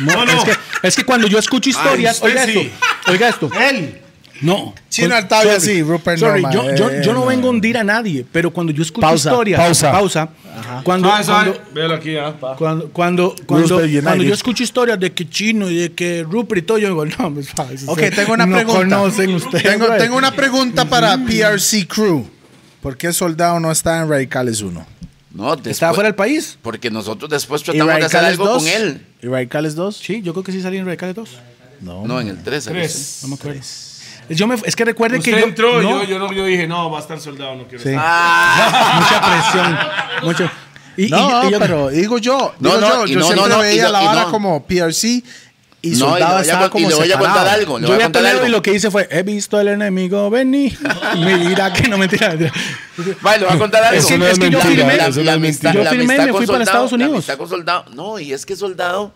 Speaker 3: No, Es, que, es que cuando yo escucho historias,
Speaker 4: usted
Speaker 3: oiga esto,
Speaker 4: sí.
Speaker 3: oiga esto.
Speaker 4: Él.
Speaker 3: No.
Speaker 1: Chino
Speaker 3: Con-
Speaker 1: Artavia,
Speaker 3: sorry,
Speaker 1: sí, Rupert
Speaker 3: sorry,
Speaker 1: Norman,
Speaker 3: yo, yo,
Speaker 1: eh,
Speaker 3: yo no
Speaker 1: no.
Speaker 3: vengo a hundir a nadie, pero cuando yo escucho
Speaker 1: Pausa,
Speaker 3: historias,
Speaker 1: pausa. Ah,
Speaker 3: Cuando,
Speaker 4: No, eso
Speaker 3: cuando-
Speaker 4: hay- Ah, Véalo aquí, ah, pa.
Speaker 3: Cuando, cuando, cuando,
Speaker 1: Rupert United.
Speaker 3: cuando yo escucho historias de que Chino y de que Rupert y todo, yo digo, no, pues, pa, eso
Speaker 1: Ok,
Speaker 3: se-
Speaker 1: tengo una
Speaker 3: no
Speaker 1: pregunta.
Speaker 3: conocen ustedes.
Speaker 1: Tengo,
Speaker 3: güey.
Speaker 1: tengo una pregunta para PRC Crew. ¿Por qué Soldado no está en Radicales 1?
Speaker 2: No, después,
Speaker 3: ¿Estaba fuera del país?
Speaker 2: Porque nosotros después tratamos de Pues hacer algo con él.
Speaker 1: ¿Y Radicales 2?
Speaker 3: Sí, yo creo que sí salí en Radicales 2.
Speaker 2: No, en el 3.
Speaker 4: Tres.
Speaker 3: No me acuerdo. Yo me, es que recuerden que
Speaker 4: Usted
Speaker 3: yo,
Speaker 4: entró y
Speaker 3: no,
Speaker 4: yo, yo, no- yo dije, no, va a estar soldado, no quiero
Speaker 3: Sí.
Speaker 4: estar.
Speaker 2: Ah,
Speaker 3: mucha presión. mucho- y- y-
Speaker 1: No,
Speaker 3: y yo-
Speaker 1: pero digo yo,
Speaker 2: No,
Speaker 1: digo
Speaker 2: no,
Speaker 1: yo,
Speaker 2: y
Speaker 1: yo
Speaker 2: no,
Speaker 1: siempre
Speaker 2: no, no, y
Speaker 1: veía
Speaker 2: no,
Speaker 1: la
Speaker 2: y
Speaker 1: vara
Speaker 2: no.
Speaker 1: como PRC y
Speaker 2: No, y le
Speaker 1: Soldado
Speaker 2: voy a
Speaker 1: estaba
Speaker 2: cont- y
Speaker 1: como
Speaker 2: le voy a
Speaker 1: separado.
Speaker 2: contar algo. Le
Speaker 3: Yo
Speaker 2: voy
Speaker 3: vi
Speaker 2: a
Speaker 3: a
Speaker 2: contar
Speaker 3: Toledo
Speaker 2: algo.
Speaker 3: y lo que hice fue, he visto al enemigo venir. Mira que no mentira. mentira.
Speaker 2: Vale, le voy a contar algo.
Speaker 3: Es que- es que yo
Speaker 2: La-
Speaker 3: firmé.
Speaker 2: la-
Speaker 3: Eso
Speaker 2: la amistad-
Speaker 3: Yo
Speaker 2: la
Speaker 3: firmé y
Speaker 2: amistad
Speaker 3: me
Speaker 2: con
Speaker 3: fui para
Speaker 2: Soldado-
Speaker 3: Estados
Speaker 2: la
Speaker 3: Unidos.
Speaker 2: amistad con Soldado. No, y es que Soldado,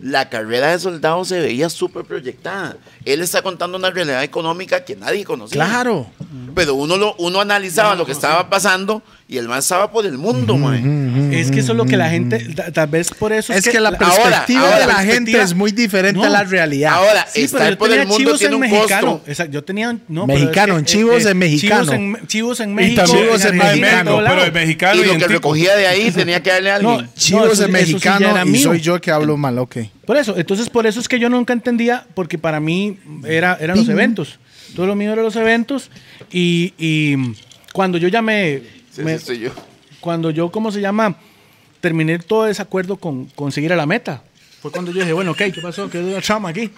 Speaker 2: la carrera de Soldado se veía súper proyectada. Él está contando una realidad económica que nadie conocía.
Speaker 1: Claro.
Speaker 2: Pero uno, lo, uno analizaba lo que estaba pasando y el más estaba por el mundo, mae.
Speaker 3: Es que eso es lo que la gente, ta- tal vez por eso
Speaker 1: Es que la
Speaker 2: ahora,
Speaker 1: perspectiva
Speaker 2: ahora
Speaker 1: de la
Speaker 2: perspectiva-
Speaker 1: gente es muy diferente
Speaker 3: No.
Speaker 1: a la realidad.
Speaker 2: Ahora,
Speaker 3: Sí, pero
Speaker 2: estar
Speaker 3: yo
Speaker 2: por
Speaker 3: tenía
Speaker 2: el mundo
Speaker 3: chivos
Speaker 2: tiene
Speaker 3: en
Speaker 2: un
Speaker 3: mexicano.
Speaker 2: costo.
Speaker 3: Exacto, yo tenía no, pero eh,
Speaker 1: Mexicano, en chivos en mexicano.
Speaker 3: Chivos en, chivos en México,
Speaker 12: también
Speaker 3: chivos en Argentina, en
Speaker 12: mexicano,
Speaker 3: todo lado.
Speaker 12: pero el mexicano
Speaker 2: Y lo
Speaker 12: y, el
Speaker 2: que
Speaker 12: tico.
Speaker 2: recogía de ahí tenía que darle a alguien.
Speaker 3: No,
Speaker 1: Chivos
Speaker 3: eso-
Speaker 1: es
Speaker 3: eso sí
Speaker 1: mexicano
Speaker 3: ya era
Speaker 1: y
Speaker 3: mío.
Speaker 1: soy yo que hablo mal, ok.
Speaker 3: Por eso, entonces por eso es que yo nunca entendía, porque para mí era, eran los eventos. Todo lo mío eran los eventos. Y, y cuando yo llamé,
Speaker 2: Sí,
Speaker 3: me-
Speaker 2: sí, soy yo.
Speaker 3: cuando yo, ¿cómo se llama? Terminé todo desacuerdo con conseguir a la meta. Fue cuando yo dije, bueno, ok, ¿qué pasó? ¿Qué es la trama aquí?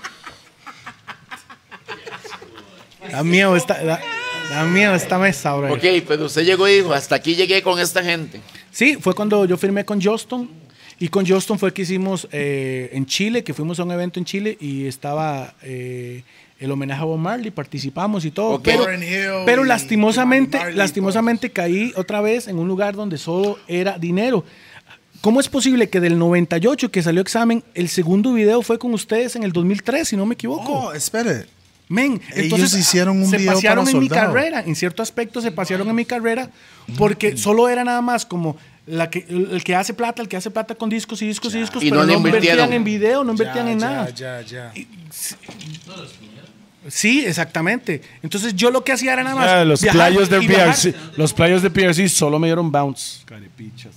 Speaker 3: Da miedo esta, da, da miedo esta mesa, bro.
Speaker 2: Ok, pero usted llegó y dijo, hasta aquí llegué con esta gente.
Speaker 3: Sí, fue cuando yo firmé con Justin. Y con Justin fue que hicimos eh, en Chile, que fuimos a un evento en Chile y estaba eh, el homenaje a Bob Marley, participamos y todo.
Speaker 2: Ok.
Speaker 3: Pero,
Speaker 2: Lauryn
Speaker 1: Hill
Speaker 3: pero
Speaker 1: y
Speaker 3: lastimosamente,
Speaker 1: Bob Marley y
Speaker 3: lastimosamente caí otra vez en un lugar donde solo era dinero. ¿Cómo es posible que del 98 que salió examen, el segundo video fue con ustedes en el 2003, si no me equivoco?
Speaker 1: Oh, espere.
Speaker 3: Men,
Speaker 1: Ellos
Speaker 3: entonces ah,
Speaker 1: hicieron un
Speaker 3: se
Speaker 1: video
Speaker 3: pasearon
Speaker 1: para
Speaker 3: en mi
Speaker 1: Soldado.
Speaker 3: carrera, en cierto aspecto se pasearon en mi carrera porque solo era nada más como la que, el el que hace plata, el que hace plata con discos y discos y discos,
Speaker 2: Y
Speaker 3: pero
Speaker 2: no
Speaker 3: no,
Speaker 2: le
Speaker 3: invertían
Speaker 2: invirtieron.
Speaker 3: en video, no invertían en nada.
Speaker 1: Ya, ya.
Speaker 3: Sí, exactamente. Entonces yo lo que hacía era nada más
Speaker 12: Ah, los,
Speaker 3: viajar
Speaker 12: playos de
Speaker 3: y viajar.
Speaker 12: PRC, los playos de PRC solo me dieron bounce. Carepichas.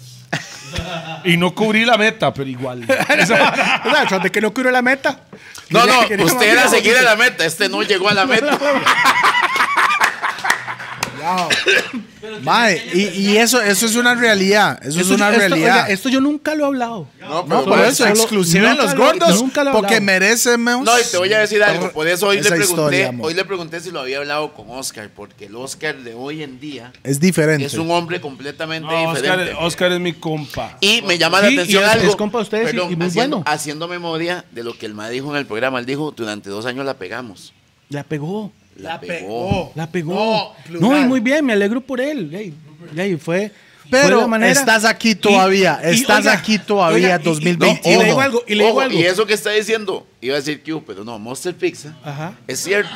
Speaker 12: y no cubrí la meta, pero igual.
Speaker 3: O sea, tras de que no cubrió la meta.
Speaker 2: No,
Speaker 3: Quería-
Speaker 2: no,
Speaker 3: quería más
Speaker 2: usted era
Speaker 3: viajes.
Speaker 2: seguir a la meta. Este no llegó a la meta.
Speaker 1: Mae, y, y eso, eso es una realidad. Eso, es
Speaker 3: Esto-
Speaker 1: una
Speaker 3: esto-
Speaker 1: realidad.
Speaker 3: oiga, esto yo nunca lo he hablado.
Speaker 2: No,
Speaker 1: no,
Speaker 2: pero pues,
Speaker 1: por
Speaker 2: por
Speaker 1: eso,
Speaker 3: eso lo-
Speaker 1: exclusiva en
Speaker 3: nunca
Speaker 1: los
Speaker 3: lo-
Speaker 1: gordos.
Speaker 3: nunca lo he
Speaker 1: porque
Speaker 3: hablado.
Speaker 1: merecen menos.
Speaker 2: No, y te voy a decir algo. Por eso hoy le,
Speaker 1: Esa
Speaker 2: pregunté,
Speaker 1: historia, amor.
Speaker 2: hoy le pregunté si lo había hablado con Oscar, porque el Oscar de hoy en día
Speaker 1: Es diferente.
Speaker 2: es un hombre completamente
Speaker 4: No,
Speaker 2: diferente.
Speaker 4: Oscar, Oscar es mi compa.
Speaker 2: eh, Y me llama la
Speaker 3: Sí, y
Speaker 2: atención
Speaker 3: es-
Speaker 2: algo.
Speaker 3: es compa de ustedes y- y muy
Speaker 2: haciendo,
Speaker 3: bueno.
Speaker 2: haciendo memoria de lo que el MA dijo en el programa. Él dijo, durante dos años la pegamos.
Speaker 3: La pegó.
Speaker 2: La, pegó.
Speaker 3: La pegó. No, y muy bien, me alegro por él. Ey, ey, fue. fue
Speaker 1: Pero
Speaker 3: la manera.
Speaker 1: estás aquí todavía.
Speaker 3: Y- y
Speaker 1: estás
Speaker 3: oiga,
Speaker 1: aquí todavía,
Speaker 3: oiga, y- y- Y,
Speaker 1: 2021.
Speaker 3: le digo algo, y le digo
Speaker 2: Ojo,
Speaker 3: algo.
Speaker 2: y eso que está diciendo, iba a decir que pero no, Monster Pizza,
Speaker 3: Ajá.
Speaker 2: es cierto.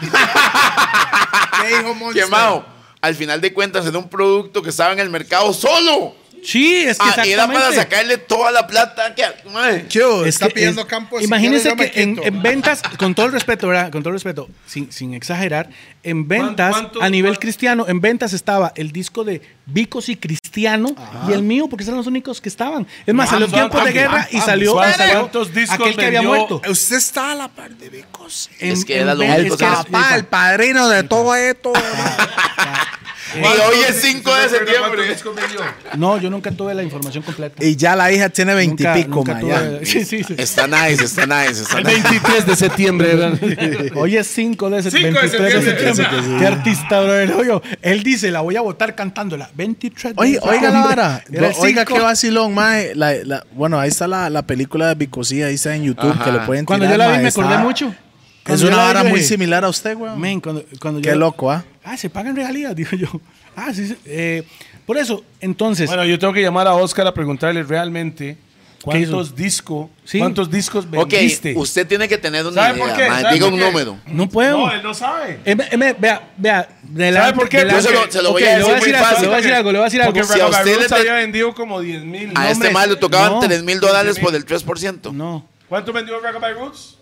Speaker 2: Quemado. Al final de cuentas era un producto que estaba en el mercado solo.
Speaker 3: Sí, es que
Speaker 2: Ah, era
Speaker 3: exactamente.
Speaker 2: para sacarle toda la plata que... madre.
Speaker 1: Yo,
Speaker 3: Es
Speaker 1: está
Speaker 3: que,
Speaker 1: pidiendo
Speaker 3: es-
Speaker 1: campo. si
Speaker 3: Imagínense
Speaker 1: quieres, yo
Speaker 3: que
Speaker 1: me
Speaker 3: en,
Speaker 1: quito.
Speaker 3: en ventas, con todo el respeto, ¿verdad? Con todo el respeto, sin, sin exagerar, en ventas,
Speaker 4: cuánto-
Speaker 3: a nivel
Speaker 4: cuán-
Speaker 3: cristiano, en ventas estaba el disco de Vicos y Cristiano y el mío, porque eran los únicos que estaban. Es
Speaker 1: Ah,
Speaker 3: más, salió en
Speaker 4: Vamos,
Speaker 3: tiempos de
Speaker 4: vamos,
Speaker 3: guerra y
Speaker 4: vamos,
Speaker 3: salió
Speaker 4: vamos.
Speaker 3: salió
Speaker 4: ¿Cuántos discos
Speaker 3: aquel que había
Speaker 4: vendió?
Speaker 3: muerto.
Speaker 1: Usted está a la par de Vicos.
Speaker 2: Es
Speaker 3: En-
Speaker 2: que
Speaker 3: en
Speaker 2: era lo
Speaker 3: ventas-
Speaker 2: único
Speaker 3: es que
Speaker 2: que-
Speaker 3: era-
Speaker 1: Papá, el padrino de todo esto.
Speaker 2: Y hoy es 5 de septiembre.
Speaker 3: No, yo nunca tuve la información completa.
Speaker 1: y ya la hija tiene
Speaker 3: Nunca-
Speaker 1: veintipico,
Speaker 3: nunca
Speaker 1: man.
Speaker 3: tuve- Sí, sí, sí.
Speaker 2: Está nice, está nice, está nice.
Speaker 12: 23 de septiembre.
Speaker 3: Hoy es 5 de ese-
Speaker 4: 5 de
Speaker 3: 23 de
Speaker 4: septiembre.
Speaker 3: septiembre. Qué artista, brother. Oye, él dice, la voy a votar cantándola. 23 de
Speaker 1: Oye, oiga la
Speaker 3: septiembre.
Speaker 1: vara.
Speaker 3: Era el
Speaker 1: Oiga,
Speaker 3: cinco.
Speaker 1: qué vacilón, mae. La, la- bueno, ahí está la, la película de Bicosí, ahí está en YouTube,
Speaker 2: Ajá.
Speaker 1: que lo pueden
Speaker 3: Cuando
Speaker 1: tirar,
Speaker 3: yo la vi
Speaker 1: mae,
Speaker 3: me
Speaker 1: está-
Speaker 3: acordé mucho.
Speaker 1: Es
Speaker 3: Cuando yo
Speaker 1: una
Speaker 3: la vi,
Speaker 1: vara
Speaker 3: yo
Speaker 1: muy
Speaker 3: dije,
Speaker 1: similar a usted, weón.
Speaker 3: Men, cuando, cuando yo-
Speaker 1: Qué loco, ¿ah?
Speaker 3: Ah, se pagan regalías, digo yo. Ah, sí. sí, eh, por eso, entonces,
Speaker 12: Bueno, yo tengo que llamar a Oscar a preguntarle realmente ¿Cuántos discos? ¿Cuántos discos
Speaker 2: Ok,
Speaker 12: vendiste?
Speaker 2: usted tiene que tener una
Speaker 12: ¿Sabe
Speaker 2: idea,
Speaker 12: por qué?
Speaker 2: mae.
Speaker 12: ¿Sabe
Speaker 2: Diga
Speaker 12: por
Speaker 2: un
Speaker 12: qué?
Speaker 2: número.
Speaker 3: No puedo.
Speaker 12: No, él no sabe.
Speaker 3: Eh, eh, me- vea, vea.
Speaker 12: ¿Sabe por qué?
Speaker 2: Yo Pues se lo, se lo voy a decir muy
Speaker 3: algo,
Speaker 2: fácil.
Speaker 3: le voy a decir algo, le voy a decir algo.
Speaker 12: Porque
Speaker 2: Si a
Speaker 12: Raga
Speaker 2: usted
Speaker 12: Ruth
Speaker 2: le te-
Speaker 12: había vendido como 10 mil.
Speaker 2: A este mal le tocaban 3 mil dólares por el 3%.
Speaker 3: No,
Speaker 12: ¿Cuánto vendió Ragabay Roots?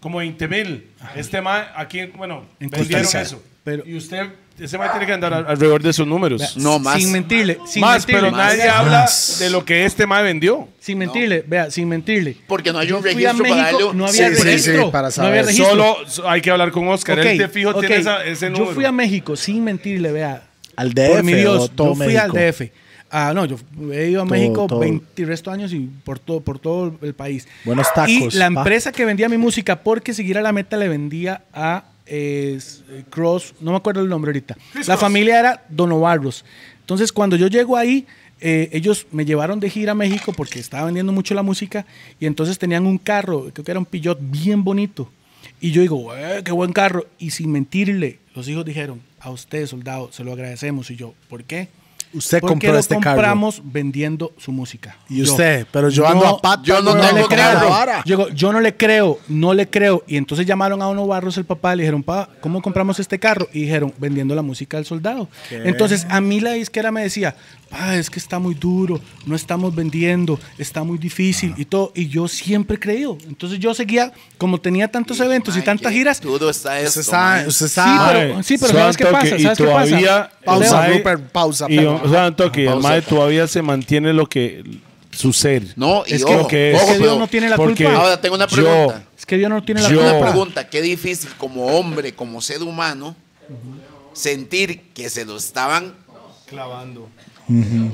Speaker 12: Como 20 mil. Este mal, aquí, bueno, vendieron
Speaker 3: Rica.
Speaker 12: eso.
Speaker 3: Pero-
Speaker 12: y usted, ese mal tiene que andar al- alrededor de sus números.
Speaker 2: No, más.
Speaker 3: sin mentirle, sin
Speaker 12: más,
Speaker 3: mentirle,
Speaker 12: pero nadie habla de lo que este mal vendió.
Speaker 3: sin mentirle, vea, sin mentirle.
Speaker 2: Porque no hay un
Speaker 3: Yo fui a
Speaker 2: registro para
Speaker 3: México,
Speaker 2: darle.
Speaker 3: no había
Speaker 1: Sí, sí, sí,
Speaker 3: registro,
Speaker 1: para
Speaker 3: no había
Speaker 1: saber.
Speaker 3: registro.
Speaker 12: Solo so- hay que hablar con Oscar.
Speaker 3: Ok,
Speaker 12: Él te fijo, tiene
Speaker 3: ok.
Speaker 12: esa- ese número.
Speaker 3: Yo fui a México, sin mentirle, vea.
Speaker 1: Al
Speaker 3: por
Speaker 1: DF
Speaker 3: mi
Speaker 1: o
Speaker 3: Dios,
Speaker 1: todo
Speaker 3: yo fui al
Speaker 1: México.
Speaker 3: DF. Ah, no, yo he ido a
Speaker 1: Todo,
Speaker 3: México
Speaker 1: todo.
Speaker 3: 20 y resto años y por todo, por todo el país.
Speaker 1: Buenos tacos,
Speaker 3: Y la
Speaker 1: pa.
Speaker 3: empresa que vendía mi música, porque siguiera la meta, le vendía a eh, s- eh, Cross, no me acuerdo el nombre ahorita. La familia era Donovarros. Entonces, cuando yo llego ahí, eh, ellos me llevaron de gira a México porque estaba vendiendo mucho la música y entonces tenían un carro, creo que era un Pillot bien bonito. Y yo digo, "Eh, qué buen carro. Y sin mentirle, los hijos dijeron, a usted, soldado, se lo agradecemos. Y yo, ¿por qué?
Speaker 1: Usted
Speaker 3: Porque
Speaker 1: compró
Speaker 3: lo
Speaker 1: este carro.
Speaker 3: compramos vendiendo su música.
Speaker 1: Y
Speaker 3: Yo,
Speaker 1: usted, pero yo ando a pata.
Speaker 2: yo no
Speaker 1: weón.
Speaker 2: tengo
Speaker 1: le
Speaker 2: carro.
Speaker 1: creo. Vara.
Speaker 3: yo, digo, yo no le creo, no le creo. Y entonces llamaron a uno Barros, el papá, y le dijeron, papá, ¿cómo compramos este carro? Y dijeron, vendiendo la música del soldado. Entonces a mí la disquera me decía, "Pa, es que está muy duro, no estamos vendiendo, está muy difícil y todo. Y yo siempre he creído. Entonces yo seguía, como tenía tantos eventos y
Speaker 2: Mae,
Speaker 3: tantas
Speaker 2: qué
Speaker 3: giras.
Speaker 2: Todo está esto.
Speaker 1: Usted sabe,
Speaker 2: mae.
Speaker 1: usted
Speaker 3: Sí,
Speaker 1: sabe.
Speaker 3: pero, sí, pero ¿sabes qué pasa? ¿Sabes qué pasa?
Speaker 1: Pausa,
Speaker 3: Leo,
Speaker 1: Rupert, pausa,
Speaker 12: Y,
Speaker 1: perdón.
Speaker 12: o sea, un toque, el
Speaker 2: Pausa,
Speaker 12: mae
Speaker 2: pa.
Speaker 12: todavía se mantiene lo que su ser.
Speaker 2: No, y
Speaker 12: es
Speaker 2: ojo,
Speaker 12: lo que es.
Speaker 2: ojo,
Speaker 3: Es que Dios
Speaker 2: pero-
Speaker 3: no tiene la
Speaker 12: porque-
Speaker 3: culpa.
Speaker 2: Ahora tengo una
Speaker 12: Yo-
Speaker 2: pregunta.
Speaker 3: Es que Dios no tiene la
Speaker 12: Yo-
Speaker 2: Una
Speaker 3: culpa.
Speaker 2: pregunta, qué difícil como hombre, como ser humano, sentir que se lo estaban clavando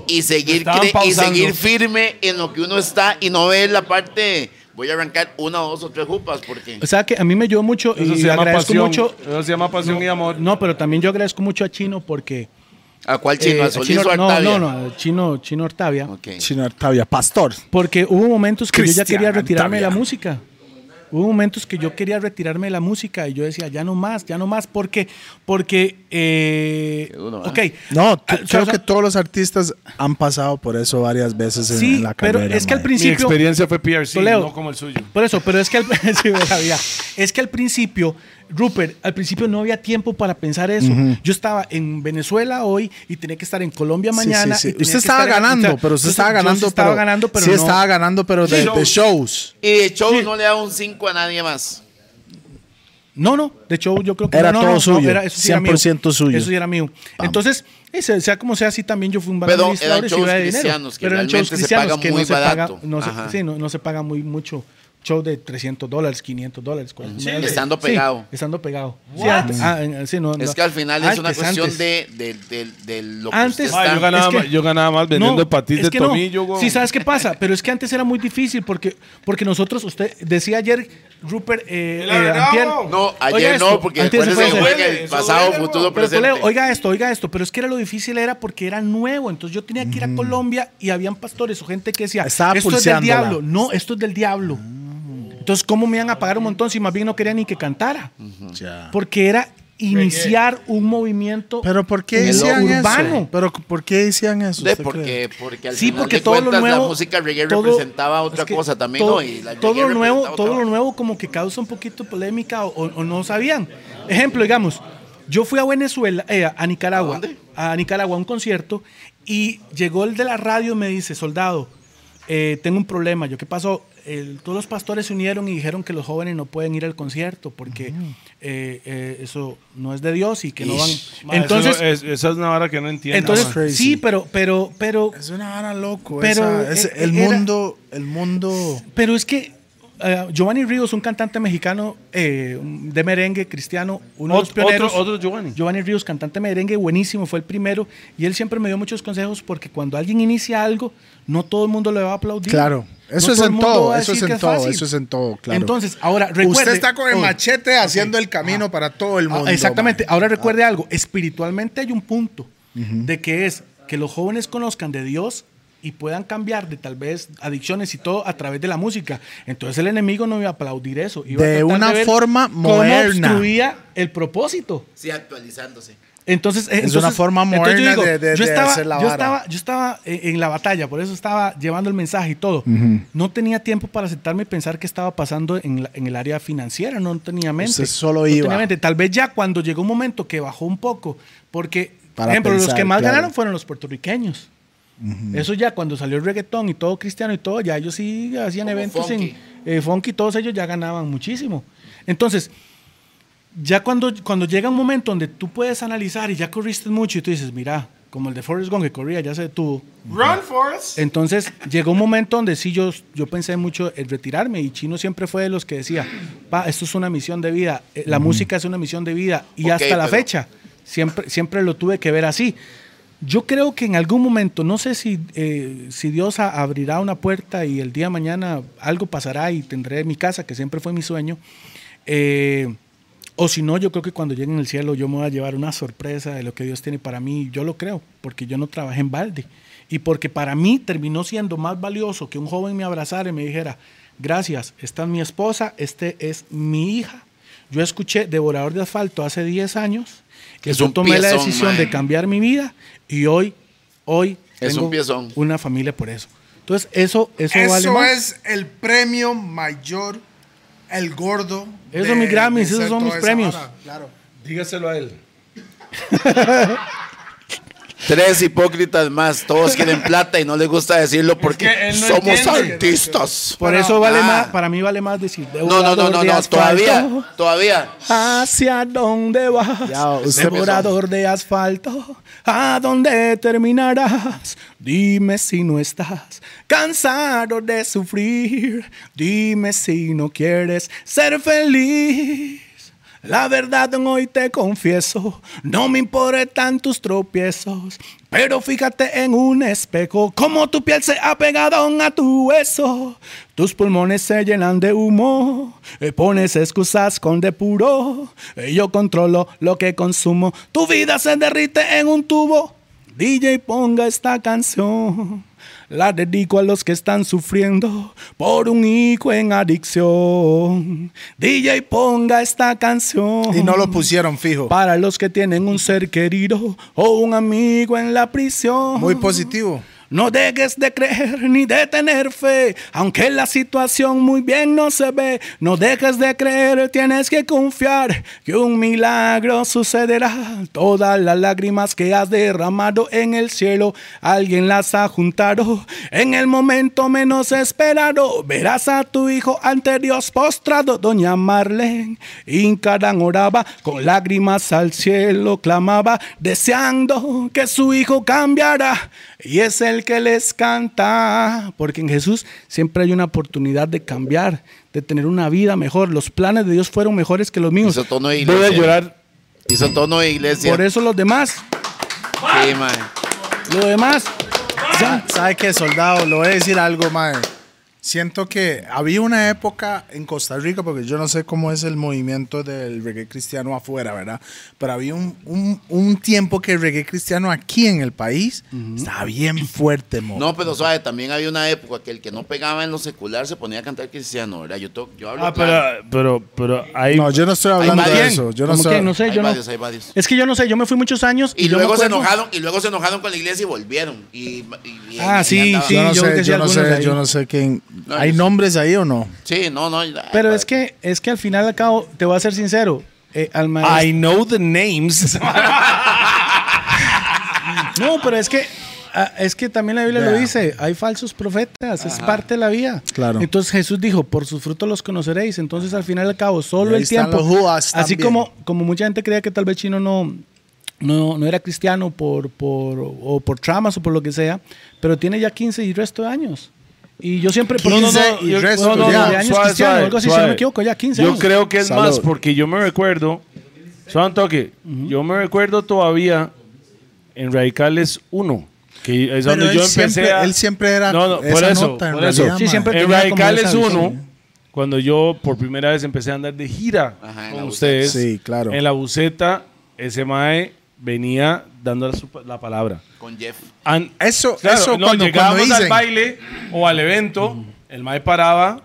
Speaker 2: y seguir,
Speaker 12: Estaban
Speaker 2: cre- y
Speaker 12: pausando.
Speaker 2: seguir firme en lo que uno está y no ver la parte, voy a arrancar una, dos o tres jupas porque...
Speaker 3: O sea que a mí me ayudó mucho
Speaker 12: Eso
Speaker 3: y
Speaker 12: se llama
Speaker 3: agradezco
Speaker 12: pasión.
Speaker 3: mucho.
Speaker 12: Eso se llama pasión y amor.
Speaker 3: No, pero también yo agradezco mucho a Chino porque.
Speaker 2: ¿A cuál chino?
Speaker 3: eh,
Speaker 2: ¿A Solís
Speaker 3: Chino-
Speaker 2: o a
Speaker 3: no,
Speaker 2: Artavia?
Speaker 3: no, no, a Chino, Chino Artavia.
Speaker 2: Ok.
Speaker 1: Chino Artavia, pastor.
Speaker 3: Porque hubo momentos que yo ya
Speaker 1: Cristian
Speaker 3: quería retirarme de la
Speaker 1: Artavia.
Speaker 3: música. Hubo momentos que yo quería retirarme de la música y yo decía, ya no más, ya no más. ¿Por qué? Porque. eh,
Speaker 2: Qué duro, ¿eh?
Speaker 3: ok.
Speaker 1: No,
Speaker 3: Ah,
Speaker 1: t-
Speaker 3: o sea,
Speaker 1: creo
Speaker 3: o sea,
Speaker 1: que todos los artistas han pasado por eso varias veces en,
Speaker 3: Sí,
Speaker 1: en la
Speaker 3: pero
Speaker 1: carrera.
Speaker 3: es que al
Speaker 1: mae.
Speaker 12: Mi
Speaker 3: principio.
Speaker 12: experiencia fue PRC,
Speaker 3: Toledo.
Speaker 12: no como el suyo.
Speaker 3: Por eso, pero es que al, sí, verdad, había. es que al principio, Rupert, al principio no había tiempo para pensar eso. Yo estaba en Venezuela hoy y tenía que estar en Colombia
Speaker 1: Sí,
Speaker 3: mañana.
Speaker 1: sí, sí.
Speaker 3: y tenía
Speaker 1: Usted
Speaker 3: que
Speaker 1: estaba
Speaker 3: estar en-
Speaker 1: ganando,
Speaker 3: o sea,
Speaker 1: pero usted
Speaker 3: yo-
Speaker 1: estaba
Speaker 3: yo
Speaker 1: ganando,
Speaker 3: sí estaba
Speaker 1: pero-
Speaker 3: ganando, pero
Speaker 1: sí
Speaker 3: no-
Speaker 1: estaba ganando, pero de, de shows.
Speaker 2: Y de show no le da un 5 a nadie más.
Speaker 3: No, no, de hecho yo creo que
Speaker 1: Era
Speaker 3: no, no,
Speaker 1: todo
Speaker 3: no,
Speaker 1: suyo,
Speaker 3: era, eso sí era mío.
Speaker 1: 100% suyo.
Speaker 3: Eso sí era mío. Entonces, ese, sea como sea, así también yo fui un
Speaker 2: Pero eran
Speaker 3: administrador y
Speaker 2: shows
Speaker 3: iba de
Speaker 2: cristianos que
Speaker 3: pero eran shows
Speaker 2: realmente se
Speaker 3: cristianos
Speaker 2: pagan
Speaker 3: que
Speaker 2: muy
Speaker 3: no se paga,
Speaker 2: barato.
Speaker 3: no se,
Speaker 2: Ajá.
Speaker 3: sí, no, no se paga muy mucho. Show de 300 dólares, 500 dólares. 400 dólares.
Speaker 2: Estando
Speaker 3: Sí,
Speaker 2: pegado.
Speaker 3: estando pegado. Sí, antes- ah, en- sí, no,
Speaker 2: Es
Speaker 3: no.
Speaker 2: que al final es
Speaker 3: Antes,
Speaker 2: una cuestión
Speaker 3: antes.
Speaker 2: de, de, de, de lo que
Speaker 3: Antes-
Speaker 2: usted
Speaker 12: Mae,
Speaker 2: está-
Speaker 12: yo, ganaba,
Speaker 3: es que-
Speaker 12: ma- yo ganaba más vendiendo
Speaker 3: No, es
Speaker 12: patitas de
Speaker 3: que no.
Speaker 12: tomillo. güey.
Speaker 3: Sí, ¿sabes qué pasa? Pero es que antes era muy difícil porque, porque nosotros, usted decía ayer, Rupert, eh, eh,
Speaker 12: verdad,
Speaker 3: antier-
Speaker 12: no.
Speaker 2: No,
Speaker 3: Oiga
Speaker 2: ayer
Speaker 3: esto,
Speaker 2: no, porque
Speaker 3: antes se
Speaker 2: acuérdese que
Speaker 3: puede
Speaker 2: juega
Speaker 12: hacer.
Speaker 2: el
Speaker 12: Eso
Speaker 2: pasado,
Speaker 12: duele, güey.
Speaker 2: futuro,
Speaker 3: Pero
Speaker 2: presente.
Speaker 3: Toledo, oiga esto, oiga esto, pero es que era lo difícil era porque era nuevo, entonces yo tenía que
Speaker 12: Mm.
Speaker 3: ir a Colombia y habían pastores o gente que decía,
Speaker 1: Estaba
Speaker 3: esto es del
Speaker 1: pulseándola".
Speaker 3: diablo, no, esto es del diablo.
Speaker 12: Mm.
Speaker 3: Entonces, ¿cómo me iban a pagar un montón si más bien no quería ni que cantara? Porque era iniciar un movimiento
Speaker 1: Pero ¿por qué
Speaker 3: en lo
Speaker 1: decían
Speaker 3: urbano.
Speaker 1: eso? Pero ¿por qué decían eso?
Speaker 2: De
Speaker 1: usted cree?
Speaker 2: porque, porque al
Speaker 3: Sí,
Speaker 2: final
Speaker 3: porque
Speaker 2: de
Speaker 3: todo
Speaker 2: cuentas
Speaker 3: lo nuevo,
Speaker 2: la música reggae
Speaker 3: todo-
Speaker 2: representaba otra
Speaker 3: es que
Speaker 2: cosa también,
Speaker 3: todo,
Speaker 2: ¿no? Y la
Speaker 3: todo
Speaker 2: reggae
Speaker 3: lo nuevo,
Speaker 2: representaba
Speaker 3: todo
Speaker 2: otra
Speaker 3: lo
Speaker 2: cosa.
Speaker 3: nuevo como que causa un poquito polémica o, o no sabían. Ejemplo, digamos, yo fui a Venezuela, eh, a Nicaragua,
Speaker 2: ¿A dónde?
Speaker 3: a Nicaragua a un concierto y llegó el de la radio y me dice, soldado, eh, tengo un problema. Yo, ¿qué pasó? El- todos los pastores se unieron y dijeron que los jóvenes no pueden ir al concierto porque
Speaker 12: Ah.
Speaker 3: eh, eh, eso no es de Dios y que no van.
Speaker 12: Mae, eso
Speaker 3: Entonces,
Speaker 12: es- esa es una vara que no entiendo. mae.
Speaker 3: entonces
Speaker 1: crazy.
Speaker 3: sí, pero, pero, pero
Speaker 1: Es una vara loco.
Speaker 3: Pero,
Speaker 1: esa- es-
Speaker 3: eh,
Speaker 1: el
Speaker 3: era-
Speaker 1: mundo, el mundo.
Speaker 3: Pero es que eh, Giovanni Ríos, un cantante mexicano eh, de merengue cristiano, uno de los
Speaker 12: Ot-
Speaker 3: pioneros.
Speaker 12: otro- otro Giovanni.
Speaker 3: Giovanni Ríos, cantante de merengue, buenísimo, fue el primero. Y él siempre me dio muchos consejos porque cuando alguien inicia algo, no todo el mundo le va a aplaudir.
Speaker 1: Claro. Eso
Speaker 3: No
Speaker 1: es
Speaker 3: todo el
Speaker 1: en
Speaker 3: mundo
Speaker 1: todo,
Speaker 3: va a
Speaker 1: eso
Speaker 3: decir
Speaker 1: es en
Speaker 3: que
Speaker 1: todo,
Speaker 3: fácil.
Speaker 1: eso es en todo, claro.
Speaker 3: Entonces, ahora recuerde.
Speaker 1: usted está con el
Speaker 3: oh,
Speaker 1: machete haciendo el camino para todo el
Speaker 3: ah,
Speaker 1: mundo. Ah.
Speaker 3: exactamente. Ahora recuerde algo. Espiritualmente hay un punto de que es que los jóvenes conozcan de Dios y puedan cambiar de tal vez adicciones y todo a través de la música. Entonces el enemigo no iba a aplaudir eso. iba a
Speaker 1: De
Speaker 3: tratar
Speaker 1: una
Speaker 3: ver
Speaker 1: forma moderna.
Speaker 3: Cómo obstruía el propósito.
Speaker 2: Sí, actualizándose.
Speaker 3: Entonces, eh,
Speaker 1: Es
Speaker 3: entonces-
Speaker 1: una forma
Speaker 3: entonces
Speaker 1: moderna
Speaker 3: yo
Speaker 1: de- de-
Speaker 3: yo
Speaker 1: de
Speaker 3: estaba,
Speaker 1: hacer la
Speaker 3: yo
Speaker 1: vara.
Speaker 3: estaba, yo estaba eh, en la batalla, por eso estaba llevando el mensaje y todo. No tenía tiempo para sentarme y pensar qué estaba pasando en, la- en el área financiera, no tenía mente.
Speaker 1: Usted solo
Speaker 3: No
Speaker 1: iba.
Speaker 3: tenía mente. Tal vez ya cuando llegó un momento que bajó un poco, porque, por
Speaker 1: Para
Speaker 3: ejemplo, los
Speaker 1: pensar,
Speaker 3: que más
Speaker 1: claro.
Speaker 3: ganaron fueron los puertorriqueños. Eso ya cuando salió el reggaetón y todo cristiano y todo, ya ellos sí hacían
Speaker 2: Como
Speaker 3: eventos
Speaker 2: funky.
Speaker 3: en eh, funky, todos ellos ya ganaban muchísimo. Entonces, ya cuando, cuando llega un momento donde tú puedes analizar y ya corriste mucho y tú dices, mira, como el de Forrest Gump que corría, ya se detuvo.
Speaker 4: Run, Forrest.
Speaker 3: Entonces llegó un momento donde sí yo, yo pensé mucho en retirarme y Chino siempre fue de los que decía, pa, esto es una misión de vida, eh, la música es una misión de vida y
Speaker 2: Ok,
Speaker 3: hasta la
Speaker 2: pero-
Speaker 3: fecha siempre, siempre lo tuve que ver así. Yo creo que en algún momento, no sé si, eh, si Dios a- abrirá una puerta y el día de mañana algo pasará y tendré mi casa, que siempre fue mi sueño. Eh, o si no, yo creo que cuando llegue en el cielo yo me voy a llevar una sorpresa de lo que Dios tiene para mí. Yo lo creo, porque yo no trabajé en balde. Y porque para mí terminó siendo más valioso que un joven me abrazara y me dijera, gracias, esta es mi esposa, este es mi hija. Yo escuché Devorador de Asfalto hace 10 años, que
Speaker 2: Es
Speaker 3: yo
Speaker 2: un
Speaker 3: tomé la
Speaker 2: piezón,
Speaker 3: decisión
Speaker 2: mae.
Speaker 3: de cambiar mi vida y hoy, hoy
Speaker 2: Es
Speaker 3: tengo
Speaker 2: un piezón.
Speaker 3: una familia por eso. Entonces, eso, eso,
Speaker 1: Eso
Speaker 3: vale más.
Speaker 1: es el premio mayor, el gordo.
Speaker 3: Esos son mis Grammys,
Speaker 1: de
Speaker 3: esos
Speaker 1: ser
Speaker 3: son
Speaker 1: toda
Speaker 3: mis
Speaker 1: esa
Speaker 3: premios.
Speaker 1: vara, Claro.
Speaker 4: Dígaselo a él.
Speaker 2: Tres hipócritas más, todos quieren plata y no les gusta decirlo porque
Speaker 4: que él no
Speaker 2: somos
Speaker 4: entiende.
Speaker 2: artistas.
Speaker 3: Por eso vale
Speaker 2: Ah.
Speaker 3: más, para mí vale más decir
Speaker 2: No, no, no,
Speaker 3: Devorador
Speaker 2: no,
Speaker 3: de
Speaker 2: no,
Speaker 3: Asfalto.
Speaker 2: todavía, todavía.
Speaker 3: ¿Hacia dónde vas?
Speaker 1: usted
Speaker 3: devorador de asfalto, ¿a dónde terminarás? Dime si no estás cansado de sufrir. Dime si no quieres ser feliz. La verdad hoy te confieso, no me importan tus tropiezos, pero fíjate en un espejo, como tu piel se ha pegado a tu hueso, tus pulmones se llenan de humo, eh, pones excusas con depuro, eh, yo controlo lo que consumo, tu vida se derrite en un tubo, DJ ponga esta canción. La dedico a los que están sufriendo por un hijo en adicción. DJ ponga esta canción.
Speaker 1: Y no lo pusieron fijo.
Speaker 3: Para los que tienen un ser querido o un amigo en la prisión.
Speaker 1: Muy positivo.
Speaker 3: No dejes de creer ni de tener fe, aunque la situación muy bien no se ve. No dejes de creer, tienes que confiar que un milagro sucederá. Todas las lágrimas que has derramado en el cielo, alguien las ha juntado. En el momento menos esperado, verás a tu hijo ante Dios postrado. Doña Marlene, Incarán oraba, con lágrimas al cielo clamaba, deseando que su hijo cambiara. Y es el que les canta, porque en Jesús siempre hay una oportunidad de cambiar, de tener una vida mejor. Los planes de Dios fueron mejores que los míos.
Speaker 2: Hizo tono de
Speaker 3: Voy a
Speaker 2: iglesia.
Speaker 3: llorar.
Speaker 2: Hizo tono de iglesia.
Speaker 3: Por eso los demás,
Speaker 2: Sí, mae.
Speaker 3: lo demás.
Speaker 1: Sa- ¿Sabe qué, soldado? Le voy a decir algo, mae. Siento que había una época en Costa Rica, porque yo no sé cómo es el movimiento del reggae cristiano afuera, ¿verdad? Pero había un, un- un tiempo que el reggae cristiano aquí en el país estaba bien fuerte, mo.
Speaker 2: No, pero suave, también había una época que el que no pegaba en lo secular se ponía a cantar cristiano, ¿verdad? Yo, to- yo hablo
Speaker 12: Ah,
Speaker 2: claro.
Speaker 12: pero, pero, pero ahí.
Speaker 1: No, yo no estoy hablando de
Speaker 2: varios.
Speaker 1: eso. Yo no
Speaker 3: Como
Speaker 1: estoy.
Speaker 3: que no sé,
Speaker 2: Hay
Speaker 3: yo no.
Speaker 2: varios, hay varios.
Speaker 3: Es que yo no sé, yo me fui muchos años
Speaker 2: Y
Speaker 3: yo me
Speaker 2: luego se
Speaker 3: acuerdo-
Speaker 2: enojaron, y luego se enojaron con la iglesia y volvieron. Y, y- y-
Speaker 3: Ah,
Speaker 2: y
Speaker 3: sí,
Speaker 2: andaban.
Speaker 3: sí.
Speaker 1: yo no
Speaker 3: yo creo
Speaker 1: sé,
Speaker 3: que sí,
Speaker 1: yo no
Speaker 3: algunos
Speaker 1: sé,
Speaker 3: ahí.
Speaker 1: yo no sé quién.
Speaker 2: No,
Speaker 1: ¿Hay
Speaker 2: yo sé.
Speaker 1: nombres ahí o no?
Speaker 2: Sí, no, no. ay,
Speaker 3: Pero
Speaker 2: pa-
Speaker 3: es que, es que al final al cabo, te voy a ser sincero, eh, al maestro-
Speaker 12: I know the names.
Speaker 3: No, pero es que ah, es que también la Biblia lo
Speaker 1: Vea.
Speaker 3: dice, hay falsos profetas, es parte de la vida.
Speaker 1: Claro.
Speaker 3: Entonces Jesús dijo, por sus frutos los conoceréis. Entonces al final y al cabo,
Speaker 1: Y
Speaker 3: solo
Speaker 1: ahí
Speaker 3: el
Speaker 1: están
Speaker 3: tiempo.
Speaker 1: los Judas
Speaker 3: así
Speaker 1: también.
Speaker 3: como, como mucha gente creía que tal vez Chino no, no, no era cristiano por, por, o por tramas o por lo que sea, pero tiene ya 15 y resto de años. Y yo siempre... pero
Speaker 1: 15 y
Speaker 3: yo-
Speaker 1: resto
Speaker 3: no, no,
Speaker 1: ya.
Speaker 3: no, de años
Speaker 12: Suave,
Speaker 3: cristiano,
Speaker 12: suave,
Speaker 3: algo así, si
Speaker 12: suave.
Speaker 3: no me equivoco, ya 15
Speaker 12: Yo
Speaker 3: años.
Speaker 12: creo que es
Speaker 1: Salud.
Speaker 12: más porque yo me recuerdo. Solo un toque. Yo me recuerdo todavía en Radicales 1. Que es
Speaker 1: Pero
Speaker 12: donde
Speaker 1: él,
Speaker 12: yo empecé
Speaker 1: siempre,
Speaker 12: a.
Speaker 1: él siempre era.
Speaker 12: No, no, por
Speaker 1: esa
Speaker 12: eso,
Speaker 1: nota, en
Speaker 12: por eso.
Speaker 1: realidad,
Speaker 3: Sí,
Speaker 1: mae.
Speaker 3: siempre-
Speaker 12: En
Speaker 3: tenía como
Speaker 12: Radicales
Speaker 3: esa visión.
Speaker 12: 1, cuando yo por primera vez empecé a andar de gira
Speaker 2: Ajá, en la
Speaker 12: con
Speaker 2: buceta.
Speaker 12: ustedes,
Speaker 1: Sí, claro.
Speaker 12: en la buceta, ese mae venía dando la, su- la palabra.
Speaker 2: Con Jeff.
Speaker 12: An-
Speaker 1: Eso,
Speaker 12: claro,
Speaker 1: eso cuando,
Speaker 12: no,
Speaker 1: cuando
Speaker 12: llegábamos
Speaker 1: dicen.
Speaker 12: al baile o al evento, el mae paraba,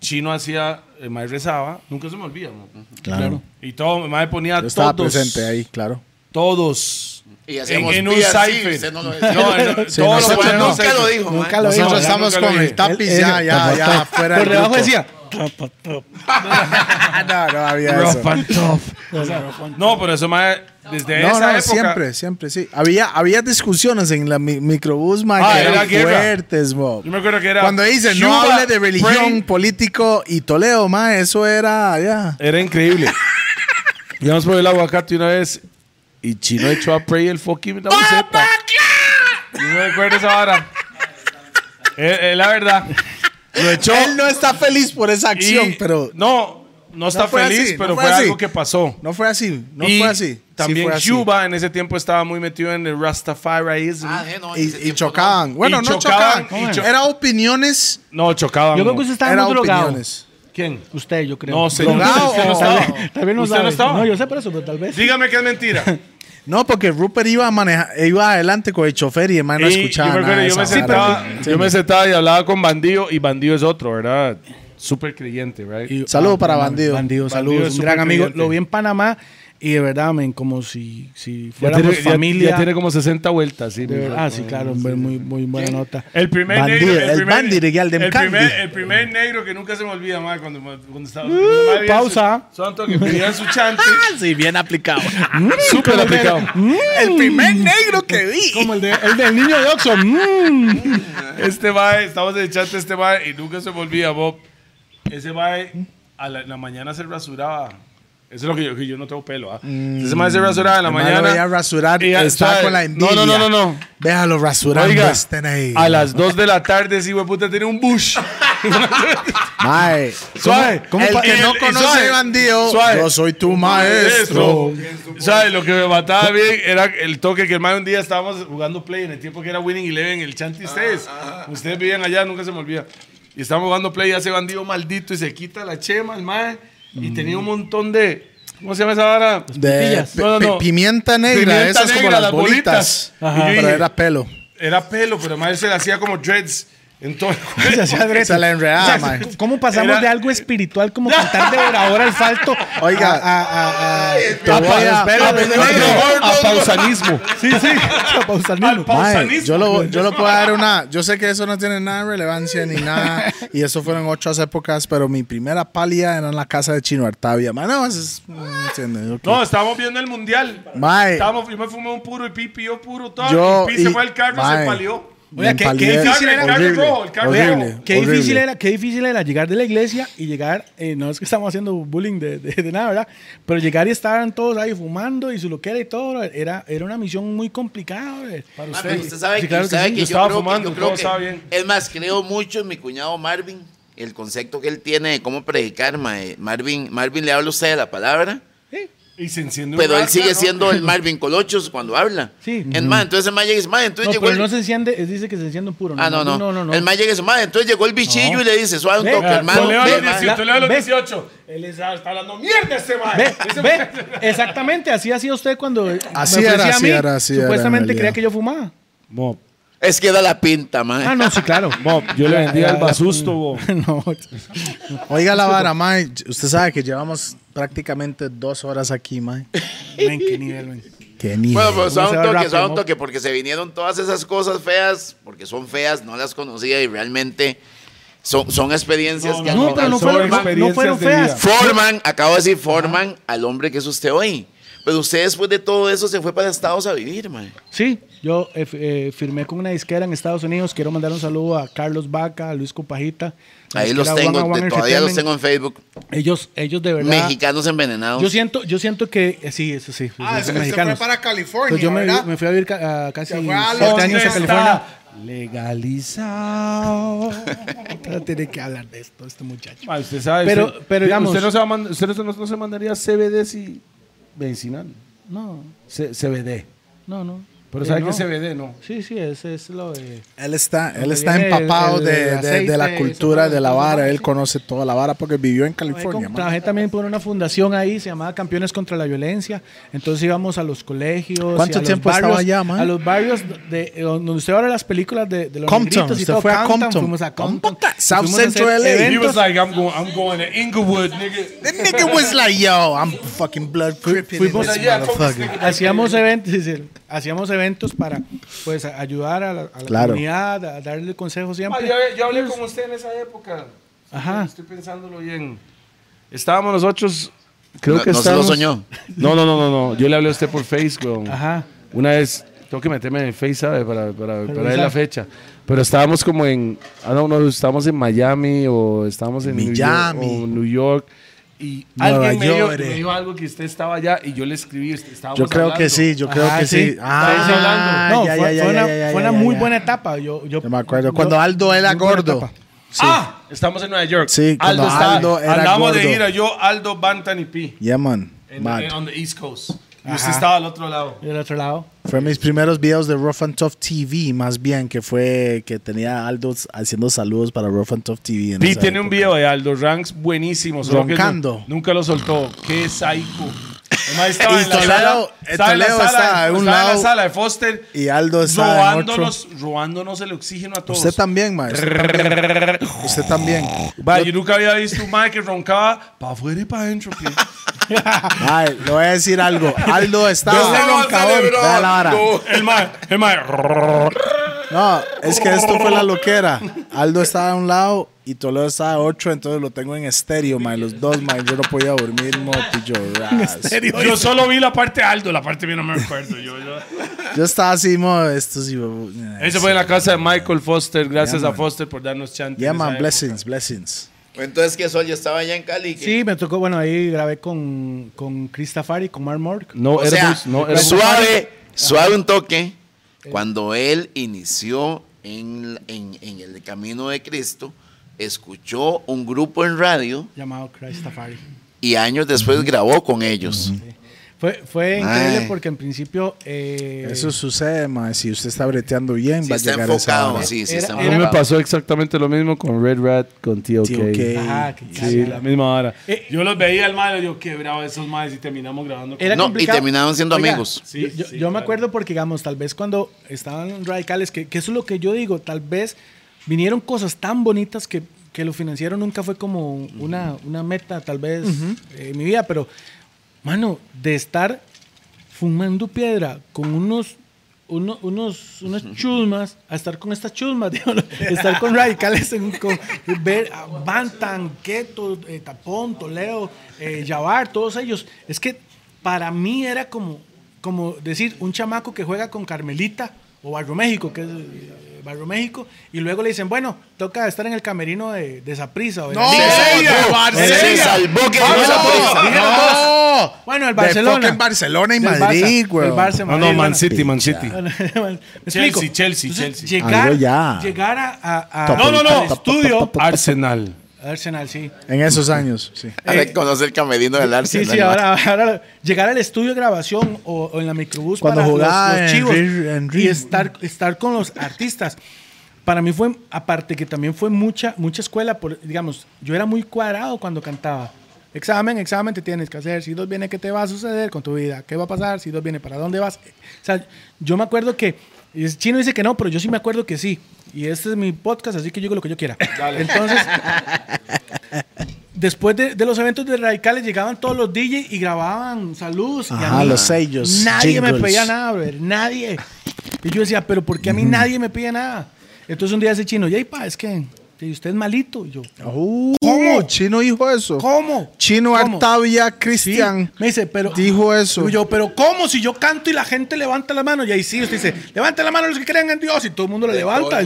Speaker 12: Chino hacía, el mae rezaba, nunca se me olvida. ¿no?
Speaker 1: Claro.
Speaker 12: Y todo, el mae ponía
Speaker 1: Yo estaba
Speaker 12: todos,
Speaker 1: presente ahí, claro.
Speaker 4: Todos.
Speaker 2: Y hacíamos
Speaker 4: En- en un
Speaker 2: PRC,
Speaker 4: cipher.
Speaker 2: usted no lo decía.
Speaker 4: No, no,
Speaker 18: Sí,
Speaker 4: todos
Speaker 18: nosotros
Speaker 4: los
Speaker 18: no.
Speaker 4: buenos
Speaker 2: nunca lo
Speaker 4: sexos.
Speaker 2: dijo.
Speaker 18: Nunca
Speaker 2: man.
Speaker 18: lo
Speaker 1: Nosotros
Speaker 18: hizo.
Speaker 1: estamos
Speaker 4: nunca lo
Speaker 1: con
Speaker 4: dije.
Speaker 1: el tapiz
Speaker 18: Él-
Speaker 1: ya,
Speaker 18: él-
Speaker 1: ya,
Speaker 18: tapa,
Speaker 1: ya,
Speaker 18: tapa.
Speaker 1: afuera.
Speaker 3: Por
Speaker 1: del
Speaker 3: debajo
Speaker 1: grupo.
Speaker 3: decía, "Ropa top,
Speaker 1: Ah, No, no había eso.
Speaker 3: ropa top".
Speaker 4: No, pero eso más desde
Speaker 1: No,
Speaker 4: esa
Speaker 1: no,
Speaker 4: época.
Speaker 1: siempre, siempre, sí. Había, había discusiones en la mi- microbús, man,
Speaker 4: Ah,
Speaker 1: que
Speaker 4: era
Speaker 1: eran
Speaker 4: guerra.
Speaker 1: fuertes, mo.
Speaker 4: Yo me acuerdo que era.
Speaker 1: Cuando dicen, no
Speaker 4: Cuba,
Speaker 1: hable de religión,
Speaker 4: pray".
Speaker 1: político y toleo, ma, eso era, ya.
Speaker 12: Era increíble. Íbamos por el aguacate una vez y Chino echó a Prey el fucking la buceta.
Speaker 4: Yo me recuerdo esa vara. Es es la verdad. Lo echó.
Speaker 1: Él no está feliz por esa
Speaker 4: y-
Speaker 1: acción, pero
Speaker 4: No, no está
Speaker 1: fue
Speaker 4: feliz,
Speaker 1: así, no
Speaker 4: pero
Speaker 1: fue
Speaker 4: fue,
Speaker 1: así.
Speaker 4: algo que pasó.
Speaker 1: no fue así, no
Speaker 4: Y
Speaker 1: fue así. Sí
Speaker 4: También
Speaker 1: fue así.
Speaker 4: Cuba en ese tiempo estaba muy metido en el Rastafariismo.
Speaker 2: Ah, eh, no, en
Speaker 1: Y-
Speaker 2: ese
Speaker 1: Y,
Speaker 2: tiempo
Speaker 1: chocaban.
Speaker 2: no.
Speaker 1: Bueno,
Speaker 4: Y
Speaker 1: no
Speaker 4: chocaban,
Speaker 1: chocaban.
Speaker 4: y cho-
Speaker 1: era opiniones,
Speaker 4: No, chocaban.
Speaker 3: Yo creo
Speaker 4: no.
Speaker 3: que usted estaba
Speaker 1: era
Speaker 3: muy drogado.
Speaker 1: opiniones.
Speaker 3: ¿Quién? Usted, yo creo.
Speaker 4: No, señor.
Speaker 1: ¿Drogado
Speaker 4: Usted no
Speaker 1: o-
Speaker 4: estaba.
Speaker 3: Tal vez no
Speaker 4: ¿Usted
Speaker 3: sabe.
Speaker 4: no estaba?
Speaker 3: No, yo sé por eso, pero tal vez.
Speaker 4: Dígame que es mentira.
Speaker 1: No, porque Rupert iba a manejar, iba adelante con el chofer y el man no
Speaker 4: Y
Speaker 1: escuchaba
Speaker 4: yo me acuerdo,
Speaker 1: nada de
Speaker 4: yo me
Speaker 1: esa
Speaker 4: sentaba-
Speaker 1: vara.
Speaker 12: Yo me sentaba y hablaba con Bandido y Bandido es otro, ¿verdad? Súper creyente, ¿verdad?
Speaker 1: Saludo para
Speaker 3: no,
Speaker 1: Bandido.
Speaker 3: ah, Bandido,
Speaker 4: Bandido
Speaker 3: saludos.
Speaker 4: es
Speaker 3: Un gran
Speaker 4: súper
Speaker 3: amigo.
Speaker 4: creyente.
Speaker 3: Lo vi en Panamá y de verdad, men, como si, si
Speaker 12: Ya
Speaker 3: fuéramos
Speaker 12: tiene, ya-
Speaker 3: familia.
Speaker 12: ya tiene como 60 vueltas, sí.
Speaker 3: De
Speaker 12: mi
Speaker 3: verdad.
Speaker 12: bro.
Speaker 3: ah, sí, claro, hombre, muy, muy buena nota.
Speaker 4: El primer
Speaker 1: Bandido,
Speaker 4: negro. El,
Speaker 1: el
Speaker 4: primer,
Speaker 1: bandido, y el de
Speaker 4: el
Speaker 1: Mcandi.
Speaker 4: primer, Eh, el primer negro que nunca se me olvida, más cuando, cuando estaba. cuando ma había
Speaker 3: Uh, pausa.
Speaker 4: Su, santo que pedía su chante.
Speaker 1: Ah, Sí, bien aplicado.
Speaker 12: Súper aplicado.
Speaker 1: el primer negro que vi.
Speaker 3: Como el, de, el del niño de Oxxo. Mm.
Speaker 4: Este mae, estamos en el chante este mae y nunca se me olvida, Bob. Ese mae a la, en la mañana se rasuraba. Eso es lo que yo, que yo no tengo pelo, ¿ah? Ese mae se rasuraba en la
Speaker 1: Mm. El man lo
Speaker 4: mañana.
Speaker 1: veía rasurar,
Speaker 4: ya,
Speaker 1: estaba
Speaker 4: ¿sabe?
Speaker 1: con la
Speaker 4: No, no, no, no, no.
Speaker 1: Déjalo rasurando
Speaker 4: Oiga,
Speaker 1: este negro.
Speaker 4: a las 2 de la tarde, ese hijo de puta tiene un bush.
Speaker 1: Mae.
Speaker 4: Suave.
Speaker 1: el
Speaker 4: pa-
Speaker 1: que
Speaker 4: y-
Speaker 1: no
Speaker 4: y-
Speaker 1: conoce
Speaker 4: suave.
Speaker 1: bandido,
Speaker 4: Suave.
Speaker 1: yo soy tu maestro.
Speaker 4: ¿Sabes? Lo que me mataba bien era el toque que el mae un día estábamos jugando play en el tiempo que era Winning Eleven, el chante y ustedes. Ustedes vivían allá, nunca se me olvida. Y estábamos jugando play y ese bandido maldito y se quita la chema, el mae. Y tenía un montón de. ¿Cómo se llama esa vara?
Speaker 1: De
Speaker 3: Pitillas.
Speaker 1: pi-
Speaker 4: No, no, no.
Speaker 1: pi- pimienta negra,
Speaker 4: Pimienta
Speaker 1: esas como
Speaker 4: negra,
Speaker 1: las,
Speaker 4: las
Speaker 1: bolitas.
Speaker 4: bolitas. Ajá. Y yo
Speaker 1: Pero
Speaker 4: dije-
Speaker 1: era pelo.
Speaker 4: Era pelo, pero mae se le hacía como dreads. En todo el cuerpo.
Speaker 3: Se hacía adrede.
Speaker 1: Se la enredaba,
Speaker 3: O sea,
Speaker 1: mae.
Speaker 3: ¿Cómo pasamos
Speaker 4: Era-
Speaker 3: de algo espiritual como cantar de orador al falto?
Speaker 1: Oiga.
Speaker 3: a, a- a- a-
Speaker 1: Te voy a-
Speaker 4: espera,
Speaker 1: a-
Speaker 4: espera, espera.
Speaker 12: A pausanismo.
Speaker 3: sí, sí. a pausanismo.
Speaker 1: Mae,
Speaker 4: Pausanismo.
Speaker 1: yo, lo, yo lo puedo dar una. Yo sé que eso no tiene nada de relevancia ni nada. Y eso fueron ocho épocas, pero mi primera palia era en la casa de Chino Artavia. Mae, no, eso es- no entiendo, ok.
Speaker 4: No, estábamos viendo el mundial.
Speaker 1: Mae.
Speaker 4: Estábamos, yo me fumé un puro y Pi pidió puro todo.
Speaker 1: Yo-
Speaker 4: y Pi se
Speaker 1: y-
Speaker 4: fue al carro y
Speaker 1: mae.
Speaker 4: se palió.
Speaker 1: Me
Speaker 3: Oiga, qué- qué
Speaker 1: empalidé.
Speaker 3: difícil era-
Speaker 4: El carro
Speaker 1: Horrible,
Speaker 4: rojo, el carro
Speaker 1: horrible,
Speaker 4: rojo.
Speaker 3: Qué
Speaker 1: horrible.
Speaker 3: difícil, era, qué difícil era llegar de la iglesia y llegar, eh, no es que estamos haciendo bullying de, de- de nada, ¿verdad? Pero llegar y estaban todos ahí fumando y su loquera y todo, era, era una misión muy complicada. ¿verdad? Para
Speaker 2: Ah,
Speaker 3: usted.
Speaker 2: pero usted sabe
Speaker 4: Sí,
Speaker 2: que,
Speaker 4: claro
Speaker 2: usted
Speaker 4: que
Speaker 2: sabe
Speaker 4: sí,
Speaker 2: que
Speaker 4: yo
Speaker 2: yo,
Speaker 4: estaba
Speaker 2: creo
Speaker 4: fumando,
Speaker 2: que, yo
Speaker 4: todo
Speaker 2: creo
Speaker 4: estaba
Speaker 2: que-
Speaker 4: bien.
Speaker 2: es más, creo mucho en mi cuñado Marvin, el concepto que él tiene de cómo predicar, mae. Marvin, Marvin le habla a usted de la palabra,
Speaker 4: Y se enciende un
Speaker 2: pero él
Speaker 4: racha,
Speaker 2: sigue
Speaker 4: ¿no?
Speaker 2: siendo el Marvin Colochos cuando habla.
Speaker 3: Sí.
Speaker 2: El mae, entonces el mae llega y dice, mae,
Speaker 3: No,
Speaker 2: entonces llegó
Speaker 3: pero
Speaker 2: el...
Speaker 3: no se enciende, eh, dice que se enciende un puro.
Speaker 2: Ah, no, no.
Speaker 3: No, no, no.
Speaker 2: El mae llega y dice, mae, entonces llegó el bichillo y le dice, suave un
Speaker 3: Ve,
Speaker 2: toque,
Speaker 3: ah,
Speaker 2: hermano.
Speaker 4: Tú le
Speaker 2: Ve,
Speaker 4: hablas
Speaker 2: mae.
Speaker 4: 18, tú le hablas
Speaker 3: Ve.
Speaker 4: 18. Él es- ah, está hablando mierda este mae.
Speaker 3: Ve,
Speaker 4: Ese
Speaker 3: ve,
Speaker 4: mae-
Speaker 3: exactamente, así hacía usted cuando me
Speaker 1: Así
Speaker 3: ofrecía
Speaker 1: era,
Speaker 3: a
Speaker 1: así
Speaker 3: mí,
Speaker 1: era, así era, en
Speaker 3: Supuestamente
Speaker 1: realidad.
Speaker 3: creía que yo fumaba.
Speaker 12: Mob,
Speaker 2: Es que da la pinta, mae.
Speaker 3: Ah, no, sí, claro.
Speaker 12: mob, yo le vendía el basusto, bo.
Speaker 3: no,
Speaker 1: Oiga la vara, Mae. Usted sabe que llevamos prácticamente dos horas aquí, Mae.
Speaker 3: ven qué nivel, ven.
Speaker 1: Qué nivel.
Speaker 2: Bueno,
Speaker 4: pues,
Speaker 2: pero
Speaker 3: se
Speaker 2: suave un
Speaker 3: va
Speaker 2: toque,
Speaker 3: rápido,
Speaker 2: suave un
Speaker 3: ¿no?
Speaker 2: toque, porque se vinieron todas esas cosas feas, porque son feas, no las conocía y realmente son, son experiencias que
Speaker 3: No, pero no
Speaker 12: son
Speaker 3: fueron, no- no
Speaker 12: experiencias
Speaker 3: fueron
Speaker 12: de
Speaker 3: feas.
Speaker 2: Forman, acabo de decir, forman al hombre que es usted hoy. Pero usted después de todo eso se fue para Estados a vivir, man.
Speaker 3: Sí, yo eh, f- eh, firmé con una disquera en Estados Unidos. Quiero mandar un saludo a Carlos Vaca, a Luis Compajita. la
Speaker 2: Ahí los
Speaker 3: disquera
Speaker 2: tengo,
Speaker 3: One and One
Speaker 2: te- todavía los tengo
Speaker 3: Entertainment.
Speaker 2: en Facebook.
Speaker 3: Ellos, ellos de verdad.
Speaker 2: Mexicanos envenenados.
Speaker 3: Yo siento, yo siento que eh, sí, eso sí.
Speaker 1: Ah, se-
Speaker 3: son
Speaker 1: se
Speaker 3: mexicanos.
Speaker 1: fue para California,
Speaker 3: Entonces yo me,
Speaker 1: ¿verdad?
Speaker 3: me fui a vivir ca- a casi
Speaker 1: Se fue a
Speaker 3: siete
Speaker 1: los- Ah.
Speaker 3: años a
Speaker 4: ¿Dónde
Speaker 3: California.
Speaker 12: Legalizado.
Speaker 3: Ahora tiene que hablar de esto, este muchacho.
Speaker 12: Ma, usted sabe.
Speaker 3: Pero-
Speaker 12: usted-
Speaker 3: pero digamos-
Speaker 12: Usted no se, va a mand- usted no, no se mandaría CBD si medicinal.
Speaker 3: No,
Speaker 12: C- CBD.
Speaker 3: no, no.
Speaker 4: Pero
Speaker 3: Sí,
Speaker 4: sabe que
Speaker 3: no.
Speaker 4: es CBD, Eh, ¿no.
Speaker 3: Sí, sí, ese es lo de...
Speaker 1: Él está, él
Speaker 3: Donde
Speaker 1: está
Speaker 3: viene el-
Speaker 1: empapado
Speaker 3: el
Speaker 1: de, de- de
Speaker 3: aceite,
Speaker 1: la
Speaker 3: esa
Speaker 1: cultura
Speaker 3: cosa,
Speaker 1: de la
Speaker 3: todo,
Speaker 1: vara.
Speaker 3: ¿no?
Speaker 1: Él
Speaker 3: Sí.
Speaker 1: conoce toda la vara porque vivió en California.
Speaker 3: Con-
Speaker 1: man.
Speaker 3: Trabajé también por una fundación ahí, se llamaba Campeones contra la Violencia. Entonces íbamos a los colegios. y
Speaker 1: ¿Cuánto
Speaker 3: a los
Speaker 1: tiempo estaba
Speaker 3: barrios-
Speaker 1: allá, man?
Speaker 3: A los barrios de, eh, donde usted ahora las películas de, de los
Speaker 1: Compton,
Speaker 3: negritos y
Speaker 1: usted
Speaker 3: todo.
Speaker 1: fue a Compton.
Speaker 3: Fuimos a Compton.
Speaker 1: Compton,
Speaker 3: Y
Speaker 1: South
Speaker 3: fuimos a hacer
Speaker 1: Central LA.
Speaker 4: He was
Speaker 3: eventos.
Speaker 4: like, I'm going, I'm going to Inglewood, nigga.
Speaker 1: The nigga was like, yo, I'm fucking blood crippling in
Speaker 3: fuimos
Speaker 1: this
Speaker 4: allá,
Speaker 1: motherfucker.
Speaker 3: Hacíamos eventos, dice, hacíamos eventos para pues a- ayudar a la, a la
Speaker 1: Claro.
Speaker 3: comunidad, a darle consejos
Speaker 4: Ma,
Speaker 3: siempre.
Speaker 4: yo, yo hablé con usted en esa época.
Speaker 3: Ajá.
Speaker 4: Estoy pensándolo bien. Estábamos nosotros. Creo
Speaker 2: No-
Speaker 4: que
Speaker 2: no se lo
Speaker 4: estábamos-
Speaker 2: soñó.
Speaker 4: No, no, no, no, no. Yo le hablé a usted por Face, weón.
Speaker 3: Ajá.
Speaker 4: Una vez, tengo que meterme en Face, ¿sabe? Para, para, para ver
Speaker 3: esa-
Speaker 4: la fecha. Pero estábamos como en. Ah, no, no, estábamos en Miami o estábamos en New York,
Speaker 1: Miami.
Speaker 4: o New York. Y
Speaker 1: Nueva
Speaker 4: alguien me dijo,
Speaker 1: York.
Speaker 4: me dijo
Speaker 2: Eh.
Speaker 4: algo que usted estaba allá y yo le escribí. estábamos
Speaker 1: Yo creo que
Speaker 4: hablando.
Speaker 1: sí, yo creo
Speaker 3: Ajá,
Speaker 1: que sí.
Speaker 3: sí.
Speaker 4: Estáis
Speaker 1: Ah,
Speaker 4: hablando.
Speaker 3: No,
Speaker 1: ya,
Speaker 3: fue,
Speaker 1: ya,
Speaker 3: fue
Speaker 1: ya,
Speaker 3: una,
Speaker 1: ya, ya,
Speaker 3: fue
Speaker 1: ya,
Speaker 3: una
Speaker 1: ya,
Speaker 3: muy
Speaker 1: ya.
Speaker 3: buena etapa. Yo, yo,
Speaker 1: Yo me acuerdo. Cuando
Speaker 3: yo-
Speaker 1: Aldo era
Speaker 3: muy buena
Speaker 1: gordo.
Speaker 3: etapa.
Speaker 1: Sí.
Speaker 4: Ah, estamos en Nueva York.
Speaker 1: Sí, cuando
Speaker 4: está-
Speaker 1: Aldo era
Speaker 4: Andamos
Speaker 1: gordo.
Speaker 4: de gira, yo, Aldo, Bantan y Pi.
Speaker 1: Yeah, man.
Speaker 4: En,
Speaker 1: Mad.
Speaker 4: en- on the East Coast. Y usted estaba al otro lado.
Speaker 3: Del otro lado.
Speaker 1: Fue mis primeros videos de Rough and Tough TV, más bien, que fue que tenía Aldo haciendo saludos para Rough and Tough TV. en
Speaker 4: Pi
Speaker 1: esa
Speaker 4: tiene un
Speaker 1: época.
Speaker 4: video de Aldo Ranks buenísimo. solo que
Speaker 1: Roncando.
Speaker 4: nu- nunca lo soltó. Qué psycho. Además,
Speaker 1: Y
Speaker 4: estaba en la
Speaker 1: Toledo-
Speaker 4: sala-
Speaker 1: eh,
Speaker 4: estaba en la
Speaker 1: Toledo
Speaker 4: sala-
Speaker 1: estaba en un
Speaker 4: estaba en la
Speaker 1: lado
Speaker 4: sala de Foster.
Speaker 1: Y Aldo está en otro.
Speaker 4: robándonos, robándonos el oxígeno a todos.
Speaker 1: Usted también, man. Usted también. Usted también.
Speaker 4: Va, yo nunca había visto un mae que roncaba para afuera y para adentro. ¿qué?
Speaker 1: Ay, le voy a decir algo. Aldo estaba.
Speaker 2: Desde
Speaker 1: roncador.
Speaker 2: Cerebro,
Speaker 1: Vea la vara.
Speaker 2: no.
Speaker 4: El mae, el mae.
Speaker 1: No, es que esto fue la loquera. Aldo estaba a un lado y Toledo estaba a otro, entonces lo tengo en estéreo, man. Los dos, man. Yo no podía dormir, moti, yo. ah, ras.
Speaker 4: Yo solo vi la parte de Aldo, la parte mía no me acuerdo. Yo, yo-
Speaker 1: Yo estaba así, mo, esto eh, sí.
Speaker 4: Eso fue en la casa de Michael Foster. Gracias
Speaker 1: Yeah,
Speaker 4: a Foster por darnos chance.
Speaker 1: Yeah,
Speaker 4: en esa
Speaker 1: man.
Speaker 4: época.
Speaker 1: Blessings, blessings.
Speaker 2: Entonces, que Sol? Yo estaba allá en Cali. que-
Speaker 3: Sí, me tocó, bueno, ahí grabé con, con Chris Tafari, con Mark Mork.
Speaker 4: No,
Speaker 2: O
Speaker 4: era
Speaker 2: sea,
Speaker 4: bus- no, era bus-
Speaker 2: suave, suave un toque. Cuando él inició en, en- en el camino de Cristo, escuchó un grupo en radio
Speaker 3: Llamado Chris Tafari.
Speaker 2: y años después grabó con ellos.
Speaker 3: Fue, fue increíble
Speaker 2: Ay.
Speaker 3: porque en principio... eh,
Speaker 1: Eso sucede, man. Si usted está breteando bien,
Speaker 2: Si
Speaker 1: va a
Speaker 2: está
Speaker 1: llegar a esa
Speaker 2: enfocado,
Speaker 1: hora.
Speaker 2: sí, sí
Speaker 3: Era-
Speaker 2: está
Speaker 3: era-
Speaker 4: A mí me
Speaker 2: enfocado.
Speaker 4: pasó exactamente lo mismo con Red Rat, con TOK.
Speaker 1: TOK.
Speaker 3: Ajá, que
Speaker 4: Sí, la misma hora.
Speaker 3: Eh,
Speaker 4: yo los veía al malo, yo quebraba esos males y terminamos grabando. con-
Speaker 3: era
Speaker 2: No, y
Speaker 3: complicado.
Speaker 2: terminaron siendo amigos.
Speaker 4: Sí,
Speaker 3: yo yo-
Speaker 4: sí,
Speaker 3: yo me
Speaker 4: claro.
Speaker 3: acuerdo porque, digamos, tal vez cuando estaban radicales, que, que eso es lo que yo digo, tal vez vinieron cosas tan bonitas que, que lo financiero nunca fue como una, una meta, tal vez, eh, en mi vida, pero, mano, de estar fumando piedra con unos. uno- unos, unos chusmas, a estar con estas chusmas, digo, estar con radicales, en- con ver a Bantan, Keto, eh, Tapón, Toledo, eh, Yabar, todos ellos. Es que para mí era como, como decir un chamaco que juega con Carmelita o Barrio México, que es eh, Barrio México, y luego le dicen, bueno, toca estar en el camerino de, de Saprisa. o de la
Speaker 1: ¡No!
Speaker 3: Liga".
Speaker 1: ¡Barcelona!
Speaker 2: Se salvó que no la puso.
Speaker 1: ¡No!
Speaker 3: Bueno, el
Speaker 1: De
Speaker 3: Barcelona.
Speaker 1: fucking Barcelona y
Speaker 3: Del Barça,
Speaker 1: Madrid,
Speaker 3: del
Speaker 1: güey.
Speaker 3: Barça,
Speaker 12: No,
Speaker 3: Madrid,
Speaker 12: no, Man
Speaker 3: bueno.
Speaker 12: City, Man City.
Speaker 3: Bueno, bueno, ¿me
Speaker 4: Chelsea,
Speaker 3: explico?
Speaker 4: Chelsea, Chelsea.
Speaker 3: Llegar,
Speaker 1: Algo ya.
Speaker 3: llegar a, a- a-
Speaker 1: Top.
Speaker 4: No, no, no.
Speaker 1: Top, top, top,
Speaker 4: Estudio
Speaker 1: top, top.
Speaker 4: Arsenal.
Speaker 3: Arsenal, sí.
Speaker 1: En esos años, sí.
Speaker 2: Ahora conoce el camerino del
Speaker 3: Sí,
Speaker 2: Arsenal.
Speaker 3: sí,
Speaker 2: ¿no?
Speaker 3: ahora, ahora llegar al estudio de grabación o, o en la microbús
Speaker 1: Cuando
Speaker 3: para los-
Speaker 1: jugaba
Speaker 3: los,
Speaker 1: en
Speaker 3: chivos
Speaker 1: Ri- en Ri-
Speaker 3: y estar, estar con los artistas. Para mí fue, aparte que también fue mucha, mucha escuela, por, digamos, yo era muy cuadrado cuando cantaba. Examen, examen te tienes que hacer. Si dos viene, ¿qué te va a suceder con tu vida? ¿Qué va a pasar? Si dos viene, ¿para dónde vas? O sea, yo me acuerdo que, y el chino dice que no, pero yo sí me acuerdo que sí. Y este es mi podcast, así que yo digo lo que yo quiera. Entonces, Después de, de los eventos de Radicales llegaban todos los DJs y grababan saludos. y
Speaker 1: Ajá, los sellos,
Speaker 3: Nadie me
Speaker 1: jingles.
Speaker 3: pedía nada, brother. Nadie. Y yo decía, pero ¿por qué a mí nadie me pide nada? Entonces un día ese chino, y pa, es que que usted es malito. Y yo,
Speaker 1: ¿Cómo? Chino dijo eso.
Speaker 3: ¿cómo?
Speaker 1: Oh. Chino
Speaker 3: ¿Cómo?
Speaker 1: Artavia
Speaker 3: Sí.
Speaker 1: Cristian
Speaker 3: Me dice, pero...
Speaker 1: dijo eso.
Speaker 3: Y yo, pero ¿cómo? Si yo canto y la gente levanta la mano. Y ahí sí, usted dice, levanta la mano los que crean en Dios. Y todo el mundo la levanta.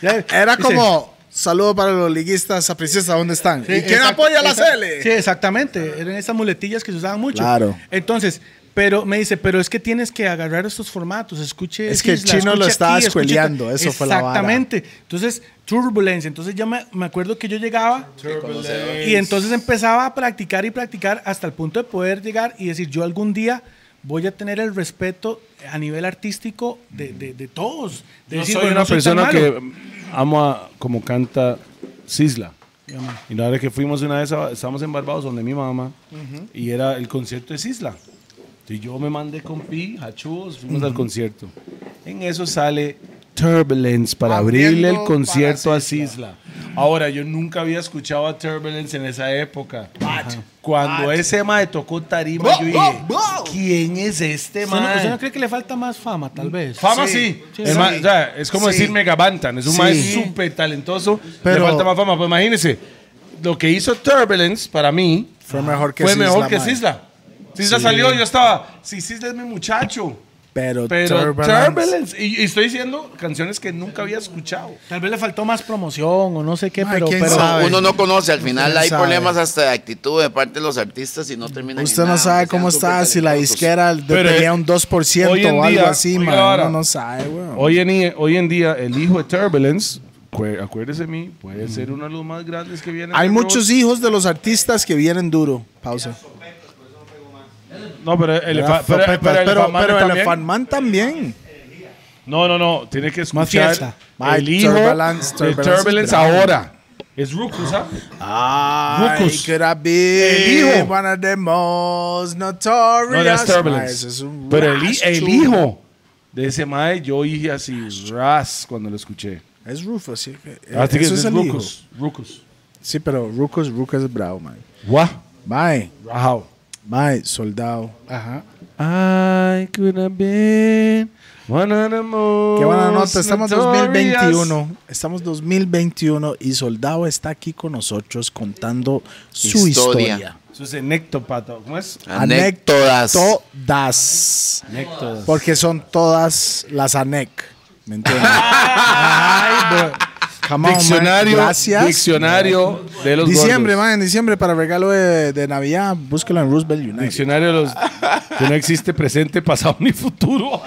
Speaker 3: Ya-
Speaker 1: Era
Speaker 3: dice,
Speaker 1: como saludo para los liguistas a princesa, ¿dónde están?
Speaker 3: Sí,
Speaker 1: ¿Y quién
Speaker 3: exact-
Speaker 1: apoya a la
Speaker 3: exact-
Speaker 1: Cele?
Speaker 3: Sí, exactamente. Eran esas muletillas que se usaban mucho.
Speaker 1: Claro.
Speaker 3: Entonces, pero me dice, pero es que tienes que agarrar estos formatos. Escuche.
Speaker 1: Es que el
Speaker 3: Isla,
Speaker 1: chino lo
Speaker 3: escuche
Speaker 1: estaba
Speaker 3: aquí, escuche
Speaker 1: escueleando,
Speaker 3: acá.
Speaker 1: eso fue la vara.
Speaker 3: Exactamente. Entonces, Turbulence. Entonces, yo me, me acuerdo que yo llegaba y entonces empezaba a practicar y practicar hasta el punto de poder llegar y decir, yo algún día voy a tener el respeto a nivel artístico de, de- de todos. De
Speaker 12: Yo
Speaker 3: decir,
Speaker 12: soy
Speaker 3: bueno,
Speaker 12: una
Speaker 3: no tan
Speaker 12: persona
Speaker 3: malo.
Speaker 12: que amo a, como canta Sisla. Y la verdad que fuimos una vez, a- estábamos en Barbados donde mi mamá, y era el concierto de Sisla. Y yo me mandé con Pi, Hachúos, fuimos al concierto. En eso sale Turbulence para abrirle el
Speaker 1: Abriendo
Speaker 12: concierto
Speaker 1: para
Speaker 12: a Sisla. Ahora, yo nunca había escuchado a Turbulence en esa época. Ajá. Cuando ese mae tocó tarima, yo dije, ¿quién es este
Speaker 3: ¿Usted no-
Speaker 12: mae?
Speaker 3: usted no cree que le falta más fama, tal vez?
Speaker 12: Fama
Speaker 1: Sí,
Speaker 12: sí.
Speaker 1: sí.
Speaker 12: Es, más, o sea, es como
Speaker 1: Sí.
Speaker 12: decir Megabantan. Es un
Speaker 1: Sí.
Speaker 12: maestro súper talentoso.
Speaker 1: Pero-
Speaker 12: le falta más fama. Pues imagínense, lo que hizo Turbulence para mí
Speaker 1: Fue mejor que
Speaker 12: fue
Speaker 1: Sisla,
Speaker 12: mejor que
Speaker 1: mae.
Speaker 12: Sisla. Sisla salió, yo estaba. Sí, Sisla es mi muchacho.
Speaker 1: Pero,
Speaker 12: Pero
Speaker 1: Turbulence-
Speaker 12: Turbulence. y, y estoy diciendo canciones que nunca había escuchado.
Speaker 3: Tal vez le faltó más promoción o no sé qué,
Speaker 1: Ay,
Speaker 3: pero...
Speaker 1: quién
Speaker 3: pero-
Speaker 1: sabe.
Speaker 2: Uno no conoce, al final
Speaker 1: Usted
Speaker 2: hay
Speaker 1: sabe.
Speaker 2: problemas hasta de actitud de parte de los artistas y no terminan. en
Speaker 1: Usted no
Speaker 2: nada,
Speaker 1: sabe
Speaker 2: aunque sean
Speaker 1: cómo está
Speaker 2: súper
Speaker 1: si la
Speaker 2: talentosos.
Speaker 1: disquera de-
Speaker 12: Pero,
Speaker 1: tenía un
Speaker 12: hoy
Speaker 1: 2%
Speaker 12: en
Speaker 1: o algo
Speaker 12: día,
Speaker 1: así,
Speaker 12: oiga
Speaker 1: man.
Speaker 12: ahora.
Speaker 1: Uno no sabe, weón.
Speaker 12: Hoy en, día- hoy en día, el hijo de Turbulence, acué- acuérdese de mí, puede ser uno de los más grandes que viene. este
Speaker 1: Hay
Speaker 12: de
Speaker 1: muchos hijos de los artistas que vienen duro. Pausa.
Speaker 12: rock. No, pero el,
Speaker 1: Era
Speaker 12: fa- pero,
Speaker 1: Fopeta,
Speaker 12: pero el
Speaker 1: pero,
Speaker 12: Famane
Speaker 1: pero el
Speaker 12: también.
Speaker 1: Fanman también.
Speaker 12: No, no, no. Tiene que escuchar
Speaker 3: fiesta.
Speaker 1: Ay,
Speaker 12: el hijo
Speaker 1: Turbulence,
Speaker 12: de
Speaker 1: Turbulence es
Speaker 12: Turbulence
Speaker 1: bravo.
Speaker 12: ahora. Es ¿ah? Rukus, ¿sabes?
Speaker 1: Ay,
Speaker 12: Rucus.
Speaker 1: could I
Speaker 12: El
Speaker 1: be
Speaker 12: hijo.
Speaker 1: one of the most notorious?
Speaker 12: No, that's
Speaker 1: Ma, ese
Speaker 12: Turbulence.
Speaker 1: es un
Speaker 12: Pero el, hi-
Speaker 1: ras
Speaker 12: el
Speaker 1: chulo.
Speaker 12: hijo de ese mae, yo dije así, ras, cuando lo escuché.
Speaker 1: Es Rufus, sí. eh,
Speaker 12: Así Ah, que
Speaker 1: eso es
Speaker 12: es
Speaker 1: el hijo.
Speaker 12: Rukus. Rukus.
Speaker 1: Sí, pero Rucus, Rucus es bravo, man.
Speaker 12: Guau.
Speaker 1: Mae,
Speaker 12: Rajao.
Speaker 1: mae, soldado.
Speaker 12: I could have been one of the most
Speaker 1: Qué buena nota, estamos
Speaker 12: notorious.
Speaker 1: 2021. Estamos 2021 y Soldado está aquí con nosotros contando su
Speaker 2: Historia.
Speaker 1: historia.
Speaker 12: Eso es nectopato. ¿Cómo es?
Speaker 2: Anécdotas.
Speaker 1: Todas.
Speaker 12: Nectodas.
Speaker 1: Porque son todas las ANEC. ¿Me entiendes? Come on, man.
Speaker 12: Diccionario,
Speaker 1: Gracias.
Speaker 12: diccionario de los
Speaker 1: Diciembre,
Speaker 12: gordos.
Speaker 1: man, en diciembre para regalo de, de Navidad, búsquelo en Roosevelt United.
Speaker 12: Diccionario de los
Speaker 2: Ah,
Speaker 12: que no existe presente, pasado ni futuro.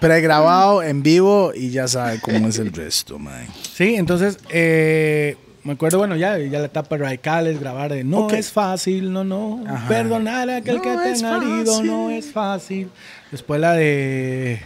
Speaker 1: Pregrabado en vivo y ya sabe cómo es el resto, man.
Speaker 3: Sí, entonces, eh, me acuerdo, bueno, ya, ya la etapa radical es grabar de no
Speaker 1: Ok.
Speaker 3: es fácil, no, no, perdonar a aquel
Speaker 1: No
Speaker 3: que te
Speaker 1: es
Speaker 3: ha herido, no
Speaker 1: fácil.
Speaker 3: es fácil. Después la de,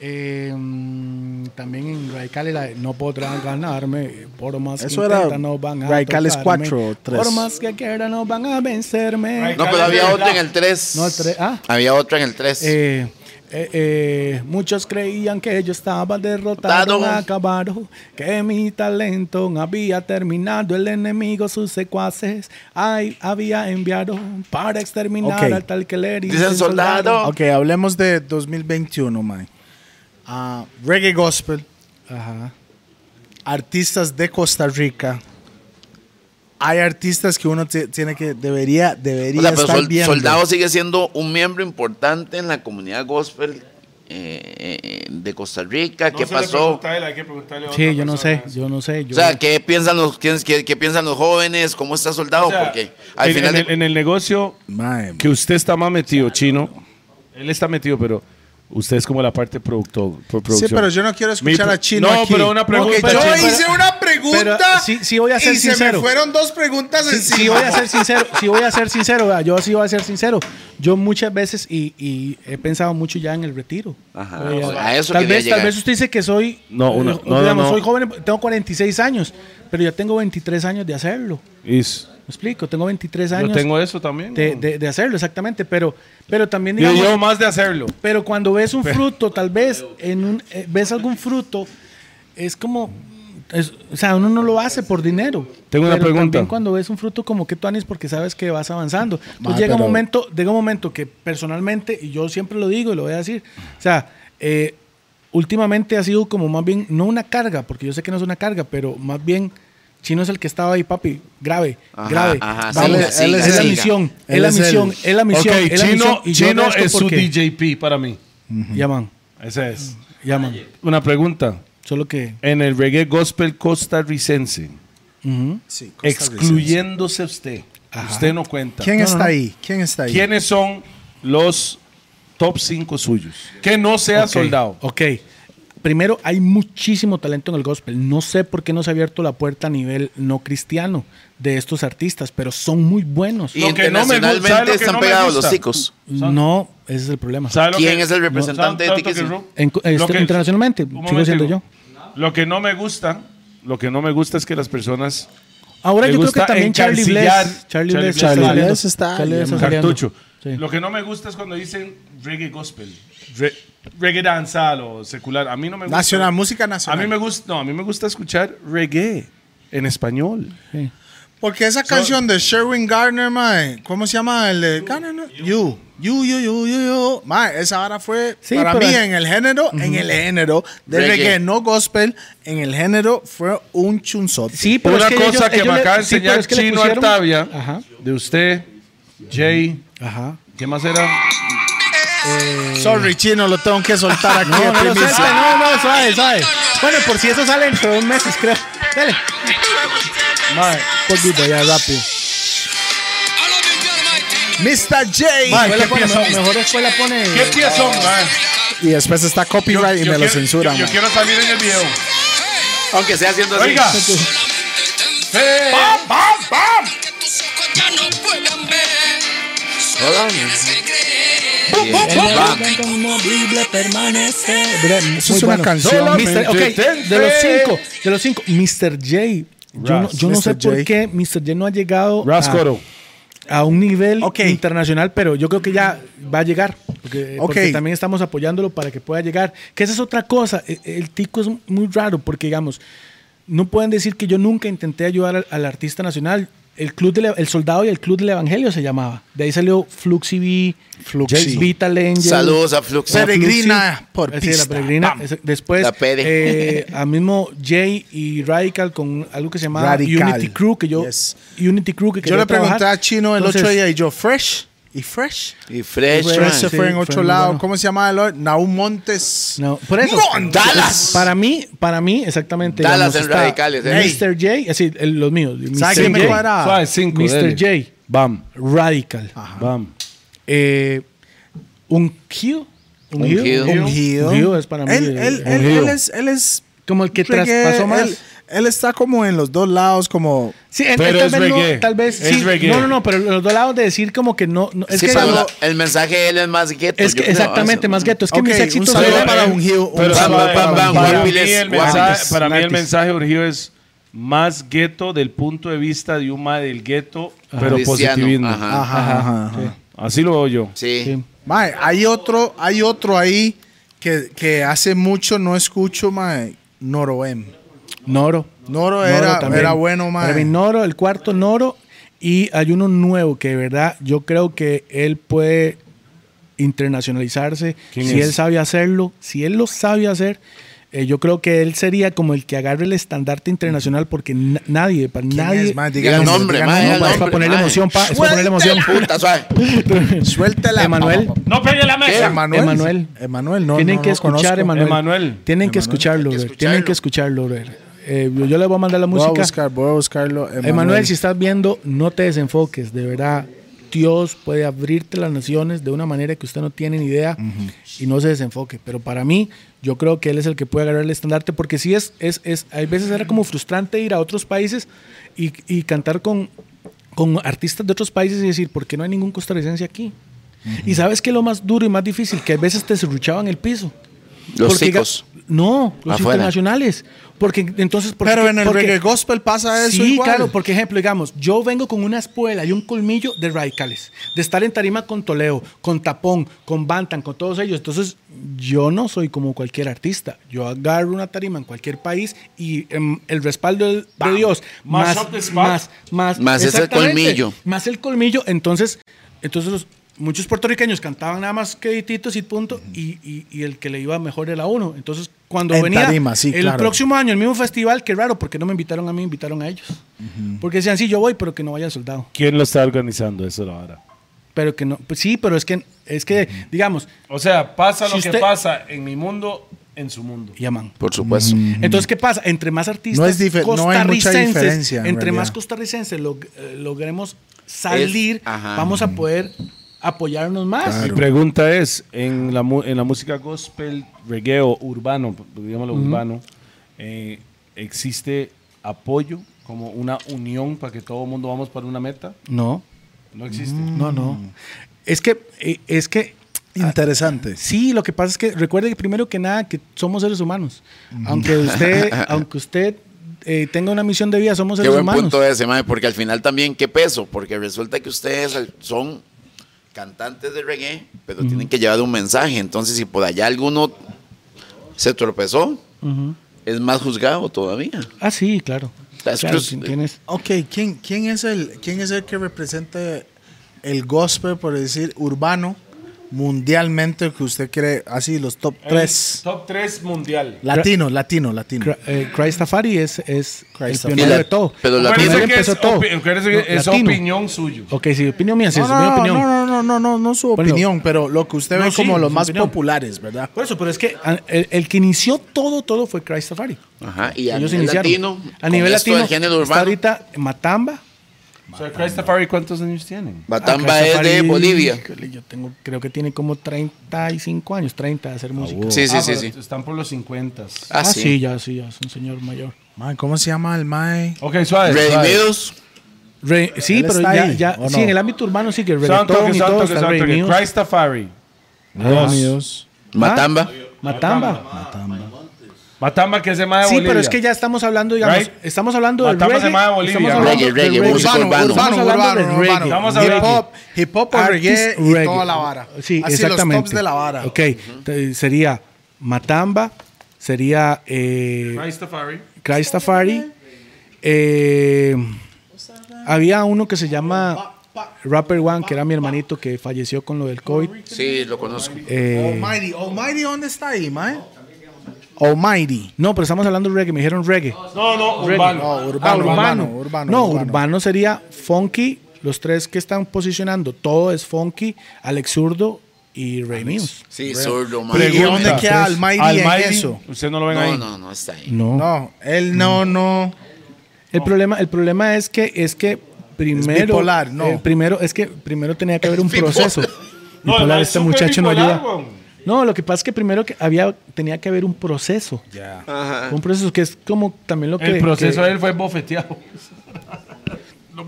Speaker 3: eh, mm, también en radicales la de no podrán ganarme, por más
Speaker 1: Eso
Speaker 3: que
Speaker 1: era
Speaker 3: intenta, no van a
Speaker 1: Radicales
Speaker 3: tocarme,
Speaker 1: cuatro o tres.
Speaker 3: Por más que quiera no van a vencerme.
Speaker 2: No, pero había otra en el 3.
Speaker 3: No, el tres, ah.
Speaker 2: Había otra en el 3.
Speaker 3: Eh, eh, eh, muchos creían que yo estaba derrotado,
Speaker 2: Dado.
Speaker 3: acabado, que mi talento había terminado, el enemigo sus secuaces ay, había enviado para exterminar
Speaker 1: Ok.
Speaker 3: al tal que le
Speaker 2: Dicen soldado.
Speaker 1: Ok, hablemos de 2021, man. Ah, reggae gospel. Artistas de Costa Rica. Hay artistas que uno ti- tiene que debería debería
Speaker 2: o sea, pero
Speaker 1: estar
Speaker 2: Sol-
Speaker 1: viendo.
Speaker 2: Soldado sigue siendo un miembro importante en la comunidad gospel eh, eh, de Costa Rica. ¿Qué pasó?
Speaker 3: Sí, yo no sé, yo no sé. Yo,
Speaker 2: O sea, ¿qué piensan los, quién- qué, qué piensan los jóvenes? ¿Cómo está Soldado?
Speaker 12: O sea,
Speaker 2: Porque al
Speaker 12: en,
Speaker 2: final...
Speaker 12: en el,
Speaker 2: de-
Speaker 12: en el negocio
Speaker 1: Mae,
Speaker 12: que usted está más metido, chino, él está metido, pero usted es como la parte productor, pro-
Speaker 1: Sí,
Speaker 12: producción.
Speaker 1: pero yo no quiero escuchar
Speaker 12: Mi-
Speaker 1: a Chino
Speaker 12: No,
Speaker 1: aquí.
Speaker 12: pero una pregunta,
Speaker 1: Porque yo
Speaker 12: Chino.
Speaker 1: hice una pregunta.
Speaker 3: Pero, sí- sí voy a ser
Speaker 1: y se me
Speaker 3: sincero.
Speaker 1: fueron dos preguntas
Speaker 3: si,
Speaker 1: encima.
Speaker 3: voy a ser sincero, si voy a ser sincero, vea, yo sí voy a ser sincero. Yo muchas veces y, y he pensado mucho ya en el retiro.
Speaker 2: Ajá,
Speaker 3: Oye,
Speaker 2: a eso
Speaker 3: tal
Speaker 2: quería
Speaker 3: vez,
Speaker 2: llegar.
Speaker 3: tal vez usted dice que soy,
Speaker 12: No, uno-
Speaker 3: eh,
Speaker 12: no,
Speaker 3: digamos,
Speaker 12: no, no.
Speaker 3: soy joven, tengo 46 años, pero ya tengo 23 años de hacerlo.
Speaker 12: Is-
Speaker 3: ¿Me explico? Tengo 23
Speaker 12: yo
Speaker 3: años
Speaker 12: tengo eso también.
Speaker 3: de,
Speaker 12: ¿no?
Speaker 3: de- de hacerlo, exactamente, pero, pero también
Speaker 12: yo
Speaker 3: digamos,
Speaker 12: llevo más de hacerlo.
Speaker 3: pero cuando ves un fruto, tal vez en un, eh, ves algún fruto, es como, es- o sea, uno no lo hace por dinero.
Speaker 12: Tengo una
Speaker 3: Pero
Speaker 12: pregunta.
Speaker 3: también cuando ves un fruto como que tú anís porque sabes que vas avanzando. Entonces
Speaker 1: Ma,
Speaker 3: llega un
Speaker 1: pero-
Speaker 3: momento, llega un momento que personalmente y yo siempre lo digo y lo voy a decir, o sea, eh, últimamente ha sido como más bien no una carga, porque yo sé que no es una carga, pero más bien Chino es el que estaba ahí, papi, grave,
Speaker 2: Ajá,
Speaker 3: grave.
Speaker 2: ajá,
Speaker 3: Vamos,
Speaker 1: siga,
Speaker 3: es,
Speaker 1: siga,
Speaker 3: la
Speaker 1: siga.
Speaker 3: misión, es
Speaker 1: Él
Speaker 3: la
Speaker 1: es el-
Speaker 3: misión, es la misión,
Speaker 12: ok,
Speaker 3: es la misión.
Speaker 12: Chino,
Speaker 3: y yo
Speaker 12: Chino
Speaker 3: agradezco
Speaker 12: es su
Speaker 3: porque-
Speaker 12: DJP para mí.
Speaker 3: Llaman,
Speaker 12: Ese es.
Speaker 3: llaman.
Speaker 12: Una pregunta.
Speaker 3: Solo que.
Speaker 12: En el reggae gospel costarricense,
Speaker 1: Sí, costarricense.
Speaker 12: excluyéndose usted, usted no cuenta.
Speaker 1: ¿Quién está ahí? ¿Quién está ahí?
Speaker 12: ¿Quiénes son los top 5 suyos? Que no sea soldado.
Speaker 3: Ok. primero, hay muchísimo talento en el gospel. No sé por qué no se ha abierto la puerta a nivel no cristiano de estos artistas, pero son muy buenos.
Speaker 2: Y
Speaker 4: Lo que no me gusta,
Speaker 2: internacionalmente
Speaker 4: ¿sabe lo que
Speaker 2: están
Speaker 4: no me
Speaker 2: pegados los
Speaker 4: gusta?
Speaker 2: chicos.
Speaker 3: No, ese es el problema.
Speaker 4: ¿Sabe lo
Speaker 2: ¿Quién
Speaker 4: que-
Speaker 2: es el representante de
Speaker 4: ¿sabe tanto que
Speaker 2: TKC?
Speaker 4: Ru-
Speaker 3: En-
Speaker 4: lo
Speaker 3: este,
Speaker 4: que-
Speaker 3: internacionalmente,
Speaker 4: un
Speaker 3: sigo siendo yo.
Speaker 4: momentico. Lo que no me gusta, lo que no me gusta es que las personas
Speaker 3: Ahora
Speaker 4: Le
Speaker 3: yo creo que
Speaker 4: gusta
Speaker 3: también Charlie
Speaker 4: encasillar-
Speaker 3: Bless. Charlie
Speaker 4: Charlie
Speaker 3: Bless
Speaker 4: Bless.
Speaker 3: está
Speaker 1: Charlie
Speaker 3: saliendo.
Speaker 1: Bless está
Speaker 3: Charlie Bless está saliendo.
Speaker 4: cartucho.
Speaker 3: Sí.
Speaker 4: Lo que no me gusta es cuando dicen reggae gospel, re- reggae danzal o secular. A mí no me gusta.
Speaker 1: Nacional, música
Speaker 4: A
Speaker 1: nacional.
Speaker 4: mí me gusta, no, a mí me gusta escuchar reggae en español.
Speaker 1: Porque esa canción de Sherwin Gardner, mae, ¿cómo se llama? El de Gardner? You. You, you, you, you, you. Mae, esa vara fue
Speaker 3: Sí,
Speaker 1: para
Speaker 3: pero-
Speaker 1: mí en el género, en el género de reggae.
Speaker 2: Reggae.
Speaker 1: no gospel, en el género fue un chunzote.
Speaker 3: Sí, pero
Speaker 4: Una
Speaker 3: es que
Speaker 4: cosa
Speaker 3: ellos-
Speaker 4: que
Speaker 3: ellos
Speaker 4: me
Speaker 3: le-
Speaker 4: acaba de
Speaker 3: sí, pero
Speaker 4: enseñar
Speaker 3: es que le
Speaker 4: Chino
Speaker 3: pusieron-
Speaker 4: Artavia
Speaker 3: Ajá.
Speaker 4: de usted, Jay.
Speaker 3: Ajá.
Speaker 4: ¿Qué más era?
Speaker 1: Sorry, chino, lo tengo que soltar aquí.
Speaker 3: No,
Speaker 1: en
Speaker 3: no, no,
Speaker 1: primicia.
Speaker 3: suave, no, no, suave, suave. Bueno, por si eso sale dentro de un mes, creo. Dale.
Speaker 4: Mae, pues,
Speaker 3: Poquito ya, rápido.
Speaker 1: Mr. J.
Speaker 3: Mae, ¿qué pieza? Mejor después la pone.
Speaker 4: ¿Qué piezas son, mae?
Speaker 1: Y después está copyright y me lo
Speaker 4: quiero-
Speaker 1: censuran.
Speaker 4: Yo, yo
Speaker 1: mae.
Speaker 4: quiero salir en el video.
Speaker 2: Aunque sea haciendo así.
Speaker 4: Oiga. Fe-
Speaker 2: Hola.
Speaker 1: Eso es una canción.
Speaker 3: Mister- ok,
Speaker 4: Solamente
Speaker 3: de los
Speaker 4: ten
Speaker 3: cinco, de los cinco, Mr. J. Yo no,
Speaker 4: Ras.
Speaker 3: yo no sé
Speaker 1: Mr. J.
Speaker 3: por qué Mr. J no ha llegado a,
Speaker 4: Rascoro.
Speaker 1: Ah,
Speaker 3: a un nivel
Speaker 1: Ok.
Speaker 3: internacional, pero yo creo que ya va a llegar. Porque, porque
Speaker 1: Ok.
Speaker 3: también estamos apoyándolo para que pueda llegar. Que esa es otra cosa. e- El, tico es muy raro porque, digamos, no pueden decir que yo nunca intenté ayudar al, al artista nacional. El, club del- el Soldado y el Club del Evangelio se llamaba. De ahí salió Fluxy B,
Speaker 1: Fluxy.
Speaker 3: Vital Angel.
Speaker 2: Saludos a Flux.
Speaker 1: Pero- Peregrina
Speaker 3: Fluxy.
Speaker 1: por
Speaker 3: Eh, sí,
Speaker 1: pista.
Speaker 3: la peregrina.
Speaker 1: Pam.
Speaker 3: Ese- Después,
Speaker 2: La pere.
Speaker 3: eh, a mismo Jay y Radical con algo que se llamaba
Speaker 1: Radical.
Speaker 3: Unity Crew, que yo,
Speaker 1: Yes.
Speaker 3: Unity Crew que
Speaker 1: Yo le pregunté
Speaker 3: preguntaba
Speaker 1: a Chino el otro día y yo, Fresh. ¿Y Fresh?
Speaker 2: Y Fresh.
Speaker 3: Fresh.
Speaker 2: man.
Speaker 1: Ese
Speaker 3: Sí,
Speaker 1: fue en
Speaker 3: fue
Speaker 1: otro
Speaker 3: muy
Speaker 1: lado.
Speaker 3: bueno.
Speaker 1: ¿Cómo se llama el otro? Naum Montes.
Speaker 3: No, por eso.
Speaker 1: ¡Mon, Dallas!
Speaker 3: Para mí, para mí, exactamente.
Speaker 2: Dallas
Speaker 3: digamos,
Speaker 2: en
Speaker 3: está
Speaker 2: radicales, eh.
Speaker 3: Mr. J, es decir, el- los míos.
Speaker 1: ¿Sabe
Speaker 3: Mr.
Speaker 1: quién me
Speaker 3: J,
Speaker 1: cuadra?
Speaker 4: Suave, cinco.
Speaker 3: Mr.
Speaker 4: dele.
Speaker 3: J,
Speaker 4: Bam,
Speaker 3: Radical.
Speaker 4: bam.
Speaker 3: Eh, un Q. Un
Speaker 2: Ungido.
Speaker 3: Q.
Speaker 1: Ungido.
Speaker 3: es para mí. eh,
Speaker 1: Él,
Speaker 3: el-
Speaker 1: él,
Speaker 3: el-
Speaker 1: él, él es, él es
Speaker 3: como el que
Speaker 1: reggae,
Speaker 3: traspasó más.
Speaker 1: Él, él está como en los dos lados, como
Speaker 3: Sí, en-
Speaker 4: Pero
Speaker 3: tal
Speaker 4: es
Speaker 3: vez
Speaker 4: reggae.
Speaker 3: no, tal vez
Speaker 4: Es
Speaker 3: sí.
Speaker 4: reggae.
Speaker 3: No, no, no, pero los dos lados de decir como que no, no, es
Speaker 2: Sí,
Speaker 3: que
Speaker 2: pero
Speaker 3: digamos,
Speaker 2: la- el mensaje de él es más gueto.
Speaker 3: es que
Speaker 2: yo creo,
Speaker 3: exactamente
Speaker 2: eso.
Speaker 3: más gueto, es que
Speaker 1: Ok,
Speaker 3: mis
Speaker 1: un
Speaker 3: éxitos
Speaker 1: saludo
Speaker 3: son-
Speaker 1: para un Gil, un
Speaker 4: Pero
Speaker 2: Bam,
Speaker 1: saludo
Speaker 2: bam,
Speaker 1: para
Speaker 2: bam,
Speaker 1: un
Speaker 2: bam,
Speaker 1: Gil.
Speaker 4: Para mí,
Speaker 2: Guapiles,
Speaker 4: el
Speaker 2: guapiles.
Speaker 4: mensaje, para mí el
Speaker 1: Guapiles.
Speaker 4: mensaje urgido es más gueto del punto de vista de un ma del gueto, pero
Speaker 2: Cristiano,
Speaker 4: positivismo.
Speaker 2: ajá.
Speaker 1: Ajá, ajá, ajá.
Speaker 4: Así lo veo yo.
Speaker 2: Sí.
Speaker 3: Sí.
Speaker 1: Mae, hay otro, hay otro ahí que, que hace mucho no escucho, mae, Noroem.
Speaker 3: Noro.
Speaker 1: Noro era,
Speaker 3: también.
Speaker 1: era bueno,
Speaker 3: Para mí
Speaker 1: mae.
Speaker 3: Noro, el cuarto Noro y hay uno nuevo que de verdad yo creo que él puede internacionalizarse
Speaker 4: ¿Quién
Speaker 3: si
Speaker 4: es?
Speaker 3: él sabe hacerlo, si él lo sabe hacer. eh, yo creo que él sería como el que agarre el estandarte internacional porque na- nadie, para
Speaker 1: ¿Quién
Speaker 3: nadie.
Speaker 1: es, mae?
Speaker 2: Diga el
Speaker 1: Díganos,
Speaker 2: nombre,
Speaker 1: díganos,
Speaker 2: mae,
Speaker 1: no,
Speaker 2: el
Speaker 1: mae.
Speaker 3: es para
Speaker 2: nombre,
Speaker 3: ponerle
Speaker 2: mae.
Speaker 3: emoción, pa, es para ponerle emoción.
Speaker 2: Puta, suave.
Speaker 3: Pues,
Speaker 1: Suéltela.
Speaker 3: Emanuel.
Speaker 4: No pegue la mesa.
Speaker 1: Emanuel.
Speaker 3: Emanuel.
Speaker 1: Emanuel, no.
Speaker 3: tienen
Speaker 1: no,
Speaker 3: que
Speaker 1: no
Speaker 3: escuchar
Speaker 1: conozco.
Speaker 3: Emanuel.
Speaker 4: Emanuel.
Speaker 3: Tienen que escucharlo, brother. Tienen que escucharlo, brother. Eh, yo- yo le voy a mandar la
Speaker 1: Voy a
Speaker 3: música.
Speaker 1: buscar, voy a buscarlo. Emanuel,
Speaker 3: Emanuel, si estás viendo, no te desenfoques, de verdad. Dios puede abrirte las naciones de una manera que usted no tiene ni idea y no se desenfoque. Pero para mí, yo creo que él es el que puede agarrar el estandarte, porque sí es, es, es hay veces era como frustrante ir a otros países y, y cantar con, con artistas de otros países y decir, ¿por qué no hay ningún costarricense aquí? Y sabes que lo más duro y más difícil, que a veces te serruchaban el piso.
Speaker 2: Los
Speaker 3: Porque-
Speaker 2: chicos.
Speaker 3: No, los
Speaker 2: Afuera.
Speaker 3: internacionales. Porque entonces... ¿por
Speaker 1: Pero
Speaker 3: qué-
Speaker 1: en el
Speaker 3: porque-
Speaker 1: reggae gospel pasa eso
Speaker 3: sí,
Speaker 1: igual.
Speaker 3: claro, porque ejemplo, digamos, yo vengo con una espuela y un colmillo de radicales, de estar en tarima con Toleo, con Tapón, con Bantan, con todos ellos. Entonces, yo no soy como cualquier artista. Yo agarro una tarima en cualquier país y em, el respaldo del- de, Dios,
Speaker 4: Mash
Speaker 3: más,
Speaker 4: up the spot.
Speaker 3: más, más,
Speaker 2: Más ese
Speaker 3: exactamente,
Speaker 2: colmillo.
Speaker 3: Más el colmillo. Entonces, entonces los- muchos puertorriqueños cantaban nada más quedititos y punto, y, y- y el que le iba mejor era uno. Entonces, cuando
Speaker 1: En
Speaker 3: venía
Speaker 1: tarima, sí,
Speaker 3: el
Speaker 1: claro.
Speaker 3: próximo año, el mismo festival, qué raro, porque no me invitaron a mí, invitaron a ellos. Porque decían, sí, yo voy, pero que no vaya el soldado.
Speaker 4: ¿Quién lo está organizando eso la hora?
Speaker 3: Pero que no, pues sí, pero es que, es que digamos,
Speaker 4: O sea, pasa
Speaker 3: Si
Speaker 4: lo que
Speaker 3: usted-
Speaker 4: pasa en mi mundo, en su mundo.
Speaker 3: llaman.
Speaker 2: Por supuesto.
Speaker 3: Entonces, ¿qué pasa? Entre más artistas
Speaker 1: No es dife- no hay mucha
Speaker 3: costarricenses,
Speaker 1: diferencia, en
Speaker 3: entre más
Speaker 1: realidad.
Speaker 3: costarricenses log- eh, logremos salir,
Speaker 2: ajá.
Speaker 3: vamos a poder apoyarnos más.
Speaker 4: Mi pregunta es, en la, mu- en la música gospel, reggae o urbano, digámoslo urbano, eh, ¿existe apoyo como una unión para que todo el mundo vamos para una meta?
Speaker 3: No,
Speaker 4: No Mm. existe.
Speaker 3: no, no. Es que, eh, es que
Speaker 1: Interesante.
Speaker 3: Sí, lo que pasa es que recuerde que primero que nada que somos seres humanos. Aunque usted, aunque usted eh, tenga una misión de vida, somos
Speaker 2: Qué
Speaker 3: seres
Speaker 2: buen
Speaker 3: humanos.
Speaker 2: punto ese, mae, porque al final también, qué peso, porque resulta que ustedes al- son cantantes de reggae, pero tienen que llevar un mensaje. Entonces, si por allá alguno se tropezó, es más juzgado todavía.
Speaker 3: Ah, sí, claro.
Speaker 2: eh. Las
Speaker 3: Claro,
Speaker 2: cruz-
Speaker 3: si tienes-
Speaker 1: Ok, ¿quién, quién, es el, ¿quién es el que representa el gospel, por decir, urbano mundialmente que usted cree, así, los
Speaker 3: Eh,
Speaker 1: top 3?
Speaker 12: Top 3 mundial.
Speaker 1: Latino, latino, latino.
Speaker 3: Cra- eh, Christafari es, es el
Speaker 1: Christafari.
Speaker 3: pionero
Speaker 2: Y la-
Speaker 3: de todo.
Speaker 2: pero la-
Speaker 3: Con él
Speaker 12: Acuérdese que es,
Speaker 3: empezó todo.
Speaker 12: opi- acuérdese que
Speaker 3: No,
Speaker 12: es
Speaker 3: latino.
Speaker 12: opinión suyo.
Speaker 3: Ok, sí, opinión mía, sí,
Speaker 1: No,
Speaker 3: es mi
Speaker 1: no,
Speaker 3: opinión.
Speaker 1: no, no, no, no, no, no su
Speaker 3: Bueno,
Speaker 1: opinión, pero lo que usted ve
Speaker 3: sí,
Speaker 1: como los
Speaker 3: su
Speaker 1: más
Speaker 3: opinión.
Speaker 1: populares, ¿verdad?
Speaker 3: Por eso, pero es que ah, el, el que inició todo, todo fue Christafari.
Speaker 2: Ajá, y a
Speaker 3: Ellos
Speaker 2: nivel
Speaker 3: iniciaron.
Speaker 2: latino,
Speaker 3: a nivel latino,
Speaker 2: el género
Speaker 3: está
Speaker 2: urbano,
Speaker 3: ahorita Matamba.
Speaker 12: O sea, Christopher, ¿cuántos años tienen?
Speaker 2: Batamba
Speaker 3: Ah,
Speaker 2: es de
Speaker 3: Christafari,
Speaker 2: Bolivia.
Speaker 3: híjole, Yo tengo, creo que tiene como 35 años, 30 de hacer música.
Speaker 2: Sí, sí,
Speaker 12: Ah,
Speaker 2: sí,
Speaker 12: pero
Speaker 2: sí.
Speaker 12: Están por los 50.
Speaker 2: Ah,
Speaker 3: Ah, sí.
Speaker 2: sí.
Speaker 3: ya, sí, ya, es un señor mayor.
Speaker 1: Mae, ¿Cómo se llama el Mae?
Speaker 12: Ok, suave. suave.
Speaker 2: Redimidos,
Speaker 3: Ah. Re- sí,
Speaker 1: él
Speaker 3: pero
Speaker 1: está
Speaker 3: ya,
Speaker 1: ahí,
Speaker 3: ya-
Speaker 1: ¿o
Speaker 3: sí,
Speaker 1: no?
Speaker 3: en el ámbito urbano sí que el
Speaker 12: Santo
Speaker 3: reggaetón
Speaker 12: que
Speaker 3: y todo
Speaker 12: santo que
Speaker 3: está el
Speaker 12: santo
Speaker 3: Rey
Speaker 12: que
Speaker 3: News.
Speaker 12: Christafari.
Speaker 2: Matamba.
Speaker 3: Matamba.
Speaker 12: Matamba, que es de más de
Speaker 3: Sí,
Speaker 12: Bolivia.
Speaker 3: pero es que ya estamos hablando, digamos,
Speaker 12: Right.
Speaker 3: estamos hablando del
Speaker 12: Matamba se
Speaker 3: reggae.
Speaker 12: llama Bolivia.
Speaker 3: estamos hablando
Speaker 2: Reggae,
Speaker 3: del
Speaker 2: reggae, música
Speaker 3: Estamos
Speaker 2: urbana.
Speaker 3: hablando
Speaker 1: urbano,
Speaker 3: del
Speaker 1: urbano,
Speaker 3: reggae.
Speaker 1: urbano.
Speaker 12: Estamos
Speaker 1: Hip
Speaker 12: hablando-
Speaker 1: hop, hip hop, o reggae
Speaker 3: Artist
Speaker 1: y
Speaker 3: reggae.
Speaker 1: toda la vara.
Speaker 3: Sí,
Speaker 1: Así
Speaker 3: exactamente.
Speaker 1: los tops de la vara.
Speaker 3: Ok, te- sería Matamba, sería eh,
Speaker 12: Christafari.
Speaker 3: Christafari. eh, había uno que se llama Rapper One, que era mi hermanito que falleció con lo del COVID.
Speaker 2: Sí, lo conozco.
Speaker 3: Eh,
Speaker 1: Almighty, Almighty, ¿dónde está ahí, Mae? Almighty.
Speaker 3: no, pero estamos hablando de reggae, me dijeron reggae.
Speaker 12: No,
Speaker 1: No,
Speaker 12: no, urbano.
Speaker 1: urbano,
Speaker 3: Ah,
Speaker 1: urbano, urbano,
Speaker 3: No,
Speaker 1: urbano.
Speaker 3: urbano. sería funky. Los tres que están posicionando, todo es funky. Alex Zurdo y Ray Mills.
Speaker 2: Sí, zurdo, mae.
Speaker 1: ¿Y dónde
Speaker 3: Pregunta.
Speaker 1: queda Almighty, en
Speaker 12: Almighty,
Speaker 1: eso?
Speaker 12: Usted no lo ven
Speaker 2: No,
Speaker 12: ahí.
Speaker 2: no, no está ahí.
Speaker 3: No.
Speaker 1: No, él no, no.
Speaker 3: El problema, el problema es que es que primero,
Speaker 1: bipolar, no.
Speaker 3: eh, primero es que primero tenía que haber un proceso.
Speaker 12: No,
Speaker 3: Bipolar,
Speaker 12: no, es
Speaker 3: este
Speaker 12: súper
Speaker 3: muchacho no
Speaker 12: bipolar,
Speaker 3: ayuda.
Speaker 12: weón.
Speaker 3: No, lo que pasa es que primero que había tenía que haber un proceso. Un proceso que es como también lo que
Speaker 12: El proceso
Speaker 3: que-
Speaker 12: de él fue bofeteado.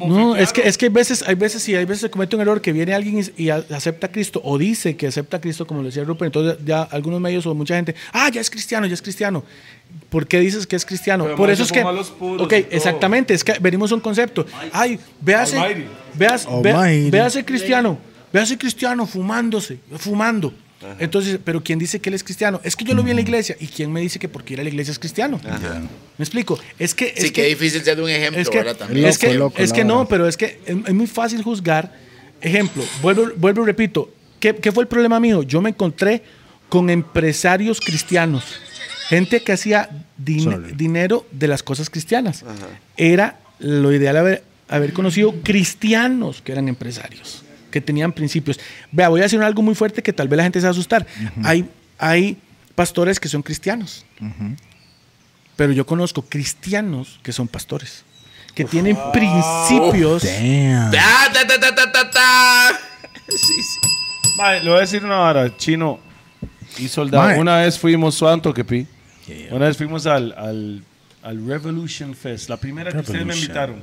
Speaker 3: No, es que, es que hay veces, hay veces, sí, hay veces se comete un error que viene alguien y, y a- acepta a Cristo o dice que acepta a Cristo, como lo decía Rupert. Entonces, ya algunos medios o mucha gente, ah, ya es cristiano, ya es cristiano. ¿Por qué dices que es cristiano?
Speaker 12: Pero,
Speaker 3: Por
Speaker 12: man,
Speaker 3: eso
Speaker 12: se
Speaker 3: es que.
Speaker 12: fuma los puros
Speaker 3: Ok,
Speaker 12: y todo.
Speaker 3: exactamente, es que venimos a un concepto. Ay, véase,
Speaker 12: Almighty.
Speaker 3: véase, ve-
Speaker 1: Almighty.
Speaker 3: véase cristiano, véase cristiano fumándose, fumando. Entonces, pero ¿quién dice que él es cristiano? Es que yo lo vi en la iglesia. ¿Y quién me dice que porque ir a la iglesia es cristiano? ¿Me explico? Es que.
Speaker 2: Sí,
Speaker 3: es
Speaker 2: que difícil ser un ejemplo,
Speaker 3: es que,
Speaker 2: ¿verdad? También.
Speaker 3: es que,
Speaker 1: loco,
Speaker 3: es
Speaker 1: la
Speaker 3: que no,
Speaker 1: verdad.
Speaker 3: pero es que es, es muy fácil juzgar. Ejemplo, vuelvo, vuelvo y repito, ¿qué, qué fue el problema mío? Yo me encontré con empresarios cristianos, gente que hacía din- dinero de las cosas cristianas. Era lo ideal haber, haber conocido cristianos que eran empresarios, que tenían principios. Vea, voy a decir algo muy fuerte que tal vez la gente se va a asustar. hay, hay pastores que son cristianos. Pero yo conozco cristianos que son pastores, que tienen principios.
Speaker 2: Ah, ta, ta, ta, ta, ta, ta.
Speaker 4: Mae, le voy a decir una vara, chino y soldado.
Speaker 1: Mae.
Speaker 4: Una vez fuimos a Antoquepi. Una vez fuimos al, al, al Revolution Fest, la primera que ustedes me invitaron.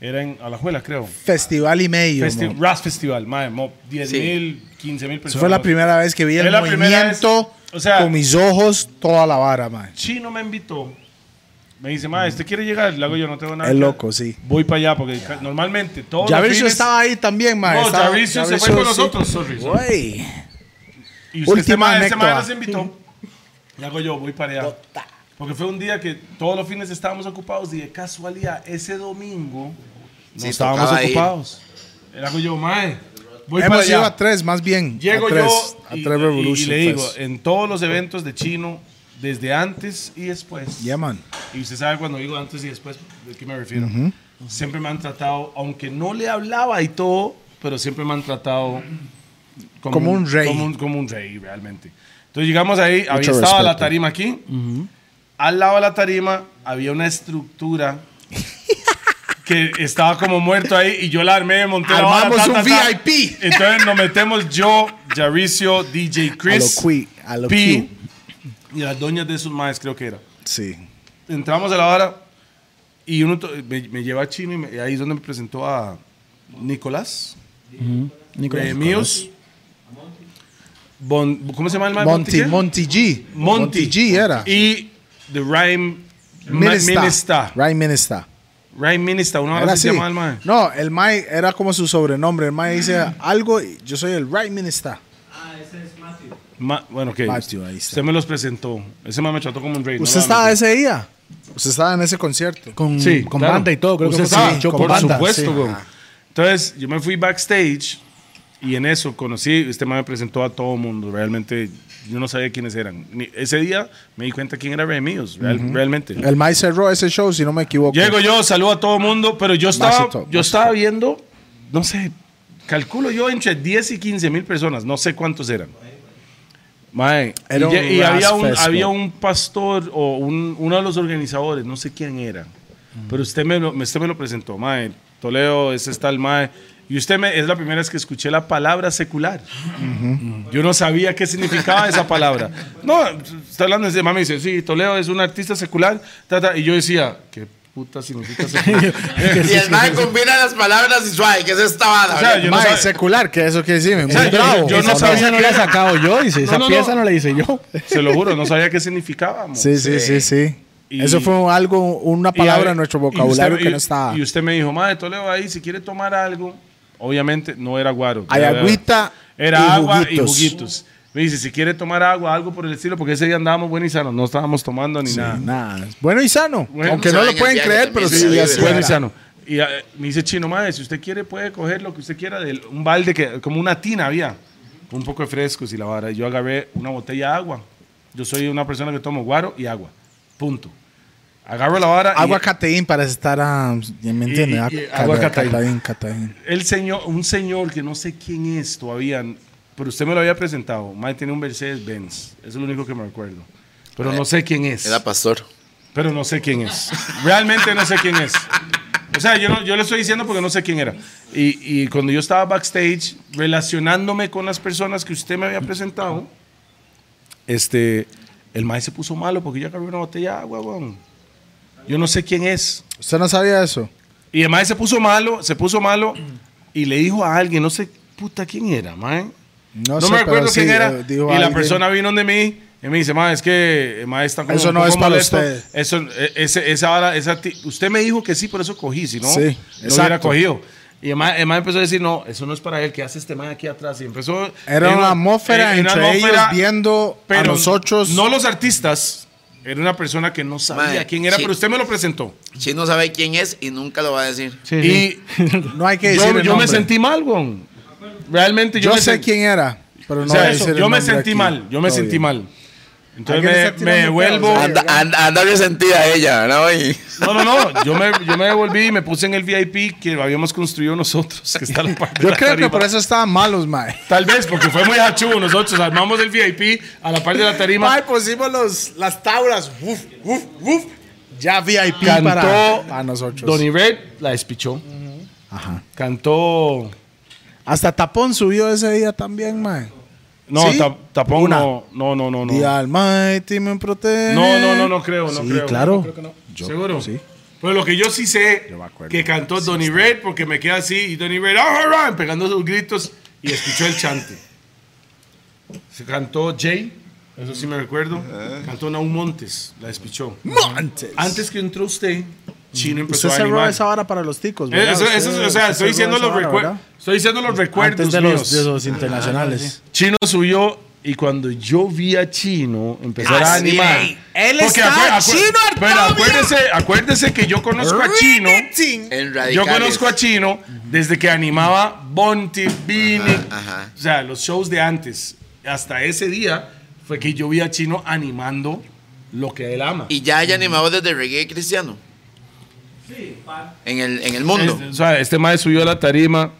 Speaker 4: Era en Alajuela, creo.
Speaker 1: Festival y medio.
Speaker 4: Festi-
Speaker 1: mo.
Speaker 4: Ras Festival, mae, mo, 10 mil, 15 mil personas.
Speaker 1: Esa fue la primera vez que vi el
Speaker 4: Es la primera
Speaker 1: movimiento
Speaker 4: vez, o sea-
Speaker 1: con mis ojos toda la vara, man.
Speaker 4: Chino me invitó. Me dice, mae, ¿usted quiere llegar? Le hago yo, no tengo nada.
Speaker 1: Es
Speaker 4: que-
Speaker 1: loco, sí.
Speaker 4: Voy para allá porque ca- normalmente todos los
Speaker 1: Javicio
Speaker 4: fines-
Speaker 1: estaba ahí también, man.
Speaker 4: No,
Speaker 1: Estaba-
Speaker 4: Javicio se fue
Speaker 1: Javicio,
Speaker 4: con
Speaker 1: sí.
Speaker 4: nosotros, sorry. sorry.
Speaker 1: Güey.
Speaker 4: Y usted, este
Speaker 1: Última
Speaker 4: mae, este mae
Speaker 1: anécdota.
Speaker 4: nos invitó. Le hago yo, voy para allá. Porque fue un día que todos los fines estábamos ocupados y de casualidad ese domingo no
Speaker 2: Sí,
Speaker 4: estábamos
Speaker 2: tocaba ir.
Speaker 4: ocupados. Le hago yo, mae, voy para
Speaker 1: Hemos ido
Speaker 4: allá.
Speaker 1: a tres, más bien.
Speaker 4: Llego
Speaker 1: Eh, pues, a tres,
Speaker 4: yo
Speaker 1: a tres pues.
Speaker 4: y, y- y
Speaker 1: Revolution
Speaker 4: le digo, eh,
Speaker 1: Fest.
Speaker 4: en todos los eventos de Chino, desde antes y después,
Speaker 1: Yeah, man.
Speaker 4: y usted sabe cuando digo antes y después, ¿de qué me refiero? Siempre me han tratado, aunque no le hablaba y todo, pero siempre me han tratado
Speaker 1: Como un rey.
Speaker 4: Como un, como un rey, realmente. Entonces llegamos ahí, había
Speaker 1: Mucho
Speaker 4: estaba la
Speaker 1: respeto.
Speaker 4: tarima aquí. Al lado de la tarima había una estructura que estaba como muerto ahí y yo la armé, monté la vara,
Speaker 1: Armamos
Speaker 4: ta, ta,
Speaker 1: un
Speaker 4: ta.
Speaker 1: VIP.
Speaker 4: Entonces nos metemos yo, Jaricio, DJ Chris,
Speaker 1: A lo qui- a lo
Speaker 4: P y las doñas de sus madres creo que era.
Speaker 1: Sí.
Speaker 4: Entramos a la hora y uno to- me, me lleva a Chino y, me- y ahí es donde me presentó a Nicolás. Nicolás. De míos. Bon- ¿Cómo se llama el mae?
Speaker 1: Monty,
Speaker 4: ¿Montier?
Speaker 1: Monty G.
Speaker 4: Monty.
Speaker 1: G era.
Speaker 4: Y The Rhyme
Speaker 1: Minister.
Speaker 4: Minister.
Speaker 1: Ryan Minister.
Speaker 4: Rhyme Minister, una
Speaker 1: Era
Speaker 4: hora se
Speaker 1: así.
Speaker 4: llama el mae. Mm.
Speaker 1: No, el Mae era como su sobrenombre. El Mae dice algo, y yo soy el right minister.
Speaker 4: Ma- bueno, ok.
Speaker 1: Matthew, ahí está.
Speaker 4: Usted me los presentó. Ese mae me trató como un rey. no
Speaker 1: Usted
Speaker 4: la-
Speaker 1: estaba ese día. Usted estaba en ese concierto.
Speaker 3: Con,
Speaker 4: Sí,
Speaker 3: con
Speaker 4: claro.
Speaker 3: banda y todo, creo
Speaker 4: Usted
Speaker 3: que fue
Speaker 4: sabe,
Speaker 3: sí, yo
Speaker 4: por
Speaker 3: con banda,
Speaker 4: supuesto,
Speaker 3: sí.
Speaker 4: güey. Entonces, yo me fui backstage y en eso conocí, este man me presentó a todo mundo. Realmente, yo no sabía quiénes eran. Ni- ese día me di cuenta quién era Remíos, realmente.
Speaker 1: El Mae cerró ese show, si no me equivoco. Ah,
Speaker 4: Llego yo, saludo a todo mundo, pero yo estaba,
Speaker 1: Mazo top,
Speaker 4: yo
Speaker 1: mazo
Speaker 4: estaba viendo, no sé, calculo yo entre 10 y 15 mil personas, no sé cuántos eran. Mae,
Speaker 1: Era
Speaker 4: y,
Speaker 1: un
Speaker 4: y había, un,
Speaker 1: Rasfesco.
Speaker 4: había un pastor o un- uno de los organizadores, no sé quién era, pero usted me, lo, usted me lo presentó, Mae, Toledo, ese está el Mae. Y usted me, es la primera vez que escuché la palabra secular. Yo no sabía qué significaba esa palabra. No, está hablando de mami, dice, sí, Toledo es un artista secular. ta, ta. Y yo decía, ¿qué puta significa secular?
Speaker 2: Y el man combina las palabras y suave, que es esta vara.
Speaker 4: O sea, yo no
Speaker 1: Mae
Speaker 4: sabe-
Speaker 1: secular, que eso quiere decir. Muy
Speaker 4: sea, yo-
Speaker 1: bravo.
Speaker 4: yo no
Speaker 3: Esa
Speaker 4: sabía
Speaker 3: pieza no
Speaker 4: que
Speaker 3: la he
Speaker 4: era.
Speaker 3: sacado yo, dice.
Speaker 4: No,
Speaker 3: esa
Speaker 4: no,
Speaker 3: pieza
Speaker 4: no.
Speaker 3: no. la hice yo.
Speaker 4: Se lo juro, no sabía qué significaba. mo.
Speaker 1: Sí, sí, sí, sí.
Speaker 4: Y-
Speaker 1: Eso fue un- algo, una
Speaker 4: Y a
Speaker 1: palabra
Speaker 4: ver,
Speaker 1: en nuestro
Speaker 4: y usted-
Speaker 1: vocabulario que
Speaker 4: y-
Speaker 1: no estaba.
Speaker 4: Y usted me dijo, madre, Toledo ahí, si quiere tomar algo, obviamente no era guaro.
Speaker 1: Hay
Speaker 4: era-
Speaker 1: agüita
Speaker 4: Era
Speaker 1: y
Speaker 4: agua
Speaker 1: juguitos.
Speaker 4: y juguitos. Me dice, si quiere tomar agua, algo por el estilo, porque ese día andábamos buenos y sanos, no estábamos tomando ni nada.
Speaker 1: Nada. Bueno y sano.
Speaker 4: Bueno,
Speaker 1: Aunque
Speaker 2: se
Speaker 1: no
Speaker 2: va
Speaker 1: lo
Speaker 2: en el
Speaker 1: pueden
Speaker 2: viaje
Speaker 1: creer, pero
Speaker 2: también, se
Speaker 1: sí.
Speaker 2: vive,
Speaker 1: así
Speaker 2: ¿verdad?
Speaker 1: era.
Speaker 4: Bueno, Luciano, Y eh, me dice Chino, madre, si usted quiere puede coger lo que usted quiera de un balde, que, como una tina había, un poco de frescos y la vara. Y Yo agarré una botella de agua. Yo soy una persona que tomo guaro y agua. Punto. Agarro la vara. y
Speaker 1: Agua cateín para estar a... ¿Me entiendes?
Speaker 4: y-
Speaker 1: Ah,
Speaker 4: agua
Speaker 1: cata- Cataín,
Speaker 4: cateín.
Speaker 1: cataín.
Speaker 4: el señor, un señor que no sé quién es todavía, pero usted me lo había presentado. Mae tiene un Mercedes Benz. Eso es lo único que me recuerdo. Pero no sé quién es.
Speaker 2: Era pastor.
Speaker 4: Pero no sé quién es. Realmente no sé quién es. O sea, yo, no, yo le estoy diciendo porque no sé quién era. Y, y cuando yo estaba backstage, relacionándome con las personas que usted me había presentado, este, el maestro se puso malo porque yo agarré una botella de agua, weón. Yo no sé quién es.
Speaker 1: ¿Usted no sabía eso?
Speaker 4: Y el maestro se puso malo, se puso malo y le dijo a alguien, no sé, puta, quién era, mae. No,
Speaker 1: sé,
Speaker 4: me
Speaker 1: pero
Speaker 4: recuerdo
Speaker 1: sí,
Speaker 4: quién era.
Speaker 1: eh, dijo
Speaker 4: y la
Speaker 1: alguien.
Speaker 4: persona vino donde mí y me dice, ma, es que ma, está como
Speaker 1: Eso
Speaker 4: un
Speaker 1: no
Speaker 4: poco
Speaker 1: es para
Speaker 4: molesto.
Speaker 1: usted.
Speaker 4: Eso, eh, ese, esa hora, esa ti- usted me dijo que sí, por eso cogí, si no,
Speaker 1: Sí,
Speaker 4: no hubiera
Speaker 1: exacto.
Speaker 4: cogido. Y el ma, el ma empezó a decir, no, eso no es para él, ¿qué hace este man aquí atrás? Y empezó...
Speaker 1: Era una atmósfera
Speaker 4: eh, una
Speaker 1: entre ellos
Speaker 4: atmósfera,
Speaker 1: viendo a nosotros.
Speaker 4: No los artistas, era una persona que no sabía
Speaker 2: Mae,
Speaker 4: quién era,
Speaker 2: sí.
Speaker 4: pero usted me lo presentó.
Speaker 2: Chino sabe quién es y nunca lo va a decir.
Speaker 3: Sí, sí.
Speaker 4: Y
Speaker 1: No hay que decir
Speaker 4: yo,
Speaker 1: el
Speaker 4: yo me
Speaker 1: nombre.
Speaker 4: sentí mal, weón. Realmente yo,
Speaker 1: Yo
Speaker 4: me
Speaker 1: sé
Speaker 4: sen-
Speaker 1: quién era, pero no
Speaker 4: o sea,
Speaker 1: voy a
Speaker 4: eso,
Speaker 1: decir el
Speaker 4: yo me
Speaker 1: nombre
Speaker 4: sentí
Speaker 1: aquí.
Speaker 4: mal, yo me
Speaker 1: Todo
Speaker 4: sentí
Speaker 1: bien.
Speaker 4: mal. Entonces
Speaker 1: Alguien
Speaker 4: me,
Speaker 1: está tirando
Speaker 4: me
Speaker 1: pedos,
Speaker 4: devuelvo.
Speaker 1: ¿eh?
Speaker 2: Anda, anda, anda resentida ella, ¿no? Y-
Speaker 4: No, no, no. Yo me, yo me devolví y me puse en el VIP que habíamos construido nosotros, que está a la parte de
Speaker 1: Yo
Speaker 4: la
Speaker 1: creo que
Speaker 4: tarima.
Speaker 1: por eso estaban malos, mae.
Speaker 4: Tal vez, porque fue muy hachudo. Nosotros armamos el VIP a la parte de la tarima.
Speaker 1: Mae, pusimos los, las tablas. Uf, uf, uf. Ya VIP
Speaker 4: Cantó
Speaker 1: para, para nosotros.
Speaker 4: Donny Red la despichó.
Speaker 1: Ajá.
Speaker 4: Cantó.
Speaker 1: Hasta Tapón subió ese día también, mae.
Speaker 4: No,
Speaker 1: ¿Sí?
Speaker 4: ta- tapón
Speaker 1: Una.
Speaker 4: no. No, no, no. no.
Speaker 1: Y al Mighty me protege.
Speaker 4: No, no, no, no creo, no
Speaker 1: sí,
Speaker 4: creo.
Speaker 1: claro.
Speaker 4: ¿Seguro? Pero lo que yo sí sé que cantó Donny Red porque me queda así y Donny Red "Ah, ah, ah", pegando sus gritos y escuchó el chante. Se cantó Jay, eso sí me recuerdo. Cantó Naum Montes, la despichó.
Speaker 1: Antes.
Speaker 4: Antes que entró usted, Chino
Speaker 1: Usted
Speaker 4: empezó a
Speaker 1: cerró
Speaker 4: animar.
Speaker 1: esa hora para los ticos,
Speaker 4: Eh,
Speaker 1: ¿verdad?
Speaker 4: eso-
Speaker 1: Usted-
Speaker 4: eso- o
Speaker 1: usted
Speaker 4: sea, estoy
Speaker 1: cerró
Speaker 4: diciendo,
Speaker 1: esa
Speaker 4: los
Speaker 1: hora,
Speaker 4: recuer-
Speaker 1: ¿verdad?
Speaker 4: estoy diciendo los recuerdos
Speaker 1: Antes de los,
Speaker 4: míos.
Speaker 1: de los
Speaker 3: Ah,
Speaker 1: internacionales.
Speaker 4: Chino subió y cuando yo vi a Chino empezar a
Speaker 2: Así,
Speaker 4: animar.
Speaker 2: ey.
Speaker 4: Él está Chino Pero acuérdese, acuérdese que yo conozco a Chino.
Speaker 2: En
Speaker 4: Yo
Speaker 2: radicales.
Speaker 4: conozco a Chino desde que animaba Bonti, Vini,
Speaker 2: ajá.
Speaker 4: o sea, los shows de antes. Hasta ese día fue que yo vi a Chino animando lo que él ama.
Speaker 2: Y ya haya animado desde reggae cristiano. En el, en el mundo.
Speaker 4: Es- o sea, este mae subió a la tarima.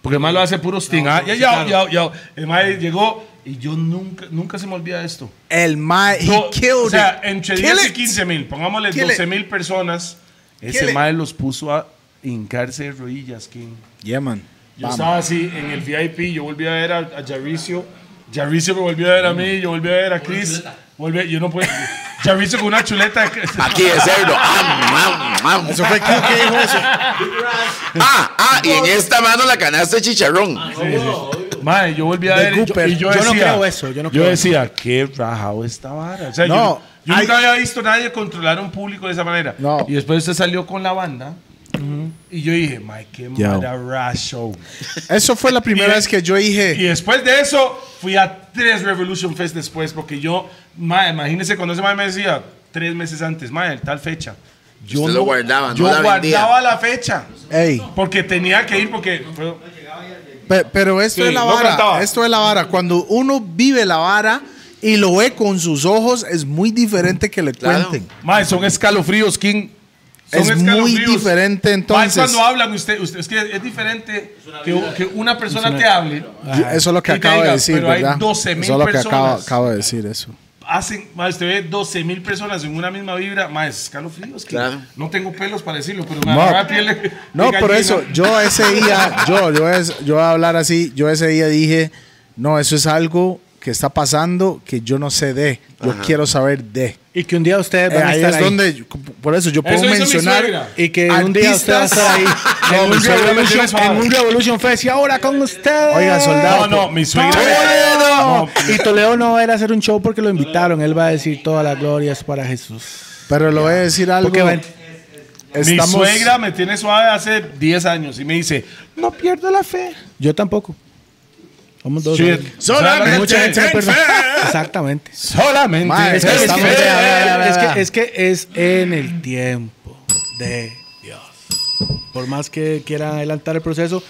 Speaker 4: Porque el mae lo hace puro sting. ah, ya, ya, ya, ya. El mae llegó y yo nunca, nunca se me olvida esto.
Speaker 1: El Mae.
Speaker 4: No,
Speaker 1: He killed
Speaker 4: o sea,
Speaker 1: it.
Speaker 4: entre
Speaker 1: Kill
Speaker 4: 10 y
Speaker 1: it.
Speaker 4: 15 mil, pongámosle
Speaker 1: Kill it.
Speaker 4: 12 mil personas,
Speaker 1: Kill
Speaker 4: ese
Speaker 1: it.
Speaker 4: mae los puso a,
Speaker 12: hincarse de rodillas, King.
Speaker 1: Yeah, man.
Speaker 4: Yo estaba así en el VIP, yo volví a ver a, a Jaricio, Jaricio me volvió a ver a mí, yo volví a ver a Chris, volví, yo no puedo, Jaricio con una chuleta,
Speaker 2: Aquí de cerdo. Ah, mam, mam.
Speaker 1: Eso fue Q que dijo eso.
Speaker 2: Ah, ah, y en esta mano la canasta de chicharrón.
Speaker 4: madre, yo volví a
Speaker 3: De
Speaker 4: ver, y yo-
Speaker 3: Cooper.
Speaker 4: y yo,
Speaker 3: Yo no
Speaker 4: decía,
Speaker 3: creo eso, yo no creo
Speaker 4: decía, qué rajado esta vara, o sea,
Speaker 1: No,
Speaker 4: yo, yo
Speaker 1: hay-
Speaker 4: nunca había visto a nadie controlar a un público de esa manera,
Speaker 1: No.
Speaker 4: y después usted salió con la banda, y yo dije, mae, qué
Speaker 1: Yo.
Speaker 4: mara show.
Speaker 1: Eso fue la primera vez que yo
Speaker 4: Y
Speaker 1: dije.
Speaker 4: después de eso, fui a tres Revolution Fest después, porque yo, mae, imagínense cuando ese mae me decía, tres meses antes, mae, tal fecha. Yo
Speaker 2: Usted lo guardaba, no
Speaker 4: yo
Speaker 2: la vendía.
Speaker 4: guardaba la fecha,
Speaker 1: Ey,
Speaker 4: porque tenía que ir, porque fue-
Speaker 1: pe- pero esto
Speaker 4: Sí,
Speaker 1: es la
Speaker 4: no
Speaker 1: vara.
Speaker 4: cantaba.
Speaker 1: esto es la vara. Cuando uno vive la vara y lo ve con sus ojos, es muy diferente que le
Speaker 2: Claro.
Speaker 1: cuenten.
Speaker 4: mae, son escalofríos, King. Son
Speaker 1: Es muy
Speaker 4: escalofríos.
Speaker 1: diferente, entonces.
Speaker 4: Mae, cuando hablan usted, usted- es que es diferente que, que una persona te hable.
Speaker 1: Yo- Eso es lo que
Speaker 4: Y te
Speaker 1: acabo de
Speaker 4: diga,
Speaker 1: decir,
Speaker 4: pero
Speaker 1: ¿verdad?
Speaker 4: hay 12 mil
Speaker 1: eso es lo que acabo,
Speaker 4: personas.
Speaker 1: acabo de decir, eso.
Speaker 4: Hacen, mae, usted ve 12 mil personas en una misma vibra, mae, es escalofríos, King.
Speaker 2: Claro.
Speaker 4: No tengo pelos para decirlo, pero me
Speaker 1: No,
Speaker 4: agarraba piel de-
Speaker 1: No,
Speaker 4: de
Speaker 1: por
Speaker 4: gallina.
Speaker 1: eso, yo ese día, yo, yo, es- yo voy a hablar así, yo ese día dije, no, eso es algo que está pasando que yo no sé de, yo quiero saber de.
Speaker 3: Y que un día ustedes
Speaker 1: Eh,
Speaker 3: van a
Speaker 1: ahí
Speaker 3: estar
Speaker 1: es
Speaker 3: ahí.
Speaker 1: donde, yo- por eso yo puedo
Speaker 4: hizo mi
Speaker 1: mencionar
Speaker 4: suegra.
Speaker 3: Y que un día usted va a estar ahí.
Speaker 4: En un
Speaker 3: en, un
Speaker 4: Revolution-
Speaker 3: Revolution, en un Revolution Fest. Y ahora con ustedes.
Speaker 1: Oiga, soldado.
Speaker 4: No, no, mi suegra.
Speaker 3: Toledo. Y Toledo no va a ir a hacer un show porque lo invitaron. Él va a decir toda la gloria es para Jesús.
Speaker 1: Pero le voy a decir algo.
Speaker 3: Porque ven,
Speaker 1: Estamos-
Speaker 4: Mi suegra me tiene suave hace 10 años y me dice, no pierdo la fe.
Speaker 3: yo tampoco. Somos dos.
Speaker 4: Shit.
Speaker 3: ¿no?
Speaker 4: Solamente
Speaker 3: Mucha gente
Speaker 4: ten
Speaker 3: perdón.
Speaker 4: fe.
Speaker 3: Exactamente.
Speaker 4: Solamente.
Speaker 1: Mae,
Speaker 3: Es que es,
Speaker 1: estamos-
Speaker 3: que-
Speaker 1: vea, vea, vea,
Speaker 3: es
Speaker 1: vea.
Speaker 3: que, es que es en el tiempo de Dios. Por más que quieran adelantar el proceso.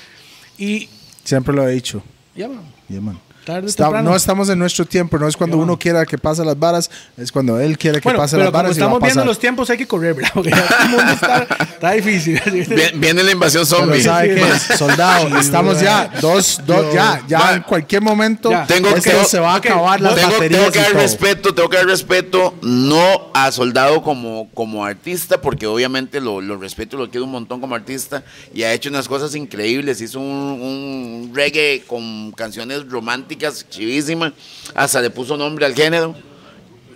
Speaker 3: Y
Speaker 1: Siempre lo he dicho.
Speaker 3: ya vamos.
Speaker 1: Yeah, man.
Speaker 3: Tarde o
Speaker 1: Está-
Speaker 3: temprano.
Speaker 1: no estamos en nuestro tiempo, no es cuando uno quiera que pase las varas, es cuando él quiere que
Speaker 3: Bueno,
Speaker 1: pase las
Speaker 3: pero como
Speaker 1: varas. y va a
Speaker 3: estamos viendo
Speaker 1: pasar.
Speaker 3: los tiempos, hay que correr, ¿verdad? Porque ya todo el mundo está, está difícil.
Speaker 2: Viene, viene la invasión
Speaker 1: Pero
Speaker 2: zombie.
Speaker 1: ¿sabe qué? Soldado, estamos ya, dos, dos, ya, ya,
Speaker 2: Ma-
Speaker 1: en cualquier momento
Speaker 3: Ya.
Speaker 2: Tengo
Speaker 1: esto
Speaker 2: que-
Speaker 1: se va a acabar las
Speaker 2: Tengo,
Speaker 1: baterías
Speaker 2: tengo que
Speaker 1: y
Speaker 2: dar
Speaker 1: todo.
Speaker 2: respeto, tengo que dar respeto, no a Soldado como, como artista, porque obviamente lo, lo respeto y lo quiero un montón como artista, y ha hecho unas cosas increíbles, hizo un, un reggae con canciones románticas chivísimas, hasta le puso nombre al género.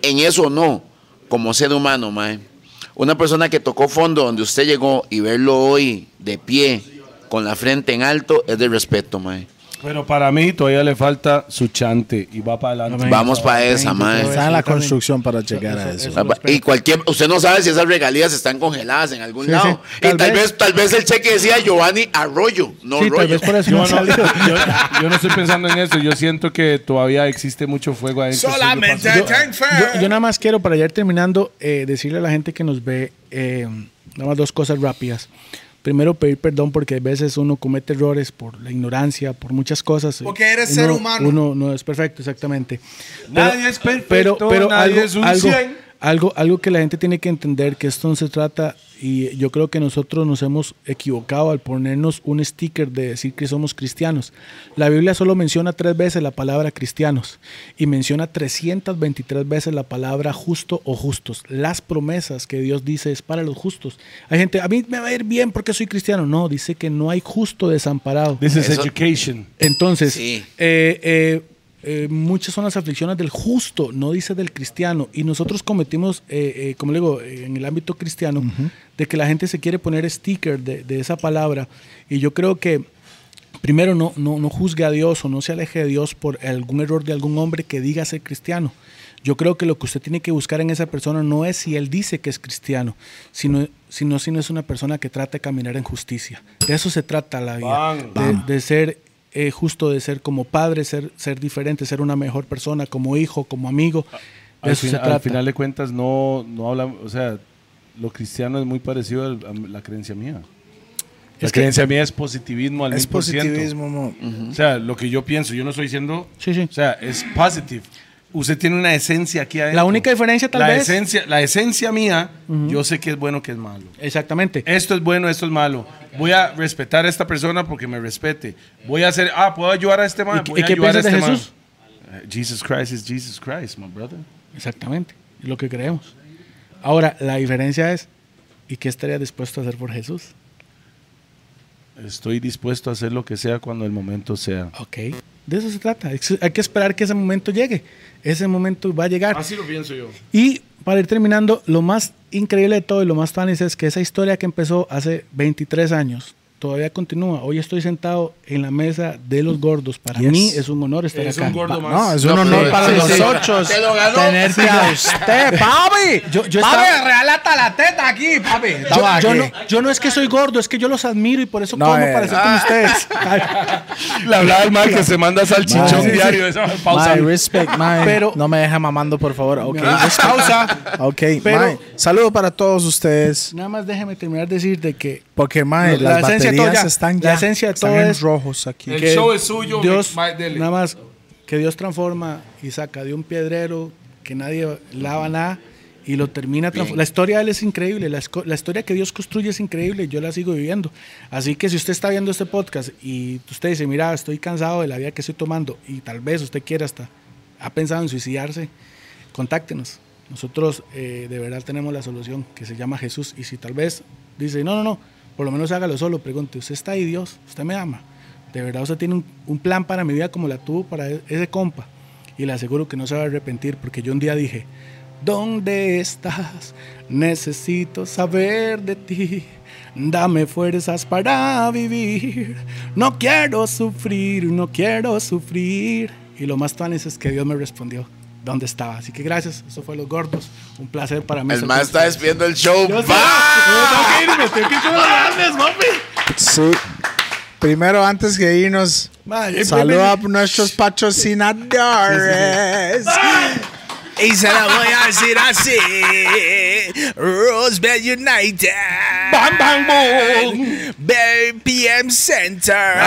Speaker 2: En eso no, como ser humano, mae. Una persona que tocó fondo donde usted llegó y verlo hoy de pie, con la frente en alto, es de respeto, mae.
Speaker 12: Pero para mí todavía le falta su chante y va para adelante.
Speaker 2: Vamos para esa, mae.
Speaker 1: Está en la construcción para llegar a eso.
Speaker 2: Ah, Y cualquier, usted no sabe si esas regalías están congeladas en algún
Speaker 3: Sí,
Speaker 2: lado.
Speaker 3: sí,
Speaker 2: y
Speaker 3: tal
Speaker 2: tal vez.
Speaker 3: vez.
Speaker 2: tal vez el cheque decía Giovanni Arroyo, no
Speaker 3: Sí, tal
Speaker 2: Rollo.
Speaker 3: vez por eso
Speaker 12: Yo
Speaker 3: no
Speaker 12: no,
Speaker 3: ha salido.
Speaker 12: yo, yo no estoy pensando en eso. Yo siento que todavía existe mucho fuego adentro.
Speaker 4: Solamente
Speaker 12: Yo-
Speaker 4: ten fe.
Speaker 3: Yo, yo nada más quiero, para ya ir terminando, eh, decirle a la gente que nos ve eh, nada más dos cosas rápidas. Primero, pedir perdón porque a veces uno comete errores por la ignorancia, por muchas cosas.
Speaker 1: Porque eres
Speaker 3: Uno-
Speaker 1: ser humano.
Speaker 3: Uno no es perfecto, exactamente.
Speaker 4: Nadie es perfecto, nadie es un
Speaker 3: algo,
Speaker 4: 100.
Speaker 3: algo, algo que la gente tiene que entender, que esto no se trata, y yo creo que nosotros nos hemos equivocado al ponernos un sticker de decir que somos cristianos. La Biblia solo menciona tres veces la palabra cristianos y menciona 323 veces la palabra justo o justos. Las promesas que Dios dice es para los justos. Hay gente, a mí me va a ir bien porque soy cristiano. No, dice que no hay justo desamparado.
Speaker 12: This is
Speaker 2: Eso-
Speaker 12: education.
Speaker 3: Entonces,
Speaker 2: Sí.
Speaker 3: eh, eh, eh, muchas son las aflicciones del justo, no dice del cristiano. Y nosotros cometimos, eh, eh, como le digo, eh, en el ámbito cristiano, de que la gente se quiere poner sticker de, de esa palabra. Y yo creo que, primero, no, no, no juzgue a Dios o no se aleje de Dios por algún error de algún hombre que diga ser cristiano. Yo creo que lo que usted tiene que buscar en esa persona no es si él dice que es cristiano, sino, sino si no es una persona que trata de caminar en justicia. De eso se trata la vida.
Speaker 4: Bam.
Speaker 3: De- de ser eh, justo, de ser como padre, ser, ser diferente, ser una mejor persona, como hijo, como amigo. De
Speaker 12: Al,
Speaker 3: eso
Speaker 12: fin-
Speaker 3: se
Speaker 12: al
Speaker 3: trata.
Speaker 12: final de cuentas, no, no hablamos. O sea, lo cristiano es muy parecido al- a la creencia mía. La
Speaker 3: Es que- eh,
Speaker 12: creencia mía es positivismo al
Speaker 1: Es
Speaker 12: 1000%.
Speaker 1: positivismo, mo.
Speaker 12: O sea, lo que yo pienso, yo no estoy diciendo.
Speaker 3: Sí, sí.
Speaker 12: O sea, es positive. Usted tiene una esencia aquí adentro.
Speaker 3: La única diferencia, tal
Speaker 12: la
Speaker 3: vez-
Speaker 12: Esencia, la esencia mía, yo sé que es bueno, que es malo.
Speaker 3: Exactamente.
Speaker 12: Esto es bueno, esto es malo. Voy a respetar a esta persona porque me respete. Voy a hacer, ah, puedo ayudar a este man.
Speaker 3: ¿Y qué-
Speaker 12: voy a
Speaker 3: y qué
Speaker 12: ayudar a
Speaker 3: piensas de
Speaker 12: este man.
Speaker 3: Jesús?
Speaker 12: Eh, Jesus Christ is Jesus Christ, my brother.
Speaker 3: Exactamente. Es lo que creemos. Ahora, la diferencia es, ¿y qué estaría dispuesto a hacer por Jesús?
Speaker 12: Estoy dispuesto a hacer lo que sea cuando el momento sea.
Speaker 3: Ok. De eso se trata. Ex- Hay que esperar que ese momento llegue. Ese momento va a llegar.
Speaker 13: Así lo pienso yo.
Speaker 3: Y para ir terminando, lo más increíble de todo y lo más tan es que esa historia que empezó hace 23 años todavía continúa. Hoy estoy sentado en la mesa de los gordos. Para mí es un honor estar
Speaker 13: Es
Speaker 3: acá.
Speaker 13: un gordo
Speaker 3: Pa-
Speaker 13: más.
Speaker 1: No, es un honor para
Speaker 2: sí, sí.
Speaker 1: nosotros
Speaker 2: Te lo ganó.
Speaker 1: tenerte a usted, papi.
Speaker 3: Yo- yo
Speaker 1: papi,
Speaker 3: estaba-
Speaker 1: relata la teta aquí, papi.
Speaker 3: Yo,
Speaker 1: Estaba
Speaker 3: yo
Speaker 1: aquí.
Speaker 3: no, yo no es que soy gordo, es que yo los admiro y por eso
Speaker 1: No,
Speaker 3: como
Speaker 1: eh,
Speaker 3: para ser como ustedes.
Speaker 12: Le hablaba al man que se manda salchichón diario. Esa pausa.
Speaker 1: My respect, my.
Speaker 3: Pero- Ah,
Speaker 1: no me deja mamando, por favor. Ok,
Speaker 12: pausa.
Speaker 1: ok,
Speaker 3: Pero-
Speaker 1: mae. Saludos para todos ustedes.
Speaker 3: Nada más déjeme terminar de decir de que
Speaker 1: Porque, mae,
Speaker 3: La
Speaker 1: las
Speaker 3: esencia de todo
Speaker 1: baterías
Speaker 3: ya.
Speaker 1: están ya.
Speaker 3: La esencia de
Speaker 1: están
Speaker 3: todo
Speaker 1: en
Speaker 3: es-
Speaker 1: rojos aquí.
Speaker 13: El
Speaker 3: que
Speaker 13: show es suyo,
Speaker 3: Dios,
Speaker 13: Mike, dele.
Speaker 3: nada más que Dios transforma y saca de un piedrero que nadie lava nada y lo termina. transfo- La historia de él es increíble, la, esco- la historia que Dios construye es increíble, yo la sigo viviendo. Así que si usted está viendo este podcast y usted dice, mira, estoy cansado de la vida que estoy tomando y tal vez usted quiera hasta, ha pensado en suicidarse, contáctenos. Nosotros eh, de verdad tenemos la solución que se llama Jesús. Y si tal vez dice, no, no, no, por lo menos hágalo solo, pregunte, ¿usted está ahí, Dios? ¿Usted me ama? De verdad, usted tiene un, un plan para mi vida como la tuvo para e- ese compa. Y le aseguro que no se va a arrepentir porque yo un día dije, ¿dónde estás? Necesito saber de ti. Dame fuerzas para vivir. No quiero sufrir, no quiero sufrir. Y lo más tan es que Dios me respondió dónde estaba. Así que gracias. Eso fue Los Gordos. Un placer para mí.
Speaker 2: El más está despidiendo el show.
Speaker 3: Yo sé,
Speaker 2: ¡Va!
Speaker 3: yo tengo que irme, tengo que ir con los grandes, papi.
Speaker 1: Sí. Primero, antes que irnos,
Speaker 3: Madre,
Speaker 1: saludos a nuestros patrocinadores. Y se la voy a decir así: Roosevelt United. Bam, bam, BPM Center.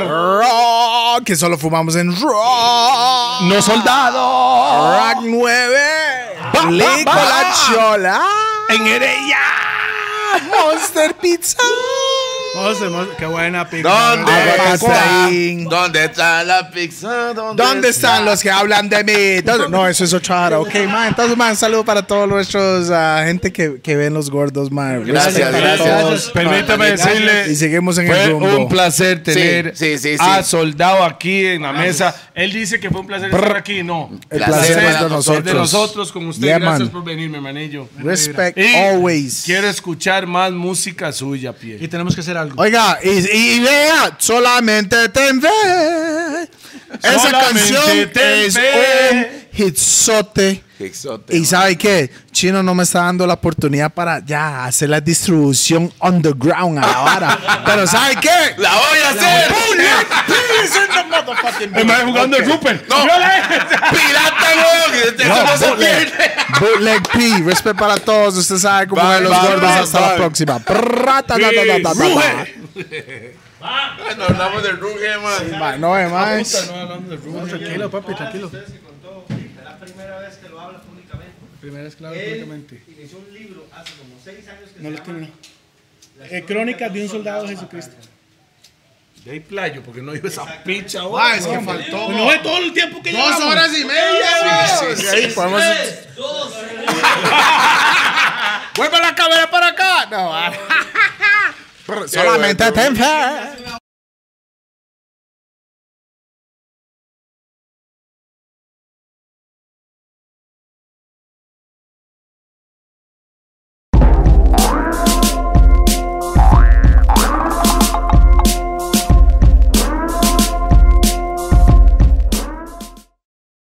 Speaker 1: Rock. Que solo fumamos en Rock.
Speaker 12: No soldado.
Speaker 1: Rock 9. Lico La Chola.
Speaker 12: En Heredia.
Speaker 1: Monster Pizza.
Speaker 3: Monse, Monse, Qué buena pica.
Speaker 2: ¿Dónde está?
Speaker 1: Aguacateín.
Speaker 2: ¿Dónde está la pizza?
Speaker 1: ¿Dónde están los que hablan de mí? ¿Dónde- No, eso es otra hora. Ok, man. Entonces, man, saludo para todos nuestros ah, gente que, que ven los gordos, man.
Speaker 2: Gracias,
Speaker 1: Respect para
Speaker 2: gracias.
Speaker 1: todos.
Speaker 12: Permítame
Speaker 1: Y
Speaker 12: decirle.
Speaker 1: seguimos en el
Speaker 12: Fue
Speaker 1: rumbo.
Speaker 12: un placer tener
Speaker 2: Sí, sí, sí,
Speaker 12: a
Speaker 2: sí.
Speaker 12: Soldado aquí en la mesa.
Speaker 13: Él dice que fue un placer estar aquí. No.
Speaker 1: El
Speaker 2: placer
Speaker 1: placer es
Speaker 2: para
Speaker 1: de
Speaker 13: Es
Speaker 1: nosotros.
Speaker 13: de nosotros con usted.
Speaker 1: Yeah,
Speaker 13: Gracias
Speaker 1: man.
Speaker 13: por venir, mi hermanillo.
Speaker 1: Respect
Speaker 13: Y
Speaker 1: always.
Speaker 13: Quiero escuchar más música suya, Pierre.
Speaker 3: Y tenemos que hacer algo.
Speaker 1: Oiga, y, y- y vea, solamente te ve. Esa
Speaker 13: Solamente
Speaker 1: canción
Speaker 13: te
Speaker 1: es
Speaker 13: ve.
Speaker 1: un hitzote.
Speaker 2: Qué exótico.
Speaker 1: Y sabe qué, Chino no me está dando la oportunidad para ya hacer la distribución underground ahora. Pero sabe qué,
Speaker 2: ¡La voy a hacer!
Speaker 12: El man jugando el Rupert.
Speaker 2: ¡No! ¡Pirata, weón! ¡Eso no se pierde!
Speaker 1: Bootleg P, respeto para todos. Usted sabe cómo
Speaker 2: Bye,
Speaker 1: ven los
Speaker 2: bye,
Speaker 1: gordos.
Speaker 2: bye,
Speaker 1: Hasta la
Speaker 2: bye.
Speaker 1: próxima. Prra, ta, ta, ta, ta, ta, ta.
Speaker 2: Nos hablamos del ruge, man.
Speaker 1: Bye, No es más.
Speaker 3: Tranquilo, papi, tranquilo. Primera vez que lo habla públicamente. No lo terminó. Eh, Crónicas de un soldado Jesucristo.
Speaker 13: De ahí playo, porque no digo esa picha ahora.
Speaker 1: Ah, es que faltó
Speaker 3: Pues No es todo el tiempo que llevamos.
Speaker 1: y media. podemos- Vuelve la cámara para acá. No, ah. Solamente te enfermas.